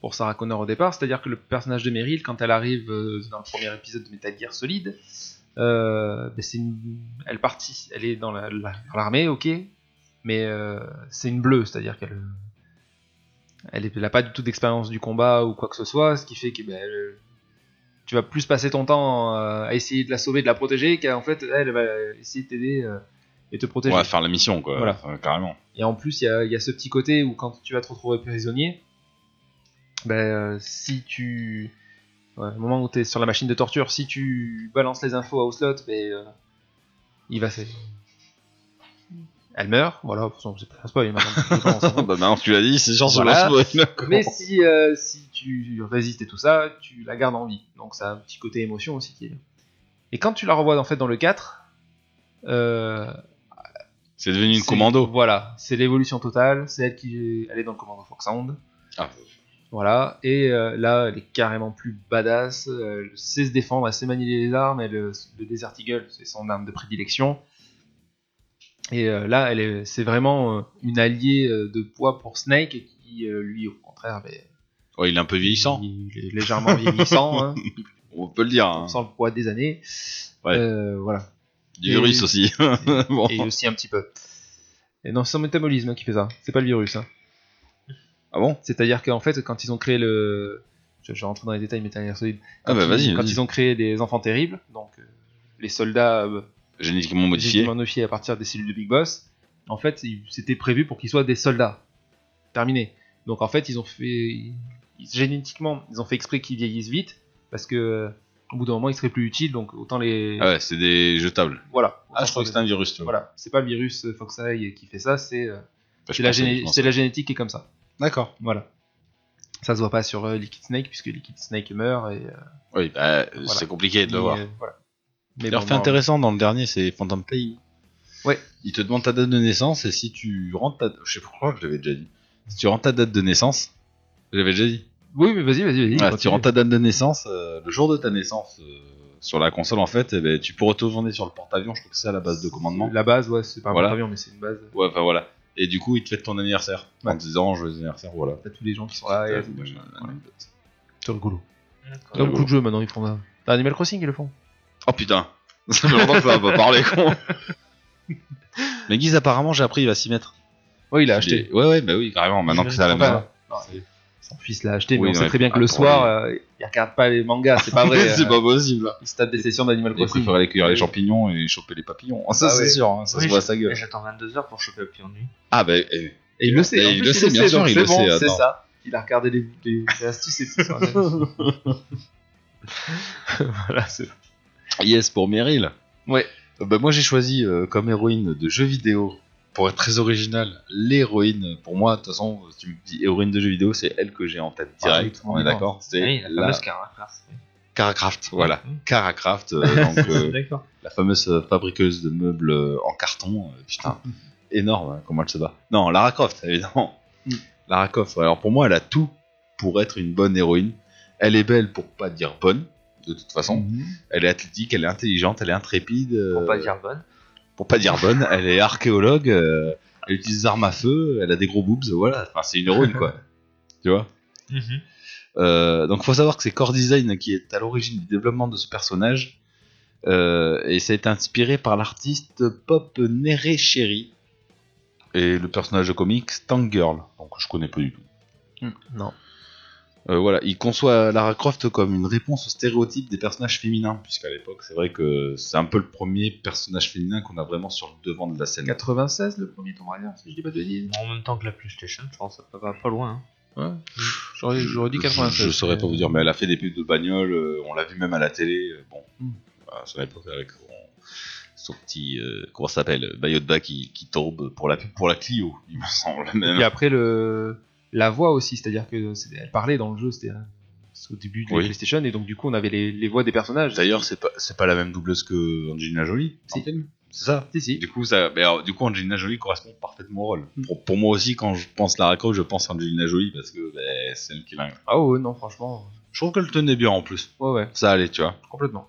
Speaker 5: pour Sarah Connor au départ, c'est-à-dire que le personnage de Meryl, quand elle arrive euh, dans le premier épisode de Metal Gear Solid, euh, ben, c'est une- elle partit, elle est dans la- la- dans l'armée, ok, mais euh, c'est une bleue, c'est-à-dire qu'elle euh, elle n'a pas du tout d'expérience du combat ou quoi que ce soit, ce qui fait que ben, elle- tu vas plus passer ton temps euh, à essayer de la sauver, de la protéger, qu'en fait, elle va essayer de t'aider euh, et te
Speaker 4: On
Speaker 5: protéger.
Speaker 4: va faire la mission, quoi.
Speaker 5: Voilà.
Speaker 4: Enfin, carrément.
Speaker 5: Et en plus, il y a, il y a ce petit côté où quand tu vas te retrouver prisonnier, ben, euh, si tu. ouais, au moment où tu es sur la machine de torture, si tu balances les infos à Oslot, ben, euh, il va se- elle meurt, voilà, de toute façon, c'est pas un spoil, maintenant, on s'en
Speaker 4: bah
Speaker 5: fout.
Speaker 4: maintenant que tu l'as dit, ces gens
Speaker 5: Voilà.
Speaker 4: se lancent dans une
Speaker 5: Mais si, euh, si tu résistes et tout ça, tu la gardes en vie. Donc ça a un petit côté émotion aussi qui est bien. Et quand tu la revois en fait dans le 4, euh,
Speaker 4: C'est devenu une
Speaker 5: c'est-
Speaker 4: commando.
Speaker 5: Voilà, c'est l'évolution totale, c'est elle qui elle est dans le commando Foxhound.
Speaker 4: Ah.
Speaker 5: Voilà, et euh, là, elle est carrément plus badass, euh, elle sait se défendre, elle sait manier les armes, elle, euh, le Desert Eagle, c'est son arme de prédilection. Et euh, là, elle est- c'est vraiment euh, une alliée euh, de poids pour Snake, qui euh, lui, au contraire, ben,
Speaker 4: Oh, il est un peu vieillissant,
Speaker 5: il est légèrement vieillissant, hein,
Speaker 4: on peut le dire. hein.
Speaker 5: sans le poids des années.
Speaker 4: Ouais.
Speaker 5: Euh, voilà,
Speaker 4: Du virus
Speaker 5: Et-
Speaker 4: aussi. Bon.
Speaker 5: et aussi un petit peu. Et non, c'est son métabolisme hein, qui fait ça, c'est pas le virus. hein.
Speaker 4: Ah bon
Speaker 5: C'est-à-dire qu'en fait, quand ils ont créé le. Je je vais rentrer dans les détails, mais t'as l'air solide.
Speaker 4: Ah bah
Speaker 5: Quand
Speaker 4: vas-y,
Speaker 5: ils- Quand
Speaker 4: vas-y.
Speaker 5: ils ont créé des enfants terribles, donc euh, les soldats euh,
Speaker 4: Génétiquement modifié.
Speaker 5: génétiquement modifiés à partir des cellules de Big Boss, en fait, ils- c'était prévu pour qu'ils soient des soldats. Terminé. Donc en fait, ils ont fait. ils- génétiquement, ils ont fait exprès qu'ils vieillissent vite, parce que. euh, Au bout d'un moment, ils seraient plus utiles, donc autant les.
Speaker 4: Ah ouais, c'est des jetables.
Speaker 5: Voilà.
Speaker 4: Ah, je crois que c'est un virus, tu vois.
Speaker 5: Voilà, c'est pas le virus euh, Fox Eye qui fait ça, c'est euh,
Speaker 4: Bah, je
Speaker 5: c'est la,
Speaker 4: pensais- je
Speaker 5: géné-
Speaker 4: pensais.
Speaker 5: c'est la génétique qui est comme ça.
Speaker 4: D'accord.
Speaker 5: Voilà. Ça se voit pas sur euh, Liquid Snake, puisque Liquid Snake meurt et. euh,
Speaker 4: Oui, bah, euh,
Speaker 5: Voilà.
Speaker 4: c'est compliqué de le
Speaker 5: il,
Speaker 4: voir. bah,
Speaker 5: euh, voilà. Mais
Speaker 4: Leur
Speaker 5: bon,
Speaker 4: fait
Speaker 5: non,
Speaker 4: intéressant dans le dernier, c'est Phantom Pain.
Speaker 5: Ouais.
Speaker 4: Il te demande ta date de naissance et si tu rentres ta. Je sais pas pourquoi je l'avais déjà dit. Si tu rentres ta date de naissance, je l'avais déjà dit.
Speaker 5: Oui, mais vas-y, vas-y, vas-y.
Speaker 4: Ouais, Ah, si
Speaker 5: continue.
Speaker 4: tu rentres ta date de naissance, euh, le jour de ta naissance euh, sur la console en fait, eh ben, tu peux retourner sur le porte-avions, je crois que c'est à la base de commandement.
Speaker 5: La base, ouais, c'est pas un
Speaker 4: Voilà.
Speaker 5: avion, mais c'est une base.
Speaker 4: Ouais, enfin voilà. Et du coup, il te fête ton anniversaire en te disant joyeux anniversaire, voilà.
Speaker 5: T'as tous les gens qui sont là.
Speaker 4: Euh,
Speaker 5: et-
Speaker 4: voilà.
Speaker 5: C'est rigolo.
Speaker 4: Ouais,
Speaker 5: T'as beaucoup
Speaker 4: ouais.
Speaker 5: de jeux maintenant, ils font ça. Dans Animal Crossing, ils le font.
Speaker 4: Oh putain, ça fait longtemps que je peux pas parler, con. Mais Guise, apparemment, j'ai appris, il va s'y mettre.
Speaker 5: Oui, il a
Speaker 4: Je l'ai-
Speaker 5: acheté.
Speaker 4: Ouais, ouais, bah oui, carrément, maintenant que c'est à la maison.
Speaker 5: Ah, Son fils l'a acheté,
Speaker 4: Oui,
Speaker 5: mais on
Speaker 4: ouais,
Speaker 5: sait très bien que
Speaker 4: ah,
Speaker 5: le
Speaker 4: pour
Speaker 5: soir, euh, il regarde pas les mangas, c'est pas vrai.
Speaker 4: c'est
Speaker 5: euh,
Speaker 4: pas possible.
Speaker 5: Il se tape des sessions d'Animal
Speaker 4: Il
Speaker 5: Crossing.
Speaker 4: préfère aller cueillir les champignons et choper les papillons. Ah, ça,
Speaker 5: Ah
Speaker 4: c'est
Speaker 5: ouais.
Speaker 4: sûr, hein, ça
Speaker 6: Oui,
Speaker 4: se voit à sa gueule.
Speaker 6: J'attends 22 heures pour choper le pion de nuit.
Speaker 4: Ah, bah, eh,
Speaker 5: Et il le sait.
Speaker 4: Et
Speaker 5: en
Speaker 4: il
Speaker 5: plus,
Speaker 4: le sait, bien sûr,
Speaker 5: donc
Speaker 4: il le
Speaker 5: c'est bon,
Speaker 4: sait, hein,
Speaker 5: C'est
Speaker 4: attends.
Speaker 5: ça. Il a regardé les, les- les astuces et tout ça. voilà, c'est
Speaker 4: yes pour Meryl.
Speaker 5: Ouais.
Speaker 4: Euh, Bah, moi, j'ai choisi euh, comme héroïne de jeu vidéo, pour être très original, l'héroïne. Pour moi, de toute façon, si tu me dis héroïne de jeu vidéo, c'est elle que j'ai en tête
Speaker 5: Ah, oui,
Speaker 4: direct.
Speaker 5: tout le
Speaker 4: on
Speaker 5: monde
Speaker 4: est
Speaker 5: est
Speaker 4: d'accord C'est
Speaker 6: Ah oui, la
Speaker 4: la
Speaker 6: fameuse Cara Craft, oui.
Speaker 4: Caracraft, voilà.
Speaker 6: Mm.
Speaker 4: Caracraft, euh, donc, euh,
Speaker 6: D'accord.
Speaker 4: la fameuse euh, fabriqueuse de meubles euh, en carton, euh, putain,
Speaker 6: Mm.
Speaker 4: énorme hein, comment elle se bat. Non, Lara Croft, évidemment.
Speaker 5: Mm.
Speaker 4: Lara Croft, ouais. alors pour moi, elle a tout pour être une bonne héroïne. Elle est belle pour pas dire bonne, de toute façon. Elle est athlétique, elle est intelligente, elle est intrépide. euh,
Speaker 6: Mm. Pour pas dire bonne.
Speaker 4: pour pas dire bonne. Elle est archéologue, euh, elle utilise des armes à feu, elle a des gros boobs, voilà. Enfin, c'est une héroïne, quoi. tu vois
Speaker 6: Mhm.
Speaker 4: euh, donc faut savoir que c'est Core Design qui est à l'origine du développement de ce personnage. Euh, et ça a été inspiré par l'artiste pop Nere Cherry. Et le personnage de comics Tank Girl, donc je connais pas du tout.
Speaker 5: Non.
Speaker 4: Euh, voilà, il conçoit Lara Croft comme une réponse au stéréotype des personnages féminins, puisqu'à l'époque, c'est vrai que c'est un peu le premier personnage féminin qu'on a vraiment sur le devant de la scène.
Speaker 5: 96 le premier Tomb Raider, si je dis pas de bêtises.
Speaker 6: En même temps que la PlayStation, je pense que ça va pas loin. hein.
Speaker 5: J'aurais j'aurais dit
Speaker 4: Je-
Speaker 5: 96.
Speaker 4: Je, saurais pas vous dire, mais elle a fait des pubs de bagnole, euh, on l'a vu même à la télé. euh, bon,
Speaker 5: Hmm.
Speaker 4: à son époque avec son, son petit, euh, comment ça s'appelle, euh, maillot de bain qui, qui tombe pour la pub pour la Clio, il me semble
Speaker 5: Et
Speaker 4: même.
Speaker 5: puis après, le... la voix aussi, c'est-à-dire que c'était- elle parlait dans le jeu, c'était euh, c'est au début de la
Speaker 4: Oui.
Speaker 5: PlayStation, et donc du coup, on avait les, les voix des personnages.
Speaker 4: D'ailleurs, c'est pas, c'est pas la même doubleuse que Angelina Jolie.
Speaker 5: Si.
Speaker 4: en film, C'est ça.
Speaker 5: Si, si.
Speaker 4: Du coup, ça, mais alors, du coup, Angelina Jolie correspond parfaitement au rôle.
Speaker 5: Hmm.
Speaker 4: Pour, pour moi aussi, quand je pense Lara Croft, je pense Angelina Jolie parce que ben, c'est elle qui l'a.
Speaker 5: Ah ouais, non, franchement.
Speaker 4: Je trouve qu'elle tenait bien en plus.
Speaker 5: Ouais, ouais,
Speaker 4: Ça allait, tu vois.
Speaker 5: complètement.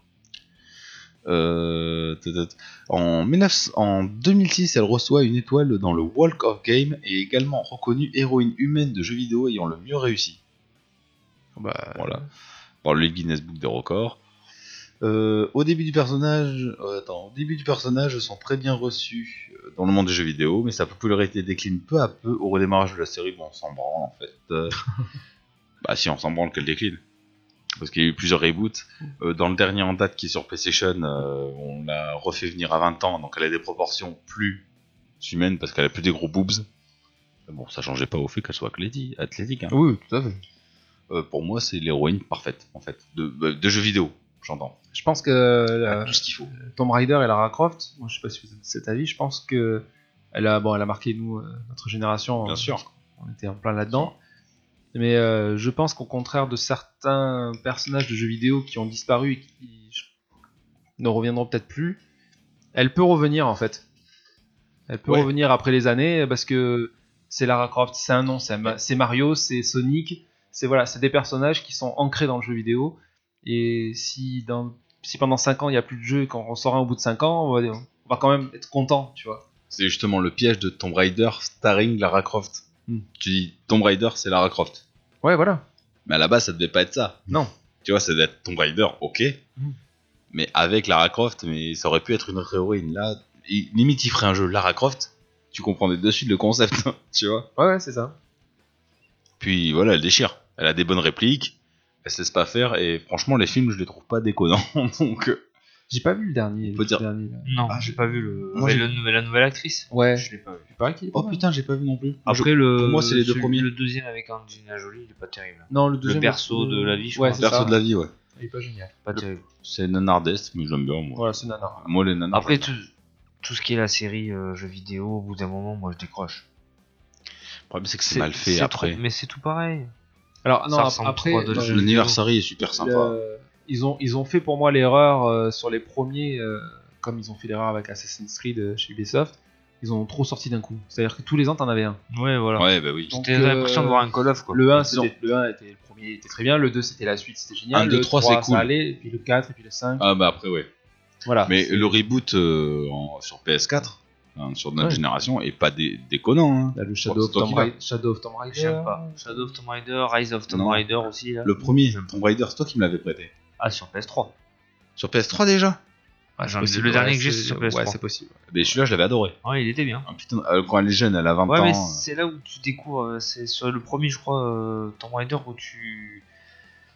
Speaker 4: Euh, tut, tut. en, 19 en 2006, elle reçoit une étoile dans le Walk of Game et est également reconnue héroïne humaine de jeux vidéo ayant le mieux réussi.
Speaker 5: Bah,
Speaker 4: Voilà. Par le Guinness Book des records. Euh, au début du personnage, euh, attends, au début du personnage, elles sont très bien reçus euh, dans le monde des jeux vidéo, mais sa popularité décline peu à peu au redémarrage de la série. Bon, on s'en branle en fait. Euh, bah si, on s'en branle qu'elle décline, parce qu'il y a eu plusieurs reboots. Euh, dans le dernier en date qui est sur PlayStation, euh, on l'a refait venir à 20 ans, donc elle a des proportions plus humaines parce qu'elle a plus des gros boobs. Bon, ça changeait pas au fait qu'elle soit athléti- athlétique. hein.
Speaker 5: Oui, tout à fait.
Speaker 4: Euh, pour moi, c'est l'héroïne parfaite, en fait, de, euh, de jeux vidéo, j'entends.
Speaker 5: Je pense que euh,
Speaker 4: Ah, Tout ce qu'il faut.
Speaker 5: Tomb Raider et Lara Croft, moi je sais pas si vous êtes de cet avis, je pense que Elle a, bon, elle a marqué, nous, euh, notre génération.
Speaker 4: Bien
Speaker 5: euh,
Speaker 4: sûr.
Speaker 5: On était en plein là-dedans. Mais euh, je pense qu'au contraire de certains personnages de jeux vidéo qui ont disparu et qui je- ne reviendront peut-être plus, elle peut revenir en fait. Elle peut
Speaker 4: Ouais.
Speaker 5: revenir après les années parce que c'est Lara Croft, c'est un nom, c'est un ma- c'est Mario, c'est Sonic, c'est voilà, c'est des personnages qui sont ancrés dans le jeu vidéo. Et si, dans, si pendant 5 ans il n'y a plus de jeu et qu'on ressort un au bout de 5 ans, on va, on va quand même être content, tu vois.
Speaker 4: C'est justement le piège de Tomb Raider starring Lara Croft.
Speaker 5: Hmm.
Speaker 4: Tu dis Tomb Raider, c'est Lara Croft.
Speaker 5: Ouais, voilà.
Speaker 4: Mais à la base, ça devait pas être ça.
Speaker 5: Non.
Speaker 4: Tu vois, ça devait être Tomb Raider, ok. Mais avec Lara Croft, mais ça aurait pu être une autre héroïne. Là, il- limite, il ferait un jeu Lara Croft. Tu comprendrais de suite le concept, tu vois.
Speaker 5: Ouais, ouais, c'est ça.
Speaker 4: Puis voilà, elle déchire. Elle a des bonnes répliques. Elle se laisse pas faire. Et franchement, les films, je les trouve pas déconnants. Donc, euh,
Speaker 5: J'ai pas vu le dernier.
Speaker 4: On peut
Speaker 5: le
Speaker 4: dire-
Speaker 5: dernier, là.
Speaker 6: Non,
Speaker 4: Ah,
Speaker 6: j'ai pas vu le,
Speaker 4: Moi,
Speaker 6: mais
Speaker 4: j'ai-
Speaker 6: le nouvel- la nouvelle actrice.
Speaker 5: Ouais.
Speaker 6: Je l'ai pas vu.
Speaker 4: oh putain, j'ai pas vu non plus.
Speaker 6: Après, le,
Speaker 4: pour moi, c'est les deux
Speaker 6: celui-
Speaker 4: premiers.
Speaker 6: Le deuxième avec Angelina Jolie, il est pas terrible.
Speaker 5: Non, le
Speaker 6: Le
Speaker 5: deuxième.
Speaker 6: berceau de la vie, je
Speaker 5: ouais,
Speaker 6: crois.
Speaker 5: c'est
Speaker 4: Perso
Speaker 5: ça.
Speaker 4: de la vie, ouais.
Speaker 5: Il est pas génial.
Speaker 6: Pas terrible.
Speaker 4: C'est nanardeste, mais j'aime bien, moi.
Speaker 5: Voilà, c'est nanar.
Speaker 4: Moi, les nanars.
Speaker 6: Après, tout, tout ce qui est la série euh, jeux vidéo, au bout d'un moment, moi, je décroche.
Speaker 4: Le problème, c'est que c'est mal fait
Speaker 6: c'est
Speaker 4: après.
Speaker 6: trop- mais c'est tout pareil.
Speaker 5: Alors, non,
Speaker 6: Ça
Speaker 5: ap-
Speaker 6: ressemble
Speaker 5: après,
Speaker 6: trop à de
Speaker 5: dans
Speaker 6: jeux.
Speaker 5: le-
Speaker 4: L'anniversary est super sympa.
Speaker 5: le- ils, ont, ils ont fait pour moi l'erreur euh, sur les premiers, euh, comme ils ont fait l'erreur avec Assassin's Creed euh, chez Ubisoft. Ils ont trop sorti d'un coup. C'est-à-dire que tous les ans, t'en avais un.
Speaker 6: Ouais, voilà.
Speaker 4: Ouais, bah oui.
Speaker 5: Donc,
Speaker 6: T'as
Speaker 5: euh,
Speaker 6: l'impression de voir un Call of, quoi.
Speaker 5: Le 1,
Speaker 4: Ils ont-
Speaker 5: c'était, le 1 était le premier, était très bien. Le 2, c'était la suite, c'était génial.
Speaker 4: Un, deux,
Speaker 5: le
Speaker 4: Ah, trois,
Speaker 5: 3,
Speaker 4: c'est cool.
Speaker 5: ça allait. Et puis le 4, et puis le 5.
Speaker 4: Ah bah après, ouais.
Speaker 6: Ah,
Speaker 5: voilà.
Speaker 4: Mais
Speaker 5: C'est-
Speaker 4: le reboot euh, en- sur PS4, hein, sur notre
Speaker 5: Ouais.
Speaker 4: génération, est pas dé- déconnant. hein.
Speaker 5: Là, le
Speaker 4: Oh,
Speaker 5: Shadow,
Speaker 4: c'est
Speaker 5: of
Speaker 4: toi
Speaker 5: Tomb
Speaker 4: qui vas.
Speaker 5: Raider- Shadow of Tomb Raider.
Speaker 6: J'aime pas. Shadow of Tomb Raider, Rise of Tomb
Speaker 4: Non.
Speaker 6: Raider aussi, là.
Speaker 4: Le premier, Tomb Raider, c'est toi qui me l'avais prêté.
Speaker 6: Ah, sur PS3.
Speaker 4: Sur PS3 déjà
Speaker 6: Ah, j'en-
Speaker 5: Possible,
Speaker 6: le dernier
Speaker 5: ouais,
Speaker 6: que j'ai, c'est
Speaker 5: c'est-
Speaker 6: sur PS3.
Speaker 5: ouais,
Speaker 6: Ouais,
Speaker 5: c'est possible.
Speaker 4: Mais celui-là, je l'avais adoré.
Speaker 6: il était bien.
Speaker 4: Ah, putain, euh, quand elle est jeune, elle a 20
Speaker 6: Ouais, mais
Speaker 4: ans. euh,
Speaker 6: c'est là où tu découvres. euh, C'est sur le premier, je crois, euh, Tomb Raider, où tu.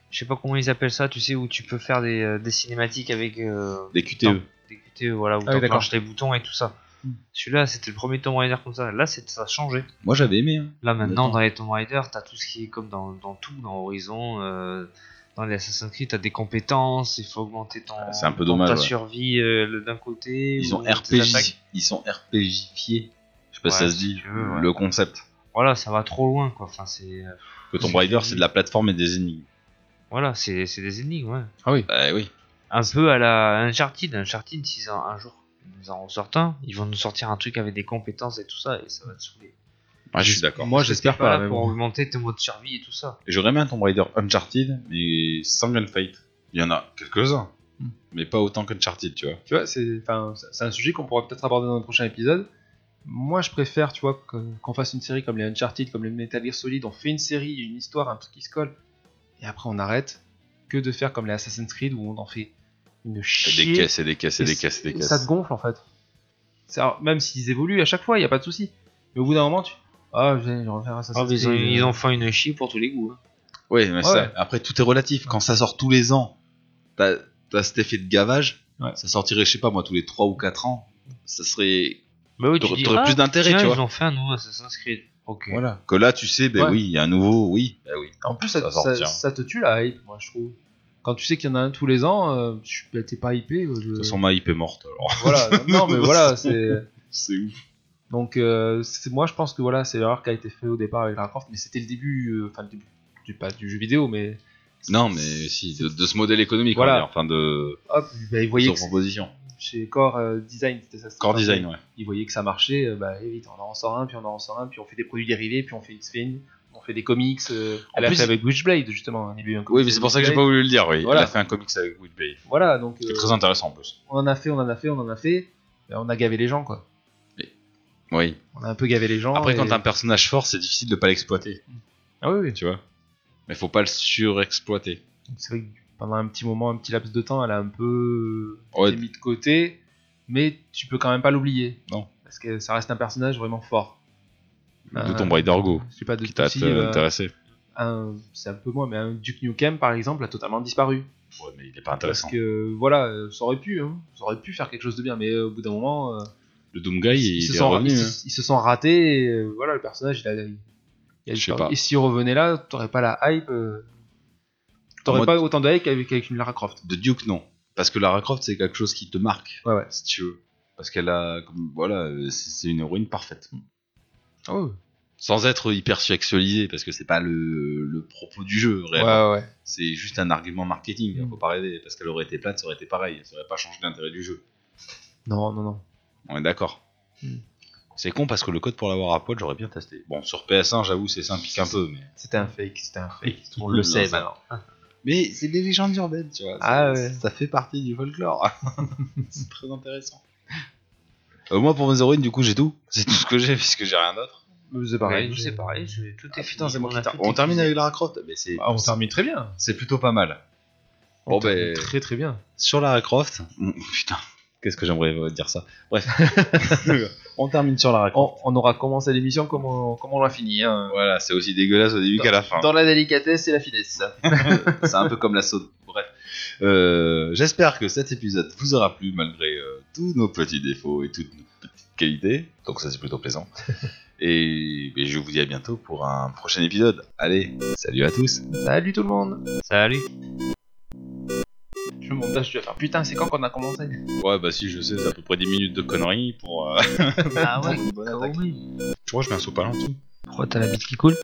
Speaker 6: Je sais pas comment ils appellent ça, tu sais, où tu peux faire des, euh, des cinématiques avec. euh,
Speaker 4: Des E. QTE.
Speaker 6: Non. des QTE, voilà, où
Speaker 5: Ah oui, d'accord.
Speaker 6: t'enclenches les boutons et tout ça. Celui-là, c'était le premier Tomb Raider comme ça. Là, c'est- ça a changé.
Speaker 4: Moi, j'avais aimé. hein.
Speaker 6: Là, maintenant, dans les Tomb Raider, t'as tout ce qui est comme dans, dans tout, dans Horizon, euh, dans les Assassin's Creed, t'as des compétences, il faut augmenter ton,
Speaker 4: c'est un peu
Speaker 6: ton-
Speaker 4: dommage,
Speaker 6: ta
Speaker 4: ouais.
Speaker 6: survie euh, le- d'un côté.
Speaker 4: Ils
Speaker 6: ou
Speaker 4: sont
Speaker 6: tes
Speaker 4: RPG.
Speaker 6: attaques.
Speaker 4: Ils sont RPGifiés. Je sais pas si
Speaker 6: Ouais,
Speaker 4: ça se
Speaker 6: si
Speaker 4: dit.
Speaker 6: tu veux, ouais.
Speaker 4: Le concept.
Speaker 6: Voilà, ça va trop loin, quoi. Enfin, c'est. euh,
Speaker 4: Que Tomb Raider, c'est de la plateforme et des énigmes.
Speaker 6: Voilà, c'est c'est des énigmes, ouais.
Speaker 4: Bah oui.
Speaker 6: Un peu à la Uncharted. Uncharted, s'ils en- un jour ils en ressortent un, ils vont nous sortir un truc avec des compétences et tout ça, et ça va te saouler.
Speaker 4: Ah, je suis d'accord.
Speaker 5: Moi, j'espère
Speaker 6: Pas
Speaker 5: pas.
Speaker 6: là
Speaker 5: mais
Speaker 6: pour
Speaker 5: bon.
Speaker 6: augmenter tes modes de survie et tout ça.
Speaker 4: J'aurais aimé un Tomb Raider Uncharted, mais sans Gunfight. Il y en a quelques-uns,
Speaker 5: Hmm.
Speaker 4: mais pas autant qu'Uncharted, tu vois.
Speaker 5: Tu vois, c'est enfin, c'est- c'est un sujet qu'on pourra peut-être aborder dans le prochain épisode. Moi, je préfère, tu vois, que- qu'on fasse une série comme les Uncharted, comme les Metal Gear Solid. On fait une série, une histoire, un truc qui se colle, et après on arrête. Que de faire comme les Assassin's Creed où on en fait une
Speaker 4: Et
Speaker 5: chier.
Speaker 4: des caisses, et des caisses, et
Speaker 5: et
Speaker 4: des
Speaker 5: c-
Speaker 4: caisses, et des
Speaker 5: et
Speaker 4: caisses.
Speaker 5: Ça te gonfle en fait. C'est- alors, même s'ils évoluent à chaque fois, il y a pas de souci. Mais au bout d'un moment, tu ah, je vais je vais refaire Assassin's
Speaker 6: ils, ont,
Speaker 5: Creed.
Speaker 6: ils en font une chie pour tous les goûts. hein.
Speaker 4: Ouais, mais
Speaker 5: Ouais.
Speaker 4: ça- après tout est relatif. Quand ça sort tous les ans, t'as as cet effet de gavage.
Speaker 5: Ouais.
Speaker 4: Ça sortirait, je sais pas moi, tous les 3 ou 4 ans. Ça serait.
Speaker 6: Bah oui,
Speaker 4: T'aurais- t'aurais plus d'intérêt,
Speaker 6: tiens,
Speaker 4: tu vois.
Speaker 6: Ils ont fait un nouveau Assassin's Creed. Ok.
Speaker 4: Voilà. Que là, tu sais, ben
Speaker 5: Ouais.
Speaker 4: oui, il y a un nouveau, oui. Ben oui.
Speaker 5: En plus, ça,
Speaker 4: Ça
Speaker 5: ça,
Speaker 4: sort, tiens.
Speaker 5: ça te tue la hype, moi je trouve. Quand tu sais qu'il y en a un tous les ans, euh, tu bah, t'es pas hypé. euh, je-
Speaker 4: De toute façon, ma hype est morte. Alors,
Speaker 5: Voilà, non mais voilà, c'est.
Speaker 4: c'est ouf.
Speaker 5: Donc euh, c'est- moi je pense que voilà, c'est l'erreur qui a été faite au départ avec Lara Croft, mais c'était le début, euh, enfin le début du, pas du jeu vidéo, mais
Speaker 4: Non, mais si, de, de ce modèle économique,
Speaker 5: Voilà.
Speaker 4: on va dire. enfin de
Speaker 5: hop, bah, ils
Speaker 4: de
Speaker 5: voyaient
Speaker 4: son
Speaker 5: que
Speaker 4: proposition.
Speaker 5: chez Core euh, Design, c'était ça. c'était
Speaker 4: Core
Speaker 5: ça,
Speaker 4: design, ouais.
Speaker 5: Ils voyaient que ça marchait, euh, bah et vite, on en sort un, puis on en sort un, puis on fait des produits dérivés, puis on fait X-Fin, on fait des comics. euh, elle a
Speaker 4: plus,
Speaker 5: fait avec Witchblade justement, hein, un début. un
Speaker 4: Oui,
Speaker 5: comics
Speaker 4: mais c'est pour ça que j'ai
Speaker 5: Witchblade.
Speaker 4: pas voulu le dire. Oui.
Speaker 5: Voilà.
Speaker 4: Il a fait un comics avec Will Bay.
Speaker 5: Voilà, donc
Speaker 4: Qui est
Speaker 5: euh,
Speaker 4: très intéressant en plus.
Speaker 5: on en a fait, on en a fait, on en a fait, et on a gavé les gens quoi.
Speaker 4: Oui.
Speaker 5: On a un peu gavé les gens.
Speaker 4: Après,
Speaker 5: Oh, et-
Speaker 4: quand t'as un personnage fort, c'est difficile de pas l'exploiter,
Speaker 5: ah oui, oui.
Speaker 4: tu vois. Mais faut pas le surexploiter.
Speaker 5: C'est vrai que pendant un petit moment, un petit laps de temps, elle a un peu
Speaker 4: Ouais.
Speaker 5: été mis de côté, mais tu peux quand même pas l'oublier.
Speaker 4: Non.
Speaker 5: Parce que ça reste un personnage vraiment fort.
Speaker 4: De
Speaker 5: Euh,
Speaker 4: Tomb Raider Go,
Speaker 5: Je sais pas de
Speaker 4: qui t'a
Speaker 5: souci,
Speaker 4: euh,
Speaker 5: euh,
Speaker 4: intéressé.
Speaker 5: un- C'est un peu moins, mais un Duke Nukem par exemple a totalement disparu.
Speaker 4: Ouais, mais il est pas
Speaker 5: Parce
Speaker 4: intéressant.
Speaker 5: que voilà, euh, ça aurait pu, hein, ça aurait pu faire quelque chose de bien, mais euh, au bout d'un moment, euh,
Speaker 4: Le Doom Guy,
Speaker 5: ils,
Speaker 4: il
Speaker 5: se
Speaker 4: est
Speaker 5: sont,
Speaker 4: revenu.
Speaker 5: ils
Speaker 4: hein.
Speaker 5: se- ils se sont ratés. Et, euh, voilà, le personnage, il a, il a
Speaker 4: Je sais
Speaker 5: disparu.
Speaker 4: pas.
Speaker 5: Et s'il revenait là, t'aurais pas la hype, euh, t'aurais
Speaker 4: Moi,
Speaker 5: pas autant de hype qu'avec qu'avec une Lara Croft.
Speaker 4: De Duke, non. Parce que Lara Croft, c'est quelque chose qui te marque,
Speaker 5: Ouais, ouais.
Speaker 4: si tu veux. Parce parce qu'elle a, comme- voilà, euh, c'est c'est une héroïne parfaite.
Speaker 5: Oh,
Speaker 4: Sans être hyper sexualisée, parce que c'est pas le, le propos du jeu
Speaker 5: ouais,
Speaker 4: réellement.
Speaker 5: ouais, ouais.
Speaker 4: C'est juste un argument marketing, hein, faut pas rêver, parce qu'elle aurait été plate, ça aurait été pareil, ça aurait pas changé l'intérêt du jeu.
Speaker 5: Non, non, non.
Speaker 4: On est d'accord. Mm.
Speaker 5: Hmm.
Speaker 4: C'est con parce que le code pour l'avoir à poil, j'aurais bien testé. Bon, sur PS1, j'avoue, c'est simple, pique un peu, mais.
Speaker 5: C'était un fake, c'était un fake. Tout le monde
Speaker 4: Non,
Speaker 5: le sait
Speaker 4: ça-
Speaker 5: maintenant.
Speaker 4: Mais c'est des légendes urbaines, tu vois.
Speaker 5: Ah
Speaker 4: ça,
Speaker 5: ouais.
Speaker 4: ça fait partie du folklore. c'est très intéressant. Euh, moi, pour mes héroïnes, du coup, j'ai tout. C'est tout ce que j'ai, puisque j'ai rien d'autre.
Speaker 5: Mais C'est
Speaker 6: Ouais,
Speaker 5: pareil.
Speaker 6: nous, c'est pareil, je- tout est fini, on a
Speaker 4: ter-
Speaker 6: tout
Speaker 4: On
Speaker 6: épuisé.
Speaker 4: termine avec Lara Croft. Mais c'est,
Speaker 5: Ah, on termine très bien.
Speaker 4: c'est plutôt pas mal. Bon,
Speaker 5: On termine
Speaker 4: ben-
Speaker 5: Très, très bien.
Speaker 4: Sur Lara Croft. Mm, Putain, qu'est-ce que j'aimerais euh, dire ça. Bref. on termine sur Lara Croft.
Speaker 5: On, on aura commencé l'émission comme on, comme on l'a fini. hein.
Speaker 4: Voilà, c'est aussi dégueulasse au début qu'à la fin.
Speaker 5: Dans la délicatesse et la finesse.
Speaker 4: c'est un peu comme la saute. Bref, Euh, j'espère que cet épisode vous aura plu malgré euh, tous nos petits défauts et toutes nos petites qualités. Donc ça c'est plutôt plaisant. et, et je vous dis à bientôt pour un prochain épisode. Allez, salut à tous.
Speaker 5: Salut tout le monde.
Speaker 6: Salut.
Speaker 5: Je montage, tu vas faire putain, c'est quand qu'on a commencé
Speaker 4: Ouais bah si je sais, c'est à peu près 10 minutes de conneries pour. euh,
Speaker 6: Ah ouais,
Speaker 4: pour une bonne attaque. Je crois que je mets un saut pas lent.
Speaker 6: Pourquoi t'as la bite qui coule